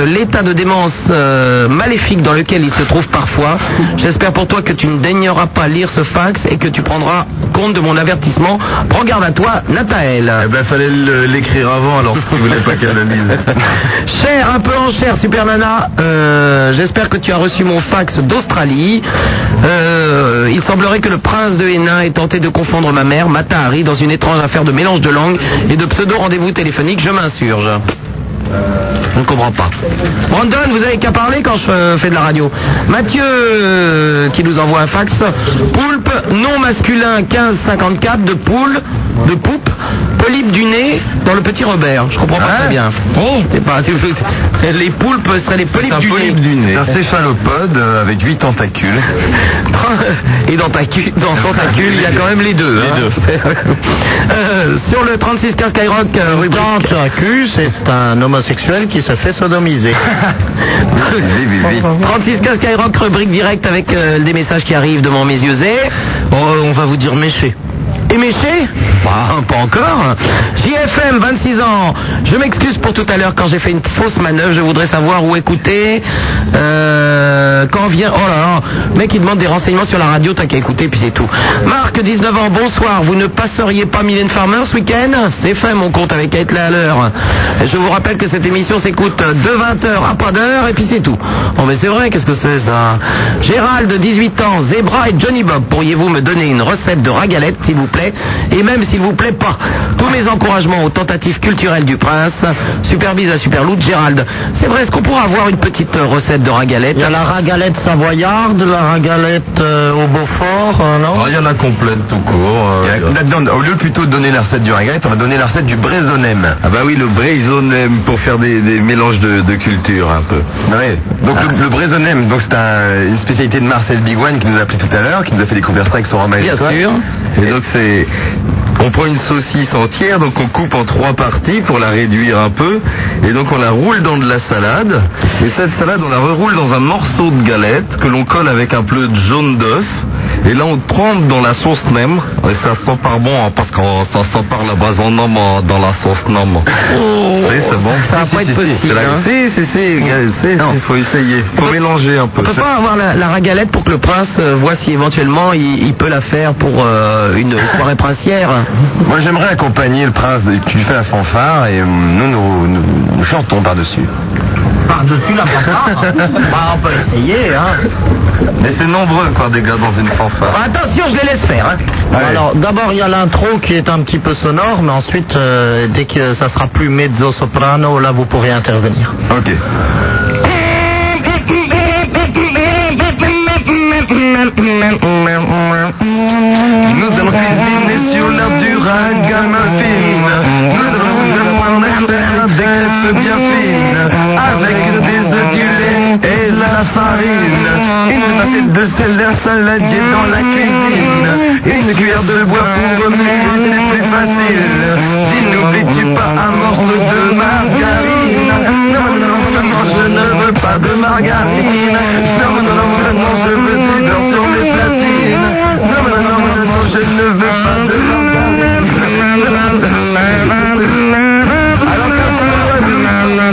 Speaker 4: l'état de démence euh, maléfique dans lequel il se trouve parfois. J'espère pour toi que tu ne daigneras pas lire ce fax et que tu prendras compte de mon avertissement. Prends garde à toi, Nathael.
Speaker 3: Eh ben, fallait le- l'écrire avant, alors, si tu voulais pas qu'elle le lise.
Speaker 4: Cher, un peu en chair, Super Nana, euh, j'espère que tu as reçu mon fax d'Australie. Euh, il semblerait que le prince de Hénin ait tenté de confondre ma mère, Matahari, dans une étrange affaire de mélange de langues et de pseudo-rendez-vous téléphonique. Je m'insurge. Je ne comprends pas. Brandon, vous avez qu'à parler quand je euh, fais de la radio. Mathieu, euh, qui nous envoie un fax. Poulpe, non masculin 1554 de poule, de poupe, polype du nez dans le petit Robert. Je comprends pas
Speaker 6: Hein
Speaker 4: très bien.
Speaker 6: Oh.
Speaker 4: C'est pas, c'est- les poulpes seraient les polypes
Speaker 3: un
Speaker 4: du
Speaker 3: polype
Speaker 4: nez.
Speaker 3: du nez. C'est un céphalopode euh, avec huit tentacules.
Speaker 4: Et dans ta cu- dans tentacule, il y a quand même les deux. hein. Euh, sur le 36 15 Skyrock, euh, rubrique.
Speaker 6: Tentacu, c'est un homosexuel qui se fait sodomiser.
Speaker 4: 36 15 Skyrock, rubrique directe avec euh, des messages qui arrivent devant mes yeux. Oh, Et...
Speaker 6: on va vous dire méché.
Speaker 4: Et méché Bah, Pas encore. JFM, 26 ans. Je m'excuse pour tout à l'heure quand j'ai fait une fausse manœuvre. Je voudrais savoir où écouter. Euh, quand vient... Oh là là. le Mec, il demande des renseignements sur la radio. T'as qu'à écouter, puis c'est tout. Marc, 19 ans. Bonsoir. Vous ne passeriez pas Mylène Farmer ce week-end C'est fait, mon compte, avec être là à l'heure. Je vous rappelle que cette émission s'écoute de 20h à pas d'heure, et puis c'est tout. Oh, mais c'est vrai, qu'est-ce que c'est, ça Gérald, 18 ans, Zebra et Johnny Bob, pourriez-vous me donner une recette de ragalette, s'il vous plaît Et même s'il vous plaît pas, tous mes encouragements aux tentatives culturelles du prince, super bise à super loot, Gérald. C'est vrai, est-ce qu'on pourra avoir une petite euh, recette de ragalette
Speaker 6: Il y a la ragalette savoyarde, la ragalette euh, au Beaufort, euh, non
Speaker 3: Alors, il y en a complète tout court. euh, là-dedans, au lieu plutôt de donner la recette du raguette, on va donner la recette du braisonem. Ah bah oui, le braisonem pour faire des, mélanges de, cultures un peu. Ah. Donc le, le braisonem, donc c'est un- une spécialité de Marcel Bigouane qui nous a appelé tout à l'heure, qui nous a fait découvrir ça avec son ramen.
Speaker 4: Bien sûr.
Speaker 3: Et donc c'est on prend une saucisse entière, donc on coupe en trois parties pour la réduire un peu, et donc on la roule dans de la salade. Et cette salade, on la reroule dans un morceau de galette que l'on colle avec un peu de jaune d'œuf. Et là, on trempe dans la sauce nem. Et ça sent pas bon, hein, parce que ça sent par la base en homme euh, dans la sauce nem. Oui, c'est bon.
Speaker 4: ça va
Speaker 3: Si,
Speaker 4: pas
Speaker 3: si, si,
Speaker 4: être possible,
Speaker 3: c'est la-
Speaker 4: hein.
Speaker 3: Si, si, si, regarde, si, si, faut essayer. Faut mélanger un peu.
Speaker 4: On peut
Speaker 3: Ça-
Speaker 4: pas avoir la, la ragalette pour que le prince euh, voit si éventuellement il, il peut la faire pour euh, une soirée princière.
Speaker 3: Moi, j'aimerais accompagner le prince. Tu lui fais la fanfare et euh, nous, nous, nous, nous chantons par-dessus.
Speaker 6: Par-dessus la fanfare. bah, on peut essayer, hein.
Speaker 3: Mais c'est nombreux, quoi, des gars dans une fanfare.
Speaker 4: Bah, Attention, je les laisse faire. hein.
Speaker 6: Alors, d'abord, il y a l'intro qui est un petit peu sonore, mais ensuite, euh, dès que ça sera plus mezzo-soprano, là, vous pourrez intervenir.
Speaker 3: Ok. Nous allons cuisiner sur l'heure du ragamuffin. Nous allons nous faire des crêpes bien fines avec des œufs du lait et la farine. Une assiette de sel saladier dans la cuisine. Une cuillère de bois pour remuer, c'est plus facile. Si n'oublies-tu pas un morceau de margarine Non, non, vraiment, je ne veux pas de margarine. Non, non, non, vraiment, je veux du beurre sur les platines. Non, non, non, vraiment, je ne veux pas de margarine. Alors,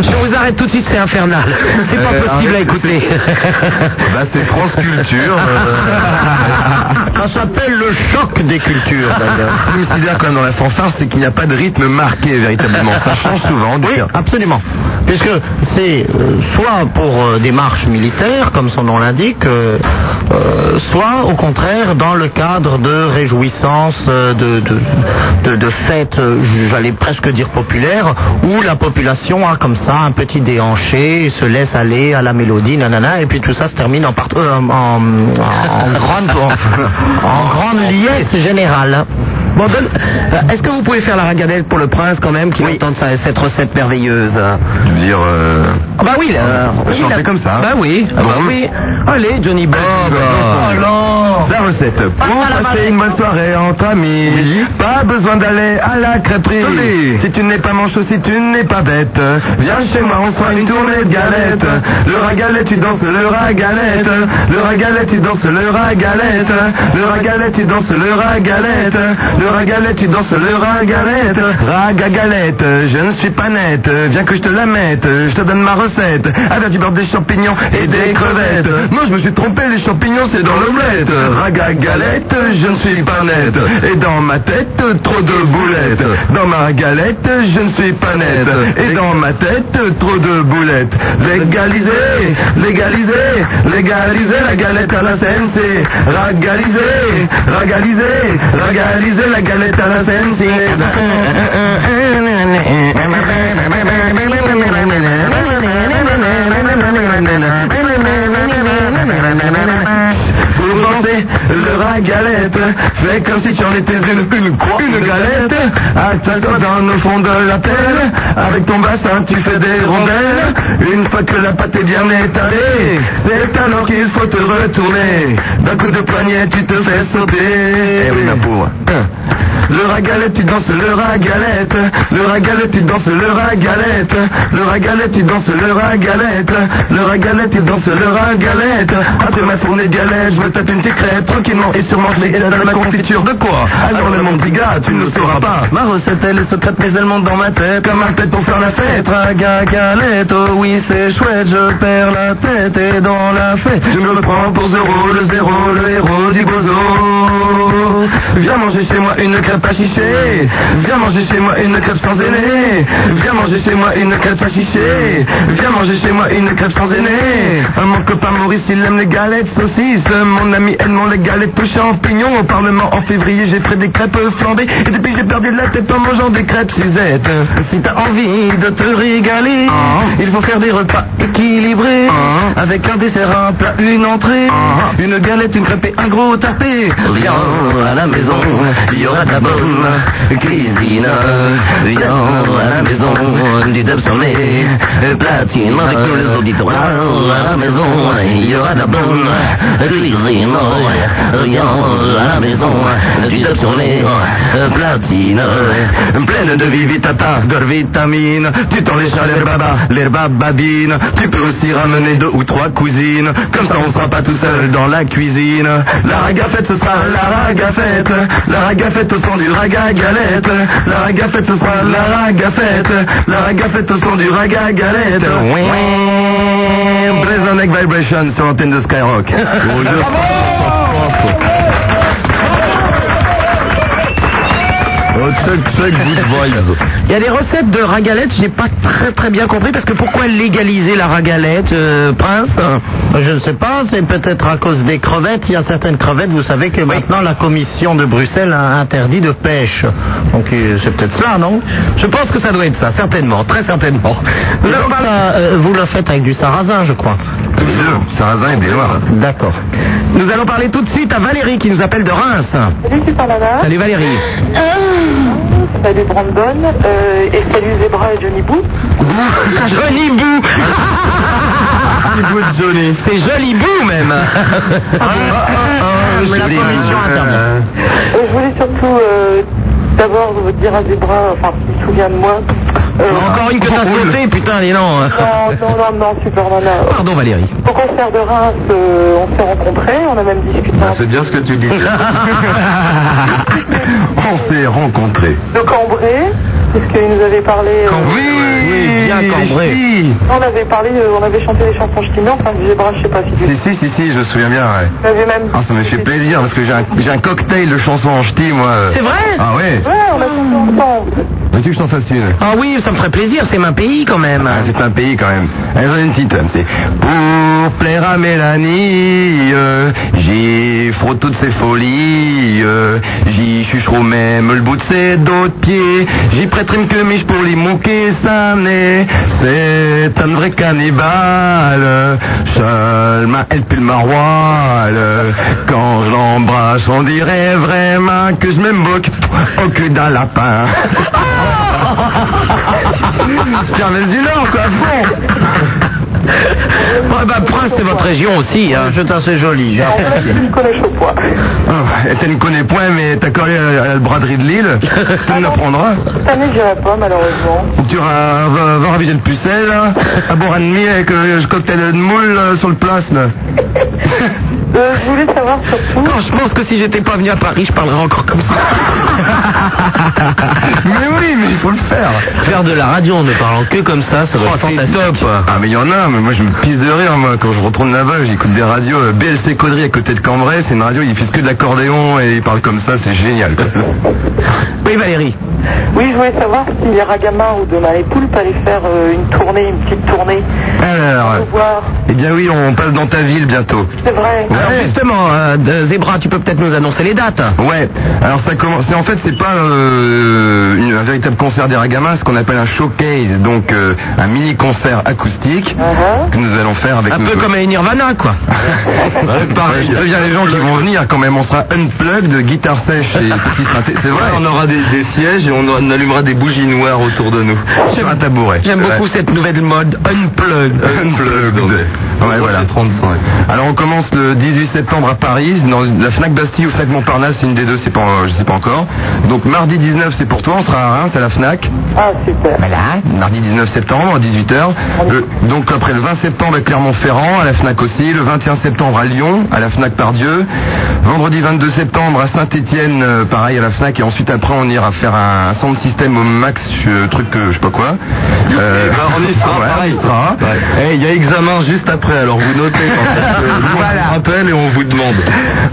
Speaker 4: Je vous arrête tout de suite, c'est infernal. C'est pas possible à écouter.
Speaker 3: Bah, c'est France Culture.
Speaker 6: Ça s'appelle le choc des cultures, d'ailleurs.
Speaker 3: Ce qui me sidère quand même dans la fanfare, c'est qu'il n'y a pas de rythme marqué véritablement. Ça change souvent. donc-
Speaker 6: Oui, absolument. Puisque c'est euh, soit pour euh, des marches militaires, comme son nom l'indique, euh, euh, soit au contraire dans le cadre de réjouissances, euh, de, de, de- de fêtes, euh, j'allais presque dire populaires, où la population a comme ça un petit déhanché, et se laisse aller à la mélodie, nanana, et puis tout ça se termine en, part- euh, en, en- en grande, en- en grande liesse générale.
Speaker 4: Bon, donne- euh, est-ce que vous pouvez faire la ragadelle pour le prince quand même, qui va entendre sa- cette recette merveilleuse
Speaker 3: Tu veux dire. euh,
Speaker 4: Ah bah oui, là.
Speaker 3: On peut
Speaker 4: oui,
Speaker 3: chanter
Speaker 4: là-
Speaker 3: comme ça, hein.
Speaker 4: Bah oui, ah bah
Speaker 3: Bon.
Speaker 4: oui. Allez, Johnny Black. Oh,
Speaker 3: bah. La recette pour passer une bonne soirée entre amis. Pas besoin d'aller à la crêperie. Si tu n'es pas manchot, si tu n'es pas bête, viens chez moi, on se fera une tournée de galette. Le ragalet, tu danses le ragalette. Le ragalet, tu danses le ragalette. Le ragalet, tu danses le ragalette. Le ragalet, tu danses le ragalette. Ragagalette, je ne suis pas nette. Viens que je te la mette. Je te donne ma recette. Avec du beurre des champignons et des crevettes. Non, je me suis trompé, les champignons, c'est dans l'omelette. Ragagalette, je ne suis pas nette. Et dans ma tête, trop de boulettes. Dans ma galette, je ne suis pas nette. Et dans ma tête, trop de boulettes. Légaliser, légaliser, légaliser la galette à la CNC. Ragaliser, ragaliser, ragaliser la galette à la CNC. Pour danser le ragalette, fais comme si tu en étais une, une quoi Une galette, attache-toi dans le fond de la tête, avec ton bassin tu fais des rondelles, une fois que la pâte est bien étalée, c'est alors qu'il faut te retourner, d'un coup de poignet tu te fais sauter. Le ragalette, tu danses le ragalette. Le ragalette, tu danses le ragalette. Le ragalette, tu danses le ragalette. Le ragalette, tu danses le ragalette. Après ma tournée de galette, je me tape une petite crêpe tranquillement et sûrement je l'ai dans ma confiture. De quoi Alors le monde gars, tu ne le sauras pas. Ma recette, elle est secrète, mais elle monte dans ma tête. Comme un tête pour faire la fête. Ragalette, oh oui, c'est chouette, je perds la tête et dans la fête. Je me prends pour zéro, le zéro, le héros du bozo. Viens manger chez moi une crêpe à chicher. Viens manger chez moi une crêpe sans aîné. Viens manger chez moi une crêpe à chicher. Viens manger chez moi une crêpe sans aîné. Euh, Mon copain Maurice, il aime les galettes saucisses. Euh, Mon ami Edmond, les galettes aux champignons. Au Parlement, en février, j'ai fait des crêpes flambées. Et depuis, j'ai perdu la tête en mangeant des crêpes Suzette. Si t'as envie de te régaler, il faut faire des repas équilibrés. Avec un dessert, un plat, une entrée. Une galette, une crêpe et un gros tapé. Ah. Viens à la maison, il y aura de la bonne cuisine. Viens à la maison, du dub sommet, platine. Avec nous les auditeurs, à la maison, il y aura de la bonne cuisine. Viens à la maison, du dub sommet, platine. Pleine de vivitata, de vitamines. Tu t'enlèches à l'herbaba, l'herba babine. Tu peux aussi ramener deux ou trois cousines. Comme ça, on sera pas tout seul dans la cuisine. La ragafette, ce sera la ragafette. La ragafette au son du raga galette. La ragafette, ce sera la ragafette. La ragafette au son du raga galette. Blazonec Vibration sur l'antenne de Skyrock.
Speaker 4: Il y a des recettes de ragalette, j'ai pas très très bien compris parce que pourquoi légaliser la ragalette, euh, Prince
Speaker 23: Je ne sais pas, c'est peut-être à cause des crevettes. Il y a certaines crevettes, vous savez que maintenant la commission de Bruxelles a interdit de pêche. Donc euh, c'est peut-être ça, non
Speaker 4: Je pense que ça doit être ça, certainement, très certainement.
Speaker 23: Et donc, ça, euh, Vous la faites avec du sarrasin, je crois.
Speaker 3: Toujours, sarrasin et des noirs.
Speaker 23: D'accord.
Speaker 4: Nous allons parler tout de suite à Valérie qui nous appelle de Reims.
Speaker 7: Salut, c'est pas là-bas.
Speaker 4: Salut Valérie.
Speaker 8: Ah.
Speaker 7: Salut Brandon. Euh, et salut Zebra et Johnny Boo.
Speaker 3: Ah.
Speaker 4: Johnny Boo
Speaker 3: Johnny.
Speaker 4: C'est Joli Boo même Ah,
Speaker 7: Euh, je voulais surtout euh, d'abord vous dire à Zebra, enfin, s'il se souvient de moi. euh,
Speaker 4: Encore une que t'as sautée, putain, les non
Speaker 7: non, non, non, non, super nana.
Speaker 4: Pardon Valérie.
Speaker 7: Au concert de Reims, euh, on s'est rencontrés, on a même discuté. un
Speaker 3: Bah, C'est bien ce que tu dis. On s'est rencontrés.
Speaker 7: peu De Cambrai, puisqu'il nous avait parlé. euh,
Speaker 3: Oui, bien
Speaker 7: on avait parlé, euh, on avait chanté les chansons ch'timiens, enfin, Zebra, je sais pas si tu.
Speaker 3: Si, si, si, si, je me souviens bien, ouais.
Speaker 7: On avait même.
Speaker 3: Ah, ça me fait plaisir parce que j'ai un, j'ai un cocktail de chansons en ch'ti, moi.
Speaker 4: C'est vrai
Speaker 3: Ah ouais
Speaker 7: Ouais, on a chanté ensemble.
Speaker 3: Veux-tu que je t'en fasse une
Speaker 4: Ah oui, ça me ferait plaisir, c'est ma pays quand même.
Speaker 3: Ah, c'est un pays quand même. Allez, j'en ai une petite, hein, c'est Pour plaire à Mélanie, euh, j'y frotte toutes ses folies, euh, j'y chucherai même le bout de ses dos de pied, j'y prête
Speaker 5: quatrième quemiche pour les mouquets samés. C'est un vrai cannibale. Seulement elle pue le maroilles. Quand je l'embrasse, on dirait vraiment que je m'aime beaucoup au cul d'un lapin. Carmel du Nord, quoi, bon.
Speaker 3: Ah bah Prince, c'est votre région aussi. Hein. bah,
Speaker 4: C'est assez joli.
Speaker 24: En vrai, tu ne connais pas.
Speaker 5: Ah, et tu ne connais point, mais t'as collé à, à la braderie de Lille. Tu me l'apprendras.
Speaker 24: Cette année, j'irai pas, malheureusement.
Speaker 5: Tu vas, vas, vas raviser le pucelle, là, à boire un demi avec euh, le cocktail de moule euh, sur le plasme.
Speaker 24: Euh, je voulais savoir surtout.
Speaker 3: Quand je pense que si j'étais pas venu à Paris, je parlerais encore comme ça.
Speaker 5: mais oui, mais il faut le faire.
Speaker 3: Faire de la radio en ne parlant que comme ça, ça doit
Speaker 5: Oh,
Speaker 3: être
Speaker 5: c'est
Speaker 3: fantastique.
Speaker 5: top. Ah, mais il y en a, mais moi je me pisse de rire, moi. Quand je retourne là-bas, j'écoute des radios euh, BLC Caudry à côté de Cambrai. C'est une radio, ils font que de l'accordéon et ils parlent comme ça, c'est génial. quoi.
Speaker 3: Oui, Valérie.
Speaker 24: Oui, je voulais savoir si les Ragamars ou Demain les Poulpes allaient faire euh, une tournée, une petite tournée.
Speaker 5: Alors, euh,
Speaker 24: Pour voir.
Speaker 5: eh bien oui, on passe dans ta ville bientôt.
Speaker 24: C'est vrai.
Speaker 3: Alors justement, euh, de- Zebra, tu peux peut-être nous annoncer les dates.
Speaker 5: Ouais, alors ça commence. c'est- En fait, c'est pas euh, une- un véritable concert des Ragamas, ce qu'on appelle un showcase, donc euh, un mini concert acoustique que nous allons faire avec
Speaker 3: Un
Speaker 5: nos-
Speaker 3: peu comme à Nirvana, quoi.
Speaker 5: Ouais, pareil, je préviens les gens qui vont venir quand même. On sera unplugged, guitare sèche et petit synthé. C'est vrai. on aura des, sièges et on, allumera des bougies noires autour de nous. Sur un tabouret.
Speaker 3: J'aime beaucoup cette nouvelle mode unplugged.
Speaker 5: Unplugged. Ouais, voilà. 35. Alors on commence le 18 septembre à Paris, dans la Fnac Bastille ou Fnac Montparnasse, une des deux, c'est pas, euh, je sais pas encore. Donc mardi 19, c'est pour toi, on sera à Reims, à la Fnac.
Speaker 24: Ah, super.
Speaker 5: Voilà. Mardi 19 septembre à 18h. donc après le 20 septembre à Clermont-Ferrand, à la FNAC aussi. Le 21 septembre à Lyon, à la FNAC Pardieu. Vendredi 22 septembre à Saint-Etienne, pareil à la FNAC. Et ensuite après on ira faire un centre système au max, je- truc que je sais pas quoi. Euh, on y sera, pareil. il y a examen juste après, alors vous notez.
Speaker 3: Ah,
Speaker 5: voilà. rappelle et on vous demande.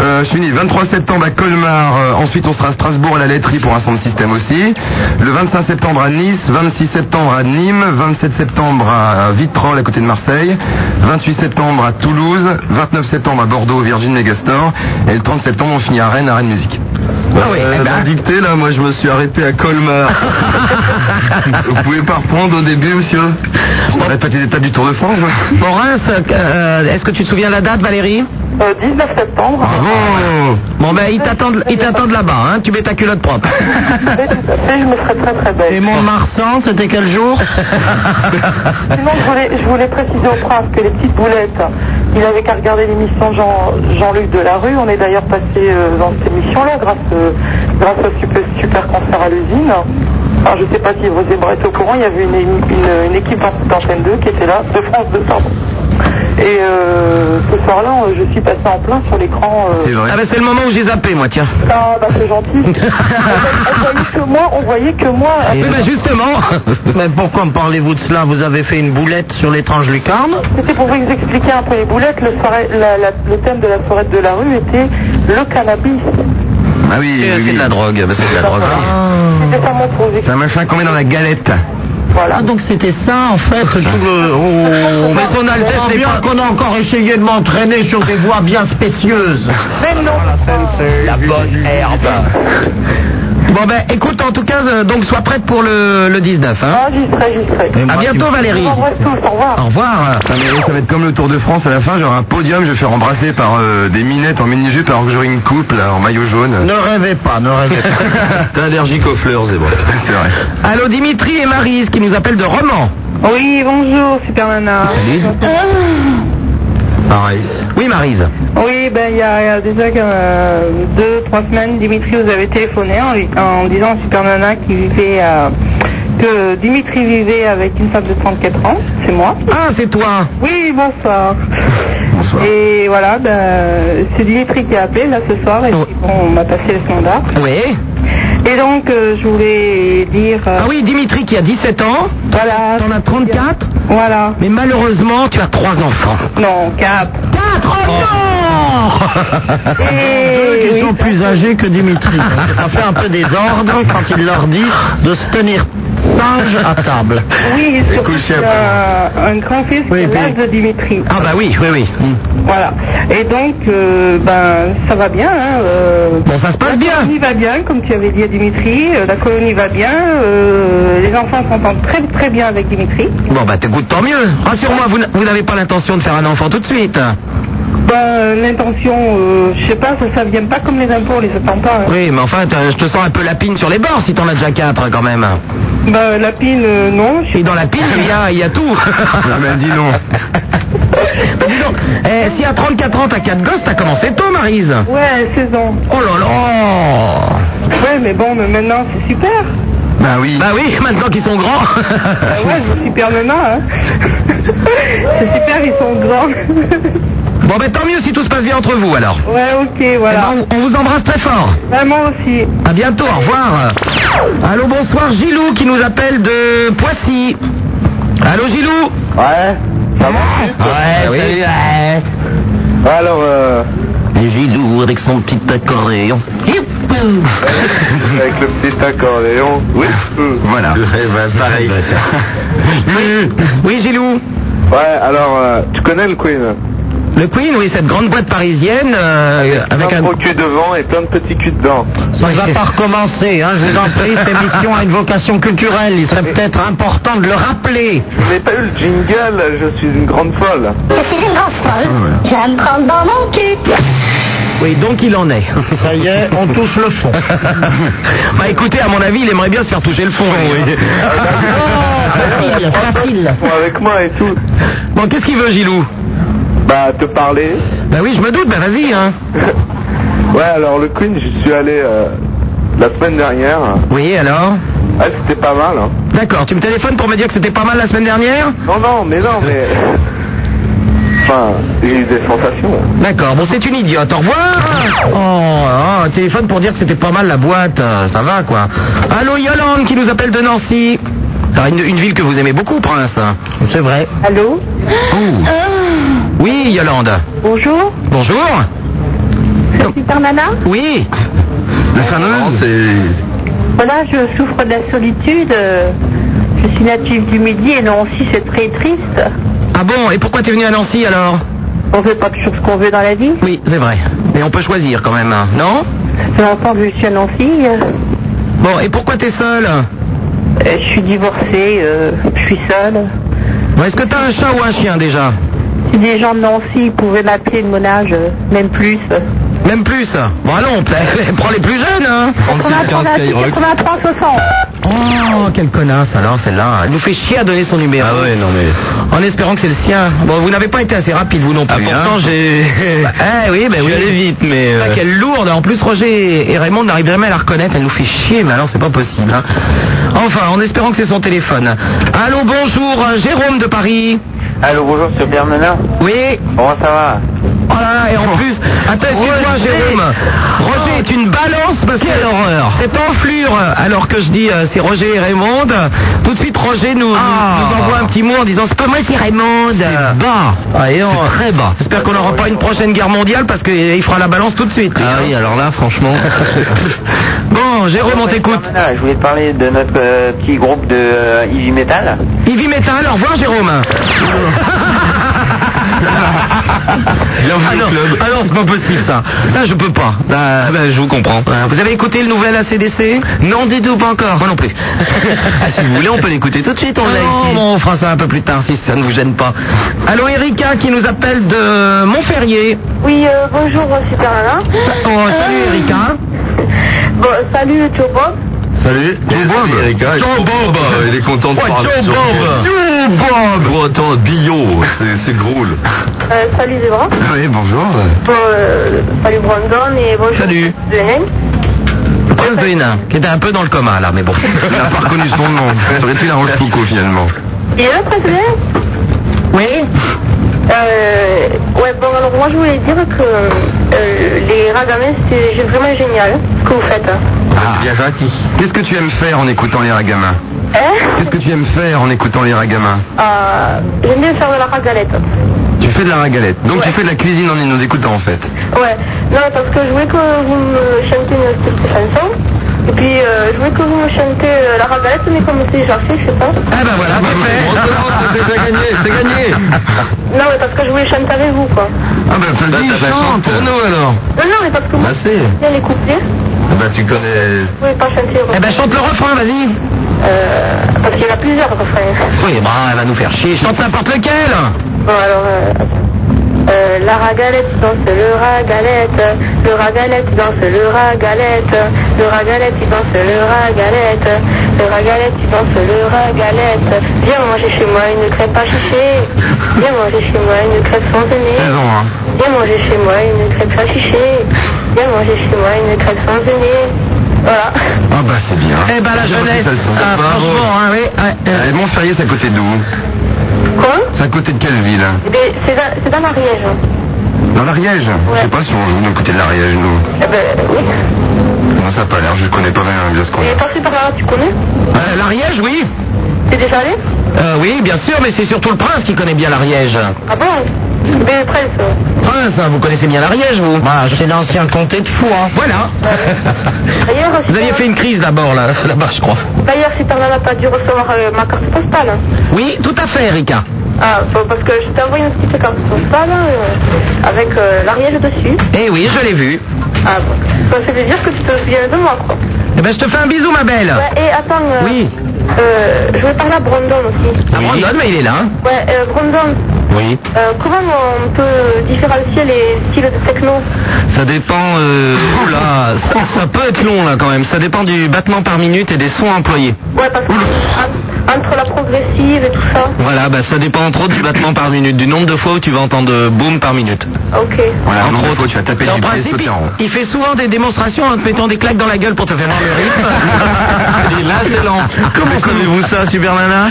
Speaker 5: Euh, je finis 23 septembre à Colmar. Euh, ensuite on sera à Strasbourg à la laiterie pour un centre système aussi. Le 25 septembre à Nice, 26 septembre à Nîmes, 27 septembre à Vitrolles à côté de Marseille, 28 septembre à Toulouse, 29 septembre à Bordeaux au Virgin Megastore et le 30 septembre on finit à Rennes à Rennes Musique.
Speaker 3: Ah oui, eh ben.
Speaker 5: dicté là, moi je me suis arrêté à Colmar. Vous pouvez pas reprendre au début, monsieur Je t'arrête pas tes étapes du Tour de France. moi.
Speaker 3: Bon, Reims, euh, est-ce que tu te souviens la date, Valérie
Speaker 24: Euh, 19 septembre.
Speaker 5: Bravo
Speaker 3: Bon, ben, ils t'attendent ils t'attendent là-bas, hein. Tu mets ta culotte propre.
Speaker 24: Oui, tout à fait, je me serais très très belle.
Speaker 4: Et Mont-de-Marsan, c'était quel jour
Speaker 24: Sinon, je voulais, je voulais préciser au prince que les petites boulettes, il avait qu'à regarder l'émission de Jean, Jean-Luc Delarue. On est d'ailleurs passé euh, dans cette émission-là grâce, euh, grâce au super, super concert à l'usine. Enfin, je ne sais pas si vous êtes au courant, il y avait une, une- une équipe d'ant- d'Antenne 2 qui était là, de France 2, pardon. Et euh, ce soir-là, on- je suis passé en plein sur l'écran. euh,
Speaker 5: C'est vrai.
Speaker 3: Ah ben, c'est le moment où j'ai zappé, moi, tiens.
Speaker 24: ah, bah, c'est gentil. on, voyait que moi, on voyait que moi. euh,
Speaker 4: Eh
Speaker 3: Oui, ben, justement.
Speaker 4: Mais pourquoi me parlez-vous de cela Vous avez fait une boulette sur l'étrange lucarne
Speaker 24: C'était pour vous expliquer un peu les boulettes. Le, soirée- la- la- le thème de la forêt de la rue était le cannabis.
Speaker 5: Ah oui,
Speaker 3: C'est
Speaker 5: oui,
Speaker 3: c'est
Speaker 5: oui.
Speaker 3: de la drogue. Ben, c'est de la drogue.
Speaker 4: Ah.
Speaker 24: C'était seulement pour vous
Speaker 5: C'est un
Speaker 24: expliquer.
Speaker 5: machin qu'on met dans la galette.
Speaker 24: Voilà.
Speaker 4: Ah, donc c'était ça en fait tout le... Oh,
Speaker 3: Mais son Altesse
Speaker 4: Oh,
Speaker 3: n'est
Speaker 4: bien
Speaker 3: pas-
Speaker 4: qu'on a encore essayé de m'entraîner sur des voies bien spécieuses.
Speaker 24: Mais non.
Speaker 4: La bonne herbe. Bah.
Speaker 3: Bon, ben, écoute, en tout cas, euh, donc, sois prête pour le, le 19, hein.
Speaker 24: Ah, j'y serai, j'y serai.
Speaker 3: À bientôt,
Speaker 24: Je
Speaker 3: Valérie.
Speaker 24: vous embrasse tous. Au revoir.
Speaker 3: Au revoir.
Speaker 5: Putain, mais ça va être comme le Tour de France à la fin, j'aurai un podium, je vais faire embrasser par euh, des minettes en mini-jupe alors que j'aurai une coupe là, en maillot jaune.
Speaker 4: Ne rêvez pas, ne rêvez pas.
Speaker 5: T'es allergique aux fleurs, c'est vrai. C'est vrai.
Speaker 3: Allô, Dimitri et Marise qui nous appellent de Roman.
Speaker 25: Oui, bonjour, Super Nana.
Speaker 5: Pareil.
Speaker 3: Oui, Marise.
Speaker 25: Oui, ben il y a il y a déjà euh, deux, trois semaines, Dimitri vous avait téléphoné en, lui- en disant à Super Nana qu'il vivait, euh, que Dimitri vivait avec une femme de 34 ans, c'est moi.
Speaker 3: Ah, c'est toi.
Speaker 25: Oui, bonsoir.
Speaker 5: Bonsoir.
Speaker 25: Et voilà, ben, c'est Dimitri qui a appelé là ce soir et puis, bon, on m'a passé le standard.
Speaker 3: Oh. Oui.
Speaker 25: Et donc euh, je voulais dire, euh,
Speaker 3: Ah oui, Dimitri qui a 17 ans.
Speaker 25: voilà,
Speaker 3: T'en as 34
Speaker 25: voilà,
Speaker 3: Mais malheureusement, tu as trois enfants.
Speaker 25: non, 4.
Speaker 3: 4 Oh Eh non Non Deux qui sont plus âgés que Dimitri. Donc ça fait un peu désordre quand il leur dit de se tenir sage à table.
Speaker 24: Oui, et surtout
Speaker 3: couché
Speaker 24: qu'il y a un grand-fils qui a l'âge de Dimitri.
Speaker 3: Ah bah oui, oui, oui. Hmm.
Speaker 24: Voilà. Et donc, euh, ben, ça va bien. Hein,
Speaker 3: bon, ça se passe bien.
Speaker 24: La colonie va bien, comme tu avais dit à Dimitri. euh, la colonie va bien. euh, les enfants s'entendent très très bien avec Dimitri.
Speaker 4: Bon, bah t'écoutes, tant mieux. Rassure-moi, vous n- vous n'avez pas l'intention de faire un enfant tout de suite.
Speaker 24: Ben, l'intention, euh, je sais pas, ça, ça vient pas comme les impôts, on les attend pas. hein.
Speaker 4: Oui, mais enfin, t'as- je te sens un peu lapine sur les bords si t'en as déjà quatre quand même.
Speaker 24: Ben, la pine, euh, non.
Speaker 4: Et dans la pine, il y a, il y a tout. Mais dis non. dis donc, eh, si à 34 ans t'as quatre gosses, t'as commencé tôt, Marise.
Speaker 24: Ouais, 16 ans.
Speaker 4: Oh là là
Speaker 24: Ouais, mais bon, mais maintenant, c'est super.
Speaker 4: Bah oui. Bah oui, maintenant qu'ils sont grands.
Speaker 24: Ben ouais, c'est super maintenant, hein. c'est super, ils sont grands.
Speaker 4: Bon, ben tant mieux si tout se passe bien entre vous alors.
Speaker 24: ouais, ok, voilà.
Speaker 4: On vous embrasse très fort.
Speaker 24: Vraiment aussi.
Speaker 4: À bientôt, au revoir. Allô, bonsoir, Gilou qui nous appelle de Poissy. Allô, Gilou
Speaker 5: Ouais, ça va
Speaker 4: Ouais, salut, ouais.
Speaker 5: Alors, euh...
Speaker 4: Gilou avec son petit accordéon.
Speaker 5: Avec le petit accordéon. Mm. Oui.
Speaker 6: Voilà. pareil.
Speaker 5: Bah,
Speaker 4: Oui, Gilou
Speaker 5: Ouais, alors, euh, tu connais le Queen
Speaker 4: Le Queen, oui, cette grande boîte parisienne euh, avec
Speaker 5: Plein
Speaker 4: un.
Speaker 5: de gros cul devant et plein de petits culs dedans.
Speaker 3: Ça ne va pas recommencer, hein, je vous en prie, cette émission a une vocation culturelle, il serait peut-être important de le rappeler.
Speaker 5: Je n'ai pas eu le jingle, je suis une grande folle.
Speaker 8: Je suis une grosse folle. Je vais me prendre dans mon cul.
Speaker 4: Oui, donc il en est.
Speaker 3: Ça y est, on touche le fond.
Speaker 4: bah écoutez, à mon avis, il aimerait bien se faire toucher le fond. lui.
Speaker 5: Ah,
Speaker 3: Facile, facile.
Speaker 5: Bon, avec moi et tout.
Speaker 4: Bon, qu'est-ce qu'il veut, Gilou
Speaker 5: Bah, te parler.
Speaker 4: Bah oui, je me doute, bah vas-y, hein.
Speaker 5: Ouais, alors le Queen, j'y suis allé euh, la semaine dernière.
Speaker 4: Oui, alors
Speaker 5: Ah, c'était pas mal. hein.
Speaker 4: D'accord, tu me téléphones pour me dire que c'était pas mal la semaine dernière
Speaker 5: Non, non, mais non, mais. Enfin, j'ai eu des sensations.
Speaker 4: D'accord, bon, c'est une idiote, au revoir Oh, oh, téléphone pour dire que c'était pas mal la boîte, euh, ça va quoi. Allô, Yolande qui nous appelle de Nancy. Ah, Une, une ville que vous aimez beaucoup, Prince.
Speaker 3: C'est vrai.
Speaker 24: Allô
Speaker 4: Oui, Yolande.
Speaker 7: Ah. Bonjour,
Speaker 4: Bonjour.
Speaker 7: Super Nana.
Speaker 4: Oui.
Speaker 6: Le phénomène, c'est.
Speaker 7: Voilà, je souffre de la solitude. euh, Je suis native du Midi et Nancy, c'est très triste.
Speaker 4: Ah bon, et pourquoi t'es venu à Nancy alors
Speaker 7: On fait pas toujours ce qu'on veut dans la vie.
Speaker 4: Oui, c'est vrai. Mais on peut choisir quand même, hein, non
Speaker 7: J'ai entendu, je suis à Nancy. euh,
Speaker 4: Bon, et pourquoi t'es seule
Speaker 7: euh, je suis divorcée, euh, je suis seule.
Speaker 4: Bon, Est-ce que t'as un chat ou un chien déjà
Speaker 7: Si des gens de Nancy pouvaient m'appeler de mon âge, euh, même plus.
Speaker 4: Même plus Bon allons, pla- prends les plus jeunes hein
Speaker 7: 83, 83, 60.
Speaker 4: Oh, quelle connasse alors celle-là. Elle nous fait chier à donner son numéro. Ah ouais, non mais... En espérant que c'est le sien. Bon, vous n'avez pas été assez rapide vous non plus.
Speaker 6: Ah, pourtant,
Speaker 4: hein.
Speaker 6: j'ai.
Speaker 4: Eh oui, ben
Speaker 6: Je
Speaker 4: oui.
Speaker 6: suis allé vite, mais.
Speaker 4: Ah,
Speaker 6: euh,
Speaker 4: quelle lourde En plus, Roger et Raymond n'arrivent jamais à la reconnaître. Elle nous fait chier, mais alors c'est pas possible. hein. Enfin, en espérant que c'est son téléphone. Allô, bonjour, euh, Jérôme de Paris.
Speaker 2: Allô, bonjour, c'est Pierre Menin.
Speaker 4: Oui
Speaker 2: Comment ça va
Speaker 4: Oh là là, et en plus, attends, excuse-moi Jérôme. Roger est une balance parce quelle horreur. Cette enflure, alors que je dis euh, c'est Roger et Raymond, tout de suite Roger nous, nous- nous envoie un petit mot en disant c'est pas moi, c'est Raymond. Ah. C'est bas. c'est très bas. J'espère qu'on n'aura pas une prochaine guerre mondiale parce qu'il fera la balance tout de suite. lui,
Speaker 6: Ah
Speaker 4: hein.
Speaker 6: oui, alors là, franchement.
Speaker 4: Bon, bah, Jérôme, on t'écoute.
Speaker 2: Voilà, je voulais te parler de notre euh, petit groupe de euh, Easy Metal.
Speaker 4: Ivy Metal, au revoir Jérôme. Ah non, ah non, c'est pas possible ça. Ça, je peux pas. Ça, ben, je vous comprends. Ouais, Vous avez écouté le nouvel ACDC Non, du tout, pas encore. Moi non plus.
Speaker 6: Ah, si vous voulez, on peut l'écouter tout de suite, on l'a
Speaker 4: non,
Speaker 6: ici.
Speaker 4: bon, on fera ça un peu plus tard si ça ne vous gêne pas. Allô, Erika qui nous appelle de Montferrier.
Speaker 7: Oui, euh, bonjour, euh, Super Nana.
Speaker 4: Oh, salut Erika.
Speaker 7: Bon, salut, Joe Bob.
Speaker 6: Salut. Joe Bob. Joe Bob. Il est content de
Speaker 4: Ouais,
Speaker 6: parler.
Speaker 4: Joe Bob.
Speaker 6: Joe Bob. Bon, attends, Billot, c'est- c'est drôle.
Speaker 7: Euh, salut, Zebra.
Speaker 6: Oui, bonjour.
Speaker 7: Bon, euh, salut, Brandon. Et bonjour,
Speaker 4: Salut.
Speaker 7: de Haine.
Speaker 4: Le prince de Hénin, qui était un peu dans le coma là, mais bon.
Speaker 6: Il n'a pas reconnu son nom. Serait-il un Rochefoucauld finalement
Speaker 7: Et là, très bien.
Speaker 4: Oui
Speaker 7: Euh, ouais, bon, alors moi je voulais dire que euh, les ragamés, c'est
Speaker 5: Ah.
Speaker 7: j'ai- vraiment génial ce que vous faites. hein.
Speaker 6: Qu'est-ce que tu aimes faire en écoutant les ragamins
Speaker 5: Qu'est-ce que tu aimes faire en écoutant les ragamins
Speaker 7: Euh, J'aime bien faire de la ragalette.
Speaker 5: Tu fais de la ragalette. Donc tu fais de la cuisine en nous écoutant en fait.
Speaker 7: Ouais. Non, parce que je voulais que vous me chantiez une petite chanson. Et puis, euh, je voulais que vous me chantez euh, la ragalette, mais comme c'est jarché, je sais pas.
Speaker 4: Ah bah voilà, c'est fait.
Speaker 5: C'est déjà gagné, c'est gagné.
Speaker 7: Non, mais parce que je voulais chanter avec vous, quoi.
Speaker 5: Ah bah Ah, vas-y, chante pour nous alors.
Speaker 7: Non, non, mais parce que moi,
Speaker 5: Bah c'est.
Speaker 7: je connais les couplets.
Speaker 5: Ah bah tu connais.
Speaker 7: Vous pouvez pas chanter.
Speaker 4: Eh ben chante le refrain, vas-y.
Speaker 7: Euh, parce qu'il y en a plusieurs refrains.
Speaker 4: Oui, bah elle va nous faire chier. Chante n'importe lequel.
Speaker 7: Bon, alors, euh, euh, la ragalette danse le ragalette, le ragalette danse le ragalette, le ragalette il danse le ragalette, le ragalette il danse le ragalette. Viens manger chez moi une crêpe à chicher, viens manger chez moi une crêpe sans
Speaker 5: Saison, hein.
Speaker 7: viens manger chez moi une crêpe à chicher, viens manger chez moi une crêpe sans Voilà.
Speaker 5: Ah bah c'est bien.
Speaker 4: Eh ben la
Speaker 5: J'ai retenu
Speaker 4: jeunesse,
Speaker 5: ça, ça.
Speaker 4: ah,
Speaker 5: Bravo.
Speaker 4: franchement, hein, oui. ouais, euh,
Speaker 6: Eh,
Speaker 5: Et Montferrier, c'est à côté d'où
Speaker 7: Quoi
Speaker 5: C'est à côté de quelle ville
Speaker 6: hein
Speaker 7: Eh bien, C'est dans- c'est hein. dans l'Ariège.
Speaker 5: Dans l'Ariège Je sais pas si on joue d'un côté de l'Ariège, nous.
Speaker 7: Eh ben, oui.
Speaker 5: Non, ça a pas l'air, je connais pas bien, bien ce qu'on
Speaker 7: Il est passé par là, tu connais
Speaker 4: euh, L'Ariège, oui.
Speaker 7: T'es déjà allé
Speaker 4: Euh, oui, bien sûr, mais c'est surtout le prince qui connaît bien l'Ariège.
Speaker 7: Ah bon Mais presque.
Speaker 4: Prince, hein, vous connaissez bien l'Ariège, vous
Speaker 3: Bah, c'est l'ancien comté de Fou, hein.
Speaker 4: Voilà.
Speaker 7: D'ailleurs,
Speaker 4: Vous aviez fait une crise d'abord, là, là-bas, je crois.
Speaker 7: D'ailleurs, Superman n'a pas dû recevoir euh, ma carte postale. hein.
Speaker 4: Oui, tout à fait, Erika.
Speaker 7: Ah, bon, parce que je t'ai envoyé une petite carte postale euh, avec euh, l'Ariège dessus.
Speaker 4: Eh oui, je l'ai vu.
Speaker 7: Ah bon. Ça veut dire que tu te souviens de moi, quoi.
Speaker 4: Eh ben, je te fais un bisou, ma belle.
Speaker 7: Ouais, et attends. euh,
Speaker 4: Oui.
Speaker 7: euh, je voulais parler à Brandon aussi.
Speaker 4: Ah, Brandon, mais il est là. hein.
Speaker 7: Ouais, euh, Brandon,
Speaker 5: Oui.
Speaker 7: euh, comment on peut différencier les styles de techno
Speaker 4: Ça dépend. Euh, oula, ça, ça peut être long là quand même. Ça dépend du battement par minute et des sons employés.
Speaker 7: Ouais, parce que en- entre la progressive et tout ça.
Speaker 4: Voilà, bah ça dépend entre autres du battement par minute, du nombre de fois où tu vas entendre euh, boom par minute.
Speaker 7: Ah, Ok.
Speaker 5: Voilà, en gros, tu vas taper
Speaker 4: En
Speaker 5: du pied et
Speaker 4: principe,
Speaker 5: sauter
Speaker 4: il,
Speaker 5: en rond.
Speaker 4: il fait souvent des démonstrations en te mettant des claques dans la gueule pour te faire voir le rythme. Il dit, là, c'est lent. Comment savez-vous ça, Super Nana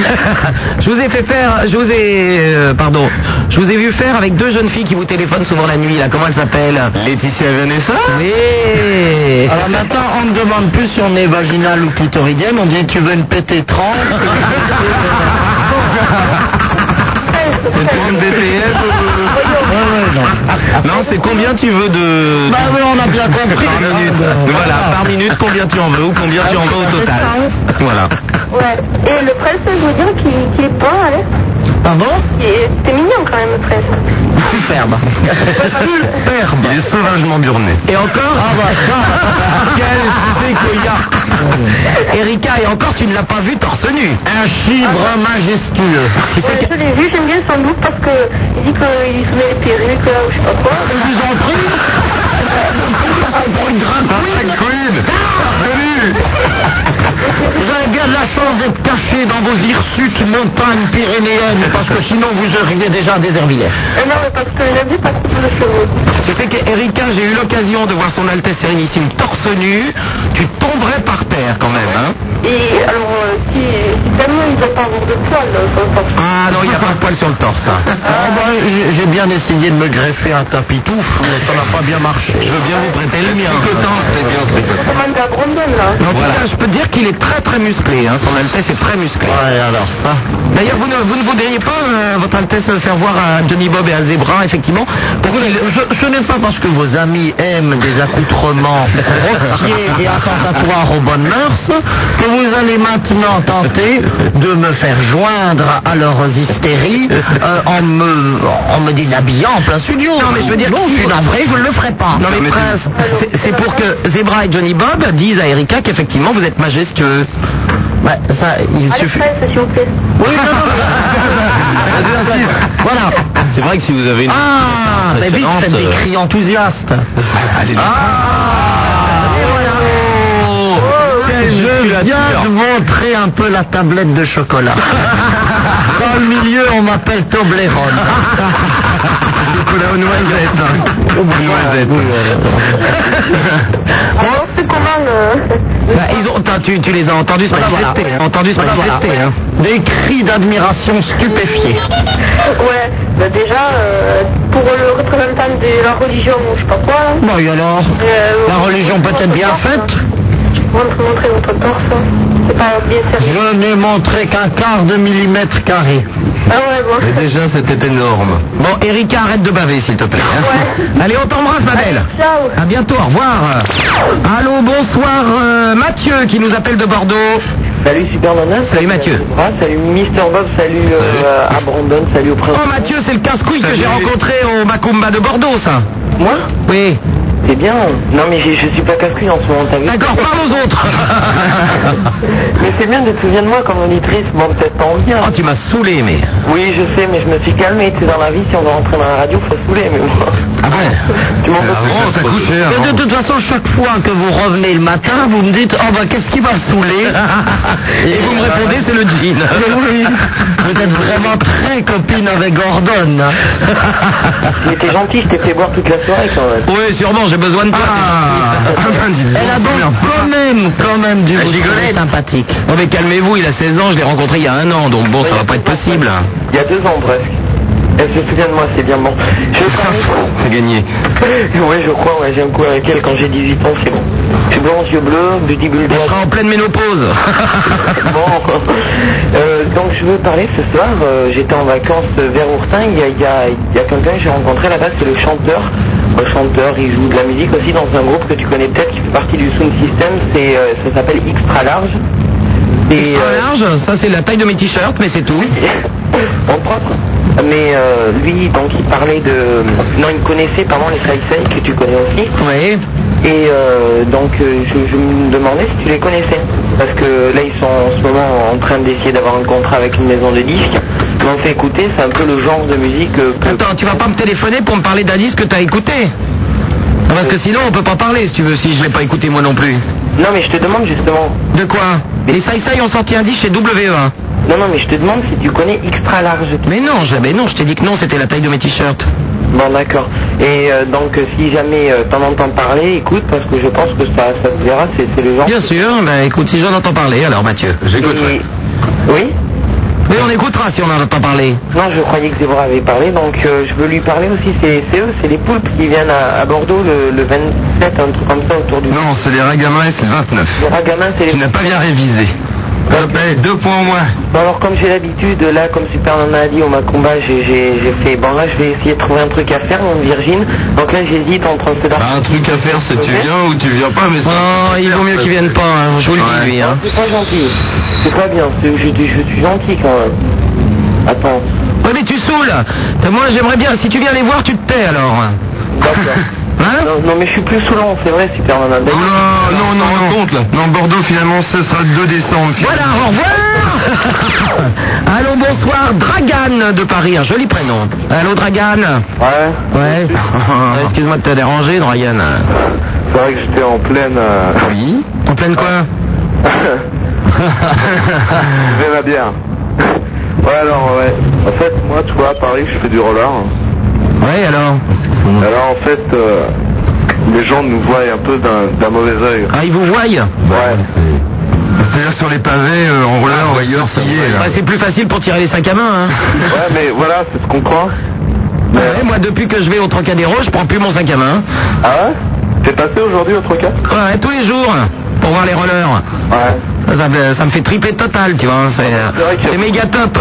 Speaker 4: Je vous ai fait faire, je vous ai, euh, pardon, je vous ai vu faire avec deux jeunes filles qui vous téléphonent souvent la nuit. Là, comment elles s'appellent
Speaker 5: Laetitia Vanessa
Speaker 4: Oui.
Speaker 3: Alors maintenant, on ne demande plus si on est vaginal ou clitoridienne, on dit tu veux une pététrante
Speaker 5: C'est pour une BTF euh, Non, c'est combien tu veux de.
Speaker 3: Bah oui, on a bien compris.
Speaker 5: Par minute. Voilà, par minute, combien tu en veux ou combien tu en veux au total. Voilà.
Speaker 7: Ouais. Et le prince, je veux dire qu'il qu'il est pas hein. à l'aise.
Speaker 3: Pardon
Speaker 7: Et C'était mignon quand même, le prince.
Speaker 3: Superbe. Superbe.
Speaker 5: Il est sauvagement burné.
Speaker 4: Et encore Ah bah ça Quel séquoia Erika, et encore tu ne l'as pas vu torse nu
Speaker 3: Un chibre majestueux.
Speaker 4: Tu sais
Speaker 7: Ouais,
Speaker 4: que...
Speaker 7: je l'ai vu, j'aime bien son look parce que il dit qu'il se met les perruques là, ou je sais pas quoi. Euh,
Speaker 3: Je vous en prie.
Speaker 5: Queen
Speaker 3: Vous avez bien de la chance d'être caché dans vos hirsutes montagnes pyrénéennes, parce que sinon vous seriez déjà un désert
Speaker 7: Et non, mais parce que j'aime bien pas trop de cheveux.
Speaker 4: Tu sais qu'Erika, j'ai eu l'occasion de voir son Altesse Sérénissime torse nu. Tu tomberais par terre quand même, hein
Speaker 7: Et alors, euh, si, si tellement il doit pas avoir de poils, euh, sur le torse.
Speaker 4: Ah non, il n'y a pas de poil sur le torse. hein.
Speaker 3: Ah, bah, j'ai- J'ai bien essayé de me greffer un tapis touffe, mais ça n'a pas bien marché.
Speaker 4: Je veux bien vous prêter le mien.
Speaker 5: c'était bien
Speaker 7: On demande à Brandon là.
Speaker 4: En tout cas, je peux te dire qu'il est très très musclé. Hein. Son Altesse est très musclé.
Speaker 3: Ouais, alors ça.
Speaker 4: D'ailleurs, vous ne, vous ne voudriez pas, euh, Votre Altesse, faire voir à Johnny Bob et à Zebra, effectivement, pour
Speaker 3: Vous, ce- ce n'est pas parce que vos amis aiment des accoutrements grossiers et attentatoires aux bonnes mœurs que vous allez maintenant tenter de me faire joindre à leurs hystéries euh, en me en me déshabillant en plein studio.
Speaker 4: Non, mais je veux dire
Speaker 3: non, je
Speaker 4: que si
Speaker 3: suis
Speaker 4: vous-
Speaker 3: navré, je ne le ferai pas.
Speaker 4: Non mais, Prince, c'est- c'est pour que Zebra et Johnny Bob disent à Erika qu'effectivement vous êtes majestueux.
Speaker 3: Bah, ça, il
Speaker 7: Allez,
Speaker 3: suffit.
Speaker 7: prince, s'il vous plaît.
Speaker 3: Oui, non, non, mais- voilà.
Speaker 5: C'est vrai que si vous avez une. euh,
Speaker 3: Ah, mais vite, faites des cris enthousiastes.
Speaker 5: Allez,
Speaker 3: Ah,
Speaker 5: Oh,
Speaker 3: Oh, Je viens de montrer un peu la tablette de chocolat. Dans le milieu, on m'appelle Toblerone.
Speaker 5: chocolat aux noisettes.
Speaker 3: Oh, bah,
Speaker 5: Aux noisettes.
Speaker 7: Alors, c'est comment euh, le.
Speaker 4: Bah, ils ont, t'as- tu, tu les as entendus se
Speaker 3: Voilà,
Speaker 4: manifester,
Speaker 3: voilà.
Speaker 4: hein, entendus se
Speaker 3: Voilà,
Speaker 4: manifester.
Speaker 3: voilà.
Speaker 4: hein.
Speaker 3: Des cris d'admiration stupéfiés.
Speaker 7: Ouais, bah déjà, euh, pour le représentant de la religion ou je sais pas quoi. là,
Speaker 3: Bon, et alors
Speaker 7: euh,
Speaker 3: La religion peut être bien
Speaker 7: votre torse,
Speaker 3: faite
Speaker 7: hein. Montre- Montrez votre torse. hein. C'est pas bien sérieux.
Speaker 3: Je n'ai montré qu'un quart de millimètre carré.
Speaker 7: Ah ouais, bon.
Speaker 26: Et déjà, c'était énorme.
Speaker 4: Bon, Erika, arrête de baver, s'il te plaît. hein. Allez, on t'embrasse, ma belle.
Speaker 7: Ciao.
Speaker 4: À bientôt, au revoir. Allô, bonsoir, euh, Mathieu, qui nous appelle de Bordeaux.
Speaker 2: Salut Super Nana.
Speaker 4: Salut Mathieu.
Speaker 2: Ah, salut Mister Bob, salut, euh, à Brandon, salut au prince.
Speaker 4: Oh, Mathieu, c'est le casse-couille que j'ai rencontré au Macumba de Bordeaux, ça.
Speaker 5: Oh.
Speaker 2: Moi
Speaker 4: Oui.
Speaker 2: C'est bien. Non mais je, je suis pas casse-couille en ce moment, t'as vu
Speaker 4: D'accord, parle aux autres.
Speaker 2: Mais c'est bien de te souvenir de moi comme auditrice, bon peut-être pas en bien.
Speaker 4: Oh, tu m'as saoulé, mais.
Speaker 2: Oui, je sais, mais je me suis calmé. Tu sais, dans la vie, si on veut rentrer dans la radio, faut se couler, mais bon.
Speaker 4: Ah ouais
Speaker 2: Tu m'en
Speaker 26: Ah, bon, ça coûte cher,
Speaker 3: Mais
Speaker 26: non
Speaker 4: hein.
Speaker 3: de toute façon, chaque fois que vous revenez le matin, vous me dites Oh, bah, qu'est-ce qui va me saouler
Speaker 4: Et vous me répondez, c'est le jean.
Speaker 3: Mais oui, vous êtes vraiment très copine avec Gordon.
Speaker 2: Mais t'es gentil, je t'ai fait boire toute la soirée quand même.
Speaker 4: Oui, sûrement, j'ai besoin de toi. Ah,
Speaker 3: Elle a donc quand même, quand même du
Speaker 4: Elle gigolait.
Speaker 3: sympathique.
Speaker 4: Bon, mais calmez-vous, il a 16 ans, je l'ai rencontré il y a un an, donc bon, ça va pas être possible.
Speaker 2: Il y a deux ans presque. Elle se souvient de moi, c'est bien bon. Je crois.
Speaker 26: C'est gagné.
Speaker 2: ouais, je crois, ouais, j'ai un coup avec elle quand j'ai 18 ans, c'est bon. Je suis blanc, yeux bleus, bodybuilder.
Speaker 4: On sera en pleine ménopause.
Speaker 2: bon. Euh, donc je veux parler ce soir. euh, J'étais en vacances vers Ourtin. Il y a, il y a- il y a quelqu'un que j'ai rencontré là-bas, c'est le chanteur. Le chanteur, il joue de la musique aussi dans un groupe que tu connais peut-être qui fait partie du Sound System. C'est, euh, ça s'appelle Extra Large. Et,
Speaker 4: Extra
Speaker 2: euh,
Speaker 4: large, ça c'est la taille de mes t-shirts, mais c'est tout.
Speaker 2: en propre. Mais euh, lui, donc, il parlait de. Non, il connaissait, pardon, les Faisal que tu connais aussi.
Speaker 4: Oui.
Speaker 2: Et euh, donc, euh, je, je me demandais si tu les connaissais. Parce que là, ils sont en ce moment en train d'essayer d'avoir un contrat avec une maison de disques. Ils m'ont fait écouter, c'est un peu le genre de musique euh, que.
Speaker 4: Attends, tu vas pas me téléphoner pour me parler d'un disque que t'as écouté Non, Parce que sinon on peut pas parler si tu veux, si je l'ai pas écouté moi non plus.
Speaker 2: Non, mais je te demande justement.
Speaker 4: De quoi Les Sai Sai ont sorti un disque chez WE1.
Speaker 2: Non, non, mais je te demande si tu connais Extra Large.
Speaker 4: Mais non, je, mais non, je t'ai dit que non, c'était la taille de mes t-shirts.
Speaker 2: Bon, d'accord. Et euh, donc, si jamais euh, t'en entends parler, écoute, parce que je pense que ça, ça te verra, c'est c'est le genre.
Speaker 4: Bien sûr, bah écoute, si j'en entends parler, alors Mathieu.
Speaker 26: J'écoute. ouais.
Speaker 2: Et- Oui
Speaker 4: Mais on écoutera si on en entend parler.
Speaker 2: Non, je croyais que Zébra avait parlé, donc euh, je veux lui parler aussi. C'est c'est eux, c'est les poulpes qui viennent à, à Bordeaux le, le 27, un truc comme ça autour du.
Speaker 26: Non, c'est les ragamins, c'est le 29.
Speaker 2: Les ragamins, c'est les.
Speaker 26: Tu n'as pas bien révisé. Hop, allez, deux points au moins.
Speaker 2: Bon, alors, comme j'ai l'habitude, là, comme Super Nana a dit au Macumba, j'ai j'ai- j'ai fait. Bon, là, je vais essayer de trouver un truc à faire, mon Virgin. Donc là, j'hésite entre ce
Speaker 26: Bah, un truc à faire, c'est tu viens ou tu viens pas, mais c'est.
Speaker 4: Oh, il vaut mieux qu'ils viennent pas, hein, je vous le
Speaker 26: Ouais.
Speaker 4: dis lui. Hein.
Speaker 2: C'est pas gentil. C'est pas bien. c'est- Je, je- je suis gentil quand même. Attends.
Speaker 4: Ouais, mais tu saoules. T'as- Moi j'aimerais bien, si tu viens les voir, tu te tais alors.
Speaker 2: D'accord.
Speaker 4: Hein
Speaker 2: Non, non, mais je suis plus saoulant, c'est vrai, Super Nana.
Speaker 26: Oh là, non, non, non. Non, Bordeaux, finalement, ce sera le 2 décembre.
Speaker 4: Voilà, au revoir Allô, bonsoir, Dragan de Paris, un joli prénom. Allô, Dragan
Speaker 5: Ouais,
Speaker 4: Ouais. Ah, Excuse-moi de te déranger, Dragan.
Speaker 5: c'est vrai que j'étais en pleine. euh,
Speaker 4: Oui En pleine quoi
Speaker 5: Je vais la bière. Ouais, alors, ouais. En fait, moi, tu vois, à Paris, je fais du roller.
Speaker 4: Ouais, alors
Speaker 5: Alors, en fait, euh, les gens nous voient un peu d'un d'un mauvais œil.
Speaker 4: Ah, ils vous voient
Speaker 5: Ouais.
Speaker 26: C'est-à-dire sur les pavés, euh, en roller, on va y sortiller,
Speaker 3: hein.
Speaker 26: là.
Speaker 4: Bah, C'est plus facile pour tirer les sacs à main, hein.
Speaker 5: Ouais, mais voilà, c'est ce qu'on croit.
Speaker 4: Ah Ouais, moi, depuis que je vais au Trocadéro, je prends plus mon sac à main.
Speaker 5: Ah ouais T'es passé aujourd'hui au trocas
Speaker 4: Ouais, tous les jours, pour voir les rollers.
Speaker 5: Ouais.
Speaker 4: Ça, ça me- ça me fait tripler total, tu vois. C'est euh,
Speaker 5: C'est vrai que-
Speaker 4: c'est méga top.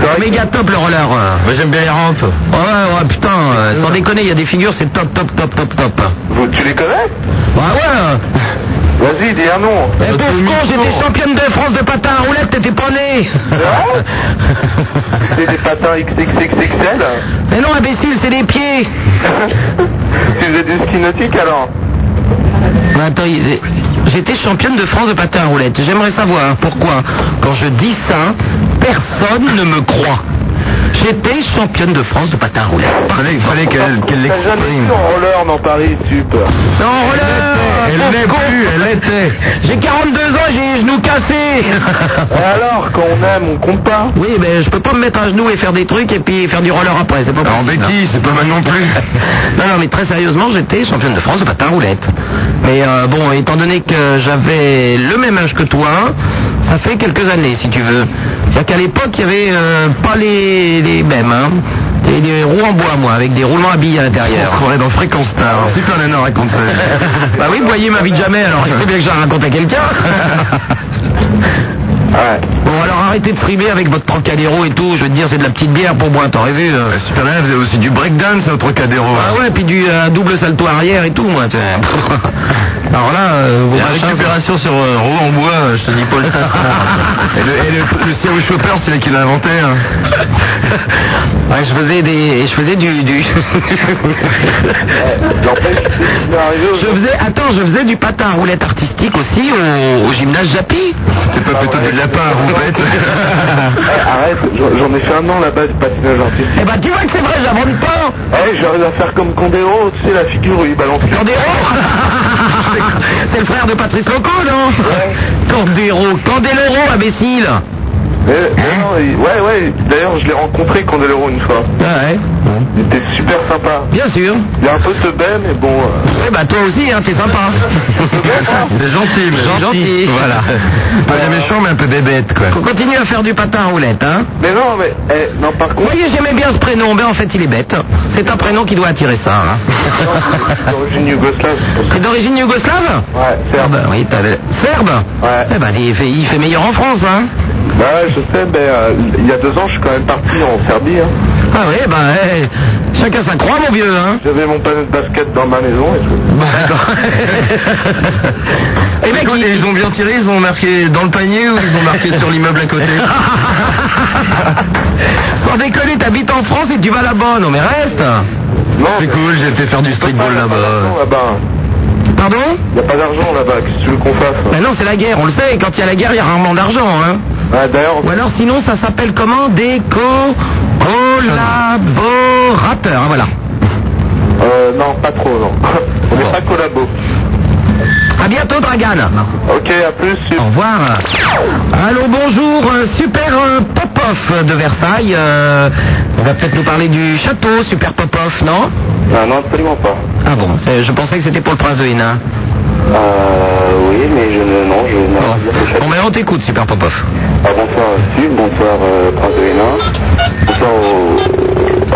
Speaker 4: C'est méga top le roller.
Speaker 26: j'aime bien les rampes.
Speaker 4: Ouais, ouais, putain, euh, sans déconner, il y a des figures, c'est top, top, top, top, top. Bah
Speaker 5: Vous, tu les connais
Speaker 4: Ouais, ouais.
Speaker 5: Vas-y, dis un nom.
Speaker 26: Bah,
Speaker 4: Eh, pauvre con, j'étais championne de France de patin à roulette, t'étais pas né.
Speaker 5: vrai C'est des patins XXXXL
Speaker 4: Mais non, imbécile, c'est les pieds.
Speaker 5: Tu faisais du ski nautique alors
Speaker 4: Mais Bah, attends, il- j'étais championne de France de patin à roulette. J'aimerais savoir pourquoi, quand je dis ça, personne ne me croit. J'étais championne de France de patin à roulette.
Speaker 26: Fallait, fallait qu'elle qu'elle
Speaker 5: T'as jamais
Speaker 26: l'exprime.
Speaker 5: vu en roller dans Paris, super.
Speaker 4: Non,
Speaker 26: Elle
Speaker 4: roller
Speaker 26: l'est plus, elle était.
Speaker 4: J'ai 42 ans et j'ai les genoux cassés
Speaker 5: Et alors, quand on aime, on compte pas
Speaker 4: Oui, mais je peux pas me mettre à genoux et faire des trucs et puis faire du roller après, c'est pas
Speaker 26: Alors,
Speaker 4: possible.
Speaker 26: Becky, c'est pas mal non plus.
Speaker 4: Non, non, mais très sérieusement, j'étais championne de France de patin à roulette. Mais euh, bon, étant donné que j'avais le même âge que toi, ça fait quelques années, si tu veux. C'est-à-dire qu'à l'époque, il n'y avait euh, pas les, les mêmes. Hein. C'était des roues en bois, moi, avec des roulements à billes à
Speaker 26: On se
Speaker 4: l'intérieur.
Speaker 26: croirait dans Fréquence Star. Super Nana raconte ça.
Speaker 4: bah oui, vous voyez ma vie de jamais, alors il faut bien que je la raconte à quelqu'un. Bon, alors arrêtez de frimer avec votre Trocadéro et tout. Je veux dire, c'est de la petite bière pour moi, t'aurais vu. euh.
Speaker 3: Bah, Super Nana faisait aussi du breakdance hein. au Trocadéro.
Speaker 4: Ah ouais, puis du euh, double salto arrière et tout, moi. tu sais. alors là, euh, vos
Speaker 3: La
Speaker 4: machins,
Speaker 3: récupération sur euh, roue en bois, euh, je te dis Paul Tassin. et le, et le, le CIO Chopper, c'est lui qui l'a inventé. hein.
Speaker 4: Ouais, je faisais des, je faisais du, du- je faisais, attends, je faisais du patin à roulette artistique aussi au, au gymnase Japy.
Speaker 3: C'est pas plutôt du lapin à roupette
Speaker 5: Eh, Arrête, j'en j'en ai fait un an là-bas du patinage artistique. Eh,
Speaker 4: Eh ben, tu vois que c'est vrai, j'abonne pas.
Speaker 5: Ouais, j'arrive à faire comme Condéro, tu sais, la figure où il balance.
Speaker 4: Candéro C'est le frère de Patrice Rocco, non Candéro, Candeloro, imbécile
Speaker 5: Mais- mais Eh, non, il- ouais, ouais, d'ailleurs je l'ai rencontré Condéro une fois.
Speaker 4: Ouais,
Speaker 5: Il était super sympa.
Speaker 4: bien sûr.
Speaker 5: Il est un peu teubé, mais bon. euh,
Speaker 4: Eh ben, toi aussi, hein, t'es sympa.
Speaker 3: C'est gentil, mais
Speaker 4: Gentil.
Speaker 3: Voilà. Pas bien méchant, mais un peu bébête, quoi.
Speaker 4: On continue à faire du patin à roulette, hein
Speaker 5: Mais non, mais eh, non, par
Speaker 4: Vous
Speaker 5: contre,
Speaker 4: voyez, j'aimais bien ce prénom, ben en fait, il est bête. C'est un prénom qui doit attirer ça, hein
Speaker 5: c'est d'origine yougoslave.
Speaker 4: C'est d'origine yougoslave
Speaker 5: Ouais, c'est
Speaker 4: Ah ben oui, t'as le- Serbe
Speaker 5: Ouais.
Speaker 4: Eh ben, il fait, il fait meilleur en France, hein
Speaker 5: Bah, je sais, mais euh, il y a deux ans, je suis quand même parti en Serbie. Hein.
Speaker 4: Ah oui, ben, eh, chacun sa croix, mon vieux, hein
Speaker 5: J'avais mon panneau de basket dans ma maison et tout.
Speaker 4: D'accord. Eh
Speaker 3: C'est
Speaker 4: mec,
Speaker 3: quoi,
Speaker 4: il-
Speaker 3: ils ont bien tiré, ils ont marqué dans le panier ou ils ont marqué sur l'immeuble à côté
Speaker 4: Sans déconner, t'habites en France et tu vas là-bas. Non, mais reste.
Speaker 5: Non,
Speaker 3: C'est cool, j'ai fait faire du streetball
Speaker 5: d'argent
Speaker 3: là-bas.
Speaker 5: là-bas.
Speaker 4: Pardon
Speaker 5: Il n'y a pas d'argent là-bas, qu'est-ce que tu veux qu'on fasse hein?
Speaker 4: Ben non, c'est la guerre, on le sait. Quand il y a la guerre, il y a rarement d'argent. Hein.
Speaker 5: Ah, D'ailleurs,
Speaker 4: Ou alors, sinon, ça s'appelle comment Des co- collaborateurs. hein, voilà.
Speaker 5: euh, non, pas trop, non. On n'est pas collabo.
Speaker 4: À bientôt, Dragan.
Speaker 5: Ok, à plus.
Speaker 4: Au revoir. Allô, bonjour. euh, Super euh, Popov de Versailles. euh, on va peut-être nous parler du château, Super Popov, non
Speaker 5: Ah, non, absolument pas.
Speaker 4: Ah bon, c'est- je pensais que c'était pour le prince de Hénin.
Speaker 5: Euh, oui, mais je ne. Non, je ne.
Speaker 4: Bon, bon ben on t'écoute, Super Popov.
Speaker 5: Ah, bonsoir, Sub, bonsoir, euh, Prince de Hénin. Bonsoir au.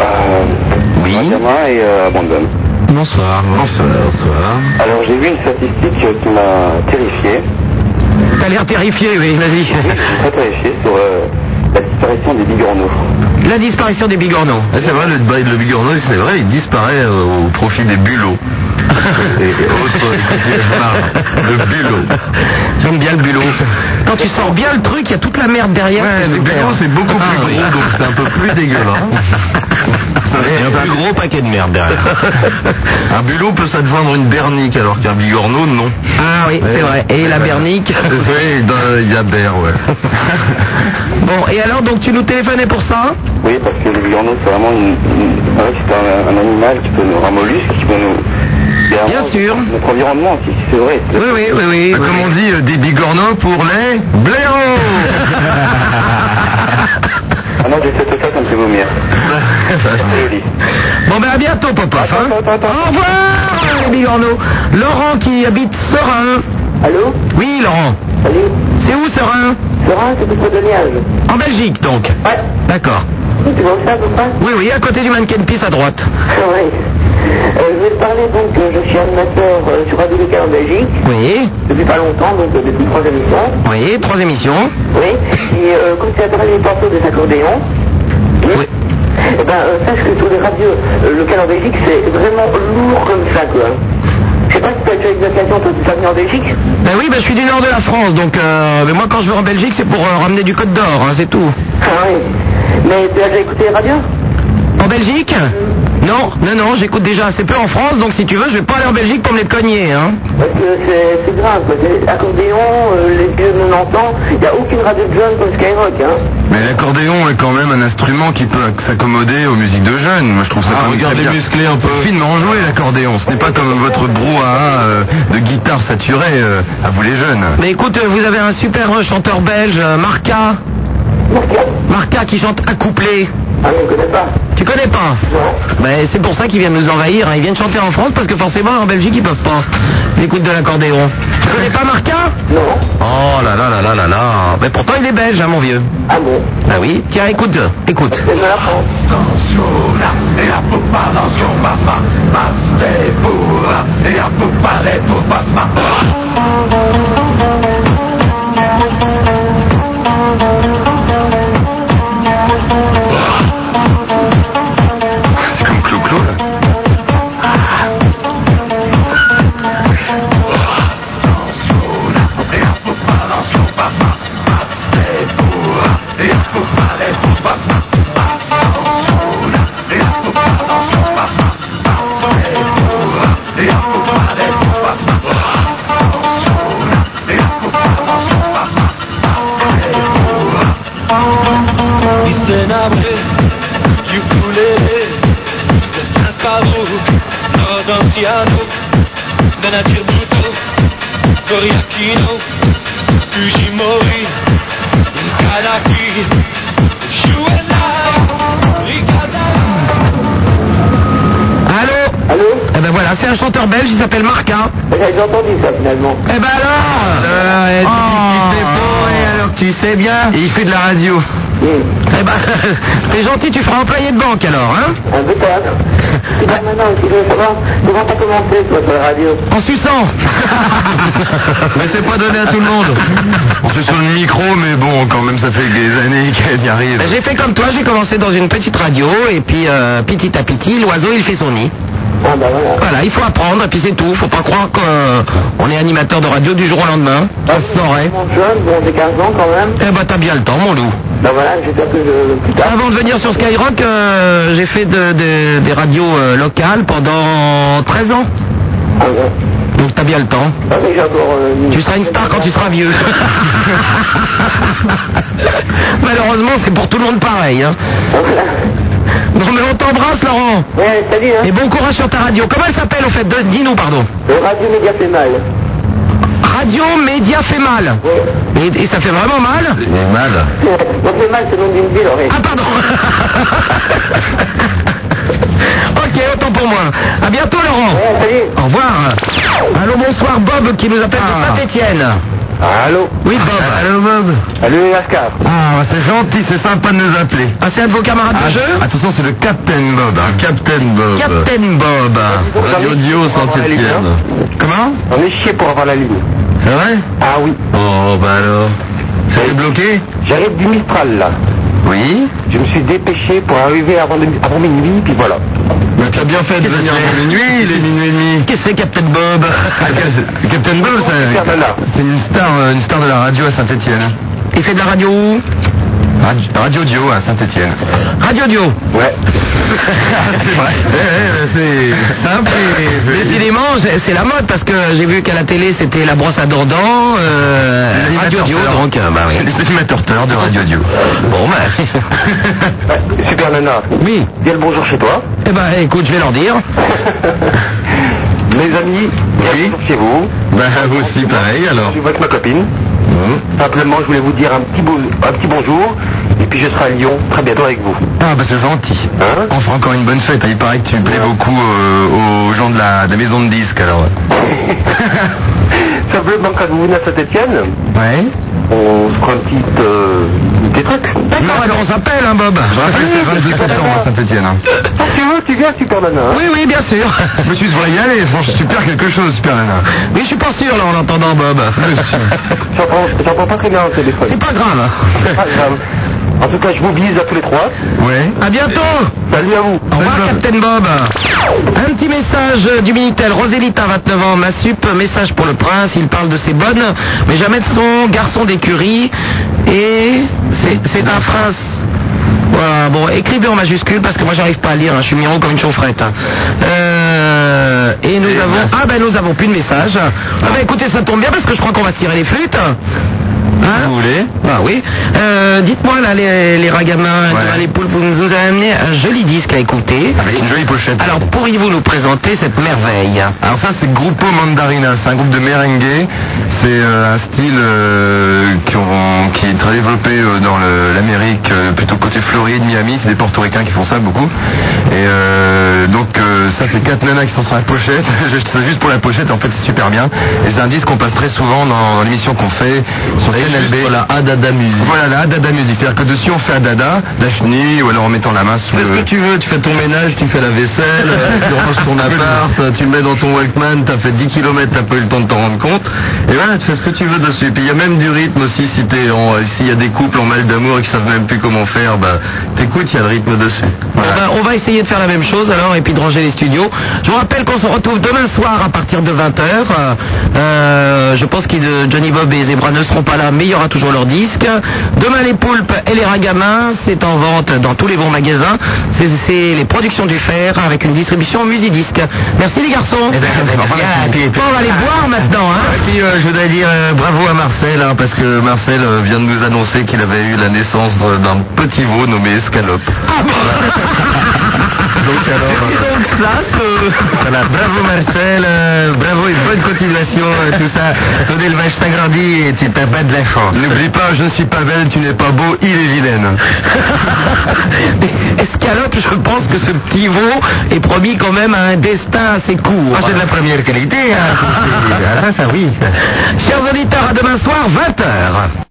Speaker 5: à-
Speaker 4: Oui.
Speaker 5: à Benjamin et euh, à Brandon.
Speaker 4: Bonsoir. Bonsoir. Bonsoir.
Speaker 5: Alors, j'ai vu une statistique euh, qui m'a terrifié.
Speaker 4: T'as l'air terrifié, oui, vas-y.
Speaker 5: Très terrifié sur euh, la disparition des bigorneaux.
Speaker 4: La disparition des bigorneaux.
Speaker 3: Ah, c'est vrai, le, bail- le bigorneau, c'est vrai, il disparaît euh, au profit des bulots. et, et autres marins. Le bulot.
Speaker 4: J'aime bien le bulot. Quand tu sors bien le truc, il y a toute la merde derrière.
Speaker 3: Ouais, le
Speaker 4: super.
Speaker 3: bulot, c'est beaucoup
Speaker 4: Ah,
Speaker 3: plus
Speaker 4: oui.
Speaker 3: gros, donc c'est un peu plus dégueulasse.
Speaker 4: Et un plus
Speaker 3: gros paquet de merde derrière. un bulot peut s'adjoindre une bernique, alors qu'un bigorneau, non.
Speaker 4: Ah oui, c'est vrai. Et la bernique.
Speaker 3: Oui, dans- il y a Berre, ouais.
Speaker 4: Bon, et alors, donc tu nous téléphonais pour ça hein
Speaker 5: Oui, parce que le bigorneau, c'est vraiment une, une- c'est vrai que c'est un, un animal qui peut nous. un mollusque qui peut nous. qui est
Speaker 4: Bien
Speaker 5: vraiment
Speaker 4: sûr.
Speaker 5: Notre environnement, si c'est vrai.
Speaker 4: Oui, oui, oui, oui.
Speaker 3: Bah,
Speaker 4: oui,
Speaker 3: Comme
Speaker 4: oui.
Speaker 3: on dit, euh, des bigorneaux pour les blaireaux
Speaker 5: Ah non, j'ai fait ça, ça me fait vomir. C'est joli.
Speaker 4: Bon, ben à bientôt, Popov. hein.
Speaker 5: Attends, attends, attends.
Speaker 4: Au revoir, les bigorneaux. Laurent qui habite Serein.
Speaker 2: Allô
Speaker 4: Oui, Laurent.
Speaker 2: Salut
Speaker 4: C'est où Serein
Speaker 2: Laurent, c'est tout près de Liège.
Speaker 4: En Belgique, donc.
Speaker 2: Ouais.
Speaker 4: D'accord.
Speaker 2: Tu vois ça à peu près
Speaker 4: Oui, oui, à côté du mannequin de pisse à droite.
Speaker 2: Oui. Euh, je vais te parler donc, euh, je suis animateur euh, sur Radio Local en Belgique
Speaker 4: Oui,
Speaker 2: depuis pas longtemps, donc euh, depuis trois émissions.
Speaker 4: oui, trois émissions.
Speaker 2: Oui. Et euh, comme tu as parlé des porteurs des accordéons,
Speaker 4: Oui.
Speaker 2: eh ben, euh, sache que sur les radios euh, locales en Belgique, c'est vraiment lourd comme ça, quoi. Je sais pas si tu as déjà eu l'occasion toi, de venir en Belgique.
Speaker 4: Ben oui, ben je suis du nord de la France, donc euh, mais moi quand je vais en Belgique, c'est pour euh, ramener du Côte d'Or, hein, c'est tout.
Speaker 2: Ah oui. Mais tu as déjà écouté les radios
Speaker 4: En Belgique Non, non, non, j'écoute déjà assez peu en France, donc si tu veux, je vais pas aller en Belgique pour me les cogner, hein.
Speaker 2: Parce que c'est c'est grave, quoi. C'est Accordéon, euh, les vieux non entend, il n'y a aucune radio de jeunes comme Skyrock, hein.
Speaker 3: Mais l'accordéon est quand même un instrument qui peut s'accommoder aux musiques de jeunes. Moi, je trouve ça quand même très bien. Ah, un peu. C'est finement joué, l'accordéon. Ce n'est pas comme votre brouhaha euh, de guitare saturée euh, à vous les jeunes.
Speaker 4: Mais écoute, euh, vous avez un super euh, chanteur belge, euh, Marca. Marca qui chante accouplé.
Speaker 2: Ah, mais on ne connaît pas.
Speaker 4: Tu connais pas Ben c'est pour ça qu'ils viennent nous envahir, hein. ils viennent chanter en France parce que forcément en Belgique ils peuvent pas. Ils écoutent de l'accordéon. Tu connais pas Marca
Speaker 2: Non.
Speaker 4: Oh là là là là là là Mais pourtant il est belge, hein, mon vieux.
Speaker 2: Ah bon
Speaker 4: Ah oui Tiens, écoute, écoute.
Speaker 2: C'est de la France.
Speaker 27: nature moto, Koriakino, Fujimori, Kanaki, Shuenai,
Speaker 3: Allô
Speaker 2: Allô
Speaker 3: Eh ben voilà, c'est un chanteur belge, il s'appelle Marquin.
Speaker 2: J'avais Eh ben, entendu ça finalement.
Speaker 3: Eh ben alors
Speaker 4: Euh,
Speaker 3: Oh.
Speaker 5: tu, sais pas, et alors tu sais bien. il fait de la radio.
Speaker 3: Eh ben, t'es gentil, tu feras employé de banque alors, hein
Speaker 2: Un peu tard. C'est pas maintenant, je voulais savoir comment t'as commencé toi sur la radio.
Speaker 3: En suçant
Speaker 4: Mais c'est pas donné à tout le monde. On fait sur le micro, mais bon, quand même, ça fait des années qu'elle y arrive.
Speaker 3: Ben, J'ai fait comme toi, j'ai commencé dans une petite radio et puis euh, petit à petit, l'oiseau il fait son nid. Voilà, il faut apprendre et puis c'est tout. Faut pas croire qu'on est animateur de radio du jour au lendemain.
Speaker 2: Ah,
Speaker 3: Ça se saurait.
Speaker 2: Jeune, bon, j'ai 15 ans quand même.
Speaker 3: Eh ben t'as bien le temps, mon loup.
Speaker 2: Ben voilà, j'espère que je... plus tard.
Speaker 3: Avant de venir sur Skyrock, euh, j'ai fait de- de- des radios euh, locales pendant 13 ans.
Speaker 2: Ah ouais.
Speaker 3: Donc t'as bien le temps.
Speaker 2: Ah, mais j'ai encore. euh, une-
Speaker 3: Tu seras une star quand tu seras vieux. Malheureusement, c'est pour tout le monde pareil. hein. Non mais on t'embrasse, Laurent.
Speaker 2: Ouais, salut, hein.
Speaker 3: Et bon courage sur ta radio. Comment elle s'appelle au fait De- Dis-nous, pardon.
Speaker 2: Le radio média fait mal.
Speaker 3: Radio Média fait mal. Et, et ça fait vraiment mal
Speaker 4: Mal.
Speaker 2: On fait mal, c'est le nom d'une ville, ouais.
Speaker 3: Ah pardon Ok, autant pour moi. À bientôt Laurent. Au revoir. Allô, bonsoir Bob qui nous appelle de Saint-Étienne.
Speaker 2: Allô
Speaker 3: Oui Bob.
Speaker 4: Ah. Allô, Bob
Speaker 2: Salut les Lascars.
Speaker 4: Ah, bah, c'est gentil, c'est sympa de nous appeler.
Speaker 3: Ah, c'est un de vos camarades de jeu
Speaker 4: Attention, c'est le Captain Bob, hein, Captain Bob.
Speaker 3: Captain Bob.
Speaker 4: Radio Dio Saint-Etienne. Comment
Speaker 2: On est chié pour avoir la ligne.
Speaker 4: C'est vrai
Speaker 2: Ah oui.
Speaker 4: Oh, bah alors. C'est bloqué
Speaker 2: J'arrive du Mistral là.
Speaker 4: Oui.
Speaker 2: Je me suis dépêché pour arriver avant, de- avant minuit, puis voilà.
Speaker 4: Mais Bah, t'as bien fait de
Speaker 3: Qu'est-ce
Speaker 4: venir
Speaker 3: que c'est
Speaker 4: à minuit, il est minuit et demi.
Speaker 3: Qu'est-ce que c'est Captain Bob
Speaker 4: Ah, qu'est-ce- Captain Bob,
Speaker 2: Super
Speaker 4: c'est-
Speaker 2: nana.
Speaker 4: c'est une star, euh, une star de la radio à Saint-Etienne.
Speaker 3: Il fait de la radio où
Speaker 4: Radio, radio Dio à Saint-Etienne.
Speaker 3: Radio Dio. Eh,
Speaker 2: Ouais.
Speaker 4: c'est vrai. c'est simple et...
Speaker 3: Décidément, j'ai- c'est la mode parce que j'ai vu qu'à la télé c'était la brosse à dents dents, euh, Radio Dio, donc euh, bah oui.
Speaker 4: C'est l'animateur Thor de Radio Dio.
Speaker 3: Bon ben.
Speaker 2: Super Nana.
Speaker 3: oui.
Speaker 2: Bien le bonjour chez toi.
Speaker 3: Eh ben écoute, je vais leur dire.
Speaker 2: Mes amis, bien le bonjour chez vous.
Speaker 4: Bah vous aussi pareil alors.
Speaker 2: Je suis avec ma copine. Simplement, je voulais vous dire un petit, beau- un petit bonjour. Et puis je serai à Lyon très bientôt avec vous.
Speaker 4: Ah bah c'est gentil.
Speaker 2: Hein
Speaker 4: On fera encore une bonne fête. hein. Il paraît que tu plais beaucoup euh, aux gens de la, de la maison de disques alors.
Speaker 2: Simplement, quand vous venez à Saint-Etienne,
Speaker 4: Ouais.
Speaker 2: on se prend un petit, euh, petit truc.
Speaker 3: D'accord, alors on s'appelle, hein Bob.
Speaker 4: Je rappelle que c'est le 22 septembre hein, à Saint-Etienne.
Speaker 2: Quand tu veux, tu viens, Super Nana. hein.
Speaker 3: Oui, oui, bien sûr.
Speaker 4: Mais tu devrais y aller, franchement tu perds quelque chose, super nana.
Speaker 3: Mais je suis pas sûr là en entendant Bob.
Speaker 2: J'entends j'entends pas très bien le téléphone.
Speaker 3: C'est pas grave.
Speaker 2: pas grave. En tout cas, je vous bise à tous les trois.
Speaker 4: Ouais.
Speaker 3: À bientôt.
Speaker 2: Salut à vous.
Speaker 3: Au revoir,
Speaker 4: Bob.
Speaker 3: Captain Bob. Un petit message du Minitel. Rosélita, 29 ans, ma sup. Message pour le prince. Il parle de ses bonnes, mais jamais de son garçon d'écurie. Et c'est c'est un prince. Voilà, bon, écrivez en majuscule parce que moi j'arrive pas à lire, hein, je suis miro comme une chaufferette. hein. Euh, et
Speaker 4: Eh
Speaker 3: nous avons. Ah ben nous avons plus de message. Ah ben écoutez, ça tombe bien parce que je crois qu'on va se tirer les flûtes. Hein
Speaker 4: Vous voulez
Speaker 3: bah oui. Euh, Dites-moi là les, les ragamins,
Speaker 4: Ouais. Ah,
Speaker 3: les poules, vous nous avez amené un joli disque à écouter.
Speaker 4: Avec une jolie pochette.
Speaker 3: Alors pourriez-vous nous présenter cette merveille
Speaker 4: Alors ça c'est Grupo Mandarina, c'est un groupe de merengue, c'est euh, un style euh, qui, ont- qui est très développé euh, dans le- l'Amérique, euh, plutôt côté Floride, Miami, c'est des portoricains qui font ça beaucoup. Et euh, donc euh, ça c'est quatre nanas qui sont sur la pochette, Je- c'est juste pour la pochette en fait c'est super bien. Et c'est un disque qu'on passe très souvent dans, dans l'émission qu'on fait sur TNLB. Voilà Adada Music. Voilà la Adada Music, c'est-à-dire que dessus on fait Adada, la chenille ou alors en mettant la main sous le...
Speaker 5: tu veux, tu fais ton ménage, tu fais la vaisselle,
Speaker 4: tu ranges ton appart,
Speaker 5: tu le mets dans ton Walkman, t'as fait 10 km, t'as pas eu le temps de t'en rendre compte, et voilà, tu fais ce que tu veux dessus. Puis il y a même du rythme aussi, si t'es en- s'il y a des couples en mal d'amour et qui savent même plus comment faire, bah t'écoutes, il y a le rythme dessus. Ah bah, Voilà.
Speaker 3: Eh ben, on va essayer de faire la même chose alors et puis de ranger les studios. Je vous rappelle qu'on se retrouve demain soir à partir de 20h. je pense que euh, Johnny Bob et Zebra ne seront pas là, mais il y aura toujours leur disque. Demain les poulpes et les ragamins, c'est en vente dans tous les bons magasins. C'est- C'est les productions du fer avec une distribution Musidisque. Merci les garçons.
Speaker 4: ben, ben, ben, voilà.
Speaker 3: Et puis, on va aller boire maintenant.
Speaker 4: Et
Speaker 3: Hein.
Speaker 4: puis euh, je voudrais dire euh, bravo à Marcel hein, parce que Marcel euh, vient de nous annoncer qu'il avait eu la naissance euh, d'un petit veau nommé Escalope.
Speaker 3: Ah bon
Speaker 4: donc alors. donc ça, Voilà, bravo Marcel, euh, bravo et bonne continuation, euh, tout ça. Ton élevage s'agrandit et tu t'as pas de la chance.
Speaker 5: N'oublie pas, je ne suis pas belle, tu n'es pas beau, il est vilaine.
Speaker 3: Mais Escalope, je pense que ce petit veau est promis quand même à un destin assez court.
Speaker 4: Ah, c'est de la première qualité, hein, ça, c'est- ah, ça, ça oui.
Speaker 3: Chers auditeurs, à demain soir, 20h.